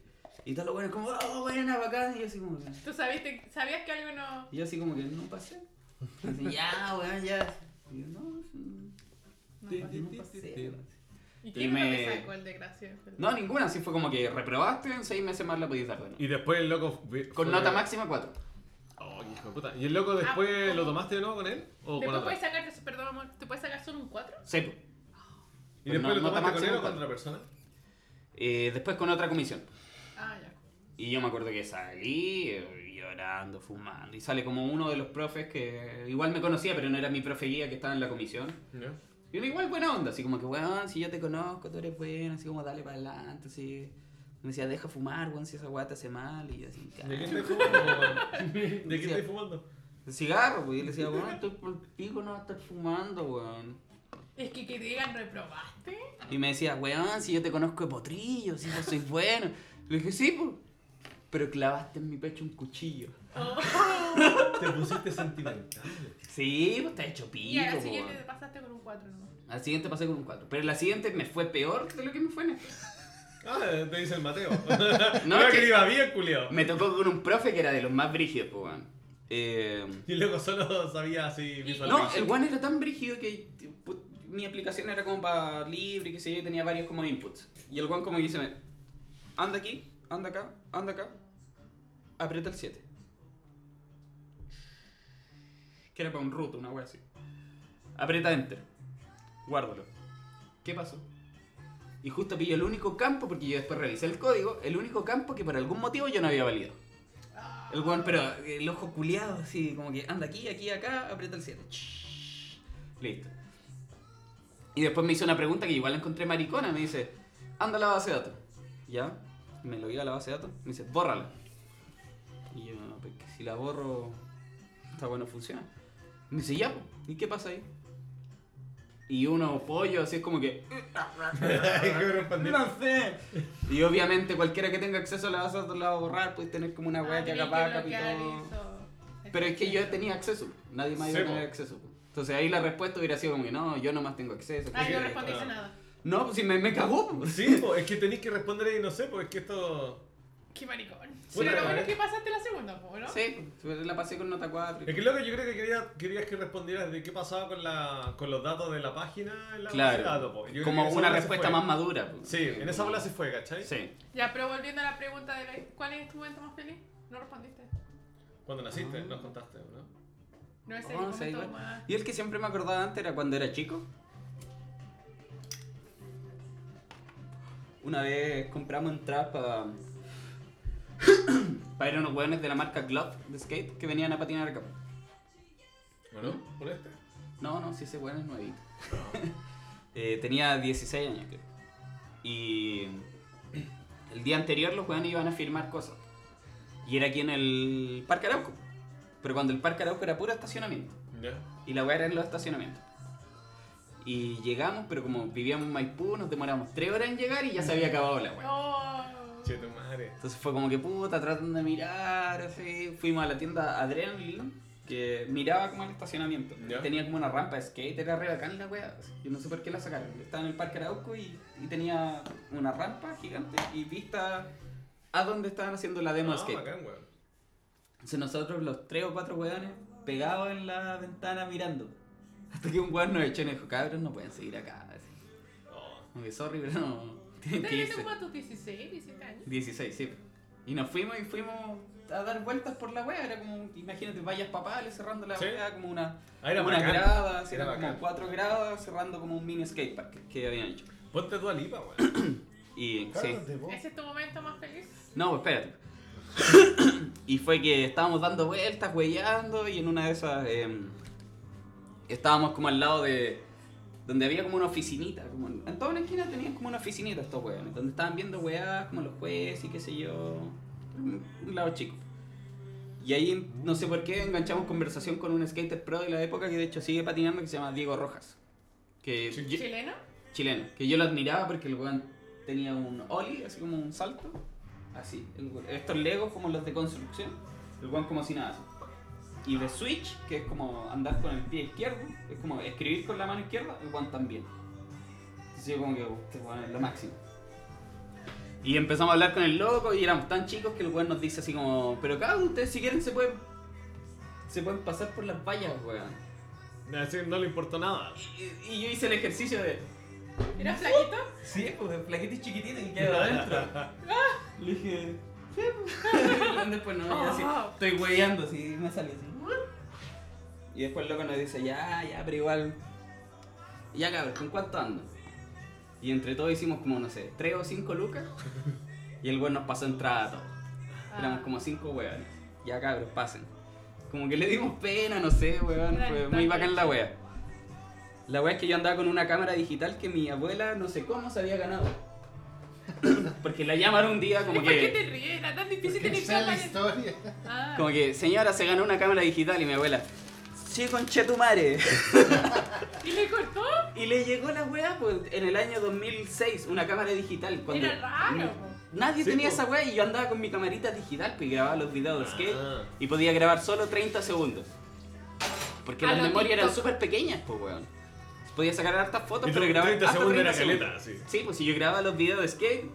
Speaker 3: y todos los buenos como, oh, buena, bacán. Y yo así como, que-
Speaker 1: ¿Tú sabiste, sabías que algo no...?
Speaker 3: y yo así como que no pasé. Así, ya, weón, ya. Y yo, no,
Speaker 1: no
Speaker 3: sí,
Speaker 1: pasó?
Speaker 3: no pasé.
Speaker 1: ¿Y
Speaker 3: Y
Speaker 1: quién no
Speaker 3: me-
Speaker 1: te sacó el desgraciado?
Speaker 3: No, ninguna, así fue como que reprobaste, en seis meses más la podías dar de nuevo.
Speaker 4: Y después el loco. fue-
Speaker 3: Con
Speaker 4: fue-
Speaker 3: nota máxima 4.
Speaker 4: Oh, qué hijo de puta. ¿Y el loco después
Speaker 1: Ah,
Speaker 4: lo tomaste de nuevo con él? ¿O con
Speaker 1: Después
Speaker 4: otra?
Speaker 1: puedes sacar, perdón amor, ¿te puedes sacar solo un 4?
Speaker 3: Sepo.
Speaker 4: ¿Y
Speaker 3: Pero
Speaker 4: después
Speaker 3: no-
Speaker 4: lo
Speaker 3: nota
Speaker 4: tomaste con él
Speaker 3: máxima
Speaker 4: o con
Speaker 3: cuatro.
Speaker 4: otra persona?
Speaker 3: Eh, después con otra comisión.
Speaker 1: Ah, ya.
Speaker 3: Y yo me acuerdo que salí eh, llorando, fumando. Y sale como uno de los profes que igual me conocía, pero no era mi profe guía que estaba en la comisión.
Speaker 4: Ya.
Speaker 3: Y era igual buena onda, así como que, weón, si yo te conozco, tú eres bueno, así como dale para adelante, así. Me decía, deja fumar, weón, si esa weá te hace mal. Y yo así,
Speaker 4: ¿De qué
Speaker 3: "Cacha".
Speaker 4: estáis fumando? weón? ¿De qué estáis fumando?
Speaker 3: cigarro, pues. Y le decía, weón, estoy por el pico, no vas a estar fumando, weón.
Speaker 1: Es que que te digan, ¿reprobaste?
Speaker 3: Y me decía, weón, si yo te conozco de potrillo, si yo soy bueno. Le dije, sí, pues. Pero clavaste en mi pecho un cuchillo.
Speaker 4: Te pusiste sentimental.
Speaker 3: Sí, pues te he hecho
Speaker 1: Y a
Speaker 3: pico,
Speaker 1: la
Speaker 3: po,
Speaker 1: siguiente te
Speaker 3: weón.
Speaker 1: pasaste con un 4 nomás.
Speaker 3: Al siguiente pasé con un 4. Pero la siguiente me fue peor de lo que me fue en esta.
Speaker 4: Ah, te dice el Mateo.
Speaker 3: No,
Speaker 4: No,
Speaker 3: es
Speaker 4: que
Speaker 3: que-
Speaker 4: le iba bien, culiao.
Speaker 3: Me tocó con un profe que era de los más brígidos, po, weón. Eh,
Speaker 4: Y el loco solo sabía así
Speaker 3: no,
Speaker 4: visualmente.
Speaker 3: el weón era tan brígido que put, mi aplicación era como para libre, qué sé yo, y tenía varios como inputs. Y el weón como que dice, anda aquí, anda acá, anda acá, aprieta el 7. Que era para un root, una wea así. Aprieta enter. Guárdalo. ¿Qué pasó? Y justo pillo el único campo, porque yo después revisé el código, el único campo que por algún motivo yo no había validado. El weón, pero el ojo culiado, así como que anda aquí, aquí, acá, aprieta el 7. Listo. Y después me hizo una pregunta que igual la encontré maricona. Me dice, anda a la base de datos. Ya, me lo iba a la base de datos. Me dice, bórrala. Y yo, no, pues, que si la pues, borro, está bueno, funciona. Me dice, ya, po, ¿y qué pasa ahí? y uno pollo, así es como que. "Eh,
Speaker 7: Cabrón, pandemia.
Speaker 3: No sé. Y obviamente cualquiera que tenga acceso la vas a, la va a borrar, puedes tener como una weá que
Speaker 1: Ah, tenés
Speaker 3: acapara
Speaker 1: bloquear
Speaker 3: capitón.
Speaker 1: eso.
Speaker 3: Pero es que yo tenía acceso, nadie más iba a
Speaker 7: Sí,
Speaker 3: tener
Speaker 7: po.
Speaker 3: acceso. po. Entonces ahí la respuesta hubiera sido como que no, yo nomás tengo acceso.
Speaker 1: Ah,
Speaker 3: qué
Speaker 1: yo
Speaker 3: sé yo.
Speaker 1: respondiste nada.
Speaker 3: No, pues si me, me cagó. po.
Speaker 4: Sí, po, es que tenéis que responder ahí, no sé, porque es que esto.
Speaker 1: Qué maricón.
Speaker 4: Sí,
Speaker 1: Pero lo
Speaker 4: eh.
Speaker 1: bueno es que pasaste la segunda, po, ¿no?
Speaker 3: Sí, la pasé con nota 4.
Speaker 4: Es que loco, yo creo que quería, querías que respondieras de qué pasaba con, la, con los datos de la página en la base de datos, po.
Speaker 3: Claro,
Speaker 4: Yo creo que
Speaker 3: como
Speaker 4: esa
Speaker 3: una
Speaker 4: bola se
Speaker 3: respuesta
Speaker 4: fue.
Speaker 3: más madura. po.
Speaker 4: Sí, en esa bola se fue, ¿cachai?
Speaker 3: Sí.
Speaker 1: Ya, pero volviendo a la pregunta de la- cuál es tu momento más feliz, no respondiste.
Speaker 4: Cuando naciste,
Speaker 3: Ah.
Speaker 4: nos contaste, ¿no?
Speaker 1: No es el
Speaker 3: Oh, sí,
Speaker 1: momento
Speaker 3: igual.
Speaker 1: más.
Speaker 3: Y el que siempre me acordaba antes era cuando era chico. Una vez compramos entradas para. para ir a unos hueones de la marca Glove de skate que venían a patinar acá.
Speaker 4: Bueno, por este.
Speaker 3: No, no, si ese weón es nuevito. Eh, tenía 16 años, creo. Y el día anterior los weones iban a firmar cosas. Y era aquí en el Parque Arauco. Pero cuando el Parque Arauco era puro estacionamiento.
Speaker 4: Ya.
Speaker 3: Y la weá era en los estacionamientos. Y llegamos, pero como vivíamos en Maipú, nos demoramos 3 horas en llegar y ya se había acabado la weá.
Speaker 1: Oh.
Speaker 4: Che, tu madre.
Speaker 3: Entonces fue como que puta, tratan de mirar, así. Fuimos a la tienda Adrenaline, que miraba como el estacionamiento.
Speaker 4: Ya.
Speaker 3: Tenía como una rampa de skate, era re bacán la wea. así. Yo no sé por qué la sacaron. Estaba en el Parque Arauco y, y tenía una rampa gigante y vista a donde estaban haciendo la demo de
Speaker 4: Ah,
Speaker 3: skate.
Speaker 4: bacán, weón.
Speaker 3: Entonces nosotros los tres o cuatro weones pegados en la ventana mirando. Hasta que un weón nos echó y nos dijo, cabros, no pueden seguir acá. Así.
Speaker 4: Oh.
Speaker 3: Como que, sorry, pero no. Tienen que
Speaker 1: ¿Te
Speaker 3: irse.
Speaker 1: como a tus 16, 17 años?
Speaker 3: 16, sí. Y nos fuimos y fuimos a dar vueltas por la wea. Era como, imagínate, vallas papales cerrando la
Speaker 4: Sí.
Speaker 3: wea, como una,
Speaker 4: Ah, era
Speaker 3: una
Speaker 4: bacán.
Speaker 3: grada, así,
Speaker 4: Era
Speaker 3: eran como
Speaker 4: bacán.
Speaker 3: cuatro gradas cerrando como un mini skatepark que habían hecho.
Speaker 4: Ponte tu alipa, weón.
Speaker 3: Y sí.
Speaker 2: Cálmate, po.
Speaker 1: ¿Ese es tu momento más feliz?
Speaker 3: No, espérate. y fue que estábamos dando vueltas, huellando, y en una de esas em, estábamos como al lado de. donde había como una oficinita. Como en, en toda una esquina tenían como una oficinita estos hueones, donde estaban viendo hueás, como los jueces y qué sé yo. Un un lado chico. Y ahí, no sé por qué, enganchamos conversación con un skater pro de la época que de hecho sigue patinando, que se llama Diego Rojas. Que yo-
Speaker 1: ¿Chileno?
Speaker 3: chileno, que yo lo admiraba porque el weón tenía un ollie, así como un salto, así, el weón- estos legos como los de construcción, el weón como si nada, así. y de switch, que es como andar con el pie izquierdo, es como escribir con la mano izquierda, el weón también. Entonces yo como que, "Oh, este weón es lo máximo. Y empezamos a hablar con el loco y éramos tan chicos que el weón nos dice así como, pero cada ustedes si quieren se pueden, se pueden pasar por las vallas, weón.
Speaker 4: Así no le importó nada.
Speaker 3: Y- y yo hice el ejercicio de...
Speaker 1: ¿Era flaquito?
Speaker 3: Sí, pues el plaquete es chiquitito y queda adentro. Le dije. sí, pues. Ah. Y después no, ya así, estoy hueveando así, me salí así. Y después el loco nos dice, ya, ya, pero igual. Ya cabrón, ¿con cuánto ando? Y entre todos hicimos como, no sé, 3 o 5 lucas. Y el weón nos pasó entrada a todos. Éramos
Speaker 1: Ah.
Speaker 3: como 5 weones. Ya cabros, pasen. Como que le dimos pena, no sé, weón.
Speaker 1: Gran
Speaker 3: Fue muy
Speaker 1: toque.
Speaker 3: bacán la wea. La wea es que yo andaba con una cámara digital que mi abuela no sé cómo se había ganado. Porque la llamaron un día como
Speaker 1: ¿Y ¿Por qué te
Speaker 3: que.
Speaker 1: ríes? Era tan
Speaker 6: Porque
Speaker 1: difícil de
Speaker 6: esa es
Speaker 1: limpiar
Speaker 6: la
Speaker 1: la
Speaker 6: historia.
Speaker 1: Ah,
Speaker 3: Como que, señora, se ganó una cámara digital y mi abuela. Sí, conche tu madre.
Speaker 1: ¿Y le cortó?
Speaker 3: Y le llegó la wea pues, en el año 2006, una cámara digital. Cuando
Speaker 1: Era raro.
Speaker 3: Nadie
Speaker 4: Sí,
Speaker 3: tenía
Speaker 4: po.
Speaker 3: esa wea y yo andaba con mi camarita digital pues, y grababa los videos de skate
Speaker 4: Ah.
Speaker 3: y podía grabar solo 30 segundos. Porque
Speaker 1: A
Speaker 3: las
Speaker 1: lo
Speaker 3: memorias eran
Speaker 1: TikTok.
Speaker 3: súper pequeñas, pues weón. Podía sacar hartas fotos,
Speaker 4: Y
Speaker 3: pero
Speaker 4: tu-
Speaker 3: grabar
Speaker 4: 30
Speaker 3: hasta
Speaker 4: segundos era
Speaker 3: 30
Speaker 4: caleta, sí.
Speaker 3: Sí, pues si yo grababa los videos de skate,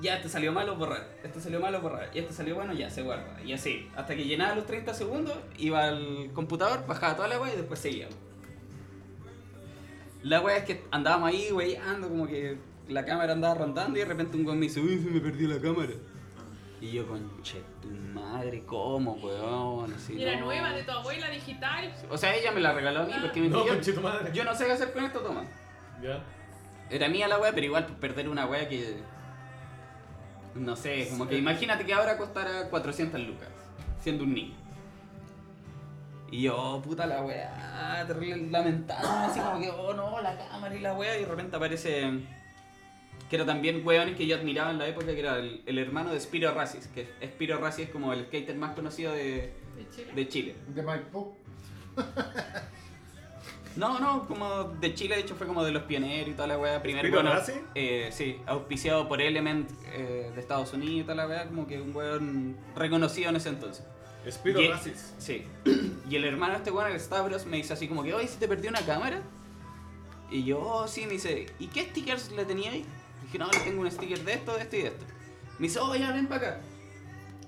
Speaker 3: ya este salió malo borrar, este salió malo borrar, y este salió bueno, ya se guarda. Y así, hasta que llenaba los 30 segundos, iba al computador, bajaba toda la wea y después seguía. La wea es que andábamos ahí, weyando, como que la cámara andaba rondando y de repente un weón me dice, uy, se me perdió la cámara. Y yo, conche, tu madre, ¿cómo, weón? Así,
Speaker 1: Y era
Speaker 3: no.
Speaker 1: nueva de tu abuela digital.
Speaker 3: O sea, ella me la regaló a mí porque me
Speaker 4: No,
Speaker 3: pidió.
Speaker 4: conche tu madre.
Speaker 3: Yo no sé qué hacer con esto, toma.
Speaker 4: Ya.
Speaker 3: Era mía la wea, pero igual pues, perder una wea que. No sé, como que imagínate que ahora costara 400 lucas, siendo un niño. Y yo, oh, puta la wea, terrible lamentable, así como que, oh no, la cámara y la wea, y de repente aparece. Que era también weones que yo admiraba en la época, que era el, el hermano de Spiro Rassis, que Spiro Rassis es como el skater más conocido de,
Speaker 1: ¿De Chile?
Speaker 3: de Chile.
Speaker 6: De Maipú.
Speaker 3: No, no, como de Chile, de hecho, fue como de los pioneros y toda la weá. Primero,
Speaker 7: ¿Spiro
Speaker 3: bueno,
Speaker 7: Nazi?
Speaker 3: eh, sí, auspiciado por Element eh, de Estados Unidos y toda la weá, como que un weón reconocido en ese entonces.
Speaker 4: Spiro
Speaker 3: Ye-
Speaker 4: Racis.
Speaker 3: Sí. Y el hermano de este weón, el Stavros, me dice así como que, oye, ¿se te perdió una cámara? Y yo, oh, sí, me dice, ¿y qué stickers le tenía ahí? Dije, no, le tengo un sticker de esto, de esto y de esto. Me dice, oh, ya ven para acá.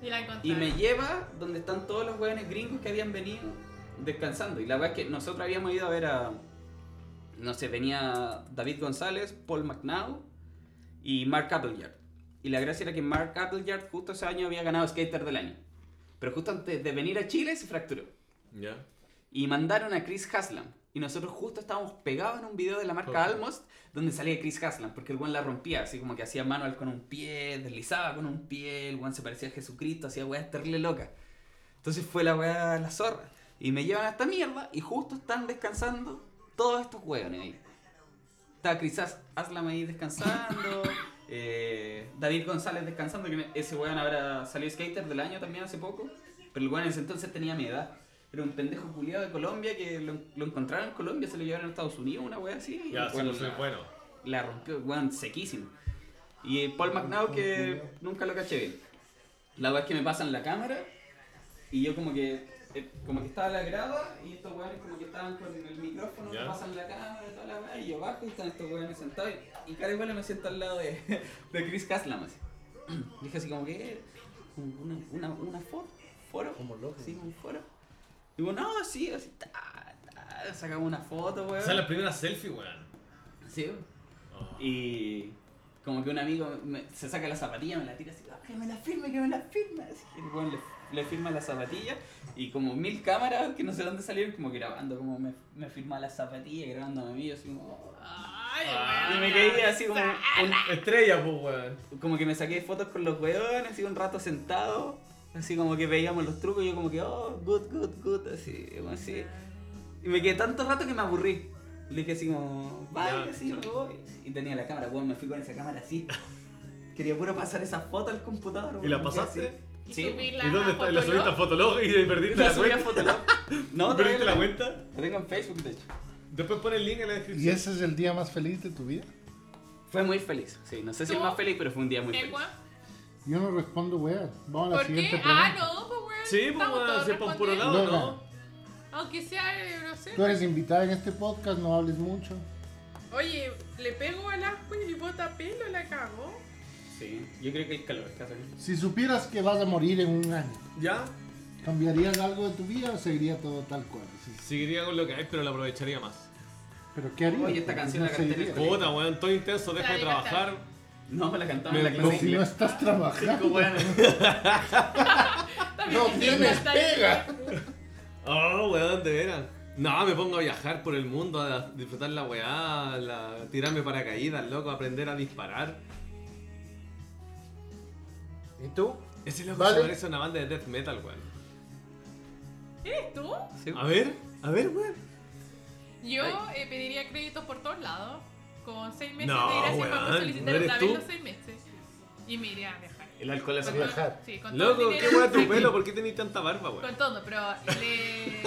Speaker 1: Y la encontré.
Speaker 3: Y me lleva donde están todos los weones gringos que habían venido descansando. Y la verdad es que nosotros habíamos ido a ver a. No sé, venía David González, Paul McNow y Mark Appleyard. Y la gracia era que Mark Appleyard justo ese año había ganado Skater del Año. Pero justo antes de venir a Chile se fracturó.
Speaker 4: Ya.
Speaker 3: Y mandaron a Chris Haslam. Y nosotros justo estábamos pegados en un video de la marca Almost donde salía Chris Haslam, porque el one la rompía, así como que hacía manual con un pie, deslizaba con un pie, el one se parecía a Jesucristo, hacía weas terrible loca. Entonces fue la wea la zorra. Y me llevan a esta mierda y justo están descansando todos estos weones ahí. Está Chris Has- Haslam ahí descansando, eh, David González descansando, que me- ese weón habrá salido skater del año también hace poco, pero el weón en ese entonces tenía mi edad. Era un pendejo culiado de Colombia que lo, lo encontraron en Colombia, se lo llevaron a Estados Unidos, una wea así. y
Speaker 4: Ya,
Speaker 3: el
Speaker 4: sí,
Speaker 3: weón
Speaker 4: pues es bueno.
Speaker 3: la Eh. rompió, weón, sequísimo. Y eh, Paul McNau que nunca lo caché bien. La weá es que me pasan la cámara y yo como que eh, como que estaba en la grada y estos weones como que estaban con el micrófono,
Speaker 4: Ya.
Speaker 3: me pasan la cámara y toda la weá, y yo bajo y están estos weones sentados y, y cara igual me siento al lado de, de Chris Caslam así. Dije así como que eh, una, una, una foto, foro, como loco. Sí, un foro. Digo, no, sí, así, ta, ta, sacamos una foto, weón.
Speaker 4: Esa es la primera selfie, weón. Oh.
Speaker 3: Sí. weón. Y como que un amigo me- se saca la zapatilla, me la tira así, "Ah, que me la firme, que me la firme. Así que el weón le, le firma la zapatilla y como mil cámaras que no sé dónde salieron, como grabando, como me, me firma la zapatilla, grabando a mí, yo así como... "Ah".
Speaker 1: Ay,
Speaker 4: Ah,
Speaker 1: weón.
Speaker 3: Y me caí así como,
Speaker 1: Ah,
Speaker 3: un-
Speaker 7: Estrella, pues, weón.
Speaker 3: como que me saqué fotos con los weones, así un rato sentado, así como que veíamos los trucos, y yo como que, oh, good, good, good, así, como así. Y me quedé tanto rato que me aburrí. Le dije así como,
Speaker 4: Ya,
Speaker 3: vale, así
Speaker 4: ya.
Speaker 3: me voy. Y tenía la cámara, weón, me fui con esa cámara así. Quería puro pasar esa foto al computador.
Speaker 4: ¿Y
Speaker 3: weón,
Speaker 4: la
Speaker 3: me quedé
Speaker 4: pasaste?
Speaker 3: así.
Speaker 1: Y
Speaker 3: Sí.
Speaker 1: subí la
Speaker 4: ¿Y dónde está? ¿Y ¿La subiste a
Speaker 1: Fotolog.
Speaker 4: Fotolog y perdiste
Speaker 3: La
Speaker 4: la
Speaker 3: subí a
Speaker 4: cuenta?
Speaker 3: Fotolog. No, todavía
Speaker 4: ¿Perdiste la
Speaker 3: tengo.
Speaker 4: cuenta?
Speaker 3: La tengo en Facebook, de hecho.
Speaker 4: Después pon el link en la
Speaker 2: ¿Y
Speaker 4: descripción.
Speaker 2: ese es el día más feliz de tu vida?
Speaker 3: Fue muy feliz, sí. No sé si el
Speaker 1: ¿Tú?
Speaker 3: más feliz, pero fue un día muy feliz.
Speaker 1: Negua.
Speaker 4: Ah,
Speaker 2: Yo no respondo, weón. Vamos a la
Speaker 1: ¿Por
Speaker 2: siguiente
Speaker 1: qué?
Speaker 2: pregunta.
Speaker 1: Ah, no, pues weón.
Speaker 4: Sí, pues
Speaker 1: estamos
Speaker 4: weón,
Speaker 1: todos
Speaker 4: si es por un puro lado,
Speaker 2: respondiendo.
Speaker 4: ¿no?
Speaker 1: Aunque sea, eh, no sé.
Speaker 2: Tú eres invitada en este podcast, no hables mucho.
Speaker 1: Oye, le pego al asco y mi bota pelo la cagó.
Speaker 3: Sí, yo creo que el calor está saliendo.
Speaker 2: Si supieras que vas a morir en un año,
Speaker 4: ¿Ya?
Speaker 2: ¿cambiarías algo de tu vida o seguiría todo tal cual? Sí, sí.
Speaker 4: Seguiría con lo que hay, pero lo aprovecharía más.
Speaker 2: ¿Pero qué harías?
Speaker 3: Oye, esta canción la
Speaker 2: No
Speaker 3: canté en
Speaker 2: seguirías.
Speaker 3: el
Speaker 4: Puta, weón, todo intenso, deja
Speaker 1: La
Speaker 4: de
Speaker 1: de gastar.
Speaker 4: trabajar.
Speaker 3: No, me la cantaban en
Speaker 4: Me
Speaker 3: la
Speaker 2: Pero
Speaker 3: clase de
Speaker 2: Pues si no
Speaker 3: inglés.
Speaker 2: estás trabajando.
Speaker 1: También
Speaker 2: No
Speaker 1: me
Speaker 2: tienes
Speaker 1: encanta.
Speaker 2: pega.
Speaker 4: Oh, weón, de veras. No, me pongo a viajar por el mundo, a disfrutar la weá, la... tirarme paracaídas, loco, aprender a disparar.
Speaker 2: ¿Y tú?
Speaker 4: Ese loco
Speaker 2: Vale.
Speaker 4: se parece a una banda de death metal, weón.
Speaker 1: ¿Eres tú?
Speaker 3: Sí.
Speaker 4: A ver, a ver, weón.
Speaker 1: Yo
Speaker 3: Ay.
Speaker 1: eh, pediría créditos por todos lados. Con seis meses
Speaker 4: No,
Speaker 1: de gracia para
Speaker 4: weón,
Speaker 1: poder solicitar
Speaker 4: ¿no eres
Speaker 1: otra vez
Speaker 4: tú?
Speaker 1: los seis meses. Y me iría a viajar.
Speaker 7: El alcohol hace
Speaker 1: Con
Speaker 7: mal.
Speaker 1: todo-
Speaker 2: viajar.
Speaker 1: Sí, con todo
Speaker 4: Loco,
Speaker 1: el
Speaker 4: qué
Speaker 1: dinero.
Speaker 4: weón tu pelo, ¿por qué tenés tanta barba,
Speaker 1: Con
Speaker 4: weón?
Speaker 1: todo, pero le...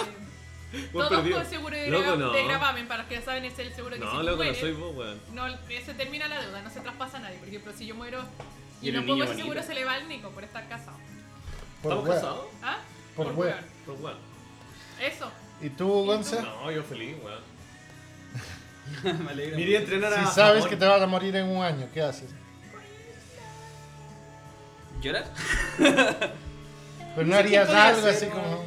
Speaker 4: Weón,
Speaker 1: Todos
Speaker 4: perdido.
Speaker 1: con seguro de,
Speaker 4: Loco,
Speaker 1: gra-
Speaker 4: no.
Speaker 1: de gravamen, para los que ya saben, es el seguro que si
Speaker 4: No,
Speaker 1: tú
Speaker 4: loco, no
Speaker 1: mueres,
Speaker 4: soy vos, weón.
Speaker 1: no, eh, se termina la deuda, no se traspasa a nadie. Por ejemplo, si yo muero
Speaker 3: Y
Speaker 1: y
Speaker 3: era
Speaker 1: no
Speaker 3: un
Speaker 1: pongo
Speaker 3: niño
Speaker 1: ese seguro,
Speaker 3: bonito.
Speaker 1: se le va al Nico por estar casado.
Speaker 2: Por
Speaker 4: ¿Estamos
Speaker 2: weón.
Speaker 4: casados?
Speaker 1: ¿Ah?
Speaker 2: Por weón.
Speaker 4: Por weón.
Speaker 1: Eso.
Speaker 2: ¿Y tú,
Speaker 1: ¿Y
Speaker 2: Gonza?
Speaker 4: No, yo feliz, weón.
Speaker 3: Me alegra
Speaker 4: Me iría a entrenar a.
Speaker 2: Si sabes
Speaker 4: Japón.
Speaker 2: que te vas a morir en un año, ¿qué haces?
Speaker 3: mucho. ¿Llorar?
Speaker 2: Pero no
Speaker 3: sé qué
Speaker 2: harías
Speaker 3: podría
Speaker 2: algo
Speaker 3: hacer,
Speaker 2: así
Speaker 3: ¿no?
Speaker 2: como.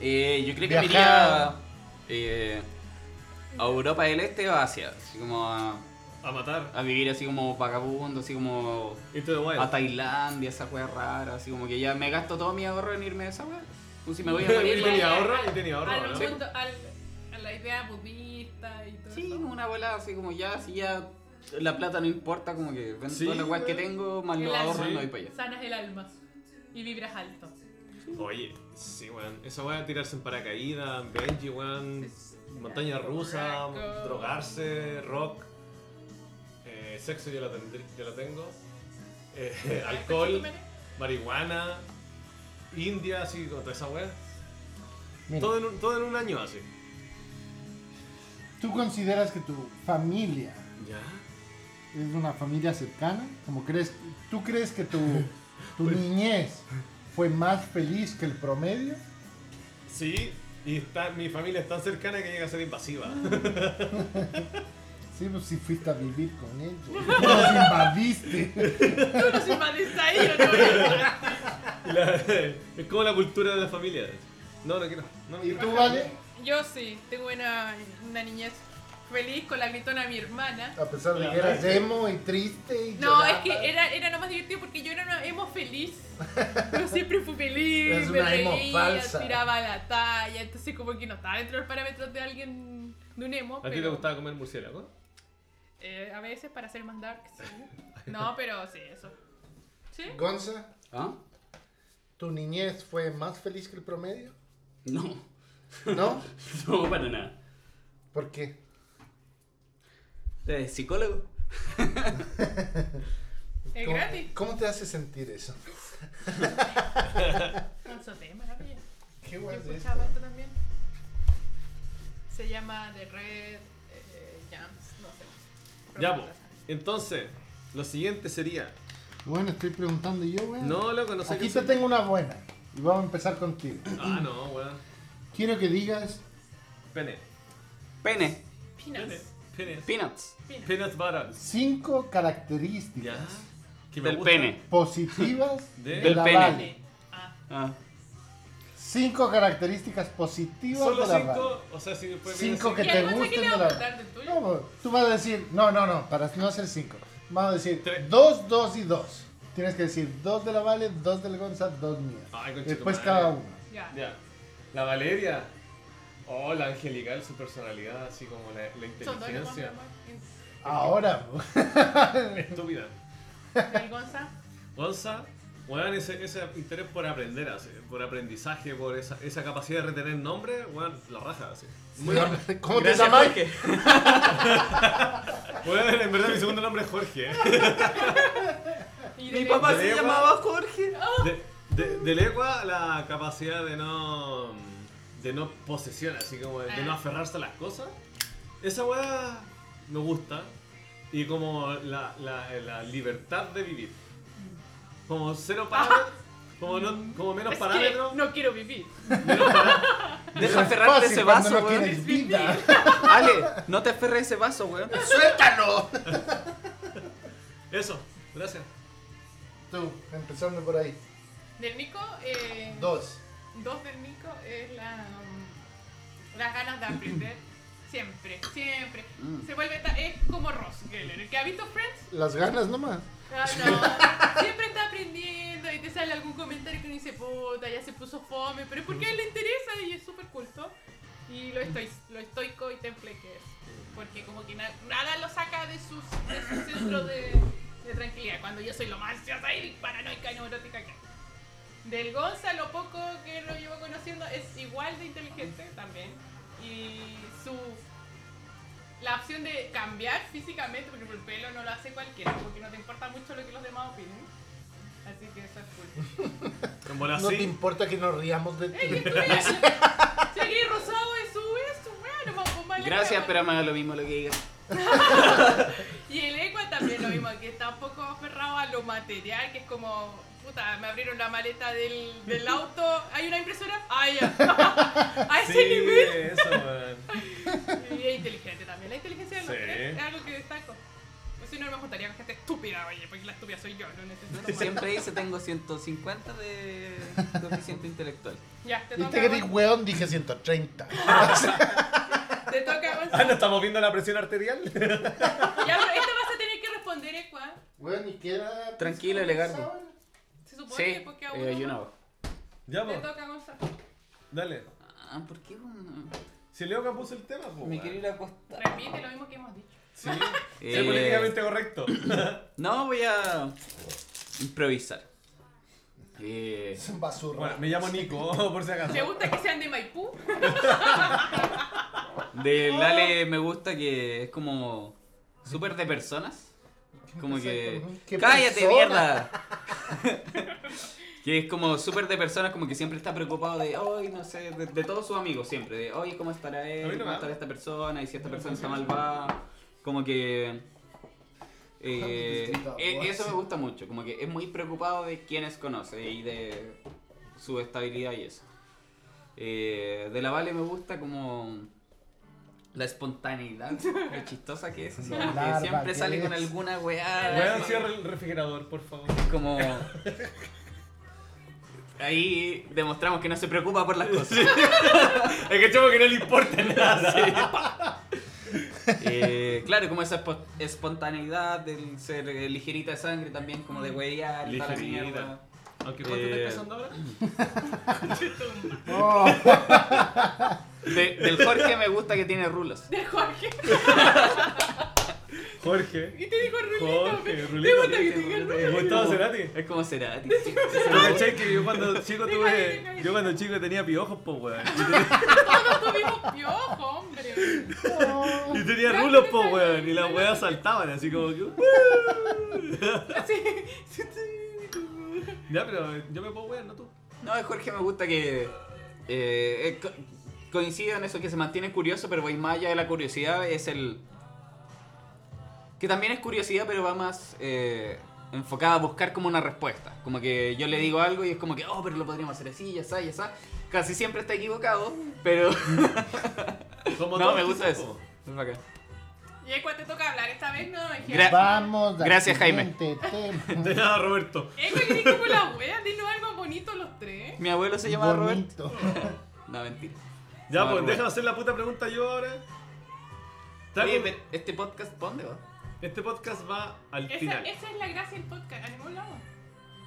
Speaker 3: Eh, yo creo que
Speaker 2: Viajar.
Speaker 3: me iría eh, a Europa del Este o Asia, así como a,
Speaker 4: A matar.
Speaker 3: a vivir así como vagabundo, así como
Speaker 4: Into the wild.
Speaker 3: a Tailandia, esa wea rara, así como que ya me gasto todo mi ahorro en irme a esa wea. Pues si me voy a
Speaker 4: Y
Speaker 3: morir,
Speaker 4: tenía
Speaker 3: ya-
Speaker 4: ahorro, y tenía ahorro,
Speaker 1: al
Speaker 4: ¿no?
Speaker 1: mundo, al, a la idea budista y todo
Speaker 3: sí,
Speaker 1: eso.
Speaker 3: una bola así como ya, si ya la plata no importa, como que vendo
Speaker 4: Sí,
Speaker 3: toda la wea que
Speaker 4: weón.
Speaker 3: tengo, más los
Speaker 1: El
Speaker 3: ahorros
Speaker 1: alma.
Speaker 3: y me voy para allá.
Speaker 1: Sanas el alma y vibras alto.
Speaker 4: Oye, sí, weón. Esa weón, tirarse en paracaídas, Benji, weón. Montaña rusa,
Speaker 1: Draco.
Speaker 4: drogarse, rock. Eh, sexo yo la, tendré- yo la tengo. Eh, alcohol, marihuana, India, así, con toda esa weón.
Speaker 2: Mira,
Speaker 4: Todo en, un, todo en un año así.
Speaker 6: ¿Tú consideras que tu familia
Speaker 4: Ya.
Speaker 6: es una familia cercana? Como crees, ¿Tú crees que tu, tu
Speaker 3: Pues
Speaker 6: niñez fue más feliz que el promedio?
Speaker 4: Sí, y está, mi familia es tan cercana que llega a ser invasiva.
Speaker 6: Sí, pues si fuiste a vivir con ellos. Tú los invadiste.
Speaker 1: Tú no se invadiste ahí, yo no voy a entrar.
Speaker 4: Y la- es como la cultura de la familia. No, no quiero. No me
Speaker 6: ¿Y
Speaker 4: quiero.
Speaker 6: tú, Vale?
Speaker 1: Yo sí, tengo una, una niñez feliz con la gritona de mi hermana.
Speaker 6: A pesar de que eras emo y triste y
Speaker 1: No, es
Speaker 6: llorabas.
Speaker 1: que era, era lo más divertido porque yo era una emo feliz. Yo siempre fui feliz,
Speaker 2: Eres
Speaker 1: me
Speaker 2: una emo
Speaker 1: reía,
Speaker 2: falsa.
Speaker 1: tiraba la talla, entonces como que no estaba dentro de los parámetros de alguien, de un emo.
Speaker 4: ¿A ti te
Speaker 1: pero,
Speaker 4: gustaba comer murciélago?
Speaker 1: eh, a veces para ser más dark, sí. No, pero sí, eso. ¿Sí?
Speaker 2: Gonza,
Speaker 3: ¿Ah?
Speaker 2: ¿tu niñez fue más feliz que el promedio?
Speaker 3: No,
Speaker 2: ¿No?
Speaker 3: no, para nada.
Speaker 2: ¿Por qué?
Speaker 3: Eh, ¿Psicólogo?
Speaker 1: Es
Speaker 2: ¿Cómo,
Speaker 1: gratis.
Speaker 2: cómo te hace sentir eso?
Speaker 1: Canzote, Ah, maravilla.
Speaker 2: Qué
Speaker 1: Yo
Speaker 2: guay es
Speaker 1: escuchaba
Speaker 2: esto.
Speaker 1: esto también. Se llama The Red eh, Jams, no sé.
Speaker 4: Ya, pues. po. Entonces, lo siguiente sería.
Speaker 6: Bueno, estoy preguntando yo, güey.
Speaker 4: No, loco, no sé
Speaker 6: Aquí
Speaker 4: qué
Speaker 6: te
Speaker 4: hacer.
Speaker 6: tengo una buena. Y vamos a empezar contigo.
Speaker 4: Ah, no, weón.
Speaker 6: Quiero que digas
Speaker 4: Pene.
Speaker 3: Pene,
Speaker 1: Peanuts.
Speaker 4: Pene.
Speaker 3: peanuts.
Speaker 1: Peanuts.
Speaker 4: Peanut butter.
Speaker 6: cinco características
Speaker 4: Ya. Que me
Speaker 3: Del
Speaker 4: gusta.
Speaker 3: pene.
Speaker 6: positivas
Speaker 4: De-
Speaker 6: de,
Speaker 4: Del
Speaker 6: la
Speaker 3: pene.
Speaker 6: Vale.
Speaker 1: Ah,
Speaker 3: Ah,
Speaker 6: Cinco características positivas
Speaker 4: Solo
Speaker 6: de la
Speaker 4: cinco. O sea, si después viene
Speaker 6: Cinco
Speaker 1: ¿Qué
Speaker 6: que-
Speaker 4: así,
Speaker 6: te
Speaker 1: te gusta
Speaker 6: gusten
Speaker 1: que le va
Speaker 6: de
Speaker 1: a
Speaker 6: la-
Speaker 1: contar del tuyo?
Speaker 6: Vale. No, tú vas a decir, no, no, no, para no hacer cinco. Vamos a decir
Speaker 4: Tres.
Speaker 6: dos, dos y dos. Tienes que decir dos de la Vale, dos del Gonza, dos mías.
Speaker 4: Ay, conchetumadre.
Speaker 6: Después cada uno.
Speaker 1: Ya.
Speaker 4: Ya. La Valeria. Oh, la angelical, su personalidad, así como la, la
Speaker 1: Son dos nomás, mi
Speaker 4: inteligencia.
Speaker 1: amor.
Speaker 6: Ahora, po.
Speaker 4: Estúpida.
Speaker 1: Y el Gonza,
Speaker 4: Gonza, weón, ese, ese interés por aprender, así, por aprendizaje, por esa, esa capacidad de retener nombres, weón, la raja, así. Muy bien.
Speaker 2: ¿Cómo te llamas?
Speaker 4: Weón, en verdad mi segundo nombre es Jorge. ¿eh?
Speaker 1: y
Speaker 3: Mi
Speaker 1: del-
Speaker 3: papá se
Speaker 4: Lengua.
Speaker 3: llamaba Jorge.
Speaker 4: De, de, de legua, la capacidad de no. de no posesión, así como de, de no
Speaker 1: Ah.
Speaker 4: aferrarse a las cosas. Esa weá me gusta. Y como la, la, la libertad de vivir. Como cero parámetros. Como, no, como menos
Speaker 1: Es que
Speaker 4: parámetros.
Speaker 1: no quiero vivir.
Speaker 3: Deja aferrarte
Speaker 6: Fácil,
Speaker 3: ese
Speaker 6: cuando
Speaker 3: vaso,
Speaker 6: no
Speaker 3: weón.
Speaker 6: quieres vida.
Speaker 3: Ale, no te aferres a ese vaso, weón.
Speaker 2: ¡Suéltalo!
Speaker 4: Eso, gracias.
Speaker 2: Tú, empezando por ahí.
Speaker 1: Del Nico, eh,
Speaker 2: Dos.
Speaker 1: dos del Nico es la, um, las ganas de aprender. Siempre, siempre. Se vuelve, ta- es como Ross Geller. El que ha visto Friends
Speaker 2: Las ganas nomás.
Speaker 1: Ah, no. Siempre está aprendiendo y te sale algún comentario que uno dice, puta, ya se puso fome, pero es porque a él le interesa y es súper culto. Y lo, estoic- lo estoico y temple que es. Porque como que na- nada lo saca de, sus, de su centro de, de tranquilidad. Cuando yo soy lo más ansiosa y paranoica y neurótica que hay. Del Gonza, lo poco que lo llevo conociendo, es igual de inteligente también. Y su. La opción de cambiar físicamente, porque por el pelo no lo hace cualquiera, porque no te importa mucho lo que los demás opinen. Así que eso es cool.
Speaker 4: Como la
Speaker 3: Ah,
Speaker 2: No te
Speaker 4: sí.
Speaker 2: importa que nos riamos de
Speaker 1: ¡Ey,
Speaker 2: ti.
Speaker 1: qué cool! Si aquí rosado es su es su bueno, vamos a ponerle
Speaker 3: Gracias,
Speaker 1: la
Speaker 3: pero me da lo mismo lo que digas.
Speaker 1: Y el Ecua también lo mismo, que está un poco aferrado a lo material, que es como, puta, me abrieron la maleta del, del auto, ¿hay una impresora? Ah, ya. a ese
Speaker 4: Sí,
Speaker 1: nivel.
Speaker 4: eso, weón.
Speaker 1: Y es inteligente también. La inteligencia de los
Speaker 4: Sí.
Speaker 1: tres es algo que destaco. Pues si no, no me juntaría con gente estúpida, oye, porque la estúpida soy yo, no necesito más.
Speaker 3: Siempre dice tengo 150 de coeficiente intelectual.
Speaker 1: Ya, te toca.
Speaker 2: Viste que dije,
Speaker 1: Gon.
Speaker 2: weón, dije 130.
Speaker 1: Te toca. Gon.
Speaker 4: Ah, no estamos viendo la presión arterial.
Speaker 1: Ya, pero esto vas a tener que responder, eh, Ecua.
Speaker 6: Bueno, y queda.
Speaker 3: Tranquilo, Legardo.
Speaker 1: Se supone
Speaker 3: Sí,
Speaker 1: que porque a uno.
Speaker 3: eh, yo
Speaker 1: más.
Speaker 3: no.
Speaker 4: ya,
Speaker 1: Te
Speaker 4: pues.
Speaker 1: toca, Gonzalo.
Speaker 4: Dale.
Speaker 3: Ah, ¿por qué weón?
Speaker 4: Si Leo que puso el tema, pues.
Speaker 3: me
Speaker 4: weón.
Speaker 3: quiero ir a acostar?
Speaker 1: Repite lo mismo que hemos dicho.
Speaker 4: Sí.
Speaker 3: Eh,
Speaker 4: Es políticamente correcto.
Speaker 3: No, voy a improvisar. Eh,
Speaker 2: Es un basurro.
Speaker 4: Bueno, me llamo Nico, por si
Speaker 1: ¿Te
Speaker 4: acaso.
Speaker 1: gusta que sean de Maipú?
Speaker 3: del Ale me gusta que es como súper de personas. Como que.
Speaker 2: ¿Qué
Speaker 3: ¡Cállate,
Speaker 2: persona?
Speaker 3: mierda! Que es como súper de personas como que siempre está preocupado de, hoy no sé, de, de todos sus amigos siempre, de, oye, ¿cómo estará
Speaker 4: A mí
Speaker 3: él?
Speaker 4: no
Speaker 3: ¿Cómo
Speaker 4: me
Speaker 3: estará
Speaker 4: da.
Speaker 3: esta persona? Y si esta
Speaker 4: No me
Speaker 3: persona está mal
Speaker 4: funciona.
Speaker 3: va, como que... eh,
Speaker 2: Distinta
Speaker 3: e-
Speaker 2: voz.
Speaker 3: eso me gusta mucho, como que es muy preocupado de quienes conoce y de su estabilidad y eso. Eh, de la Vale me gusta como la espontaneidad, lo chistosa que es, así como que
Speaker 8: larva
Speaker 3: siempre
Speaker 8: que
Speaker 3: sale con
Speaker 8: es.
Speaker 3: alguna weá.
Speaker 4: Weón,
Speaker 3: así.
Speaker 4: cierra el refrigerador, por favor.
Speaker 3: Como. Ahí demostramos que no se preocupa por las cosas.
Speaker 4: Es que chavo que no le importa nada.
Speaker 3: Eh, claro, como esa espo- espontaneidad del ser eh, ligerita de sangre también, como de huella y tal
Speaker 4: Ligerita.
Speaker 3: mierda.
Speaker 4: Aunque ¿cuánto
Speaker 3: Eh.
Speaker 4: está pesando ahora?
Speaker 3: De- del Jorge me gusta que tiene rulos.
Speaker 1: De Jorge.
Speaker 4: Jorge.
Speaker 1: Y te dijo Rulito.
Speaker 4: Jorge,
Speaker 1: ¿Te
Speaker 4: Rulito. Eh,
Speaker 1: gusta que te diga
Speaker 4: ¿Te
Speaker 1: Rulito?
Speaker 4: gustaba Cerati?
Speaker 3: Es como será.
Speaker 4: Pero cachai que yo cuando chico
Speaker 1: Deja ahí, deja
Speaker 4: tuve.
Speaker 1: ahí.
Speaker 4: Yo cuando chico tenía piojos, po, weón.
Speaker 1: Todos tuvimos piojo, hombre.
Speaker 4: Y tenía rulos, po, weón. Y las weas saltaban así como que.
Speaker 1: Así.
Speaker 4: Ya, pero yo me puedo weón, no tú.
Speaker 3: No, de Jorge me gusta que. eh, eh, co- coincido en eso, que se mantiene curioso, pero voy más allá de la curiosidad. Es el. Que también es curiosidad, pero va más eh, enfocada a buscar como una respuesta. Como que yo le digo algo y es como que, oh, pero lo podríamos hacer así, ya está, ya está. Casi siempre está equivocado, pero.
Speaker 4: Como
Speaker 3: no,
Speaker 4: todos
Speaker 3: me gusta
Speaker 4: quizás,
Speaker 3: eso.
Speaker 4: po.
Speaker 3: Es bacán.
Speaker 1: Y ahí cuando te toca hablar, esta vez no. dije,
Speaker 3: Gra-
Speaker 8: Vamos. al
Speaker 3: Gracias, Jaime.
Speaker 8: siguiente tema.
Speaker 4: De nada, Roberto.
Speaker 1: Es que querés como la wea, dinos algo bonito los tres.
Speaker 3: Mi abuelo se llamaba Roberto.
Speaker 8: Bonito.
Speaker 3: No, mentira.
Speaker 4: Ya,
Speaker 3: No,
Speaker 4: pues,
Speaker 3: Rubén.
Speaker 4: déjame hacer la puta pregunta yo ahora. Está
Speaker 3: Oye,
Speaker 4: bien,
Speaker 3: pe- ¿este podcast pa' dónde va?
Speaker 4: Este podcast va al
Speaker 1: Esa,
Speaker 4: final.
Speaker 1: esa es la gracia del podcast, a ningún lado.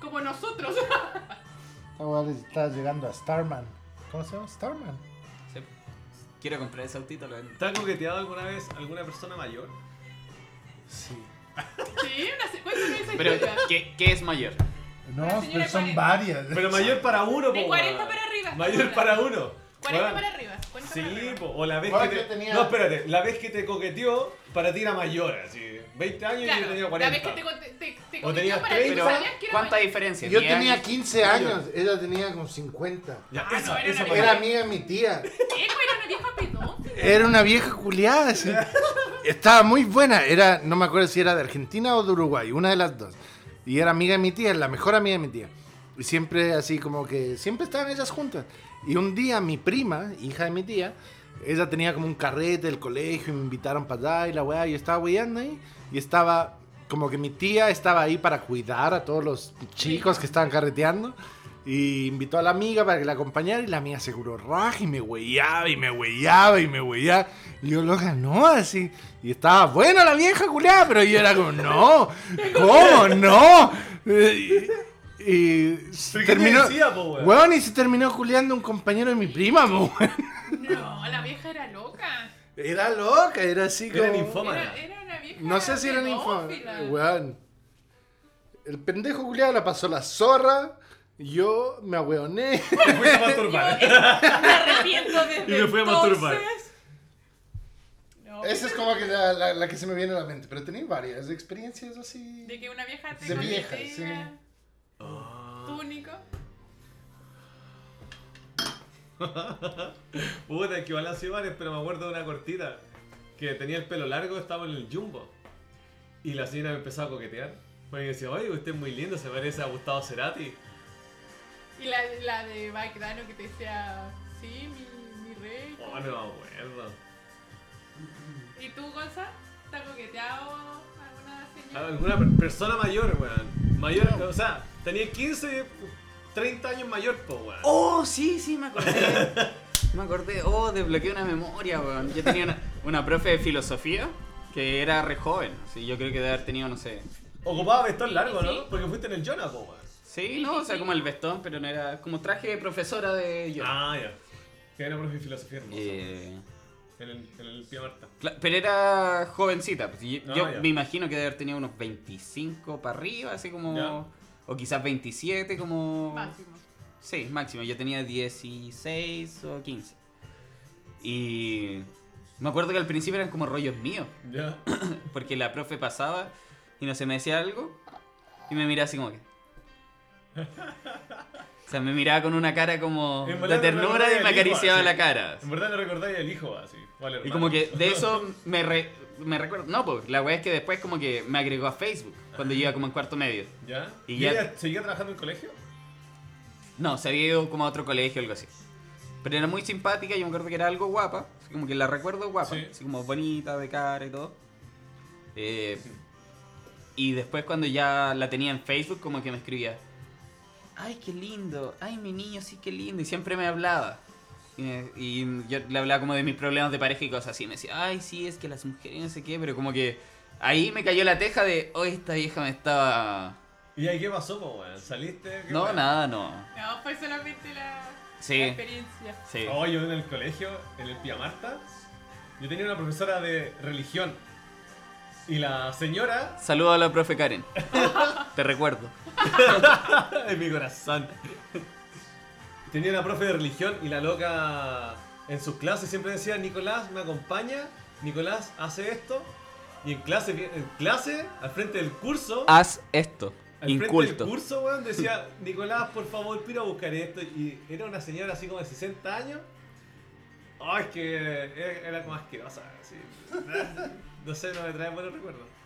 Speaker 1: Como nosotros.
Speaker 8: Esta weá les Está llegando a Starman. ¿Cómo se llama? Starman.
Speaker 3: Sí. Quiero comprar ese autito, lo vendo.
Speaker 4: ¿Te ha coqueteado alguna vez alguna persona mayor?
Speaker 8: Sí.
Speaker 1: Sí, una secuencia de esa
Speaker 3: Pero,
Speaker 1: historia.
Speaker 3: ¿qué, qué es mayor?
Speaker 8: No,
Speaker 1: Pero, Ah, señora,
Speaker 8: pero son
Speaker 1: ¿cuál-
Speaker 8: varias.
Speaker 4: Pero mayor para uno,
Speaker 1: De
Speaker 4: po,
Speaker 1: 40
Speaker 4: weón.
Speaker 1: para arriba.
Speaker 4: Mayor para uno.
Speaker 1: 40
Speaker 4: Weón.
Speaker 1: para arriba. 40 para
Speaker 4: Sí,
Speaker 1: arriba.
Speaker 4: po, o la vez
Speaker 2: Ahora
Speaker 4: que te...
Speaker 2: que tenía-
Speaker 4: No, espérate, la vez que te coqueteó, para ti era mayor, así. 20 años y
Speaker 1: Claro,
Speaker 4: yo tenía
Speaker 1: la
Speaker 4: 40.
Speaker 1: vez que te, con- te, te, te
Speaker 4: O tenías
Speaker 1: coqueteó para ti,
Speaker 4: 30.
Speaker 1: tú sabías que era
Speaker 3: ¿Cuánta
Speaker 1: mayor.
Speaker 3: diferencia?
Speaker 2: Yo
Speaker 3: ¿Diez
Speaker 2: tenía
Speaker 3: años?
Speaker 2: 15 años, ella tenía como 50.
Speaker 4: Ya,
Speaker 1: Ah, no,
Speaker 4: esa,
Speaker 1: era
Speaker 4: esa
Speaker 1: una
Speaker 4: para
Speaker 2: Era
Speaker 4: ti.
Speaker 2: amiga de mi tía.
Speaker 1: Eco era una vieja pedófila.
Speaker 2: Era una vieja culiada. así. Estaba muy buena. Era, no me acuerdo si era de Argentina o de Uruguay, una de las dos. Y era amiga de mi tía, la mejor amiga de mi tía. Y siempre así como que, siempre estaban ellas juntas. Y un día mi prima, hija de mi tía, ella tenía como un carrete del colegio y me invitaron para allá y la weá. Yo estaba weyando ahí y estaba como que mi tía estaba ahí para cuidar a todos los chicos que estaban carreteando. Y invitó a la amiga para que la acompañara y la amiga se curó raja y me huellaba y me huellaba y me huellaba. Y yo, loca, no, así. Y estaba buena la vieja culiada, pero yo era como, no, ¿cómo? No. Eh, Y, y se
Speaker 4: ¿Pero qué te
Speaker 2: terminó.
Speaker 4: decía, po, weón?
Speaker 2: Weón, y se terminó culeando un compañero de mi prima, po, weón.
Speaker 1: No, la vieja era loca.
Speaker 2: Era loca, era así como.
Speaker 4: Era ninfómana.
Speaker 1: Era, era una vieja
Speaker 2: No sé si era ninfómana.
Speaker 1: pedófila.
Speaker 2: Weón. El pendejo culiado la pasó la zorra. Yo me ahueoné.
Speaker 4: Me fui a
Speaker 1: Yo,
Speaker 4: masturbar.
Speaker 1: eh, me arrepiento desde
Speaker 4: Y me fui a masturbar.
Speaker 1: entonces. No,
Speaker 8: Esa es como que la, la- la que se me viene a la mente. Pero tenía varias experiencias así.
Speaker 1: De que una vieja te
Speaker 8: De vieja,
Speaker 1: coquetea.
Speaker 8: sí.
Speaker 1: Tú, Nico.
Speaker 4: Puta, es que igual hace varias, pero me acuerdo de una cortita que tenía el pelo largo, estaba en el jumbo. Y la señora me empezó a coquetear. Porque decía, oye, usted es muy lindo, se parece a Gustavo Cerati.
Speaker 1: Y la, la de Backdano que te decía, sí, mi, mi rey.
Speaker 4: Oh, no me acuerdo.
Speaker 1: ¿Y tú, Gonza? ¿Te has coqueteado alguna señora?
Speaker 4: Alguna per- persona mayor, weón. Mayor, o sea, tenía 15, 30 años mayor, po, weón.
Speaker 3: Oh, sí, sí, me acordé. Me acordé. Oh, desbloqueé una memoria, weón. Yo tenía una, una profe de filosofía que era re joven. Sí, yo creo que debe haber tenido, no sé.
Speaker 4: Ocupaba vestón largo,
Speaker 1: Sí.
Speaker 4: ¿no? Porque fuiste en el Jonah, po, weón.
Speaker 3: Sí, no, o sea, como el vestón, pero no era. Como traje de profesora de yo.
Speaker 4: Ah, ya. Que era profe de filosofía hermosa.
Speaker 3: Eh,
Speaker 4: En el, en el Pía Marta.
Speaker 3: cla- pero era jovencita. pues, y Yo,
Speaker 4: Ah, ya.
Speaker 3: me imagino que debe haber tenido unos 25 para arriba, así como.
Speaker 4: Ya.
Speaker 3: O quizás 27, como.
Speaker 1: Máximo.
Speaker 3: Sí, máximo. Yo tenía 16 o 15. Y me acuerdo que al principio eran como rollos míos.
Speaker 4: Ya.
Speaker 3: Porque la profe pasaba y no se me decía algo. Y me miraba así como que... O sea, me miraba con una cara como
Speaker 4: En
Speaker 3: de
Speaker 4: verdad no
Speaker 3: ternura
Speaker 4: recordáis
Speaker 3: y me
Speaker 4: al hijo,
Speaker 3: acariciaba
Speaker 4: así.
Speaker 3: la cara.
Speaker 4: En verdad le recordáis al hijo así. Vale,
Speaker 3: Y
Speaker 4: hermano.
Speaker 3: como que de eso me, re- me recuerdo. No, pues la weá es que después como que me agregó a Facebook cuando yo iba como en cuarto medio.
Speaker 4: ¿Ya?
Speaker 3: Y
Speaker 4: ¿Y,
Speaker 3: ya-
Speaker 4: ella seguía trabajando en colegio?
Speaker 3: No, se había ido como a otro colegio o algo así. Pero era muy simpática, yo me acuerdo que era algo guapa, así como que la recuerdo guapa,
Speaker 4: Sí.
Speaker 3: así como bonita de cara y todo. Eh, Y después cuando ya la tenía en Facebook, como que me escribía, ay, qué lindo, ay, mi niño, sí, qué lindo, y siempre me hablaba. Y, me- y yo le hablaba como de mis problemas de pareja y cosas así, y me decía, ay, sí, es que las mujeres, no sé qué, pero como que ahí me cayó la teja de, oh, esta vieja me estaba...
Speaker 4: ¿Y ahí qué pasó, po, weón? ¿Saliste? ¿Qué
Speaker 3: No,
Speaker 4: weón?
Speaker 3: nada, no.
Speaker 1: No, fue solamente la,
Speaker 3: Sí.
Speaker 1: la experiencia.
Speaker 3: Sí.
Speaker 4: Oh, yo en el colegio, en el Pia Marta, yo tenía una profesora de religión. Y la señora.
Speaker 3: Saludo a la profe Karen. Te recuerdo.
Speaker 4: de mi corazón. Tenía una profe de religión y la loca en sus clases siempre decía: Nicolás me acompaña, Nicolás hace esto. Y en clase, en clase al frente del curso.
Speaker 3: Haz esto.
Speaker 4: Al frente
Speaker 3: Inculto.
Speaker 4: del curso, weón, decía, Nicolás, por favor, pira a buscar esto. Y era una señora así como de 60 años. Ay, es que era era como asquerosa. así. No sé, no me trae buenos recuerdos.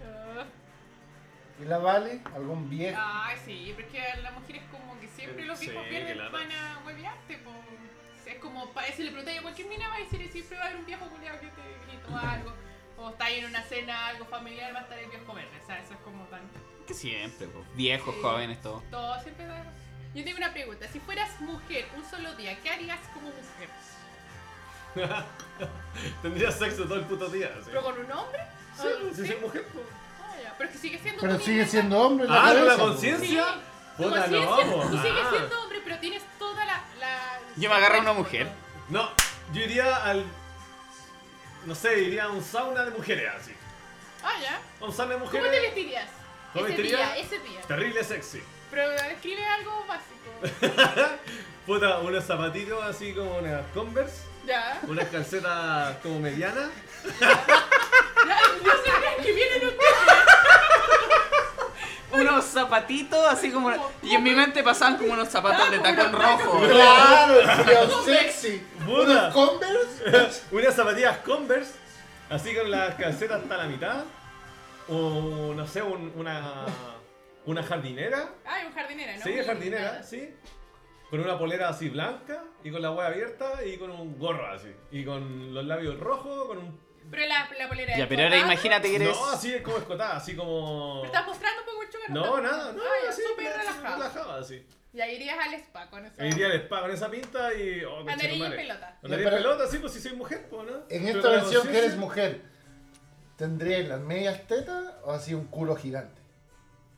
Speaker 1: Ah.
Speaker 2: ¿Y la vale? ¿Algún viejo?
Speaker 1: Ay, sí, porque a la mujer es como que siempre los
Speaker 4: Sí,
Speaker 1: viejos viernes
Speaker 4: claro.
Speaker 1: van a huevearte, po. Es como, pa- si le preguntáis a cualquier mina, va a decir, siempre va a haber un viejo culiado que te gritó algo. O estáis en una cena, algo familiar, va a estar el viejo verde. O sea, eso es como tan...
Speaker 3: Que siempre, po. viejos,
Speaker 1: Sí.
Speaker 3: jóvenes, todo.
Speaker 1: Todo siempre da... Yo tengo una pregunta. Si fueras mujer un solo día, ¿qué harías como mujer?
Speaker 4: Tendría sexo todo el puto día. así.
Speaker 1: ¿Pero con un hombre?
Speaker 4: Sí, pues, si soy mujer, pues.
Speaker 1: Ah, ya. Pero es que sigue siendo...
Speaker 2: Pero
Speaker 1: tu
Speaker 2: sigue
Speaker 1: misma
Speaker 2: siendo hombre. en
Speaker 4: Ah, ¿no la
Speaker 2: cabeza,
Speaker 4: conciencia?
Speaker 1: Sí. Tu
Speaker 4: Puta, no,
Speaker 1: conciencia,
Speaker 4: po.
Speaker 1: Tú sigues
Speaker 4: Ah.
Speaker 1: siendo hombre, pero tienes toda la... la-
Speaker 3: Yo me agarro a una mujer.
Speaker 4: No, yo iría al. No sé, iría a un sauna de mujeres así.
Speaker 1: Ah, ya.
Speaker 4: A un sauna de
Speaker 1: ¿Cómo te
Speaker 4: mujeres.
Speaker 1: vestirías?
Speaker 4: ¿Cómo
Speaker 1: ese
Speaker 4: vestiría?
Speaker 1: día, ese día.
Speaker 4: Terrible sexy.
Speaker 1: Pero describe algo básico.
Speaker 4: Puta, unos zapatitos así como unas Converse.
Speaker 1: ya.
Speaker 4: Unas calcetas como medianas.
Speaker 1: ya. Yo sé que viene un
Speaker 3: Unos zapatitos así como. Y en mi mente pasaban como unos zapatos de tacón rojo.
Speaker 2: Claro, tío, sexy.
Speaker 4: Buda.
Speaker 2: ¿Unos Converse?
Speaker 4: Unas zapatillas Converse, así con las calcetas hasta la mitad. O no sé, un- una, una jardinera.
Speaker 1: Ay, Ah, un jardinera, ¿no?
Speaker 4: sí,
Speaker 1: Muy
Speaker 4: jardinera,
Speaker 1: nada.
Speaker 4: sí. Con una polera así blanca y con la hueá abierta y con un gorro así. Y con los labios rojos, con un...
Speaker 1: Pero la, la polera.
Speaker 3: Ya,
Speaker 1: del
Speaker 3: pero ahora
Speaker 1: papá,
Speaker 3: imagínate que eres.
Speaker 4: No, así es como escotada, así como...
Speaker 1: ¿Me estás mostrando un poco el chugar?
Speaker 4: No, nada, no,
Speaker 1: Ay,
Speaker 4: así,
Speaker 1: súper
Speaker 4: así,
Speaker 1: relajado.
Speaker 4: relajada, así.
Speaker 1: Y ahí irías al spa con eso.
Speaker 4: E iría al spa con esa pinta y... Oh,
Speaker 1: Andaría
Speaker 4: conchetumare.
Speaker 1: en pelota.
Speaker 4: Andaría en
Speaker 2: Pero-
Speaker 4: pelota, sí, pues si soy mujer, pues, ¿no?
Speaker 2: En
Speaker 4: Pero
Speaker 2: esta
Speaker 4: la
Speaker 2: versión que eres
Speaker 4: conciencia-
Speaker 2: mujer, ¿tendrías las medias tetas o así un culo gigante?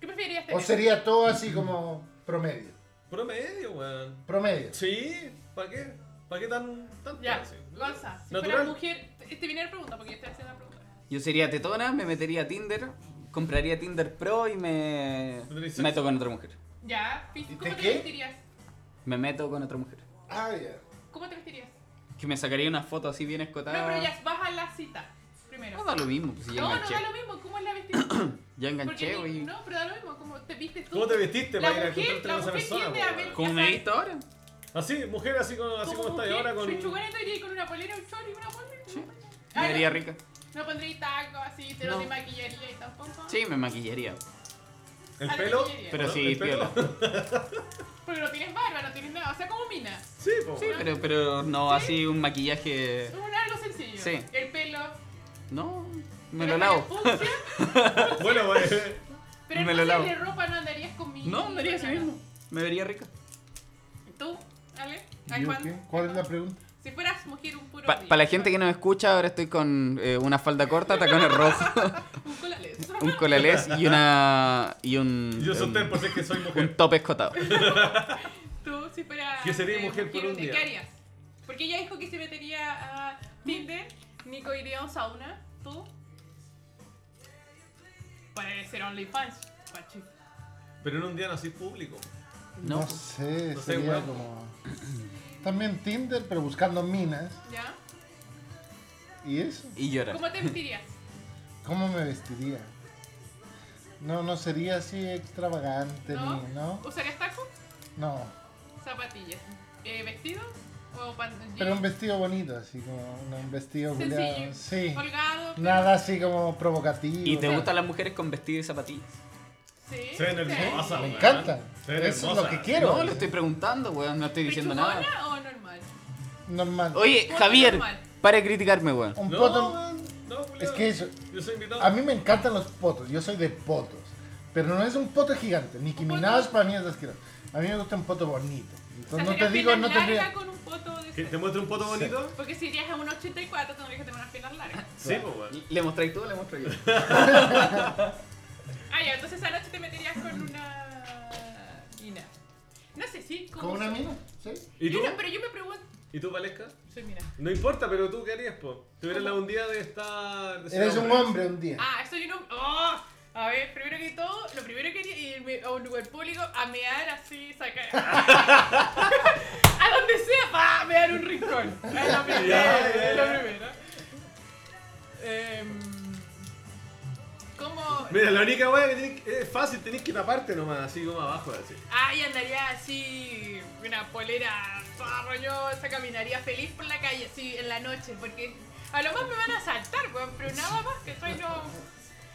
Speaker 1: ¿Qué preferirías
Speaker 2: ¿O
Speaker 1: tener?
Speaker 2: sería todo así como promedio?
Speaker 4: Promedio, weón.
Speaker 2: Promedio.
Speaker 4: Sí, ¿para qué? ¿Para qué tan tanto?
Speaker 1: Ya,
Speaker 4: así?
Speaker 1: Gonza, si
Speaker 4: Natural.
Speaker 1: fueras mujer, te te viene la pregunta porque yo estoy haciendo la pregunta.
Speaker 3: Yo sería tetona, me metería a Tinder, compraría Tinder Pro y me.
Speaker 4: ¿Tendrías sexo?
Speaker 3: Meto con otra mujer.
Speaker 1: Ya,
Speaker 2: ¿Y
Speaker 1: ¿cómo
Speaker 2: te
Speaker 1: te
Speaker 2: qué?
Speaker 1: vestirías?
Speaker 3: Me meto con otra mujer.
Speaker 2: Ah, ya.
Speaker 1: ¿Cómo te vestirías?
Speaker 3: Que me sacaría una foto así bien
Speaker 1: No,
Speaker 3: escotada.
Speaker 1: pero ya vas a la cita primero.
Speaker 3: No da Ah. lo mismo, pues si ya
Speaker 1: no, no
Speaker 3: enganché.
Speaker 1: da lo mismo. ¿Cómo es la vestimenta?
Speaker 3: Ya
Speaker 1: Porque
Speaker 3: enganché,
Speaker 1: ni-
Speaker 3: güey.
Speaker 1: No, pero da lo mismo, como te viste tú.
Speaker 4: ¿Cómo te vestiste
Speaker 1: La
Speaker 4: para ir a
Speaker 1: mujer,
Speaker 4: encontrarte
Speaker 1: la
Speaker 4: con esa
Speaker 1: mujer
Speaker 4: persona?
Speaker 1: tiende a
Speaker 4: po,
Speaker 1: ver
Speaker 4: weón?
Speaker 3: ¿Cómo me he visto ahora?
Speaker 4: Así, mujer, así como, así como estás ahora con...
Speaker 1: Soy chugareta iría con una polera, un short y una polera.
Speaker 3: Sí.
Speaker 1: Ah,
Speaker 3: Me
Speaker 1: no.
Speaker 3: vería rica.
Speaker 1: No pondréis tacos así, te lo
Speaker 3: No.
Speaker 1: de maquillaría y tampoco.
Speaker 3: Sí, me maquillaría.
Speaker 4: ¿El
Speaker 1: Ah,
Speaker 4: pelo?
Speaker 1: sí,
Speaker 3: Pero
Speaker 4: ¿No?
Speaker 3: sí,
Speaker 4: ¿El pelo?
Speaker 3: piola.
Speaker 1: Porque no tienes barba, no tienes nada. O sea, como mina.
Speaker 4: Sí, po,
Speaker 3: Sí,
Speaker 4: weón.
Speaker 3: pero, pero no así un maquillaje.
Speaker 1: Es un algo sencillo.
Speaker 3: Sí.
Speaker 1: El pelo.
Speaker 3: No, me
Speaker 1: pero
Speaker 3: lo
Speaker 1: es
Speaker 3: lavo.
Speaker 1: fucsia,
Speaker 4: Bueno, pues, weón.
Speaker 1: Pero
Speaker 3: Me
Speaker 1: me
Speaker 3: lo lavo.
Speaker 1: de ropa no andarías conmigo.
Speaker 3: No, me haría así
Speaker 1: nada.
Speaker 3: mismo. Me vería rica.
Speaker 1: ¿Tú? ¿Ale? Ay,
Speaker 2: ¿Y yo
Speaker 1: Juan.
Speaker 2: qué? ¿Cuál es la pregunta?
Speaker 1: Si fueras mujer un puro.
Speaker 3: Para la gente que no me escucha, ahora estoy con eh, una falda corta, tacones rojos,
Speaker 1: Un colales.
Speaker 3: un colalés y una. y un.
Speaker 2: Em.
Speaker 4: Yo
Speaker 3: un,
Speaker 4: soy por ser que soy mujer.
Speaker 3: un top escotado.
Speaker 1: Tú, si fueras. eh,
Speaker 4: Que sería mujer por un
Speaker 1: ¿qué
Speaker 4: día.
Speaker 1: harías? Porque ella dijo que se metería a Tinder, Nico iría a un sauna, tú. Para ser OnlyFans, Pachi.
Speaker 4: Pero en un día nací público.
Speaker 3: No.
Speaker 2: No sé,
Speaker 4: No sé,
Speaker 2: sería
Speaker 4: weón.
Speaker 2: como... También Tinder, pero buscando minas.
Speaker 1: ¿Ya?
Speaker 2: ¿Y eso?
Speaker 3: Y llora.
Speaker 1: ¿Cómo te vestirías?
Speaker 2: ¿Cómo me vestiría? No, no sería así extravagante,
Speaker 1: ¿No?
Speaker 2: ni, ¿no?
Speaker 1: ¿Usarías taco?
Speaker 2: No.
Speaker 1: Zapatillas. Eh, ¿Vestido? ¿O pantalón?
Speaker 2: Pero un vestido bonito, así como un- un vestido
Speaker 1: Sencillo.
Speaker 2: culiado. Sí.
Speaker 1: Holgado. pero-
Speaker 2: Nada así como provocativo.
Speaker 3: ¿Y te
Speaker 2: ¿no?
Speaker 3: gustan las mujeres con vestido y zapatillas?
Speaker 1: Sí.
Speaker 7: Se ven hermosas,
Speaker 2: Me
Speaker 7: weón.
Speaker 2: encanta.
Speaker 7: Se ven
Speaker 2: Eso es lo
Speaker 7: hermosas.
Speaker 2: que quiero.
Speaker 3: No, le estoy preguntando, weón, no estoy diciendo
Speaker 1: ¿Pechugona
Speaker 3: nada.
Speaker 1: o normal?
Speaker 2: Pues Normal.
Speaker 3: Oye,
Speaker 1: Ponte
Speaker 3: Javier,
Speaker 1: normal.
Speaker 3: para de criticarme, weón.
Speaker 2: Un
Speaker 4: No,
Speaker 2: poto-
Speaker 4: weón, no, culiao.
Speaker 2: Es que eso-
Speaker 4: Yo soy invitado.
Speaker 2: A mí me encantan los potos. Yo soy de potos. Pero no es un poto gigante. Nicki
Speaker 1: Un poto.
Speaker 2: Minaj para mí es asqueroso. A mí me gusta un poto bonito.
Speaker 1: O sea,
Speaker 2: Entonces no te
Speaker 1: serías
Speaker 2: digo,
Speaker 1: piernas
Speaker 2: no
Speaker 1: largas
Speaker 2: tendría.
Speaker 1: con un poto de
Speaker 4: ¿Que ¿Te muestre un poto bonito?
Speaker 1: Porque si irías a un 84 tendrías que tener unas piernas largas.
Speaker 4: Sí, pues, weón.
Speaker 3: ¿Le mostráis tú o le muestro yo?
Speaker 1: Ah, ya, entonces anoche te meterías con una mina. No sé, sí, con,
Speaker 2: ¿Con una mina? Sí.
Speaker 4: ¿Y tú?
Speaker 1: Yo no- pero yo me pregunto.
Speaker 4: ¿Y tú, Valesca?
Speaker 1: Soy mina.
Speaker 4: No importa, pero tú, ¿qué harías, po? Tuvieras la un día de estar... de ser
Speaker 2: Eres un hombre un día.
Speaker 1: Ah, soy un hombre. ¡Oh! A ver, primero que todo, lo primero que haría es irme a un lugar público a mear así, sacar. a donde sea, pa, mear un rincón. Es lo primero.
Speaker 4: Ya, ya,
Speaker 1: es
Speaker 4: ya.
Speaker 1: lo primero. Em, ¿Cómo?
Speaker 4: Mira, la única weá que tenés que- es fácil, tenés que taparte nomás, así como abajo, así.
Speaker 1: Ay, andaría así, una polera toda rollosa, caminaría feliz por la calle, así en la noche, porque a lo más me van a saltar, weón, pero nada más que soy no.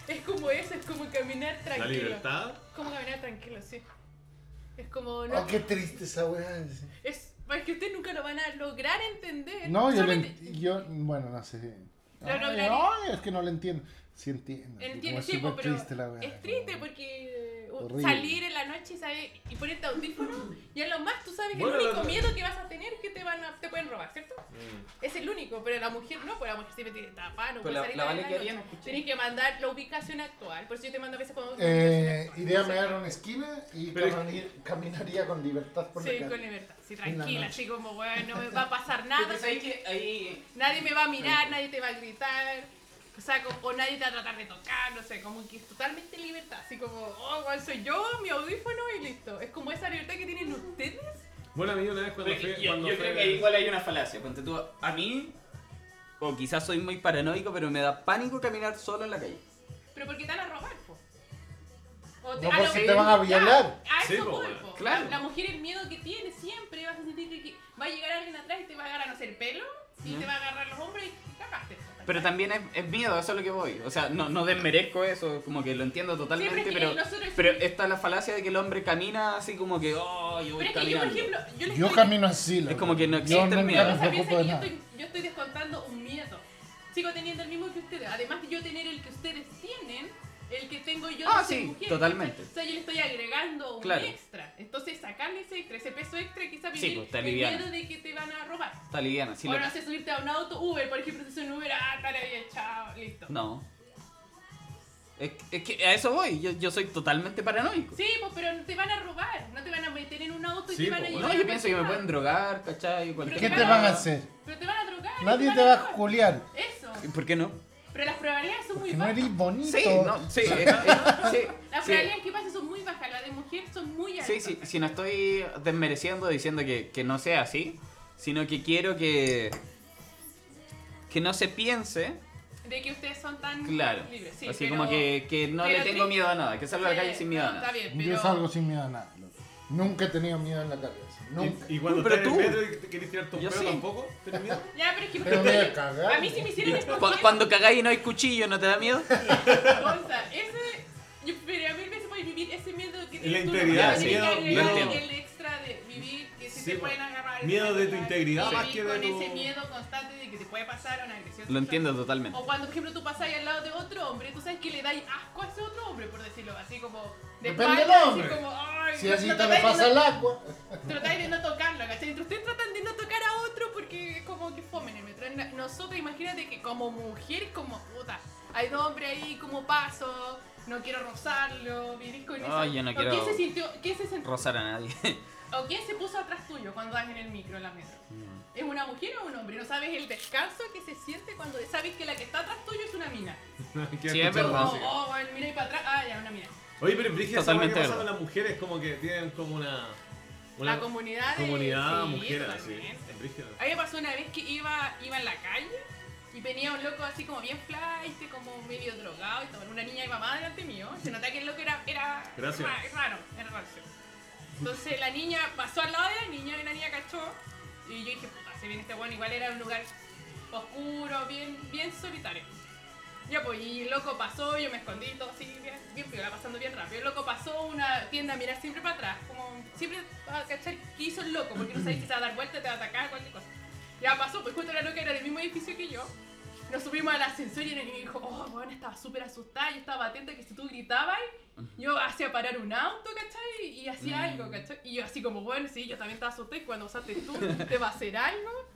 Speaker 1: Es como eso, es como caminar
Speaker 4: La
Speaker 1: tranquilo.
Speaker 4: libertad.
Speaker 1: Como caminar tranquilo, sí. Es como. No,
Speaker 2: Oh, qué triste esa weá.
Speaker 1: es, es que ustedes nunca lo van a lograr entender.
Speaker 2: No, yo, le
Speaker 1: Solamente-
Speaker 2: ent- yo, bueno, no sé.
Speaker 1: Lo
Speaker 2: Ay,
Speaker 1: lograría.
Speaker 2: no, es que no lo entiendo. Sí entiendo. sí, como
Speaker 1: Entiendo,
Speaker 2: es
Speaker 1: sí, po,
Speaker 2: súper
Speaker 1: pero
Speaker 2: triste la weá.
Speaker 1: es triste porque eh, u-
Speaker 2: Horrible.
Speaker 1: salir en la noche ¿sabes? y ponerte audífono y a lo más tú sabes que
Speaker 4: Bueno,
Speaker 1: el único
Speaker 4: lo-
Speaker 1: miedo que vas a tener es que te van a, te pueden robar, ¿cierto? Es el único, pero la mujer no, pues la mujer siempre tiene tapar, no
Speaker 3: Mm. Pero
Speaker 1: puede
Speaker 3: la-
Speaker 1: salir
Speaker 3: la
Speaker 1: a
Speaker 3: Vale que
Speaker 1: noche.
Speaker 3: haría, no escuché.
Speaker 1: Tienes que mandar la ubicación actual, por eso yo te mando a veces cuando
Speaker 2: Eh, iré a mear a una esquina y
Speaker 4: Pero es-
Speaker 2: camani- caminaría con libertad por
Speaker 1: Sí,
Speaker 2: la
Speaker 1: con
Speaker 2: calle.
Speaker 1: libertad, sí,
Speaker 2: En la
Speaker 1: tranquila,
Speaker 2: noche.
Speaker 1: así como, bueno, no me va a pasar nada,
Speaker 3: sabéis que ahí.
Speaker 1: nadie me va a mirar, nadie te va a gritar, o sea, como- o nadie te va a tratar de tocar, no sé, como que es totalmente libertad, así como, oh, bueno, soy yo, mi audífono y listo. Es como esa libertad que tienen ustedes.
Speaker 4: Bueno, a mí una vez cuando fui...
Speaker 3: yo,
Speaker 4: cuando
Speaker 3: yo
Speaker 4: fui-
Speaker 3: creo que ahí igual hay una falacia. Ponte tú, a mí, o quizás soy muy paranoico, pero me da pánico caminar solo en la calle.
Speaker 1: Pero porque te van a robar, po. O
Speaker 2: No,
Speaker 1: a
Speaker 2: pues
Speaker 1: lo
Speaker 2: si
Speaker 1: que-
Speaker 2: te van a violar.
Speaker 1: Ya, A eso
Speaker 4: Sí, po,
Speaker 1: voy,
Speaker 4: bueno.
Speaker 1: po.
Speaker 3: Claro.
Speaker 1: La, la mujer el miedo que tiene siempre vas a sentir que- que va a llegar alguien atrás y te va a agarrar, no sé, el pelo y
Speaker 3: Ya.
Speaker 1: te va a agarrar los hombros y cagaste.
Speaker 3: Pero también es, es miedo, eso es lo que voy. O sea, no, no desmerezco eso, como que lo entiendo totalmente,
Speaker 1: Sí, pero
Speaker 3: pero,
Speaker 1: es que nosotros-
Speaker 3: pero está la falacia de que el hombre camina así como que, oh, yo voy
Speaker 1: Pero es que yo, por
Speaker 3: caminando.
Speaker 1: ejemplo, yo les
Speaker 2: Yo
Speaker 1: estoy-
Speaker 2: camino así. la
Speaker 3: Es como que no
Speaker 2: verdad.
Speaker 3: existe
Speaker 2: Yo
Speaker 3: el
Speaker 2: nunca
Speaker 3: miedo.
Speaker 2: me
Speaker 1: O sea,
Speaker 2: preocupo
Speaker 1: piensa
Speaker 2: de
Speaker 1: que yo
Speaker 2: nada.
Speaker 1: estoy, yo estoy descontando un miedo. Sigo teniendo el mismo que ustedes. Además de yo tener el que ustedes tienen, el que tengo yo
Speaker 3: Ah,
Speaker 1: de ser
Speaker 3: sí,
Speaker 1: mujer.
Speaker 3: totalmente.
Speaker 1: O sea, yo le estoy agregando un
Speaker 3: Claro.
Speaker 1: extra. Entonces, sacarle ese extra, ese peso extra, quizá
Speaker 3: Sí,
Speaker 1: viene
Speaker 3: pues, está
Speaker 1: el
Speaker 3: liviano.
Speaker 1: miedo de que te van a robar.
Speaker 3: Está liviana, sí
Speaker 1: o
Speaker 3: lo-
Speaker 1: no sé, subirte a un auto Uber, por ejemplo, si es un Uber, ah, dale bien, chao, listo.
Speaker 3: No. Es, es que a eso voy, yo, yo soy totalmente paranoico.
Speaker 1: Sí, pues, pero te van a robar. No te van a meter en un auto y
Speaker 4: Sí,
Speaker 1: te van a
Speaker 4: pues,
Speaker 1: llevar.
Speaker 3: No,
Speaker 1: a
Speaker 3: yo
Speaker 1: la
Speaker 3: pienso que me
Speaker 1: persona.
Speaker 3: pueden drogar, ¿cachai? Cualquier
Speaker 2: ¿Qué
Speaker 1: Pero
Speaker 2: te
Speaker 1: no.
Speaker 2: van a hacer?
Speaker 1: Pero te van a drogar. y
Speaker 2: Nadie
Speaker 1: van
Speaker 2: te va a
Speaker 1: robar.
Speaker 2: culiar.
Speaker 1: Eso.
Speaker 3: ¿Por qué no?
Speaker 1: Pero las probabilidades son muy
Speaker 2: Porque no
Speaker 1: bajas.
Speaker 2: eres bonito.
Speaker 3: Sí, no, sí, eh, eh, sí,
Speaker 1: Las
Speaker 3: sí.
Speaker 1: probabilidades que pase son muy bajas, las de mujer son muy altas.
Speaker 3: Sí, sí, si no estoy desmereciendo diciendo que, que no sea así, sino que quiero que que no se piense,
Speaker 1: De que ustedes son tan
Speaker 3: claro,
Speaker 1: libres. Sí,
Speaker 3: así
Speaker 1: pero-
Speaker 3: como que, que no le
Speaker 1: pero
Speaker 3: tengo
Speaker 1: tri-
Speaker 3: miedo a nada, que salga a la
Speaker 1: Sí,
Speaker 3: calle sin miedo a
Speaker 1: no, Está
Speaker 3: nada.
Speaker 1: bien, pero...
Speaker 2: Yo salgo sin miedo a nada. loco. Nunca he tenido miedo en la cabeza. Nunca.
Speaker 4: Y, y cuando
Speaker 3: Pero
Speaker 4: estás
Speaker 3: tú.
Speaker 4: en el metro y te querés tirar tu
Speaker 3: Yo
Speaker 4: pelo
Speaker 3: sí.
Speaker 4: tampoco, ¿tenés miedo?
Speaker 1: Ya, pero es que...
Speaker 2: Pero me voy a cagar.
Speaker 1: a mí si me
Speaker 3: Y
Speaker 1: hicieran
Speaker 3: cu-
Speaker 1: escoger-
Speaker 3: cuando cagáis y no hay cuchillo, ¿no te da miedo?
Speaker 1: Gonza, ese... Yo, pero a mí me puede vivir ese miedo que tienes tú,
Speaker 4: integridad,
Speaker 1: no,
Speaker 3: sí,
Speaker 1: tienes que
Speaker 3: miedo,
Speaker 1: agregar
Speaker 3: miedo.
Speaker 1: el extra de vivir, que si
Speaker 4: Sí,
Speaker 1: te
Speaker 4: po.
Speaker 1: pueden agarrar...
Speaker 4: Miedo de tu
Speaker 1: vivir
Speaker 4: integridad más que de
Speaker 1: con
Speaker 4: tu-
Speaker 1: ese miedo constante de que te puede pasar una agresión.
Speaker 3: Lo
Speaker 1: sexual.
Speaker 3: entiendo totalmente.
Speaker 1: O cuando, por ejemplo, tú pasas al lado de otro hombre, tú sabes que le dais asco a ese otro hombre, por decirlo así, como... De
Speaker 2: Depende
Speaker 1: espalda,
Speaker 2: del
Speaker 1: así
Speaker 2: hombre.
Speaker 1: como, ay,
Speaker 2: Si así
Speaker 1: no
Speaker 2: te
Speaker 1: tratáis
Speaker 2: lo
Speaker 1: de
Speaker 2: pasa
Speaker 1: no-
Speaker 2: el agua.
Speaker 1: Tratáis de no tocarlo, ¿cachai? Entre ustedes tratan de no tocar a otro porque es como que fomen el metro. Na- Nosotros, imagínate que como mujer, como puta, hay dos hombres ahí como paso, no quiero rozarlo, vivís con
Speaker 3: Ay, yo no
Speaker 1: ¿O
Speaker 3: quiero
Speaker 1: ¿Quién se sintió, quién se sent-
Speaker 3: Rozar a nadie.
Speaker 1: o quién se puso atrás tuyo cuando vas en el micro, en la metro? ¿Es una mujer o un hombre? No sabes el descanso que se siente cuando sabes que la que está atrás tuyo es una mina.
Speaker 4: Quedas
Speaker 3: Sí, es
Speaker 4: escuchando
Speaker 3: verdad.
Speaker 1: Como,
Speaker 4: música.
Speaker 1: oh, bueno, mira ahí para atrás, ah, ya, una mina.
Speaker 4: Oye, pero en Brigia, ¿sabes qué
Speaker 3: Totalmente
Speaker 4: pasa con
Speaker 3: verdad.
Speaker 4: las mujeres? Como que tienen como una...
Speaker 1: la comunidad de
Speaker 4: comunidad
Speaker 1: sí,
Speaker 4: mujer, así.
Speaker 1: totalmente.
Speaker 4: En Brigia. Ah,
Speaker 1: A mí me pasó una vez que iba, iba en la calle Y venía un loco así como bien flight, como medio drogado, y tomar una niña y mamá delante mío. Se nota que el loco era, era
Speaker 4: Gracias.
Speaker 1: ra- raro, era raro. Entonces la niña pasó al lado de la niña y la niña cachó. Y yo dije, puta, se viene este weón, igual era un lugar oscuro, bien, bien solitario. Ya pues, y el loco pasó, yo me escondí todo así, bien, bien piola, pasando bien rápido. El loco pasó una tienda a mirar siempre para atrás, como siempre a cachar qué hizo el loco, porque no sabéis si te va a dar vuelta, te va a atacar, cualquier cosa. Ya pasó, pues justo la loca era del mismo edificio que yo. Nos subimos al ascensor y la niña dijo, oh, bueno, estaba súper asustada, yo estaba atenta que si tú gritabas, yo hacía parar un auto, ¿cachai? Y
Speaker 2: Mm.
Speaker 1: hacía algo, ¿cachai? Y yo así como, bueno, sí, yo también estaba asustada y cuando pasaste tú, te va a hacer algo.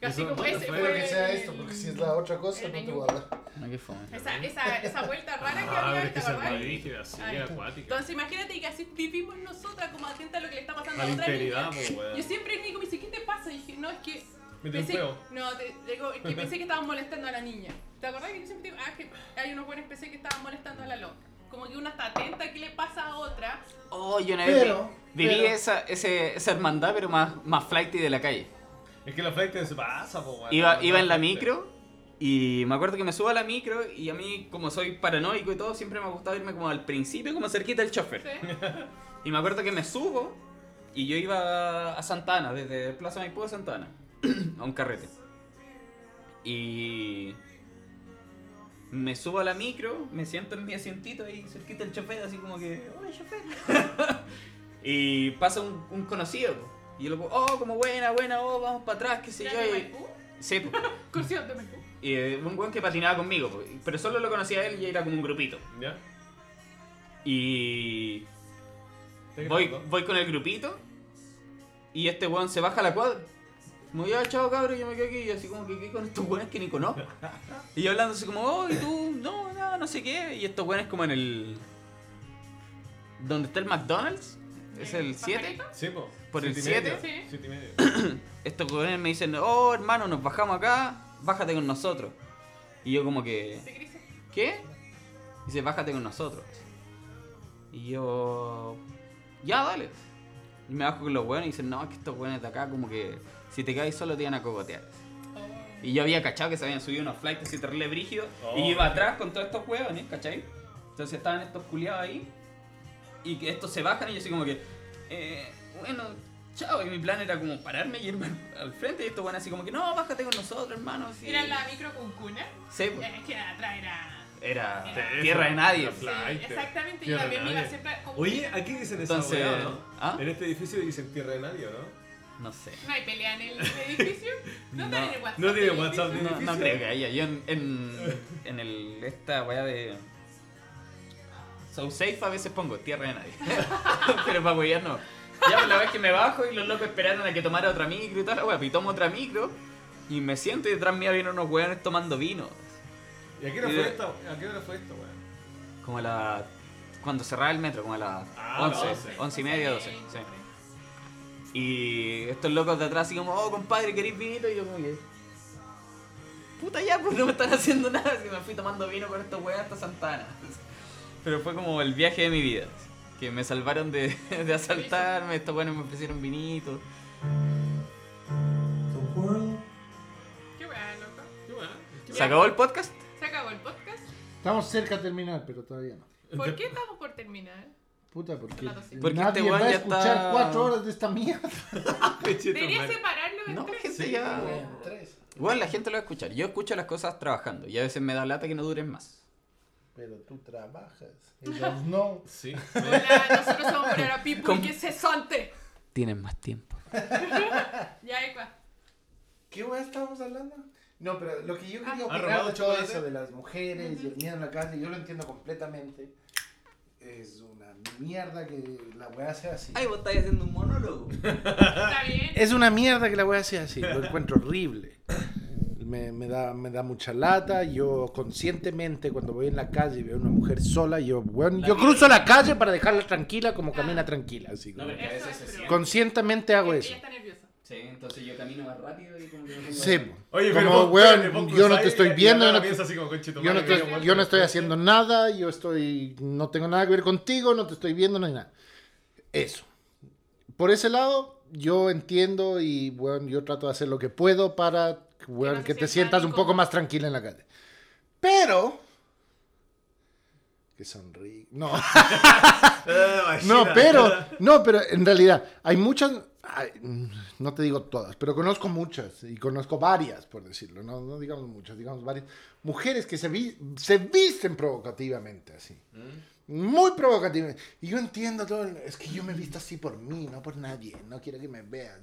Speaker 1: Casi
Speaker 4: Eso-
Speaker 1: como ese
Speaker 4: espero
Speaker 1: fue
Speaker 2: Espero que sea
Speaker 1: el-
Speaker 2: esto, porque si es la otra cosa,
Speaker 1: el
Speaker 2: no te
Speaker 1: menú.
Speaker 2: voy a hablar.
Speaker 3: No, qué fome.
Speaker 1: Esa, esa, esa vuelta rara que
Speaker 4: Ah, pero
Speaker 1: había,
Speaker 4: es que
Speaker 1: ¿te
Speaker 4: se
Speaker 1: acordás?
Speaker 4: rígida, así,
Speaker 1: Ay.
Speaker 4: acuática.
Speaker 1: Entonces imagínate que así vivimos nosotras como atenta a lo que le está pasando
Speaker 4: A
Speaker 1: a
Speaker 4: la
Speaker 1: otra
Speaker 4: integridad,
Speaker 1: niña.
Speaker 4: pues, weón.
Speaker 1: Yo siempre Nico me dice, ¿qué te pasa? Y dije, no, es que
Speaker 4: Me dio un
Speaker 1: pensé,
Speaker 4: peo.
Speaker 1: no, te, digo, es que pensé que estaban molestando a la niña. ¿Te acordás que yo siempre digo, ah, que hay unos buenos PC que estaban molestando a la loca? Como que una está atenta a qué le pasa a otra.
Speaker 3: Oh, yo una vez
Speaker 2: Pero,
Speaker 3: vi- viví
Speaker 2: pero-
Speaker 3: esa, ese- esa hermandad, pero más, más flighty de la calle.
Speaker 4: Es que la flight se pasa, po, weón.
Speaker 3: Iba, iba en la micro y me acuerdo que me subo a la micro y a mí, como soy paranoico y todo, siempre me ha gustado irme como al principio, como cerquita del chofer.
Speaker 1: ¿sí?
Speaker 3: Y me acuerdo que me subo y yo iba a Santana, desde Plaza Maipú a Santana, a un carrete. Y me subo a la micro, me siento en mi asientito ahí cerquita del chofer, así como que, hola chofer. y pasa un, un conocido, po. y yo le digo, oh, como buena, buena, oh, vamos para atrás, qué sé
Speaker 1: ¿Era
Speaker 3: yo.
Speaker 1: de
Speaker 3: Y,
Speaker 1: Maipú?
Speaker 3: sí, po.
Speaker 1: Cursión de Maipú.
Speaker 3: Y, eh, un buen que patinaba conmigo, po. pero solo lo conocía a él y era como un grupito.
Speaker 4: ¿Ya?
Speaker 3: Y
Speaker 4: ¿Te
Speaker 3: Voy,
Speaker 4: grabando?
Speaker 3: voy con el grupito y este weón se baja a la cuadra. Como ya, chao cabrón, yo me quedo aquí. Y así como que ¿qué con estos weones que ni conozco. Y yo hablando así como, oh, y tú, no, no, no sé qué. Y estos weones como en el. ¿Dónde está el McDonald's? ¿Es el 7?
Speaker 1: ¿Pajarito?
Speaker 4: Sí, po.
Speaker 3: ¿Por el
Speaker 4: Siete y medio.
Speaker 1: siete? Sí.
Speaker 4: Siete y medio.
Speaker 3: Estos weones me dicen, oh hermano, nos bajamos acá, bájate con nosotros. Y yo como que.
Speaker 1: Sí, Cris.
Speaker 3: ¿Qué? Dice, bájate con nosotros. Y yo. Ya, dale. Y me bajo con los buenos y dicen, no, es que estos buenos de acá, como que si te caes solo te iban a cogotear. Y yo había cachado que se habían subido unos flights así terrible brígidos.
Speaker 4: Oh.
Speaker 3: y yo iba atrás con todos estos hueones, ¿cachai? Entonces estaban estos culiados ahí. Y que estos se bajan y yo así como que. eh, bueno, chao. Y mi plan era como pararme y irme al frente. Y estos buenos así como que, no, bájate con nosotros, hermano. sí".
Speaker 1: Era la micro con cuna.
Speaker 3: Sí, pues.
Speaker 1: Es que atrás era...
Speaker 3: Era
Speaker 1: Era-
Speaker 3: tierra de nadie.
Speaker 1: Sí, exactamente, yo
Speaker 4: Tierra
Speaker 1: también
Speaker 4: de
Speaker 1: me iba
Speaker 4: nadie.
Speaker 1: siempre a- como-
Speaker 4: Oye, aquí dicen esa
Speaker 3: Entonces,
Speaker 4: weá, ¿no?
Speaker 3: ¿ah?
Speaker 4: En este edificio dicen tierra de nadie, ¿o ¿no?
Speaker 3: No sé.
Speaker 1: ¿No hay pelea en el edificio? No,
Speaker 3: No.
Speaker 1: tiene WhatsApp.
Speaker 4: No tiene
Speaker 1: el
Speaker 4: WhatsApp,
Speaker 1: edificio?
Speaker 3: No, no
Speaker 4: Difícil.
Speaker 3: creo que haya. Yo en, en, en el, esta weá de. So safe a veces pongo tierra de nadie. Pero para huear no. Ya pues, la vez que me bajo y los locos esperaron a que tomara otra micro y toda la weá. Pues, Y tomo otra micro y me siento y detrás mía vienen unos weones tomando vino.
Speaker 4: ¿Y a qué hora
Speaker 3: Y-
Speaker 4: fue esto? ¿A qué hora fue esto, weón?
Speaker 3: Como a la. Cuando cerraba el metro, como a las
Speaker 4: Ah,
Speaker 3: 11,
Speaker 4: las 11.
Speaker 3: 11 y media, 12. sí. Y estos locos de atrás así como, oh compadre, ¿queréis vinito? Y yo como que. Puta ya, pues no me están haciendo nada, así me fui tomando vino con estos weas hasta Santana. Pero fue como el viaje de mi vida. Que me salvaron de, de asaltarme, estos weones me ofrecieron vinito.
Speaker 1: Qué weá, loco.
Speaker 4: Qué weá.
Speaker 3: ¿Se acabó el podcast?
Speaker 1: Se acabó el podcast.
Speaker 2: Estamos cerca de terminar, pero todavía no.
Speaker 1: ¿Por qué estamos por terminar?
Speaker 2: Puta, porque,
Speaker 1: Claro, sí.
Speaker 3: Porque
Speaker 2: nadie
Speaker 3: este
Speaker 2: va
Speaker 3: weón
Speaker 2: a
Speaker 3: ya
Speaker 2: escuchar
Speaker 3: está-
Speaker 2: cuatro horas de esta mierda.
Speaker 1: Debería separarlo en
Speaker 3: No,
Speaker 1: tres.
Speaker 3: gente, ya.
Speaker 2: Tres.
Speaker 3: Bueno, la gente lo va a escuchar. Yo escucho las cosas trabajando y a veces me da lata que no duren más.
Speaker 2: Pero tú trabajas. Ellos no.
Speaker 4: Sí.
Speaker 1: Hola, nosotros somos por ahora People
Speaker 3: ¿Cómo?
Speaker 1: que se sante.
Speaker 3: Tienen más tiempo.
Speaker 1: Ya, Ecua.
Speaker 6: ¿Qué weá estábamos hablando? No, pero lo que yo
Speaker 3: Ah.
Speaker 6: quería
Speaker 4: ¿Ha
Speaker 6: opinar
Speaker 4: robado
Speaker 6: de todo
Speaker 4: chocolate?
Speaker 6: eso de las mujeres y el miedo en la calle, yo lo entiendo completamente. Es una mierda que la weá sea así.
Speaker 3: Ay, vos estáis haciendo un monólogo. Ah.
Speaker 1: Está bien.
Speaker 2: Es una mierda que la voy a hacer así, lo encuentro horrible. Me, me da, me da mucha lata. Yo conscientemente, cuando voy en la calle y veo a una mujer sola, yo, bueno, yo cruzo la calle para dejarla tranquila como camina tranquila. Así, como.
Speaker 3: pero-
Speaker 1: Eso
Speaker 3: veces se
Speaker 1: es, pero-
Speaker 2: Conscientemente hago
Speaker 1: Ella
Speaker 2: eso.
Speaker 1: está nerviosa.
Speaker 3: Sí, entonces yo camino más rápido y como que. no tengo-
Speaker 2: Sí,
Speaker 4: Oye, pero
Speaker 2: como,
Speaker 4: vos-
Speaker 2: weón,
Speaker 4: vos
Speaker 2: yo no
Speaker 4: cruzáis
Speaker 2: te estoy
Speaker 4: y- y
Speaker 2: viendo, yo
Speaker 4: ahora
Speaker 2: no te
Speaker 4: piensas así como, "Conchito,
Speaker 2: Yo no,
Speaker 4: madre,
Speaker 2: estoy,
Speaker 4: que voy a
Speaker 2: yo no estoy
Speaker 4: volver".
Speaker 2: haciendo nada, yo estoy, no tengo nada que ver contigo, no te estoy viendo, no hay nada. Eso. Por ese lado, yo entiendo y bueno, yo trato de hacer lo que puedo para weón,
Speaker 1: no
Speaker 2: que
Speaker 1: se sientan
Speaker 2: te sientas un poco
Speaker 1: incómodos.
Speaker 2: más tranquila en la calle. Pero. Que sonríe. No, Eh, no, pero. No, pero en realidad, hay muchas. ay, mm, no te digo todas, pero conozco muchas. Y conozco varias, por decirlo. No, no digamos muchas, digamos varias. Mujeres que se, vi- se visten provocativamente así. Muy provocativamente. Y yo entiendo todo. el- Es que yo me visto así por mí, no por nadie. No quiero que me vean.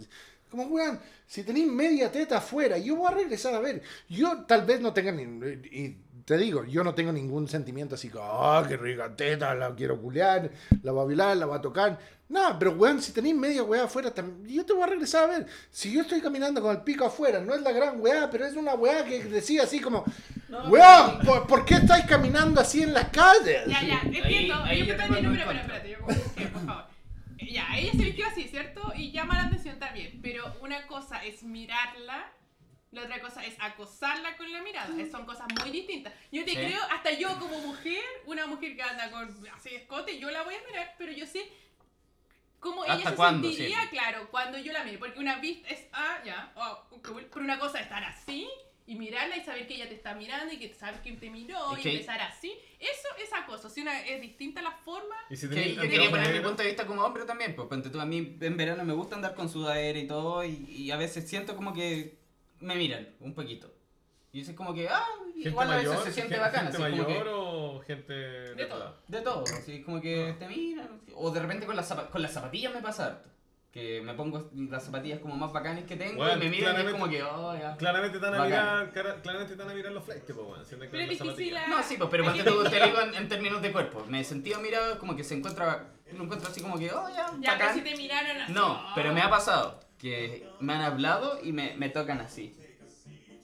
Speaker 2: Como, weón, si tenéis media teta afuera, yo voy a regresar a ver. Yo tal vez no tenga ni... Y te digo, yo no tengo ningún sentimiento así como, ah, qué rica teta, la quiero culear, la voy a violar, la voy a tocar. No, pero weón, si tenéis media weá afuera, tam- yo te voy a regresar a ver. Si yo estoy caminando con el pico afuera, no es la gran weá, pero es una weá que decía así como, weón, ¿por, por qué estáis caminando así en la calle?
Speaker 1: Ya, ya, entiendo.
Speaker 3: ahí
Speaker 1: yo
Speaker 3: yo te
Speaker 1: creo que no, pero,
Speaker 3: pongo en
Speaker 1: pero
Speaker 3: contra.
Speaker 1: espérate, yo como mujer, por favor. Eh, Ya, ella se vistió así, ¿cierto? Y llama la atención también. Pero una cosa es mirarla, la otra cosa es acosarla con la mirada. Es- Son cosas muy distintas. Yo te
Speaker 3: Sí.
Speaker 1: creo, hasta yo como mujer, una mujer que anda con así escote, yo la voy a mirar, pero yo sé cómo ella
Speaker 3: ¿Hasta
Speaker 1: se
Speaker 3: cuándo,
Speaker 1: sentiría,
Speaker 3: siempre?
Speaker 1: claro, cuando yo la mire. Porque una vista es, ah, ya, oh, cool. Pero una cosa es estar así y mirarla y saber que ella te está mirando y que sabes quién te miró
Speaker 3: Es
Speaker 1: y
Speaker 3: que-
Speaker 1: empezar así. Eso es acoso. Si una, es distinta la forma.
Speaker 4: Y si
Speaker 3: Que
Speaker 4: tenéis
Speaker 3: yo
Speaker 4: tanto
Speaker 3: quería
Speaker 4: ojo
Speaker 3: poner mi
Speaker 4: negro-
Speaker 3: punto de vista como hombre también, pues ponte tú, a mí en verano me gusta andar con sudadera y todo, y, y a veces siento como que me miran un poquito. Y es como que, ah, igual a veces se siente
Speaker 4: gente-
Speaker 3: bacana,
Speaker 4: gente
Speaker 3: así como
Speaker 4: mayor
Speaker 3: que,
Speaker 4: o gente
Speaker 1: De todo.
Speaker 3: de todo, así como
Speaker 4: Ah.
Speaker 3: que te miran, así. o de repente con las, zapa- con las zapatillas me pasa harto, que me pongo las zapatillas como más bacanas que tengo,
Speaker 4: Bueno,
Speaker 3: y me miran y es
Speaker 4: claramente-
Speaker 3: como que, oh, ya.
Speaker 4: Claramente te van a
Speaker 3: Bacán.
Speaker 4: mirar, cara- claramente te van a mirar los flights, pues, weón. siendo que
Speaker 1: Pero es
Speaker 4: las
Speaker 1: difícil.
Speaker 4: zapatillas.
Speaker 1: a-
Speaker 3: No, sí, pues, pero
Speaker 1: hay
Speaker 3: ponte
Speaker 1: que-
Speaker 3: tú, te digo en, en términos de cuerpo, me he sentido mirado como que se encuentra, lo encuentro así como que, oh, ya,
Speaker 1: Ya, pero
Speaker 3: bacán.
Speaker 1: si te miraron así.
Speaker 3: No,
Speaker 1: oh.
Speaker 3: pero me ha pasado que me han hablado y me, me tocan así.
Speaker 1: te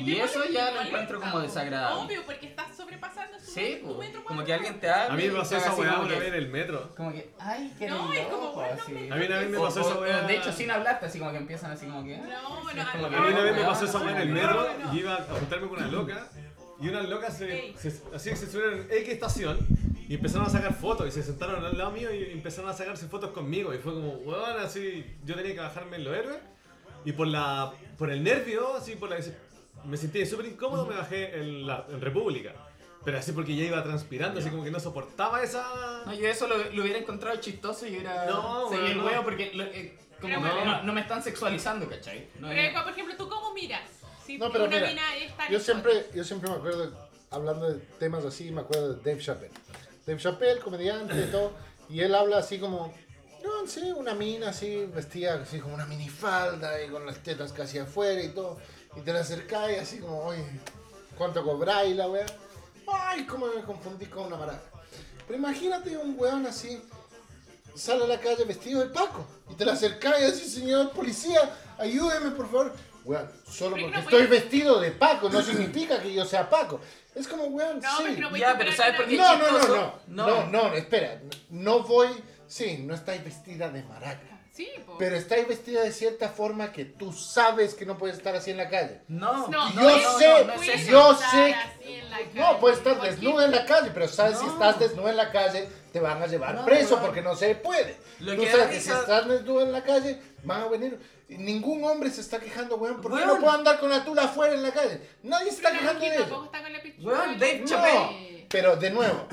Speaker 3: Y eso
Speaker 1: molesta,
Speaker 3: ya
Speaker 1: te
Speaker 3: lo
Speaker 1: molesta,
Speaker 3: encuentro como
Speaker 1: po.
Speaker 3: desagradable.
Speaker 1: Obvio, porque estás sobrepasando su,
Speaker 3: Sí,
Speaker 1: tu
Speaker 3: po,
Speaker 1: metro
Speaker 3: como
Speaker 1: cuadrado.
Speaker 3: que alguien te habla.
Speaker 4: A mí me pasó esa weá
Speaker 3: como
Speaker 4: una
Speaker 3: que,
Speaker 4: vez en el metro.
Speaker 3: como que, ay, qué
Speaker 1: No, es
Speaker 3: lindo,
Speaker 1: como,
Speaker 3: po,
Speaker 1: bueno,
Speaker 3: así.
Speaker 1: me-
Speaker 4: A mí una vez me pasó
Speaker 3: O-
Speaker 4: esa
Speaker 3: o-
Speaker 4: weá.
Speaker 3: De hecho, sin hablarte, así como que empiezan así como que. ah.
Speaker 1: No, no,
Speaker 3: como que
Speaker 4: A mí una vez me
Speaker 3: weón,
Speaker 4: pasó esa
Speaker 3: no,
Speaker 4: weá en el
Speaker 3: no,
Speaker 4: metro
Speaker 1: no.
Speaker 4: y iba a juntarme con una loca. Y unas locas se,
Speaker 1: Ey.
Speaker 4: se- así que se subieron en X estación y empezaron a sacar fotos. Y se sentaron al lado mío y empezaron a sacarse fotos conmigo. Y fue como, weón, así. Yo tenía que bajarme en los héroes. Y por la por el nervio, así, por la me sentí súper incómodo, me bajé en, la, en República. Pero así porque ya iba transpirando, así como que no soportaba esa.
Speaker 3: No, yo eso lo, lo hubiera encontrado chistoso y hubiera.
Speaker 4: No,
Speaker 3: seguir el
Speaker 4: weón, no.
Speaker 3: huevo porque. lo- eh, como
Speaker 1: Pero
Speaker 3: que
Speaker 1: bueno.
Speaker 3: no, no me están sexualizando, ¿cachai? No
Speaker 1: Pero,
Speaker 3: es-
Speaker 1: por ejemplo, ¿tú cómo miras? Si
Speaker 2: No, pero
Speaker 1: una
Speaker 2: mira,
Speaker 1: mina es tan
Speaker 2: Yo
Speaker 1: escota.
Speaker 2: siempre, yo siempre me acuerdo, hablando de temas así, me acuerdo de Dave Chappelle. Dave Chappelle, comediante y todo, y él habla así como, no, sí, una mina así, vestida así como una minifalda y con las tetas casi afuera y todo, y te la acercás y así como, oye, ¿cuánto cobráis la weá? Ay, cómo me confundí con una maraca. Pero imagínate un weón así, sale a la calle vestido de Paco y te la acercás y así, señor policía, ayúdeme por favor. Weón, solo
Speaker 1: Pero
Speaker 2: porque
Speaker 1: que no
Speaker 2: estoy
Speaker 1: puede-
Speaker 2: vestido de Paco no significa que yo sea Paco. Es como, weón,
Speaker 1: No,
Speaker 2: sí.
Speaker 1: porque no
Speaker 3: Ya, pero ¿sabes por qué?
Speaker 2: No, no, no,
Speaker 3: chistoso.
Speaker 2: no, no, no, espera, no voy, sí, no estáis vestida de maraca,
Speaker 1: Sí, po.
Speaker 2: pero estáis vestida de cierta forma que tú sabes que no puedes estar así en la calle.
Speaker 3: No,
Speaker 1: No,
Speaker 2: yo
Speaker 1: no,
Speaker 2: sé,
Speaker 1: no, no es
Speaker 2: yo
Speaker 1: eso.
Speaker 2: sé-
Speaker 1: Estar así en la
Speaker 2: No,
Speaker 1: calle,
Speaker 2: puedes estar
Speaker 1: cualquier-
Speaker 2: desnuda en la calle, pero sabes si
Speaker 3: No.
Speaker 2: estás desnuda en la calle, te van a llevar
Speaker 3: No,
Speaker 2: preso
Speaker 3: no.
Speaker 2: porque no se puede.
Speaker 3: Lo
Speaker 2: Tú
Speaker 3: que
Speaker 2: sabes
Speaker 3: da
Speaker 2: que si
Speaker 3: risa-
Speaker 2: estás desnuda en la calle, van a venir. Ningún hombre se está quejando, weón, porque no
Speaker 3: Weón.
Speaker 2: puedo andar con la tula afuera en la calle. Nadie se está
Speaker 1: Pero
Speaker 2: quejando de
Speaker 1: tampoco
Speaker 2: eso.
Speaker 1: está con la pichula.
Speaker 3: Weón, Dave
Speaker 1: No.
Speaker 3: Chappelle.
Speaker 2: Pero de nuevo,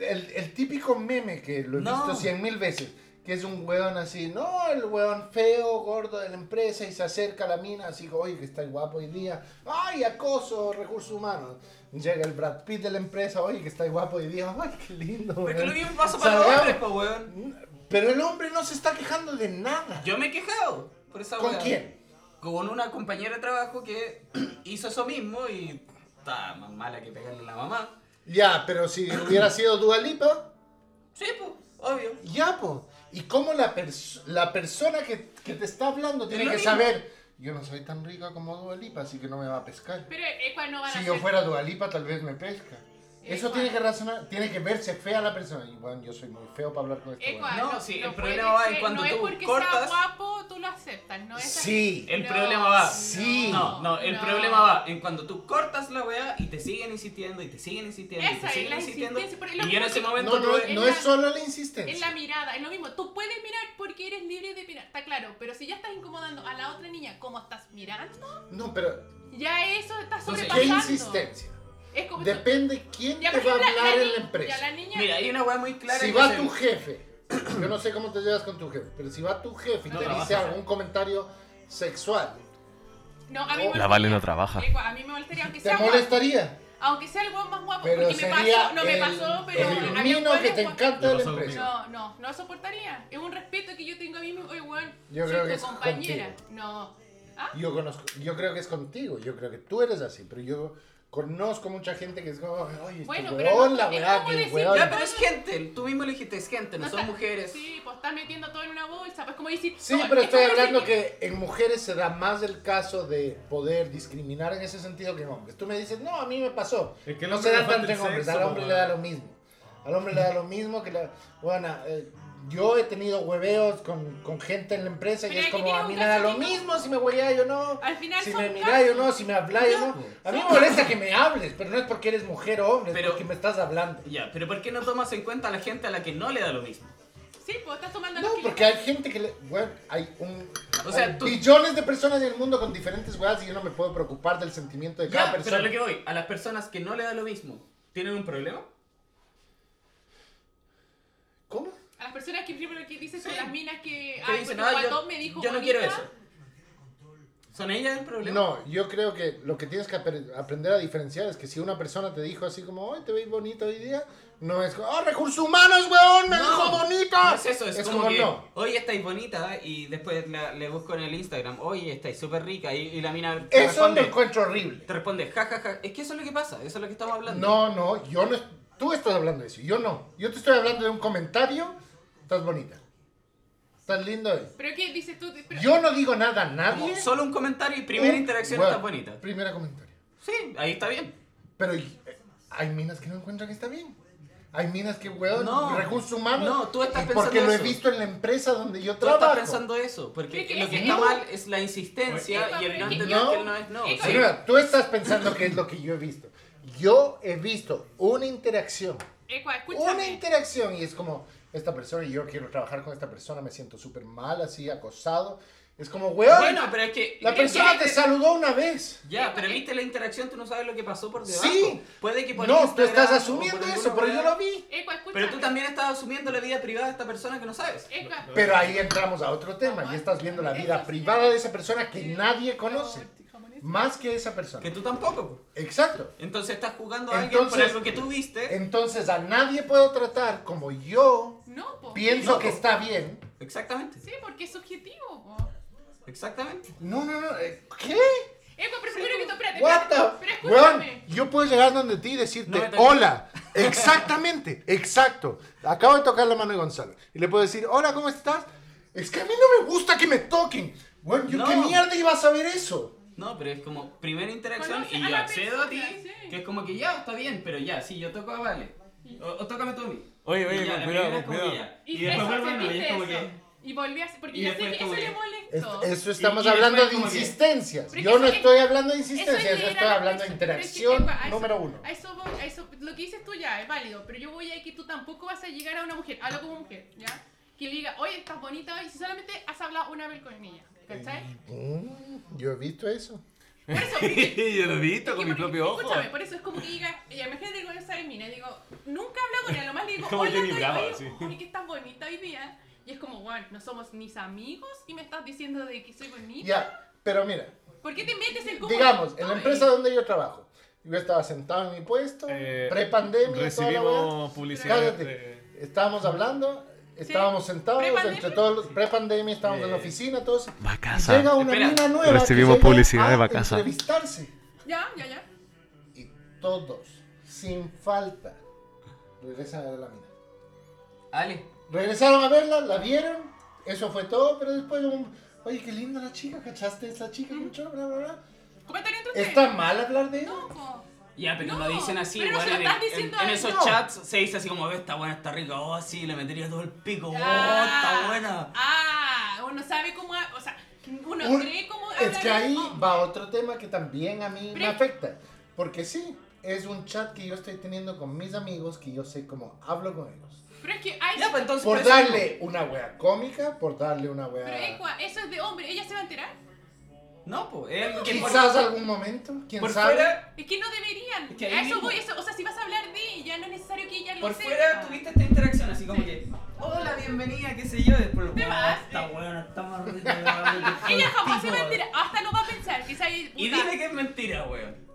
Speaker 2: el, el típico meme que lo he
Speaker 3: No.
Speaker 2: visto cien mil veces, que es un weón así, no, el weón feo, gordo de la empresa y se acerca a la mina así, como, oye, que está guapo hoy día, ay, acoso, recursos humanos. Llega el Brad Pitt de la empresa, oye, que está guapo hoy día, ay, qué lindo.
Speaker 3: Porque
Speaker 2: weón".
Speaker 3: lo mismo pasa para los
Speaker 2: Salgamos.
Speaker 3: hombres, po, weón.
Speaker 2: Pero el hombre no se está quejando de nada.
Speaker 3: Yo me he quejado por esa
Speaker 2: ¿Con
Speaker 3: weá.
Speaker 2: quién?
Speaker 3: Con una compañera de trabajo que hizo eso mismo y está más mala que pegarle a la mamá.
Speaker 2: Ya, pero si hubiera sido Dualipa,
Speaker 3: Sí, pues, obvio.
Speaker 2: Ya, po. ¿Y cómo la, pers- la persona que, que te está hablando tiene
Speaker 3: lo
Speaker 2: que
Speaker 3: mismo.
Speaker 2: saber? Yo no soy tan rica como Dualipa, así que no me va a pescar.
Speaker 1: Pero es cuando van a
Speaker 2: Si yo
Speaker 1: hacer-
Speaker 2: fuera Dualipa, tal vez me pesca.
Speaker 1: Es
Speaker 2: Eso tiene que razonar, tiene que verse fea la persona. Y bueno, yo soy muy feo para hablar con este esta
Speaker 1: Ecuador,
Speaker 2: weá.
Speaker 3: No,
Speaker 1: no,
Speaker 3: sí,
Speaker 1: no
Speaker 3: el
Speaker 1: puede
Speaker 3: problema va en
Speaker 1: ser-
Speaker 3: cuando
Speaker 1: no
Speaker 3: tú
Speaker 1: es porque
Speaker 3: cortas-
Speaker 1: sea guapo, tú lo aceptas, ¿no? Es
Speaker 2: Sí.
Speaker 1: así.
Speaker 3: El
Speaker 1: No,
Speaker 3: problema va.
Speaker 2: Sí.
Speaker 3: No, no, el
Speaker 1: no.
Speaker 3: problema va en cuando tú cortas la weá y te siguen insistiendo y te siguen insistiendo y
Speaker 1: Esa
Speaker 3: te
Speaker 1: es
Speaker 3: siguen
Speaker 1: la
Speaker 3: insistiendo.
Speaker 1: insistencia, pero es lo
Speaker 3: Y yo en
Speaker 1: mismo
Speaker 3: ese
Speaker 1: que-
Speaker 3: momento
Speaker 2: No, no,
Speaker 3: tuve-
Speaker 2: no es solo la insistencia.
Speaker 1: Es la mirada, es lo mismo. Tú puedes mirar porque eres libre de mirar, está claro. Pero si ya estás incomodando a la otra niña como estás mirando,
Speaker 2: No, pero
Speaker 1: ya eso está
Speaker 3: Entonces,
Speaker 2: ¿qué
Speaker 1: sobrepasando.
Speaker 2: insistencia?
Speaker 1: Es como
Speaker 2: Depende quién
Speaker 1: Ya,
Speaker 2: te
Speaker 1: por
Speaker 2: va a
Speaker 1: ejemplo, la-
Speaker 2: hablar
Speaker 1: la
Speaker 2: en la
Speaker 1: ni-
Speaker 2: empresa.
Speaker 1: ya la niña.
Speaker 3: Mira, hay una weá muy clara.
Speaker 2: si
Speaker 3: que
Speaker 2: va
Speaker 3: se-
Speaker 2: tu jefe, yo no sé cómo te llevas con tu jefe, pero si va tu jefe y
Speaker 1: No
Speaker 2: te
Speaker 1: trabajas.
Speaker 2: dice algún comentario sexual,
Speaker 1: no, a mí me
Speaker 9: La Vale no
Speaker 1: molestaría.
Speaker 9: trabaja.
Speaker 1: Ecua, A mí me molestaría, aunque
Speaker 2: te
Speaker 1: sea guapo.
Speaker 2: molestaría.
Speaker 1: Aunque sea el guapo más guapo.
Speaker 2: Pero
Speaker 1: porque me
Speaker 2: sería
Speaker 1: pasó, no me
Speaker 2: el,
Speaker 1: pasó, pero
Speaker 2: el
Speaker 1: había un
Speaker 2: mino
Speaker 1: guapo
Speaker 2: que te
Speaker 1: guapo.
Speaker 2: encanta de la
Speaker 4: Lo pasó
Speaker 2: empresa.
Speaker 1: No, no, no soportaría. Es un respeto que yo tengo a mí mismo. Oye, weón,
Speaker 2: Yo
Speaker 1: soy
Speaker 2: creo
Speaker 1: tu
Speaker 2: que es
Speaker 1: compañera.
Speaker 2: contigo.
Speaker 1: No.
Speaker 2: Yo conozco, yo creo que es contigo, yo creo que tú eres así, pero yo conozco mucha gente que es como, ay, este
Speaker 1: Bueno, pero
Speaker 2: weón,
Speaker 1: no-
Speaker 2: la
Speaker 1: es
Speaker 2: weá,
Speaker 1: como
Speaker 2: que
Speaker 1: decir,
Speaker 2: weón".
Speaker 3: Ya, pero es gente. Tú mismo le dijiste, es gente, no
Speaker 1: No
Speaker 3: son
Speaker 1: está-
Speaker 3: mujeres.
Speaker 1: Sí, pues estás metiendo todo en una bolsa. Pues como decir.
Speaker 2: Sí,
Speaker 1: no,
Speaker 2: pero
Speaker 1: es
Speaker 2: estoy
Speaker 1: como
Speaker 2: hablando
Speaker 1: decir-
Speaker 2: que en mujeres se da más el caso de poder discriminar en ese sentido que en hombres. Tú me dices, no, a mí me pasó.
Speaker 4: Es que el
Speaker 2: no
Speaker 4: hombre
Speaker 2: se da
Speaker 4: le falta
Speaker 2: tanto en
Speaker 4: el
Speaker 2: hombres,
Speaker 4: sexo,
Speaker 2: al hombre
Speaker 4: po,
Speaker 2: le da
Speaker 4: weón.
Speaker 2: lo mismo. Al hombre le da lo mismo que la... Bueno, eh, yo he tenido hueveos con, con gente en la empresa y
Speaker 1: Pero
Speaker 2: es
Speaker 1: aquí
Speaker 2: como,
Speaker 1: tiene
Speaker 2: a
Speaker 1: un
Speaker 2: mí me da
Speaker 1: caso
Speaker 2: lo
Speaker 1: mismo.
Speaker 2: mismo si me hueá yo no.
Speaker 1: Al final
Speaker 2: Si
Speaker 1: son
Speaker 2: me mirá yo
Speaker 1: casos.
Speaker 2: no, si me hablá yo no. A mí me molesta que me hables, pero no es porque eres mujer o hombre,
Speaker 3: Pero-
Speaker 2: es porque me estás hablando.
Speaker 3: Ya, pero ¿por qué no tomas en cuenta a la gente a la que no le da lo mismo?
Speaker 1: Sí, pues estás tomando
Speaker 2: No,
Speaker 1: los que-
Speaker 2: porque hay gente que le. Bueno, hay un.
Speaker 3: O sea,
Speaker 2: hay
Speaker 3: tú-
Speaker 2: billones de personas en el mundo con diferentes weas y yo no me puedo preocupar del sentimiento de cada
Speaker 3: Ya, pero
Speaker 2: persona.
Speaker 3: a lo que voy, a las personas que no le da lo mismo, ¿tienen un problema?
Speaker 2: ¿Cómo?
Speaker 1: A las personas que primero que dicen son las minas que.
Speaker 3: Que
Speaker 1: Ay,
Speaker 3: dicen,
Speaker 1: bueno,
Speaker 3: "Ah,
Speaker 1: Guatón
Speaker 3: yo,
Speaker 1: me dijo.
Speaker 3: yo no quiero
Speaker 1: bonita".
Speaker 3: eso. ¿Son ellas el problema?
Speaker 2: No, yo creo que lo que tienes que apre- aprender a diferenciar es que si una persona te dijo así como, hoy te veis bonito hoy día, no es como, ¡oh, recursos humanos, weón! ¡Me
Speaker 3: No,
Speaker 2: dijo bonita!
Speaker 3: No es eso, es, como, que
Speaker 2: no.
Speaker 3: hoy estáis bonita y después la- le busco en el Instagram, oye, estáis súper rica y, y la mina te
Speaker 2: Eso lo
Speaker 3: responde,
Speaker 2: encuentro horrible.
Speaker 3: te responde, ja, ja, ja". Es que eso es lo que pasa, eso es lo que estamos hablando.
Speaker 2: No, no, yo no. Tú estás hablando de eso, yo no. Yo te estoy hablando de un comentario, estás bonita. Estás lindo hoy.
Speaker 1: Pero ¿qué dices tú? Pero-
Speaker 2: Yo no digo nada a
Speaker 3: Como
Speaker 2: nadie.
Speaker 3: solo un comentario y primera
Speaker 2: Un-
Speaker 3: interacción
Speaker 2: weón,
Speaker 3: está bonita.
Speaker 2: Uh, Primera comentario.
Speaker 3: Sí, ahí está bien.
Speaker 2: Pero y- eh, hay minas que no encuentran que está bien. Hay minas que, weón,
Speaker 3: No.
Speaker 2: recursos humanos.
Speaker 3: No, tú estás
Speaker 2: y
Speaker 3: pensando
Speaker 2: Porque lo he
Speaker 3: eso.
Speaker 2: visto en la empresa donde yo
Speaker 3: Tú estás
Speaker 2: trabajo.
Speaker 3: pensando eso, porque
Speaker 1: Pero que
Speaker 3: lo
Speaker 1: es
Speaker 3: que
Speaker 1: que
Speaker 3: está
Speaker 1: no.
Speaker 3: mal es la insistencia
Speaker 1: Epa,
Speaker 3: y el
Speaker 1: pero
Speaker 3: no
Speaker 1: es que
Speaker 3: entender
Speaker 2: no.
Speaker 3: que el no es no.
Speaker 1: Epa,
Speaker 3: Sí.
Speaker 2: Señora, tú estás pensando que es lo que yo he visto. Yo he visto una interacción.
Speaker 1: Ecua,
Speaker 2: Una
Speaker 1: escúchame.
Speaker 2: interacción y es como, esta persona y yo quiero trabajar con esta persona, me siento súper mal, así, acosado. Es como, weón,
Speaker 3: Bueno, pero es que...
Speaker 2: la
Speaker 3: es
Speaker 2: persona
Speaker 3: que-
Speaker 2: te saludó una vez.
Speaker 3: Ya, pero viste la interacción, tú no sabes lo que pasó por debajo.
Speaker 2: Sí.
Speaker 3: Puede que por
Speaker 2: No, tú
Speaker 3: Instagram
Speaker 2: estás
Speaker 3: o
Speaker 2: asumiendo
Speaker 3: por
Speaker 2: eso,
Speaker 3: alguna
Speaker 2: pero yo
Speaker 3: weá-
Speaker 2: lo vi.
Speaker 1: Ecua, escúchame.
Speaker 3: Pero tú también estás asumiendo la vida privada de esta persona que no sabes.
Speaker 1: Ecua,
Speaker 2: Pero ahí entramos a otro tema y estás viendo la vida privada de esa persona que nadie conoce. Más que esa
Speaker 3: Que
Speaker 2: persona.
Speaker 3: tú tampoco.
Speaker 2: Exacto.
Speaker 3: Entonces estás jugando a alguien por
Speaker 2: Entonces-
Speaker 3: algo que tú viste.
Speaker 2: Entonces a nadie puedo tratar como yo
Speaker 1: No, po.
Speaker 2: pienso
Speaker 3: No.
Speaker 2: que está bien.
Speaker 3: Exactamente.
Speaker 1: Sí, porque es subjetivo, po.
Speaker 3: Exactamente.
Speaker 2: No, no, no. eh, ¿Qué?
Speaker 1: Ecua, pero primero que tú, espérate,
Speaker 2: What
Speaker 1: espérate. Pero
Speaker 2: the... Weón,
Speaker 1: escúchame.
Speaker 2: yo puedo llegar donde ti y decirte,
Speaker 3: No me toques.
Speaker 2: hola, exactamente, exacto. Acabo de tocar la mano de Gonzalo. Y le puedo decir, hola, ¿cómo estás? Es que a mí no me gusta que me toquen. Bueno, yo
Speaker 3: No.
Speaker 2: qué mierda iba a saber eso.
Speaker 3: No, pero es como primera interacción
Speaker 1: Conoce
Speaker 3: y
Speaker 1: a
Speaker 3: yo
Speaker 1: la
Speaker 3: accedo a ti.
Speaker 1: persona, sí.
Speaker 3: Que es como que ya, está bien, pero ya, sí, yo toco a Vale. O, o tócame tú a mí.
Speaker 4: Oye,
Speaker 3: Y
Speaker 4: oye,
Speaker 3: ya,
Speaker 4: con
Speaker 3: la
Speaker 4: cuidado,
Speaker 3: primera es
Speaker 4: con
Speaker 3: como que
Speaker 4: cuidado.
Speaker 3: ya.
Speaker 1: Y,
Speaker 3: Y después
Speaker 1: eso,
Speaker 3: vuelven a
Speaker 1: sentiste
Speaker 3: y es como
Speaker 1: eso.
Speaker 3: que.
Speaker 1: Y volví a hacer, porque
Speaker 3: Y
Speaker 1: yo sé que
Speaker 3: después
Speaker 1: eso
Speaker 3: como
Speaker 1: le
Speaker 3: que-
Speaker 2: Es-
Speaker 1: molestó.
Speaker 2: eso estamos
Speaker 3: Y- y
Speaker 2: hablando
Speaker 3: después
Speaker 2: de
Speaker 3: como que-
Speaker 2: insistencias.
Speaker 1: Pero es
Speaker 2: Yo
Speaker 1: que
Speaker 2: no
Speaker 1: eso es-
Speaker 2: estoy hablando de
Speaker 1: Eso es
Speaker 2: insistencias, yo
Speaker 1: leer
Speaker 2: estoy
Speaker 1: a la
Speaker 2: hablando de
Speaker 1: persona, pero es que,
Speaker 2: interacción
Speaker 1: Ecua, a eso-
Speaker 2: número uno.
Speaker 1: A eso voy, a eso, lo que dices tú ya es válido, pero yo voy a que tú tampoco vas a llegar a una mujer, hablo como mujer, ¿ya? Que le diga, oye, estás bonita hoy, si solamente has hablado una vez con ella, ¿cachai?
Speaker 2: Mm, yo he visto eso.
Speaker 1: Por eso, porque-
Speaker 4: Yo lo he visto con
Speaker 1: porque-
Speaker 4: mi propio ojo.
Speaker 1: Escúchame, por eso es como que diga, ya, imagínate con esa de mina, digo, nunca hablo con ella, nomás le digo,
Speaker 4: Es como
Speaker 1: hola,
Speaker 4: Johnny
Speaker 1: estoy-
Speaker 4: Bravo,
Speaker 1: oye,
Speaker 4: así.
Speaker 1: oye, que estás bonita hoy día. Y es como, bueno, no somos mis amigos y me estás diciendo de que soy bonita.
Speaker 2: Ya, pero mira,
Speaker 1: ¿Por qué te metes en cómo
Speaker 2: digamos, en la
Speaker 1: estoy?
Speaker 2: empresa donde yo trabajo, yo estaba sentado en mi puesto,
Speaker 4: Eh,
Speaker 2: prepandemia, toda la weá.
Speaker 4: Recibimos publicidad.
Speaker 2: Cállate.
Speaker 4: de-
Speaker 2: estábamos hablando, estábamos sentados
Speaker 1: ¿Prepandemia?
Speaker 2: entre todos, los- prepandemia, estábamos en la
Speaker 4: Eh,
Speaker 2: oficina, todos.
Speaker 9: Vacasa.
Speaker 2: Llega una
Speaker 3: Espera,
Speaker 2: mina nueva. que
Speaker 9: recibimos
Speaker 2: llega
Speaker 9: publicidad
Speaker 2: a
Speaker 9: de Vacasa.
Speaker 2: entrevistarse.
Speaker 1: Ya, ya, ya.
Speaker 2: Y todos, sin falta, regresan a ver la mina.
Speaker 3: Ale.
Speaker 2: Regresaron a verla, la vieron, eso fue todo, pero después un, oye, qué linda la chica, ¿cachaste? Esta chica, mucho, bla, bla, bla.
Speaker 1: Comentario entre ustedes.
Speaker 3: Oh,
Speaker 2: ¿Está mal hablar de ella?
Speaker 1: No, po.
Speaker 3: Ya, pero no,
Speaker 1: No,
Speaker 3: dicen así,
Speaker 1: pero no
Speaker 3: weón,
Speaker 1: se lo
Speaker 3: en,
Speaker 1: están
Speaker 3: en-
Speaker 1: diciendo
Speaker 3: en
Speaker 1: a él,
Speaker 3: esos
Speaker 1: no.
Speaker 3: chats se dice así como, "Ve, esta buena está rica, oh, sí, le metería todo el pico, oh,
Speaker 1: Ah.
Speaker 3: está buena.
Speaker 1: Ah, uno sabe cómo. ha- O sea, uno
Speaker 2: Un-
Speaker 1: cree cómo.
Speaker 2: Es
Speaker 1: hablar
Speaker 2: que
Speaker 1: el
Speaker 2: ahí
Speaker 1: hombre.
Speaker 2: va otro tema que también a mí me
Speaker 1: Pero-
Speaker 2: afecta. Porque sí, es un chat que yo estoy teniendo con mis amigos que yo sé cómo hablo con ellos.
Speaker 1: Pero es que hay.
Speaker 3: Ya, pues entonces...
Speaker 2: Por
Speaker 3: pues,
Speaker 2: darle una wea cómica, por darle una
Speaker 1: Pero
Speaker 2: wea...
Speaker 1: Ecua, eso es de hombre, ella se va a enterar.
Speaker 3: No, pues, es algo que por-
Speaker 2: Quizás algún momento, quién
Speaker 3: por
Speaker 2: sabe.
Speaker 3: fuera...
Speaker 1: Es que no deberían.
Speaker 3: Es que ahí
Speaker 1: a eso
Speaker 3: mismo.
Speaker 1: voy, eso, o sea, si vas a hablar de ella, no es necesario que ella lo
Speaker 3: Por
Speaker 1: sepa.
Speaker 3: fuera tuviste esta interacción así como que, hola, bienvenida, qué sé yo, después lo
Speaker 1: Te vas.
Speaker 3: está buena, está más rica.
Speaker 1: Ella jamás se va a enterar, hasta no va a pensar que esa es.
Speaker 3: Y
Speaker 1: puta.
Speaker 3: dime que es mentira, weón.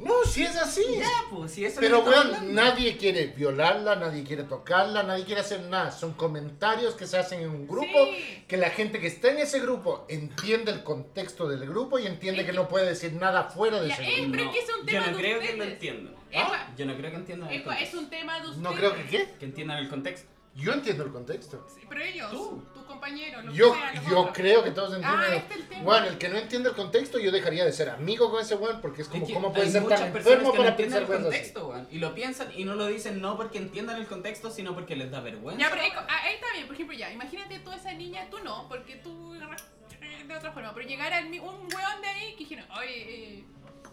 Speaker 2: No, si es así.
Speaker 3: Ya, pues, si eso es
Speaker 2: Pero
Speaker 3: lo que estamos
Speaker 2: weón,
Speaker 3: hablando.
Speaker 2: nadie quiere violarla, nadie quiere tocarla, nadie quiere hacer nada. Son comentarios que se hacen en un grupo,
Speaker 1: Sí.
Speaker 2: que la gente que está en ese grupo entiende el contexto del grupo y entiende
Speaker 1: Es
Speaker 2: que
Speaker 1: que-
Speaker 2: no puede decir nada fuera de
Speaker 1: Ya,
Speaker 2: ese
Speaker 1: eh,
Speaker 2: grupo.
Speaker 1: pero es que es un tema
Speaker 3: Yo
Speaker 1: de
Speaker 3: no creo que lo
Speaker 1: ustedes.
Speaker 3: entiendan.
Speaker 2: ¿Ah?
Speaker 1: Ecua,
Speaker 3: Yo no creo que entiendan el
Speaker 1: Ecua, es
Speaker 3: contexto.
Speaker 1: un tema de ustedes.
Speaker 2: No creo que qué.
Speaker 3: Que entiendan el contexto.
Speaker 2: Yo entiendo el contexto.
Speaker 1: Sí, Pero ellos,
Speaker 3: Tú.
Speaker 1: tu compañero, lo
Speaker 2: Yo,
Speaker 1: que sea, los
Speaker 2: yo
Speaker 1: otros.
Speaker 2: creo que todos entienden.
Speaker 1: Ah, este es el tema.
Speaker 2: Bueno, el que no entiende el contexto, yo dejaría de ser amigo con ese weón porque es como,
Speaker 3: Es que
Speaker 2: ¿cómo puede
Speaker 3: hay
Speaker 2: ser
Speaker 3: muchas
Speaker 2: tan
Speaker 3: personas
Speaker 2: enfermo
Speaker 3: que
Speaker 2: para
Speaker 3: no entienden
Speaker 2: pensar
Speaker 3: el
Speaker 2: cosas así?
Speaker 3: contexto, weón. Y lo piensan y no lo dicen no porque entiendan el contexto, sino porque les da vergüenza.
Speaker 1: Ya, pero Ecua, ah, ahí está bien, por ejemplo, ya, imagínate tú a esa niña, tú no, porque tú eh, de otra forma, pero llegara el mi- un weón de ahí que dijeron, oye, eh,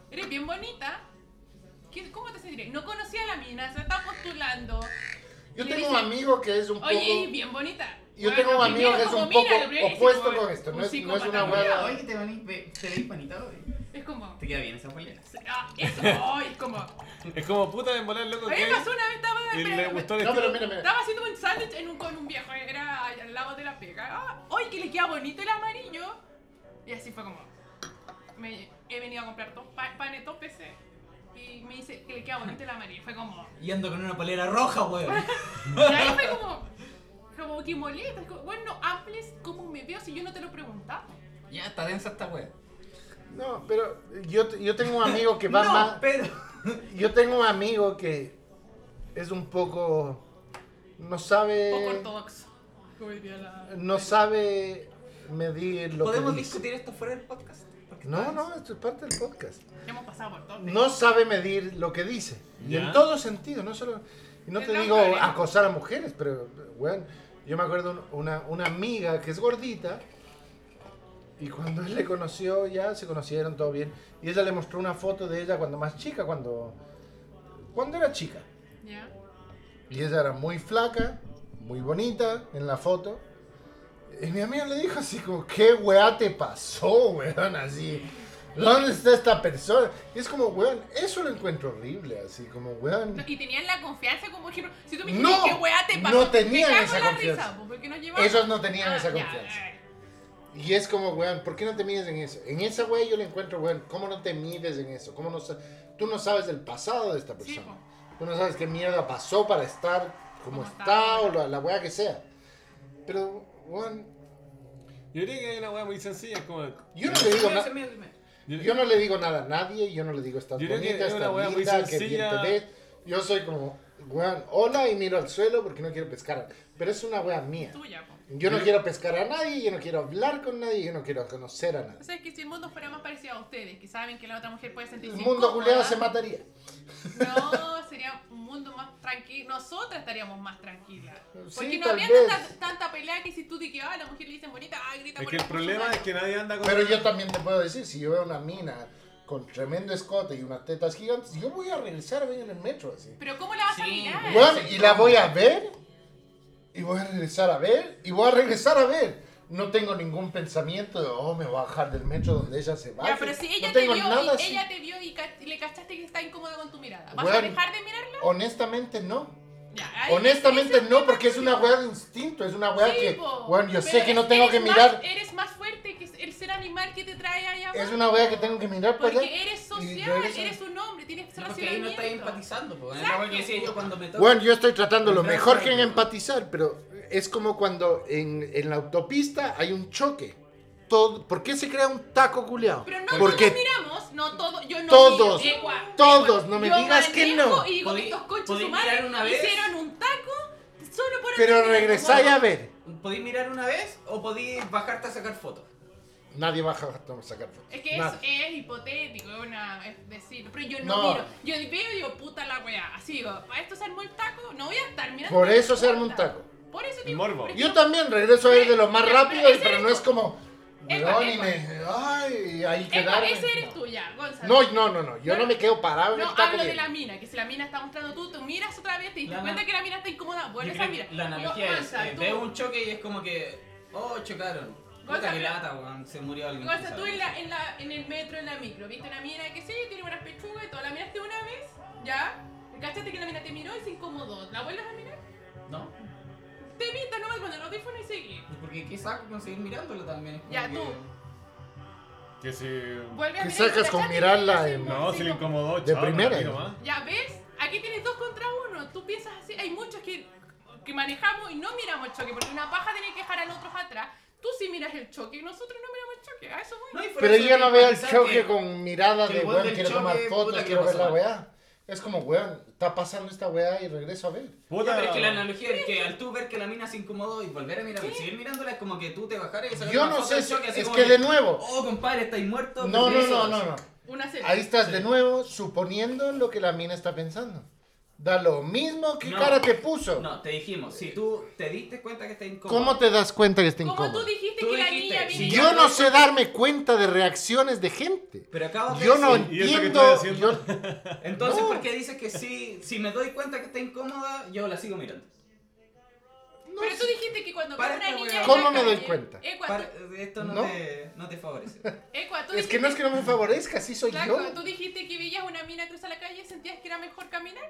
Speaker 1: eres bien bonita. ¿Qué- ¿Cómo te sentiré? No conocía a la mina, se está postulando.
Speaker 2: Yo
Speaker 1: Le
Speaker 2: tengo un
Speaker 1: dicen,
Speaker 2: amigo que es un poco...
Speaker 1: Oye, es bien bonita.
Speaker 2: Yo
Speaker 1: Bueno,
Speaker 2: tengo un amigo
Speaker 1: primero
Speaker 2: que es
Speaker 1: como
Speaker 2: un
Speaker 1: mira,
Speaker 2: poco
Speaker 1: lo primero que dice
Speaker 2: opuesto
Speaker 1: como
Speaker 2: con esto, no
Speaker 1: un
Speaker 2: es- no es una
Speaker 3: Ah,
Speaker 1: psicópata,
Speaker 2: hueá.
Speaker 1: mira,
Speaker 3: Oye, te venís, ve- te veis panita, weón.
Speaker 1: Es como.
Speaker 3: Te queda bien esa polera.
Speaker 1: Ah, eso, ay, es como.
Speaker 4: Es como puta de volar loco
Speaker 1: A mí
Speaker 4: que
Speaker 1: me pasó una vez, estaba.
Speaker 4: y
Speaker 1: espera,
Speaker 4: le
Speaker 1: espera,
Speaker 4: gustó el
Speaker 2: No, pero
Speaker 4: estilo.
Speaker 2: mira, mira.
Speaker 1: Estaba haciendo un sándwich en un, con un viejo, era allá al lado de la pega. Ah, ¡Ay, que le queda bonito el amarillo! Y así fue como. Me, he venido a comprar dos pa- panes, dos PC. Y me dice que le queda bonito el amarillo. Fue como.
Speaker 3: Y ando con una polera roja, weón.
Speaker 1: Y ahí fue como. Como que molesta. es como, Bueno, hables como me veo si yo no te lo preguntaba.
Speaker 3: ya, está densa esta weón.
Speaker 2: No, pero yo, yo tengo un amigo que va más...
Speaker 3: pero...
Speaker 2: Yo tengo un amigo que es un poco. No
Speaker 1: Poco
Speaker 2: sabe.
Speaker 1: ortodoxo. Como diría la.
Speaker 2: No sabe medir lo
Speaker 3: ¿Podemos
Speaker 2: que dice.
Speaker 3: discutir esto fuera del podcast? Porque
Speaker 2: No,
Speaker 3: está
Speaker 2: no, esto es parte del podcast.
Speaker 1: Hemos pasado por todo.
Speaker 2: No sabe medir lo que dice. Y
Speaker 4: Ya.
Speaker 2: en todo sentido, no solo. Y no
Speaker 1: Es
Speaker 2: te
Speaker 1: la
Speaker 2: digo
Speaker 1: mujer, ¿eh?
Speaker 2: acosar a mujeres, pero, bueno, yo me acuerdo un- una, una amiga que es gordita. Y cuando él le conoció, ya se conocieron todo bien. Y ella le mostró una foto de ella cuando más chica, cuando. Cuando era chica.
Speaker 1: Ya.
Speaker 2: Y ella era muy flaca, muy bonita en la foto. Y mi amiga le dijo así como, ¿qué weá te pasó, weón? Así, ¿dónde está esta persona? Y es como, weón, eso lo encuentro horrible, así como, weón.
Speaker 1: No, Y tenían la confianza como ejemplo. Si tú me
Speaker 2: No,
Speaker 1: dijiste qué weá te
Speaker 2: no
Speaker 1: pasó.
Speaker 2: tenían
Speaker 1: me cago
Speaker 2: esa
Speaker 1: en la
Speaker 2: confianza.
Speaker 1: Risa, pues, porque no llevaban.
Speaker 2: Esos no tenían esa
Speaker 1: Ah, ya,
Speaker 2: confianza.
Speaker 1: eh.
Speaker 2: Y es como, weón, ¿por qué no te mides en eso? En esa weá yo le encuentro, weón, ¿cómo no te mides en eso? ¿Cómo no sa- Tú no sabes el pasado de esta
Speaker 1: Sí,
Speaker 2: persona. Tú no sabes qué mierda pasó para estar como
Speaker 1: Como
Speaker 2: está,
Speaker 1: está.
Speaker 2: o la, la weá que sea. Pero, weón,
Speaker 4: Yo creo que hay una weá muy sencilla, es como. Yo,
Speaker 2: yo no le digo nada. Yo
Speaker 4: yo,
Speaker 2: no le digo nada a nadie, yo no le digo estás
Speaker 4: Yo creo que
Speaker 2: bonita,
Speaker 4: es una
Speaker 2: estás
Speaker 4: wea muy
Speaker 2: linda, que bien
Speaker 4: sencilla.
Speaker 2: te ves. Yo soy como, weón, hola y miro al suelo porque no quiero pescar. Pero es una wea mía.
Speaker 1: Tuya, po.
Speaker 2: Yo no quiero pescar a nadie, yo no quiero hablar con nadie, yo no quiero conocer a
Speaker 1: O
Speaker 2: nadie.
Speaker 1: sea, es que si el mundo fuera más parecido a ustedes, que saben que la otra mujer puede
Speaker 2: El
Speaker 1: sentirse
Speaker 2: mundo culeado
Speaker 1: incómoda,
Speaker 2: se mataría.
Speaker 1: No, sería un mundo más tranquilo. Nosotras estaríamos más tranquilas.
Speaker 2: Sí,
Speaker 1: Porque no
Speaker 2: tal
Speaker 1: habría
Speaker 2: vez.
Speaker 1: tanta, tanta pelea que si tú dices que ah, la mujer le dicen bonita, ah, grita
Speaker 4: es
Speaker 1: por
Speaker 4: que el
Speaker 1: por su
Speaker 4: problema
Speaker 1: mano.
Speaker 4: es que nadie anda con.
Speaker 2: Pero yo también te puedo decir, si yo veo una mina con tremendo escote y unas tetas gigantes, yo voy a regresar a ver en el metro así.
Speaker 1: Pero ¿cómo la vas a
Speaker 3: Sí,
Speaker 1: mirar?
Speaker 3: weón.
Speaker 2: Bueno, y la voy a ver, y voy a regresar a ver, y voy a regresar a ver. No tengo ningún pensamiento de, oh, me voy a bajar del metro donde ella se va.
Speaker 1: Ya, pero si ella
Speaker 2: no
Speaker 1: te
Speaker 2: tengo
Speaker 1: vio y
Speaker 2: nada así.
Speaker 1: ella te vio y, ca- y le cachaste que está incómoda con tu mirada, ¿vas a
Speaker 2: Weón.
Speaker 1: dejar de mirarla?
Speaker 2: Honestamente, no.
Speaker 1: Ya, ahí- ese
Speaker 2: Honestamente,
Speaker 1: es el
Speaker 2: no,
Speaker 1: tema
Speaker 2: porque es
Speaker 1: tuyo.
Speaker 2: una weá de instinto, es una weá
Speaker 1: Sí,
Speaker 2: que,
Speaker 1: po.
Speaker 2: bueno, yo
Speaker 1: Pero
Speaker 2: sé que no
Speaker 1: es-
Speaker 2: tengo que
Speaker 1: eres
Speaker 2: mirar.
Speaker 1: más- eres más fuerte que el ser animal que te trae allá
Speaker 2: Es
Speaker 1: abajo.
Speaker 2: una weá que tengo que mirar para allá.
Speaker 1: Porque eres
Speaker 2: y
Speaker 1: social,
Speaker 2: regresa.
Speaker 1: eres un hombre, tienes que
Speaker 3: porque ahí no estás empatizando, po. Es la weá que decía yo cuando me toco.
Speaker 2: Bueno, yo estoy tratando lo mejor que en empatizar, pero es como cuando en, en la autopista hay un choque. Todo, ¿Por qué se crea un taco culeado?
Speaker 1: Pero no
Speaker 2: Porque
Speaker 1: todos miramos, no todos, yo no
Speaker 2: Todos,
Speaker 1: miro, igual,
Speaker 2: todos,
Speaker 1: igual.
Speaker 2: no me
Speaker 1: Yo
Speaker 2: digas que
Speaker 1: manejo
Speaker 2: no.
Speaker 1: Y digo,
Speaker 3: Podí-
Speaker 1: estos conchos
Speaker 3: podí
Speaker 1: su madre
Speaker 3: mirar una vez.
Speaker 1: hicieron un taco solo por
Speaker 2: Pero
Speaker 1: hacer-
Speaker 2: regresáis a ver.
Speaker 3: ¿Podéis mirar una vez o podéis bajarte a sacar fotos?
Speaker 2: Nadie va a ja- sacar fotos.
Speaker 1: Es que es,
Speaker 2: Nadie.
Speaker 1: es hipotético, es, una, es decir, pero yo
Speaker 2: No.
Speaker 1: no, miro. Yo veo y digo, puta la weá. Así digo, ¿para esto se armó el taco? No voy a estar mirando.
Speaker 2: Por eso
Speaker 1: puta.
Speaker 2: se arma un taco.
Speaker 1: Por eso
Speaker 4: El
Speaker 1: digo.
Speaker 4: morbo.
Speaker 1: por
Speaker 2: Yo
Speaker 1: ejemplo,
Speaker 2: también regreso a ir de lo más
Speaker 1: Pero-
Speaker 2: rápido,
Speaker 1: pero
Speaker 2: y-
Speaker 1: ese
Speaker 2: pero no es como.
Speaker 1: Epa,
Speaker 2: weón, y
Speaker 1: epa.
Speaker 2: me- Ay, ahí
Speaker 1: Emma,
Speaker 2: quedarme.
Speaker 1: ese eres tú ya, Gonzalo.
Speaker 2: No, no, no, no. Yo no,
Speaker 1: No,
Speaker 2: me quedo parado en
Speaker 1: No,
Speaker 2: el taco.
Speaker 1: hablo
Speaker 2: que-
Speaker 1: de la mina, que si la mina está mostrando tú, tú miras otra vez, te diste
Speaker 3: La
Speaker 1: cuenta
Speaker 3: ana-
Speaker 1: que la mina está incómoda,
Speaker 3: Yo
Speaker 1: vuelves a
Speaker 3: creo
Speaker 1: mirar.
Speaker 3: que La analogía
Speaker 1: Digo,
Speaker 3: es,
Speaker 1: Gonza,
Speaker 3: eh,
Speaker 1: tú-
Speaker 3: veo un choque y es como que, oh, chocaron. Puta
Speaker 1: Gonza,
Speaker 3: que
Speaker 1: mira.
Speaker 3: lata, weón, se murió alguien.
Speaker 1: Gonza,
Speaker 3: quizá,
Speaker 1: tú
Speaker 3: weón.
Speaker 1: en, la, en, la, en el metro, en la micro, viste una mina que sí, tiene buenas pechugas y todo, la miraste una vez, ya, cachaste que la mina te miró y se incomodó, ¿la vuelves a mirar?
Speaker 3: ¿No?
Speaker 1: Te evitas nomás con el audífono y seguí.
Speaker 3: Porque qué saco con seguir mirándola también. es como
Speaker 1: Ya,
Speaker 3: que-
Speaker 1: tú.
Speaker 4: Que si.
Speaker 1: Vuelves a
Speaker 2: ¿Qué
Speaker 1: mirar.
Speaker 2: sacas
Speaker 1: y
Speaker 2: con
Speaker 1: cachaste
Speaker 2: mirarla
Speaker 1: que
Speaker 2: en-
Speaker 1: se-
Speaker 4: No,
Speaker 1: se
Speaker 4: si le
Speaker 1: incom-
Speaker 4: incomodó,
Speaker 2: De
Speaker 4: chao,
Speaker 2: primera.
Speaker 4: tranquilo, ¿ah? más.
Speaker 1: Ya ves, aquí tienes dos contra uno, tú piensas así, hay muchos que, que manejamos y no miramos el choque, porque una paja tiene que dejar a los otros atrás, tú sí miras el choque y nosotros no miramos el choque, a eso voy.
Speaker 3: No, y por
Speaker 2: Pero
Speaker 3: eso
Speaker 2: yo
Speaker 3: hay
Speaker 2: no
Speaker 3: que
Speaker 2: veo el
Speaker 3: pensar
Speaker 2: choque
Speaker 3: que-
Speaker 2: con mirada
Speaker 3: que
Speaker 2: de
Speaker 3: el
Speaker 2: weón
Speaker 3: del
Speaker 2: quiero tomar
Speaker 3: choque,
Speaker 2: fotos,
Speaker 3: puta,
Speaker 2: quiero
Speaker 3: que
Speaker 2: ver la
Speaker 3: pasó.
Speaker 2: weá. Es como, weón, está pasando esta weá y regreso a ver.
Speaker 3: Ya,
Speaker 4: Puta.
Speaker 3: pero es que la analogía es que al tú ver que la mina se incomodó y volver a mirarla, y seguir mirándola es como que tú te bajaras y sacar
Speaker 2: Yo
Speaker 3: una
Speaker 2: no
Speaker 3: foto
Speaker 2: sé
Speaker 3: del
Speaker 2: si-
Speaker 3: choque, así
Speaker 2: es
Speaker 3: como
Speaker 2: que de nuevo.
Speaker 3: Oh, compadre, estáis muerto.
Speaker 2: No, no,
Speaker 3: perdidos".
Speaker 2: no, no, no.
Speaker 1: Una serie.
Speaker 2: Ahí estás de nuevo suponiendo lo que la mina está pensando. Da lo mismo que
Speaker 3: No.
Speaker 2: cara te puso.
Speaker 3: No, te dijimos, si tú te diste cuenta que está incómodo.
Speaker 2: ¿Cómo te das cuenta que está
Speaker 1: Como tú
Speaker 2: incómodo?
Speaker 1: dijiste
Speaker 3: Tú
Speaker 1: que la
Speaker 3: dijiste,
Speaker 1: niña
Speaker 3: si
Speaker 1: viene-
Speaker 2: Yo no sé darme cuenta de reacciones de gente.
Speaker 3: Pero acabas de
Speaker 2: Yo no
Speaker 3: decir-
Speaker 4: ¿Y eso que
Speaker 2: entiendo.
Speaker 4: estoy
Speaker 2: Yo,
Speaker 4: haciendo?
Speaker 3: Entonces,
Speaker 2: No.
Speaker 3: ¿por qué dices que sí? Si me doy cuenta que está incómoda, yo la sigo mirando.
Speaker 1: Pero tú dijiste que cuando ves
Speaker 3: Para
Speaker 1: una
Speaker 3: esta
Speaker 1: niña.
Speaker 3: weá.
Speaker 1: en
Speaker 2: ¿Cómo
Speaker 1: la
Speaker 2: me
Speaker 1: calle-
Speaker 2: doy cuenta?
Speaker 1: Ecua,
Speaker 3: Para-
Speaker 1: tú-
Speaker 3: esto no,
Speaker 2: ¿No?
Speaker 3: Te, no te favorece.
Speaker 1: Ecua, tú
Speaker 2: es que no es que no me favorezca, así soy
Speaker 1: Flaco,
Speaker 2: yo.
Speaker 1: tú dijiste que veías una mina cruzar la calle y sentías que era mejor caminar.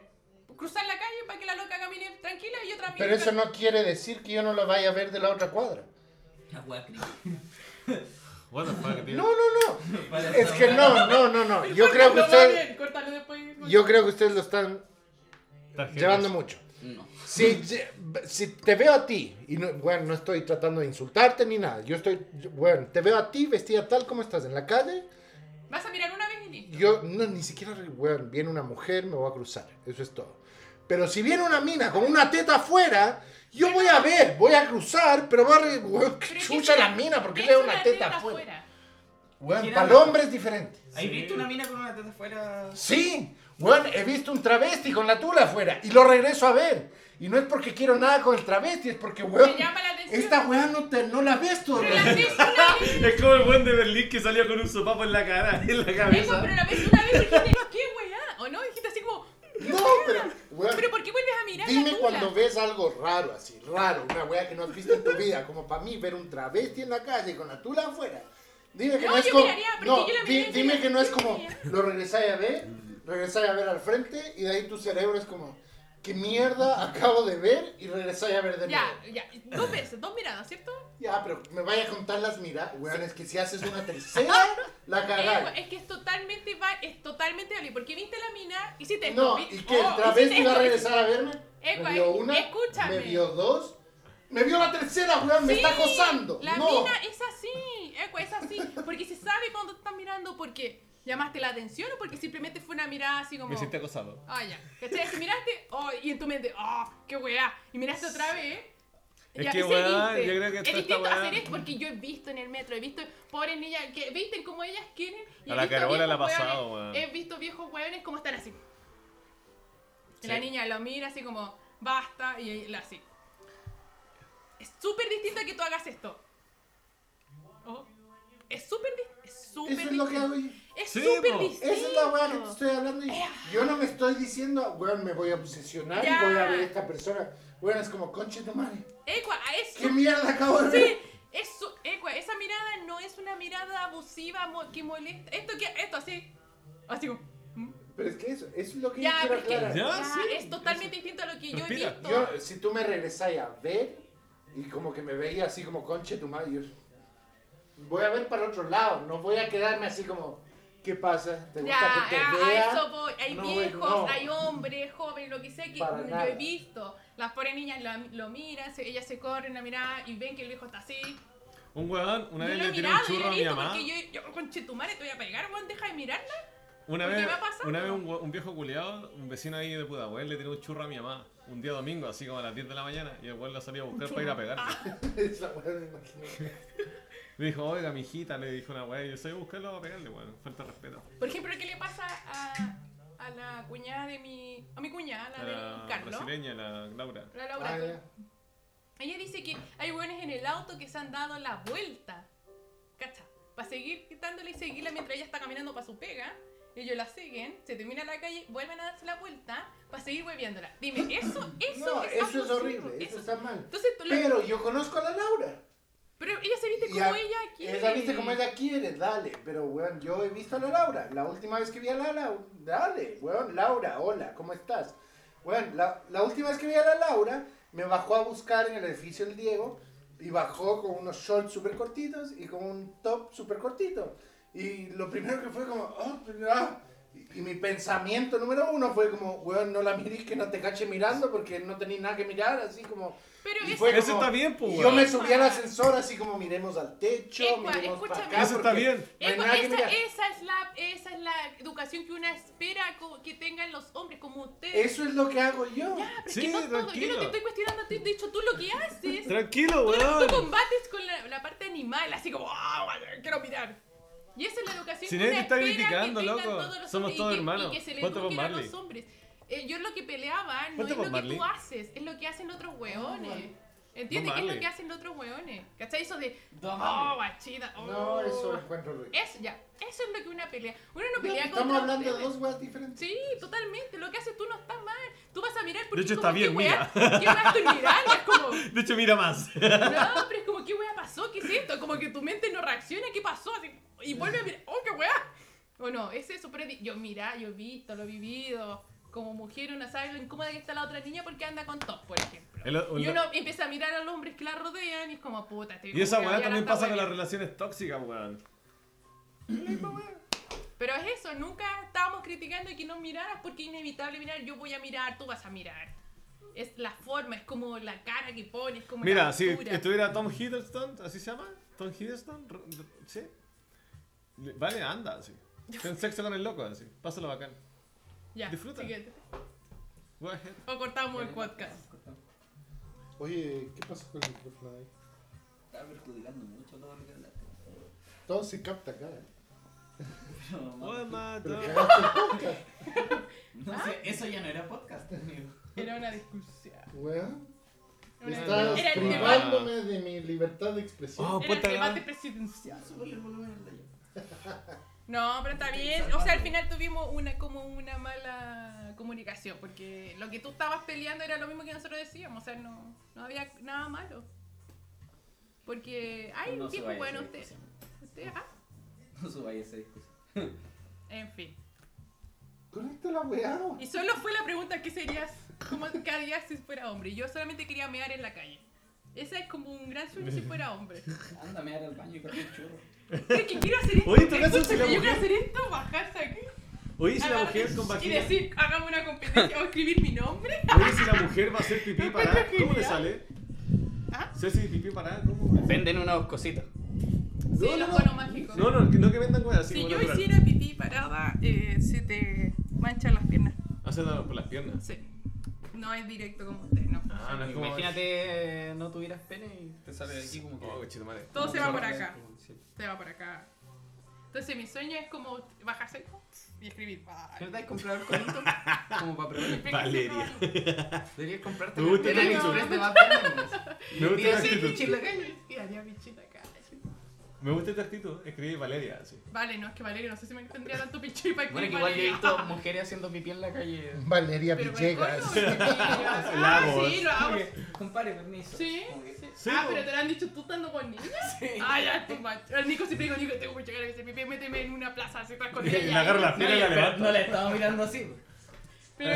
Speaker 1: Cruzar la calle para que la loca camine tranquila y otra mina.
Speaker 2: Pero eso no quiere decir que yo no la vaya a ver de la otra cuadra.
Speaker 3: La wea crítica.
Speaker 4: What the fuck, tío.
Speaker 2: No, no, no.
Speaker 3: Vale,
Speaker 2: Es que no, no, no, no. Yo
Speaker 1: Córtalo,
Speaker 2: creo que ustedes,
Speaker 1: Daniel, córtalo después.
Speaker 2: yo creo que ustedes lo están
Speaker 4: Tarjetas.
Speaker 2: llevando mucho.
Speaker 3: No.
Speaker 2: Si, si te veo a ti, y no, bueno, no estoy tratando de insultarte ni nada, yo estoy, bueno, te veo a ti vestida tal como estás en la calle,
Speaker 1: Vas a mirar una vez y listo.
Speaker 2: yo no, ni siquiera, bueno, viene una mujer, me voy a cruzar, eso es todo. Pero si viene una mina con una teta afuera, yo voy a ver, voy a cruzar, pero voy a, re- weón, qué
Speaker 1: Pero es que
Speaker 2: chucha
Speaker 1: si
Speaker 2: la mina, porque
Speaker 1: ves
Speaker 2: le da una teta afuera.
Speaker 1: afuera.
Speaker 2: Weón,
Speaker 3: Mira,
Speaker 2: para el
Speaker 3: no.
Speaker 2: hombre es diferente.
Speaker 3: ¿Has visto una mina con una teta afuera?
Speaker 2: Sí, weón, he visto un travesti con la tula afuera y lo regreso a ver. Y no es porque quiero nada con el travesti, es porque, weón,
Speaker 1: Me llama la atención.
Speaker 2: esta weá no, te, no la ves todos
Speaker 1: Pero
Speaker 2: los
Speaker 1: la
Speaker 2: días.
Speaker 1: ves una vez.
Speaker 4: Es como el buen de Berlín que salía con un sopapo en la cara, en la
Speaker 1: Ecua,
Speaker 4: cabeza.
Speaker 1: pero la ves una vez y dijiste, ¿qué weá? ¿O no? Dijiste así como.
Speaker 2: No, pero, weón,
Speaker 1: ¿Pero por qué vuelves a mirar la
Speaker 2: dime
Speaker 1: tula?
Speaker 2: cuando ves algo raro, así, raro, una weá que no has visto en tu vida, como para mí ver un travesti en la calle con la tula afuera. Dime que no,
Speaker 1: No,
Speaker 2: es
Speaker 1: yo
Speaker 2: como.
Speaker 1: miraría, porque
Speaker 2: no,
Speaker 1: yo la
Speaker 2: di-
Speaker 1: miré y
Speaker 2: dime
Speaker 1: dije,
Speaker 2: que no es
Speaker 1: ¿qué
Speaker 2: como.
Speaker 1: mierda?
Speaker 2: Lo regresáis a ver, regresáis a ver al frente y de ahí tu cerebro es como. ¿Qué mierda acabo de ver? Y regresáis a ver de nuevo.
Speaker 1: Ya, ya. Dos veces, dos miradas, ¿cierto?
Speaker 2: Ya, pero me vaya a contar las miradas, weón, es que si haces una tercera,
Speaker 1: Eh,
Speaker 2: la
Speaker 1: Ecua,
Speaker 2: cagáis.
Speaker 1: Es que es totalmente, va- es totalmente válido. Porque viste la mina, hiciste esto.
Speaker 2: No,
Speaker 1: vi-
Speaker 2: y que el
Speaker 1: oh,
Speaker 2: travesti
Speaker 1: hiciste
Speaker 2: va a
Speaker 1: esto,
Speaker 2: regresar a verme.
Speaker 1: Ecua,
Speaker 2: me vio una,
Speaker 1: Eh, escúchame.
Speaker 2: me vio dos, me vio la tercera, weón, me
Speaker 1: Sí,
Speaker 2: está acosando.
Speaker 1: La
Speaker 2: no.
Speaker 1: mina es así, ecua, es así. Porque se sabe cuando te están mirando porque llamaste la atención o porque simplemente fue una mirada así como.
Speaker 4: Me siento acosado.
Speaker 1: Ah, ya. ¿Cachai? Si miraste, oh, y en tu mente, oh, qué weá. Y miraste otra vez.
Speaker 4: Es
Speaker 1: y a
Speaker 4: que,
Speaker 1: veces
Speaker 4: weá,
Speaker 1: viste.
Speaker 4: yo creo que
Speaker 1: es
Speaker 4: toda esta
Speaker 1: distinto
Speaker 4: weá-
Speaker 1: hacer esto porque yo he visto en el metro, he visto pobres niñas que visten como ellas quieren. Y
Speaker 4: A
Speaker 1: he
Speaker 4: la
Speaker 1: visto
Speaker 4: Carola
Speaker 1: viejos
Speaker 4: le ha pasado,
Speaker 1: hueones-
Speaker 4: weá.
Speaker 1: He visto viejos hueones como están así.
Speaker 4: Sí.
Speaker 1: La niña lo mira así como, basta, y él así. Es súper distinto a que tú hagas esto. Oh. Es súper distinto. Es súper
Speaker 2: Eso es lo que hago
Speaker 1: distinto.
Speaker 2: yo.
Speaker 1: Es
Speaker 4: Sí,
Speaker 1: súper
Speaker 4: po.
Speaker 1: distinto.
Speaker 2: Esa es la weá que te estoy hablando. y yo no me estoy diciendo, weón, me voy a obsesionar
Speaker 1: Eh, ah. Ya.
Speaker 2: y voy a ver a esta persona. Weón, es como, conche tu madre.
Speaker 1: Ecua, a eso.
Speaker 2: ¿Qué mierda acabo de ver?
Speaker 1: Sí, eso, ecua, esa mirada no es una mirada abusiva mo- que molesta. Esto que esto así. Así como. ¿Mm?
Speaker 2: Pero es que eso, eso es lo que
Speaker 1: Ya,
Speaker 2: yo quiero
Speaker 1: porque
Speaker 2: aclarar.
Speaker 4: Ya,
Speaker 1: ya,
Speaker 4: sí,
Speaker 1: es totalmente distinto a lo que yo he
Speaker 4: Respira.
Speaker 1: visto.
Speaker 2: Yo, si tú me regresas a ver, y como que me veía así como conche tu madre, yo voy a ver para otro lado, no voy a quedarme así como, ¿qué pasa? ¿Te gusta
Speaker 1: ya,
Speaker 2: que te
Speaker 1: a, a
Speaker 2: vea?
Speaker 1: eso voy. Hay
Speaker 2: No, güey,
Speaker 1: viejos,
Speaker 2: no.
Speaker 1: hay hombres, jóvenes, lo que sea que
Speaker 2: Para
Speaker 1: yo
Speaker 2: nada.
Speaker 1: he visto. Las pobres niñas la- lo, miran, se- ellas se corren la mirada y ven que el viejo está así.
Speaker 4: Un weón, una
Speaker 1: yo
Speaker 4: vez
Speaker 1: lo he
Speaker 4: le tiré un
Speaker 1: mirado, yo
Speaker 4: churro
Speaker 1: lo
Speaker 4: a
Speaker 1: he
Speaker 4: mi
Speaker 1: visto
Speaker 4: mamá.
Speaker 1: porque yo, yo con chetumare te voy a pegar, weón, deja de mirarla.
Speaker 4: Una
Speaker 1: ¿Por qué
Speaker 4: vez,
Speaker 1: me ha pasado?
Speaker 4: una vez un, we- un viejo culiado, un vecino ahí de Pudahuel, le tiró un churro a mi mamá. Un día domingo, así como a las 10 de la mañana, y el weón la salió a buscar para ir a pegar.
Speaker 2: Esa weá me imagino.
Speaker 4: Le dijo, oiga, mi hijita, le dijo una weá. Y yo soy a buscarlo a pegarle, weón. Falta de respeto.
Speaker 1: Por ejemplo, ¿qué le pasa a, a la cuñada de mi. a mi cuñada, la
Speaker 4: La
Speaker 1: del Carlos?
Speaker 4: brasileña, la Laura.
Speaker 1: La Laura.
Speaker 2: Ah, ya.
Speaker 1: Ella dice que hay hueones en el auto que se han dado la vuelta. Cacha. Para seguir quitándole y seguirla mientras ella está caminando para su pega. Ellos la siguen, se termina la calle, vuelven a darse la vuelta para seguir hueviándola. Dime, eso, eso
Speaker 6: No,
Speaker 1: es
Speaker 6: eso es
Speaker 1: abusivo,
Speaker 6: horrible, eso
Speaker 1: eso-
Speaker 6: está mal.
Speaker 1: Entonces, tú le-
Speaker 6: Pero yo conozco a la Laura.
Speaker 1: pero ella se viste
Speaker 6: Y
Speaker 1: como
Speaker 6: a-
Speaker 1: ella aquí.
Speaker 6: Ella viste como ella quiere, dale. Pero, weón, yo he visto a la Laura. La última vez que vi a la Laura, dale, weón, Laura, hola, ¿cómo estás? Weón, la, la última vez que vi a la Laura, me bajó a buscar en el edificio el Diego y bajó con unos shorts súper cortitos y con un top súper cortito. Y lo primero que fue como, "Ah, ah". Y, y mi pensamiento número uno fue como, weón, no la mires que no te cache mirando porque no tenés nada que mirar, así como...
Speaker 1: Pero
Speaker 6: Y
Speaker 1: es-
Speaker 6: fue
Speaker 4: Eso
Speaker 6: como-
Speaker 4: está bien, pues,
Speaker 6: y
Speaker 4: weón.
Speaker 6: Yo me subí al ascensor así como miremos al techo,
Speaker 1: Ecua,
Speaker 6: miremos para
Speaker 1: escúchame.
Speaker 6: acá.
Speaker 4: Eso está
Speaker 6: porque
Speaker 4: bien.
Speaker 6: no hay
Speaker 1: Ecua,
Speaker 6: nada que
Speaker 1: eh, pues, esa,
Speaker 6: mirar.
Speaker 1: esa es la, esa es la educación que una espera co- que tengan los hombres como ustedes.
Speaker 6: Eso es lo que hago yo.
Speaker 1: Ya, pero es
Speaker 4: Sí,
Speaker 1: que no todo. Yo no
Speaker 4: tranquilo.
Speaker 1: te estoy cuestionando a ti. De hecho, tú lo que haces
Speaker 4: Tranquilo,
Speaker 1: Tú, tú
Speaker 4: weón.
Speaker 1: combates con la, la parte animal, así como, "Ah, bueno, quiero mirar. Y esa es la educación
Speaker 4: Si
Speaker 1: que
Speaker 4: nadie
Speaker 1: uno
Speaker 4: te está
Speaker 1: espera que
Speaker 4: criticando,
Speaker 1: tengan
Speaker 4: loco.
Speaker 1: todos los
Speaker 4: Somos
Speaker 1: hombres y
Speaker 4: todos
Speaker 1: que-
Speaker 4: hermanos.
Speaker 1: Y que se le
Speaker 4: Ponte Bob
Speaker 1: eduquen a los
Speaker 4: Marley.
Speaker 1: hombres. Eh, yo lo que peleaba no
Speaker 4: Ponte
Speaker 1: es
Speaker 4: Bob
Speaker 1: lo que
Speaker 4: Marley.
Speaker 1: tú haces, es lo que hacen otros hueones. ¿Entiendes?
Speaker 4: Bob
Speaker 1: ¿Qué es lo
Speaker 4: Marley.
Speaker 1: que hacen otros hueones? ¿Cachai? Eso de,
Speaker 3: Bob
Speaker 1: oh,
Speaker 3: Marley.
Speaker 1: guachita, oh.
Speaker 2: No, eso lo encuentro rico.
Speaker 1: Eso, ya. Eso es lo que una pelea. Uno no pelea contra
Speaker 6: Estamos hablando de
Speaker 1: ustedes.
Speaker 6: dos weas diferentes.
Speaker 1: Sí, totalmente. Lo que haces tú no está mal. Tú vas a mirar porque
Speaker 4: De hecho,
Speaker 1: es
Speaker 4: está
Speaker 1: como,
Speaker 4: bien,
Speaker 1: ¿qué wea-
Speaker 4: mira.
Speaker 1: ¿Qué wea estoy mirando? Es como...
Speaker 4: De hecho, mira más.
Speaker 1: No, pero es como, ¿qué weá pasó? ¿Qué es esto? Como que tu mente no reacciona, ¿qué pasó? Así, y vuelve a mirar, ¡oh, qué weá! O no, es eso, pero di- yo, mira, yo he visto, lo he vivido. Como mujer, una sabe lo incómoda que está la otra niña porque anda con tos, por ejemplo.
Speaker 4: El- un-
Speaker 1: Y uno empieza a mirar a los hombres que la rodean y es como, puta, estoy
Speaker 4: Y esa
Speaker 1: como que ya
Speaker 4: weá
Speaker 1: la
Speaker 4: también
Speaker 1: está
Speaker 4: pasa con las
Speaker 1: hueveando.
Speaker 4: relaciones tóxicas, weón.
Speaker 1: Pero es eso, nunca estábamos criticando que no miraras porque es inevitable mirar, yo voy a mirar, tú vas a mirar. Es la forma, es como la cara que pones, como
Speaker 4: Mira,
Speaker 1: la
Speaker 4: si
Speaker 1: postura.
Speaker 4: estuviera Tom Hiddleston, ¿así se llama? Tom Hiddleston, r- r- ¿sí? Le- Vale, anda, así. Ten sexo con el loco, así. Pásalo bacán.
Speaker 1: Ya,
Speaker 4: disfruta.
Speaker 1: siguiente.
Speaker 4: Go ahead.
Speaker 1: O cortamos el podcast.
Speaker 2: Oye, ¿qué pasa con el micrófono ahí?
Speaker 3: Está perjudicando mucho todo lo que hablaste.
Speaker 2: Todo se capta acá. ¿eh?
Speaker 3: No,
Speaker 4: What am I
Speaker 2: Pero
Speaker 4: doing?
Speaker 2: cagaste el podcast,
Speaker 3: no sé, eso ya no era podcast, amigo.
Speaker 1: Era una discusión.
Speaker 2: weón.
Speaker 1: Era una-
Speaker 2: Estás
Speaker 1: era el
Speaker 4: privado.
Speaker 1: debate,
Speaker 2: privándome de mi libertad de expresión.
Speaker 4: Oh,
Speaker 1: era el
Speaker 4: puta
Speaker 1: debate
Speaker 4: la-
Speaker 1: presidencial.
Speaker 3: Súbele el volumen al de allá.
Speaker 1: No, pero está bien. O sea, al final tuvimos una como una mala comunicación, porque lo que tú estabas peleando era lo mismo que nosotros decíamos. O sea, no, no había nada malo. Porque, ay,
Speaker 3: No
Speaker 1: qué
Speaker 3: subáis
Speaker 1: bueno
Speaker 3: esa
Speaker 1: usted.
Speaker 3: discusión.
Speaker 1: Usted, ajá.
Speaker 3: No subáis esa discusión.
Speaker 1: En fin.
Speaker 2: Conecta la weá.
Speaker 1: Y solo fue la pregunta, ¿qué serías? ¿Cómo qué harías si fuera hombre? Yo solamente quería mear en la calle. Ese es como un gran sueño si fuera hombre.
Speaker 3: Anda a mear al baño y corta el churro.
Speaker 1: Es que quiero hacer esto.
Speaker 4: Oye, en todo caso, si
Speaker 1: Escúchame,
Speaker 4: la
Speaker 1: yo quiero
Speaker 4: mujer-
Speaker 1: hacer esto, bajarse aquí.
Speaker 4: Oye, si la
Speaker 1: Agarrar
Speaker 4: mujer con
Speaker 1: Y
Speaker 4: vagina.
Speaker 1: decir, hagamos una competencia o escribir mi nombre.
Speaker 4: Oye, si la mujer va a hacer pipí
Speaker 1: Lo
Speaker 4: parada,
Speaker 1: encuentro
Speaker 4: ¿cómo le
Speaker 1: genial.
Speaker 4: sale?
Speaker 1: ¿Ah?
Speaker 4: Si hace pipí parada, ¿cómo?
Speaker 3: Venden unos cositas.
Speaker 1: Sí, los bonos mágicos.
Speaker 4: No, no, que no que vendan weas así
Speaker 1: si
Speaker 4: como
Speaker 1: yo
Speaker 4: natural.
Speaker 1: hiciera pipí parada, eh, se te manchan las piernas.
Speaker 4: Hace daño por las piernas.
Speaker 1: Sí. No es directo como usted, no.
Speaker 4: Ah, no es como.
Speaker 3: Imagínate no tuvieras pene y te sale de aquí como que.
Speaker 4: Oh, cochito madre.
Speaker 1: Todo se va por acá.
Speaker 3: Sí.
Speaker 1: Se va por acá. Entonces mi sueño es como bajarse y escribir. Ay.
Speaker 3: ¿Verdad? comprar conito? Como para probar.
Speaker 4: Valeria.
Speaker 3: Deberías comprarte.
Speaker 4: Me gusta
Speaker 3: la-
Speaker 1: la Este
Speaker 3: el
Speaker 1: actitud.
Speaker 3: express de Batman.
Speaker 4: Me gusta la
Speaker 3: Sí,
Speaker 4: actitud.
Speaker 3: en la calle.
Speaker 1: Y haría mi chita acá.
Speaker 4: Me gusta esta actitud. Escribe Valeria así.
Speaker 1: Vale, no, es que Valeria, no sé si me tendría tanto pichí para
Speaker 3: Bueno,
Speaker 1: escribir
Speaker 3: que igual yo
Speaker 1: Valeria.
Speaker 3: he visto mujeres haciendo pipí en la calle.
Speaker 2: Valeria
Speaker 1: Pero con el
Speaker 2: Villegas.
Speaker 1: cono, porque- Ah,
Speaker 4: hago.
Speaker 1: sí, lo hago.
Speaker 3: Compare, permiso.
Speaker 1: Sí, sí.
Speaker 4: Sí,
Speaker 1: ah,
Speaker 4: po.
Speaker 1: pero te lo han dicho tú estando con niñas. Ah, ya, tú, macho. El Nico siempre digo, Nico, tengo que llegar a ese pipí, méteme en una plaza, así estás con ella.
Speaker 4: Le agarro la
Speaker 3: No,
Speaker 4: fila y la
Speaker 3: pero no
Speaker 4: levanto.
Speaker 3: la estaba mirando así.
Speaker 1: Pero,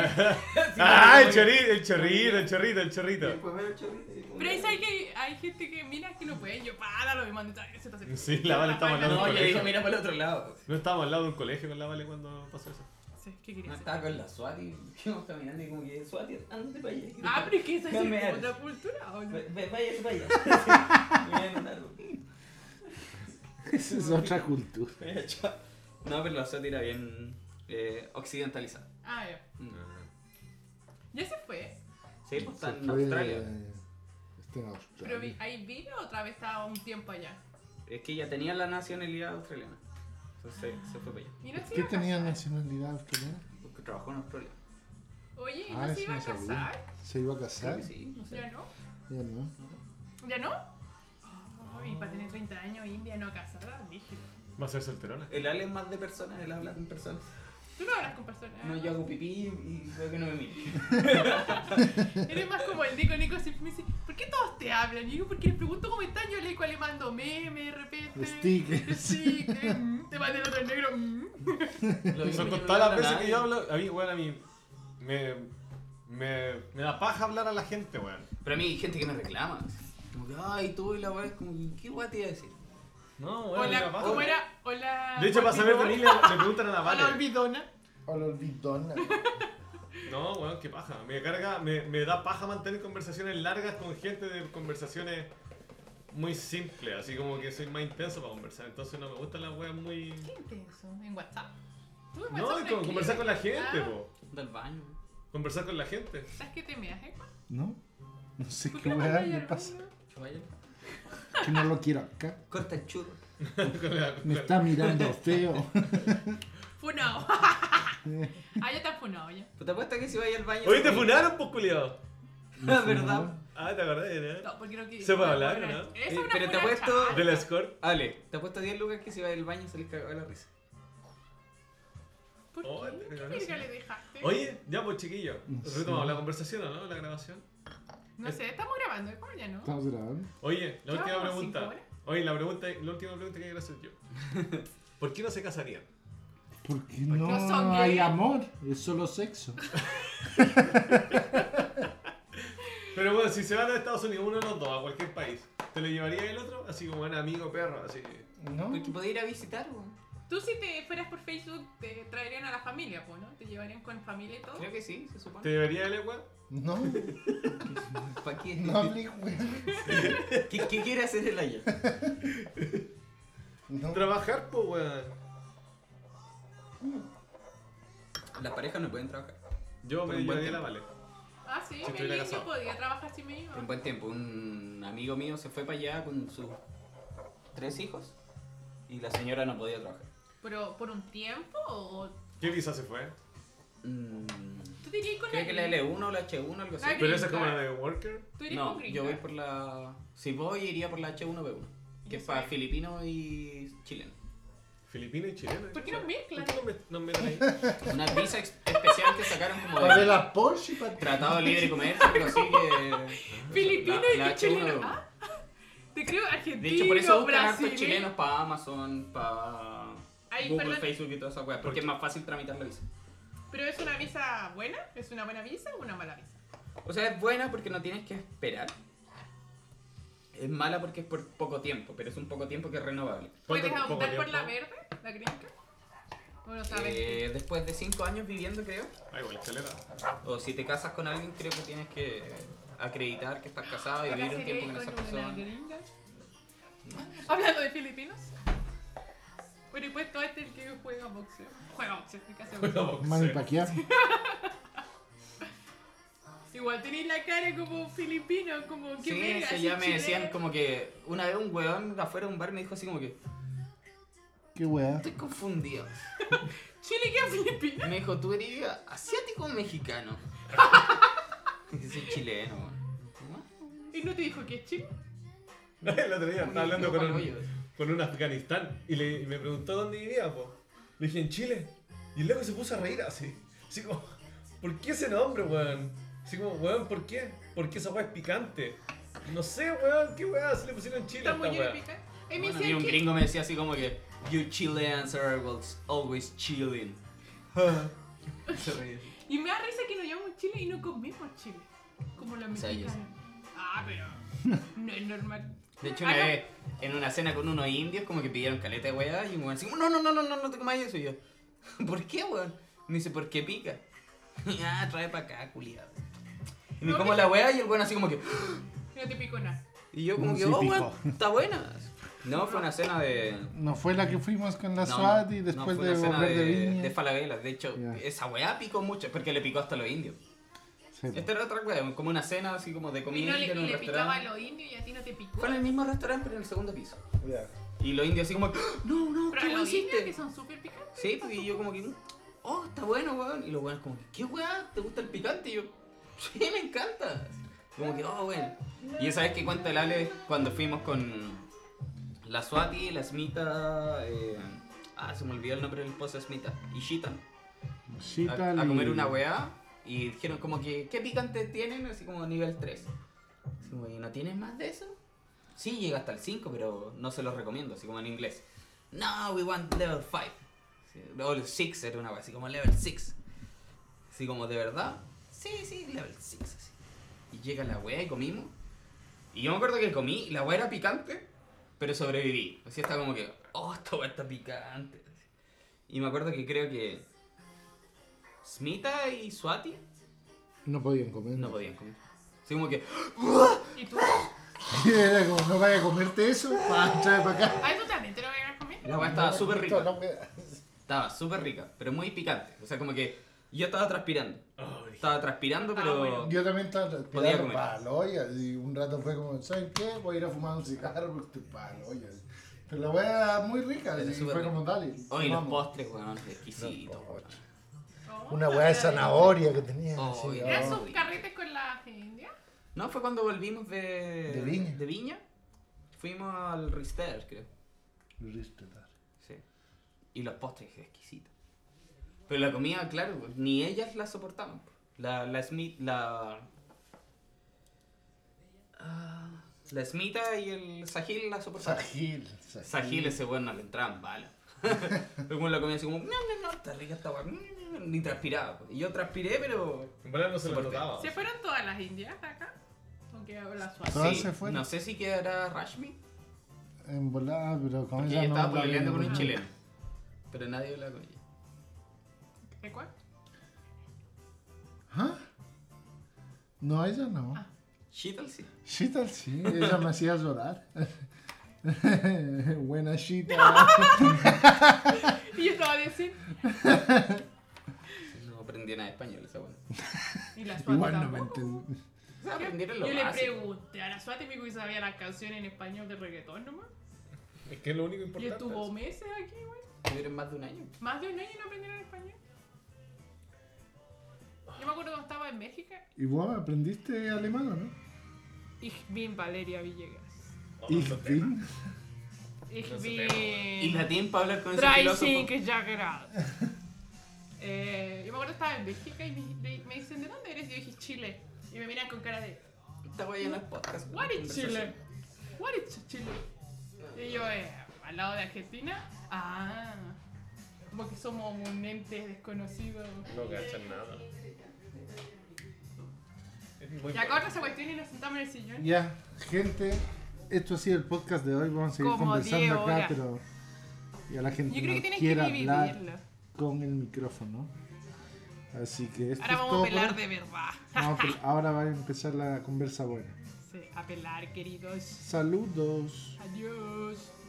Speaker 4: Ah, el chorrito, el chorrito, el chorrito, el chorrito.
Speaker 3: Pues ver el chorrito. y-
Speaker 1: pero ahí sabes que hay gente que mira que no puede, yo páralo, me mando tal, se te hace-
Speaker 4: Sí, la Vale estaba hablando
Speaker 3: No,
Speaker 4: con
Speaker 3: yo dije,
Speaker 4: colegio.
Speaker 3: mira para el otro lado.
Speaker 4: No estábamos al lado de un colegio con la Vale cuando pasó eso.
Speaker 1: Sí, ¿qué quería
Speaker 3: No
Speaker 1: hacer?
Speaker 3: estaba con la SWAT y íbamos caminando y como que SWAT, ándate para allá.
Speaker 1: Ah, pero es que esa es
Speaker 3: Déjame
Speaker 1: como
Speaker 3: ver.
Speaker 1: otra cultura, ¿o no?
Speaker 3: Ve- ve- Váyase para allá. Me voy a mandar un-
Speaker 2: Esa es otra cultura.
Speaker 3: No, pero la SWAT era bien eh, occidentalizada. Mm.
Speaker 1: Ah, ya. Ya se fue,
Speaker 3: Sí, pues está en
Speaker 2: Fue-
Speaker 3: Australia.
Speaker 2: Está en Australia.
Speaker 1: pero vi- ahí vino otra vez estaba un tiempo allá.
Speaker 3: Es que ella tenía la nacionalidad australiana. Entonces se fue para allá.
Speaker 1: Mira si
Speaker 2: ¿Qué
Speaker 1: iba a
Speaker 2: tenía
Speaker 1: casar.
Speaker 2: nacionalidad australiana?
Speaker 3: Porque trabajó en Australia.
Speaker 1: Oye, ¿y ¿no
Speaker 2: Ah,
Speaker 1: se
Speaker 2: eso
Speaker 1: iba
Speaker 2: no
Speaker 1: a
Speaker 2: sabía.
Speaker 1: casar?
Speaker 2: ¿Se iba a
Speaker 3: Creo
Speaker 2: casar?
Speaker 3: que sí, no
Speaker 1: ¿Ya
Speaker 3: sé.
Speaker 1: no?
Speaker 2: Ya no.
Speaker 1: ¿Ya no? Ay, para tener 30 años India no casada, dije.
Speaker 4: Va a ser solterona.
Speaker 3: El Ale es más de personas, él habla con personas.
Speaker 1: Tú no hablas con personas.
Speaker 3: No, yo hago pipí y veo que no me mire.
Speaker 1: Eres más como el Nico. Nico siempre me dice, ¿por qué todos te hablan? Y yo, porque les pregunto cómo están, yo le digo, le mando meme de repente.
Speaker 2: Stickers.
Speaker 1: Sí, que, mm, te mandé el otro negro. mm.
Speaker 3: Lo mismo
Speaker 4: Son
Speaker 3: que
Speaker 4: con
Speaker 3: no
Speaker 4: todas
Speaker 3: habla
Speaker 4: las veces
Speaker 3: nadie.
Speaker 4: que yo hablo, a mí, weón, a mí me, me, me da paja hablar a la gente, weón.
Speaker 3: Pero a mí hay gente que me reclama. así. Como que, ay, tú y la weá, es como, ¿qué weá te iba a decir?
Speaker 4: No, weón, me
Speaker 1: Hola,
Speaker 4: da paja.
Speaker 1: ¿cómo era? Hola.
Speaker 4: De hecho, para saber de mí le, le preguntan a la
Speaker 1: Hola,
Speaker 4: Vale.
Speaker 1: olvidona.
Speaker 2: Hola, olvidona.
Speaker 4: No, weón, qué paja. Me carga, me, me da paja mantener conversaciones largas con gente de conversaciones muy simples. Así como que soy más intenso para conversar. Entonces no me gustan las weas muy...
Speaker 1: Qué intenso, en WhatsApp. Tú en WhatsApp
Speaker 4: No, y con-
Speaker 1: tranquilo.
Speaker 4: conversar con la gente,
Speaker 1: Ah,
Speaker 4: po.
Speaker 3: Del baño.
Speaker 4: Conversar con la gente.
Speaker 1: ¿Sabes qué te meas, eh?
Speaker 2: ¿No? No sé
Speaker 1: ¿Por qué
Speaker 2: qué
Speaker 1: no me
Speaker 2: weá
Speaker 1: vayas
Speaker 2: me
Speaker 1: al
Speaker 2: pasa.
Speaker 1: baño?
Speaker 3: Vaya.
Speaker 2: Que no lo quiero acá.
Speaker 3: Corta el churro.
Speaker 4: Con la-
Speaker 2: Me está mirando feo.
Speaker 1: Funado. ah, ya está funado ya.
Speaker 3: Pues te apuesta que si vaya al baño.
Speaker 4: Oye, te funaron, pues, culiado.
Speaker 3: La verdad.
Speaker 4: Ah, te acordás, ¿no?
Speaker 1: No, porque no quiero.
Speaker 4: Se puede hablar, ¿no?
Speaker 1: Es
Speaker 3: Eh,
Speaker 1: una
Speaker 3: pero te
Speaker 1: funa
Speaker 3: apuesto-
Speaker 1: chata.
Speaker 4: De la Escort.
Speaker 3: Ale, te apuesto 10 lucas que si vaya al baño salís cagado de la risa.
Speaker 1: ¿Por
Speaker 4: Oh,
Speaker 1: qué?
Speaker 4: te
Speaker 1: ¿Qué
Speaker 4: conoces.
Speaker 1: verga le dejaste?
Speaker 4: Oye, ya pues chiquillo,
Speaker 2: Sí.
Speaker 4: retomamos la conversación, ¿o ¿no? La grabación.
Speaker 1: No sé, estamos grabando, ¿cómo ya no?
Speaker 2: Estamos grabando.
Speaker 4: Oye, la
Speaker 1: Ya vamos
Speaker 4: última
Speaker 1: a
Speaker 4: pregunta.
Speaker 1: cinco horas.
Speaker 4: Oye, la pregunta, la última pregunta que quiero hacer yo. ¿Por qué no se casarían?
Speaker 2: ¿Por qué
Speaker 1: no son
Speaker 2: no
Speaker 1: Pues gay.
Speaker 2: hay amor? Es solo sexo.
Speaker 4: Pero bueno, si se van a Estados Unidos, uno de los dos, a cualquier país, ¿te lo llevaría el otro? Así como un amigo perro, así.
Speaker 2: ¿No?
Speaker 3: Porque podía ir a visitar, weón.
Speaker 1: Tú si te fueras por Facebook te traerían a la familia, po, ¿no? Te llevarían con familia y todo.
Speaker 3: Creo que sí, se
Speaker 4: ¿Te
Speaker 3: supone.
Speaker 4: llevaría el agua?
Speaker 2: No,
Speaker 3: ¿Para qué?
Speaker 2: no hablé, weón.
Speaker 3: ¿Qué, qué quiere hacer el año?
Speaker 2: No.
Speaker 4: Trabajar, pues weón.
Speaker 3: Las parejas no pueden trabajar.
Speaker 4: Yo
Speaker 3: Por
Speaker 4: me
Speaker 3: un buen
Speaker 4: llevaría la vale.
Speaker 1: Ah, sí,
Speaker 4: Si
Speaker 1: me
Speaker 4: estuviera
Speaker 1: bien,
Speaker 4: casado.
Speaker 1: yo podía trabajar si me iba.
Speaker 3: Por un buen tiempo, un amigo mío se fue para allá con sus tres hijos y la señora no podía trabajar.
Speaker 1: Pero por un tiempo o
Speaker 4: ¿Qué visa se fue?
Speaker 3: Mm,
Speaker 1: tú te irías con
Speaker 3: creo que la L1 o la H1, algo así.
Speaker 1: La
Speaker 4: Pero esa es
Speaker 1: Gringa.
Speaker 4: como la de Worker.
Speaker 1: Tú irías
Speaker 3: No,
Speaker 1: con
Speaker 3: yo
Speaker 1: gringa.
Speaker 3: voy por la. Si voy, iría por la H1B1, que
Speaker 1: Yo
Speaker 3: es para
Speaker 1: soy-
Speaker 3: filipinos y chilenos.
Speaker 4: Filipina y chilena.
Speaker 1: ¿Por qué nos mezclan?
Speaker 4: ¿Por qué nos meten ahí?
Speaker 3: Una visa ex- especial que sacaron como
Speaker 2: Para ver
Speaker 3: de
Speaker 2: la Porsche y para
Speaker 3: Tratado de Libre Comercio, algo así que.
Speaker 1: Filipino
Speaker 3: La-
Speaker 1: y
Speaker 3: la
Speaker 1: chileno.
Speaker 3: H1B1.
Speaker 1: Ah, te creo argentino,
Speaker 3: De hecho, por eso buscan hartos
Speaker 1: Brasil.
Speaker 3: chilenos para Amazon, para
Speaker 1: Ay,
Speaker 3: Google,
Speaker 1: perdón.
Speaker 3: Facebook y toda esa weá, porque es más fácil tramitar la visa.
Speaker 1: Pero es una visa buena, es una buena visa o una mala visa.
Speaker 3: O sea, es buena porque no tienes que esperar. Es mala porque es por poco tiempo, pero es un poco tiempo que es renovable.
Speaker 4: ¿Cuánto-
Speaker 1: ¿Puedes
Speaker 4: poco
Speaker 1: optar por
Speaker 4: tiempo?
Speaker 1: la verde, la gringa? ¿O no sabes?
Speaker 3: Eh, después de 5 años viviendo, creo,
Speaker 4: Ay, igual, chalera.
Speaker 3: o si te casas con alguien, creo que tienes que acreditar que estás casado y
Speaker 1: ¿Te
Speaker 3: vivir un
Speaker 1: casarías
Speaker 3: tiempo con esa
Speaker 1: con una
Speaker 3: persona.
Speaker 1: gringa? Hablando de filipinos. Bueno, y pues todo este el que juega boxeo. Juega boxeo, ¿qué hace boxeo?
Speaker 2: Manny Pacquiao.
Speaker 1: Igual tenéis la cara como filipino, como que
Speaker 3: Sí,
Speaker 1: verga,
Speaker 3: eso
Speaker 1: así
Speaker 3: ya me
Speaker 1: chileno.
Speaker 3: decían como que una vez un weón afuera de un bar me dijo así como que
Speaker 2: Qué weá.
Speaker 3: estoy confundido.
Speaker 1: Chile que es filipino.
Speaker 3: Me dijo, ¿tú eres asiático o mexicano? Y Dice, soy chileno, weón.
Speaker 1: Y no te dijo que es chile.
Speaker 4: El otro día estaba hablando con
Speaker 3: Pero
Speaker 4: un,
Speaker 3: pa'l hoyo.
Speaker 4: con un afganistán y, le, y me preguntó dónde vivía, po. Le dije en Chile. Y luego se puso a reír así. Así como, ¿por qué ese nombre, weón? Así como, weón, ¿por qué? ¿Por qué esa weá es picante? No sé, weón, qué weá se le pusieron en Chile a
Speaker 1: Está
Speaker 4: esta
Speaker 1: muy lleno
Speaker 4: weá.
Speaker 1: de pica. Y me
Speaker 3: Bueno, a mí
Speaker 1: decían
Speaker 3: un
Speaker 1: que
Speaker 3: gringo me decía así como que You Chileans are always- always chilling. Se reía.
Speaker 1: Y me da risa que nos llamamos Chile y no comemos Chile. Como los
Speaker 3: O sea, yo
Speaker 1: mexicanos. Ah, pero. No es normal.
Speaker 3: De hecho, una
Speaker 1: Ah, no.
Speaker 3: vez en una cena con unos indios, como que pidieron caleta de weá y un weón así, como, no, no, no, no, no, no te comas eso. Y yo, ¿por qué, weón? Me dice, ¿por qué pica? Y, ah, trae para acá, culiado. Y me
Speaker 1: No,
Speaker 3: como
Speaker 1: me-
Speaker 3: la weá y el weón así como que,
Speaker 1: No te pico nada.
Speaker 3: y yo como
Speaker 2: Sí,
Speaker 3: que, oh,
Speaker 2: pico.
Speaker 3: weón, está buena. No, fue una cena de.
Speaker 2: No fue la que fuimos con la
Speaker 3: no,
Speaker 2: SWAT
Speaker 3: no,
Speaker 2: y
Speaker 3: no,
Speaker 2: después
Speaker 3: fue
Speaker 2: de
Speaker 3: una cena
Speaker 2: volver de,
Speaker 3: de
Speaker 2: viña.
Speaker 3: falabelas. De hecho,
Speaker 2: Ya.
Speaker 3: esa weá picó mucho, porque le picó hasta los indios.
Speaker 2: Sí, po.
Speaker 3: Esta era otra weá, como una cena así como de
Speaker 1: Y
Speaker 3: comida
Speaker 1: no
Speaker 3: india
Speaker 1: le,
Speaker 3: en un
Speaker 1: le picaba a
Speaker 3: restaurante.
Speaker 1: los indios y a ti no te picó.
Speaker 3: Fue en el mismo restaurante, pero en el segundo piso. Y los indios así como, "¡Ah! no, no,
Speaker 1: Pero
Speaker 3: ¿qué
Speaker 1: los
Speaker 3: weón
Speaker 1: indios que
Speaker 3: hiciste?
Speaker 1: son súper picantes.
Speaker 3: Sí, pues, y yo como que, oh, está bueno, weón. Y los weones como, ¿qué weá? ¿Te gusta el picante? Y yo, sí, me encanta. Como que, oh, weón. Y esa vez que cuenta el Ale, cuando fuimos con la Swati, la Smita, eh, ah, se me olvidó el nombre del esposo de Smita, y Shitan a, a comer una weá y dijeron como que, ¿qué picante tienen? Así como nivel 3. Así como, ¿y no tienes más de eso? Sí, llega hasta el 5, pero no se los recomiendo, así como en inglés. No, we want level 5. O el 6 era una weá, así como level 6. Así como, ¿de verdad? Sí, sí, level 6. Así. Y llega la weá y comimos. Y yo me acuerdo que comí, y la weá era picante, pero sobreviví. Así está como que, oh, esta weá está picante. Y me acuerdo que creo que Smita y Swati
Speaker 2: No podían comer.
Speaker 3: no podían comer. Así como que,
Speaker 1: ¿Y tú?
Speaker 2: Era como, no vaya a comerte eso, pa, trae para acá.
Speaker 1: ¿Ah, tú también te lo vas a comer?
Speaker 3: la weá estaba súper
Speaker 2: Esto
Speaker 3: rica.
Speaker 2: no me da.
Speaker 3: Estaba súper rica, pero muy picante. O sea, como que yo estaba transpirando. Estaba transpirando,
Speaker 1: Ah,
Speaker 3: pero.
Speaker 1: bueno.
Speaker 2: Yo también estaba
Speaker 3: Podía
Speaker 2: transpirando
Speaker 3: comer.
Speaker 2: paloya y un rato fue como, ¿saben qué? Voy a ir a fumar un cigarro porque estoy paloya. Pero la weá era muy rica
Speaker 3: Era
Speaker 2: y
Speaker 3: súper
Speaker 2: fue
Speaker 3: rica.
Speaker 2: como, dale.
Speaker 3: Hoy los
Speaker 2: vamos.
Speaker 3: postres, weón, exquisitos.
Speaker 2: Los
Speaker 3: weón.
Speaker 2: postres.
Speaker 1: Oh, la
Speaker 2: Una weá de
Speaker 1: verdad.
Speaker 2: zanahoria que tenía.
Speaker 3: Oh,
Speaker 2: así,
Speaker 3: y
Speaker 2: oh.
Speaker 1: ¿Eran sus carretes con la India?
Speaker 3: No, fue cuando volvimos de.
Speaker 2: De Viña.
Speaker 3: de Viña. Fuimos al Rister, creo.
Speaker 2: Listo, tal.
Speaker 3: Sí. Y los postres exquisitos. Pero la comida, claro, pues, ni ellas la soportaban. pues. La, la Smith, la... Ah, la Smita y el Sahil la soportaban.
Speaker 2: Sajil.
Speaker 3: Sahil ese weón no le entraban balas. Pero como la comida así como, no, no, no, está rica esta weón. Ni transpiraba. pues. Y yo transpiré, pero...
Speaker 4: En verdad no se lo
Speaker 3: Soporte.
Speaker 4: notaba.
Speaker 1: ¿Se fueron todas las indias de acá? ¿O quedó la suave?
Speaker 2: Todas se fueron.
Speaker 3: no sé si quedará Rashmi.
Speaker 2: En volada, pero con
Speaker 3: Porque
Speaker 2: ella
Speaker 3: ella
Speaker 2: no
Speaker 3: estaba
Speaker 2: la
Speaker 3: peleando con
Speaker 2: había
Speaker 3: un
Speaker 2: comido.
Speaker 3: chileno. Pero nadie hablaba con ella.
Speaker 1: ¿De cuál?
Speaker 2: ¿Ah? No, ella no.
Speaker 1: Ah.
Speaker 3: Shital sí.
Speaker 2: Shital sí, ella me hacía llorar. Buena Shital.
Speaker 1: Y yo estaba a decir.
Speaker 3: No aprendió nada de español esa weón.
Speaker 1: Y la Swati
Speaker 2: Igual no me
Speaker 1: tampoco.
Speaker 2: entendí.
Speaker 3: O sea, aprendieron lo
Speaker 1: Yo le
Speaker 3: básico.
Speaker 1: pregunté a la Swati me dijo que sabía las canciones en español de reggaetón nomás.
Speaker 4: Es que es lo único
Speaker 1: Y
Speaker 4: importante.
Speaker 1: estuvo meses aquí, güey.
Speaker 3: Tuvieron más de un año.
Speaker 1: Más de un año no aprendieron español. Yo me acuerdo cuando estaba en México
Speaker 2: ¿Y vos aprendiste alemán o no?
Speaker 1: Ich bin Valeria Villegas.
Speaker 2: Ich bin.
Speaker 1: Ich
Speaker 4: No se
Speaker 3: Y
Speaker 1: bin.
Speaker 3: latín para hablar con ese
Speaker 1: 30
Speaker 3: filósofo.
Speaker 1: Jaggerad. Eh, yo me acuerdo estaba en Bélgica y me, me dicen, ¿de dónde eres? Y yo dije, Chile. Y me miran con cara de,
Speaker 3: Esta wea ya no es podcast.
Speaker 1: ¿What
Speaker 3: es
Speaker 1: is Chile? ¿What is Chile? Y yo, eh, al lado de Argentina, ah, como que somos un ente desconocido.
Speaker 4: No cachan nada. Es muy
Speaker 1: Y acá otra esa cuestión y nos sentamos en el sillón.
Speaker 2: Ya, gente, esto ha sido el podcast de hoy. Vamos a seguir
Speaker 1: Como
Speaker 2: conversando
Speaker 1: 10
Speaker 2: acá,
Speaker 1: horas.
Speaker 2: pero. Y a la gente
Speaker 1: Yo creo que
Speaker 2: no
Speaker 1: tienes que
Speaker 2: quiere hablar
Speaker 1: dividirlo.
Speaker 2: con el micrófono. Así que esto
Speaker 1: Ahora
Speaker 2: es
Speaker 1: vamos
Speaker 2: todo
Speaker 1: a
Speaker 2: por
Speaker 1: pelar
Speaker 2: hoy.
Speaker 1: de verdad.
Speaker 2: Vamos a pel- pues, Ahora va a empezar la conversa buena.
Speaker 1: Sí, a pelar, queridos.
Speaker 2: Saludos.
Speaker 1: Adiós.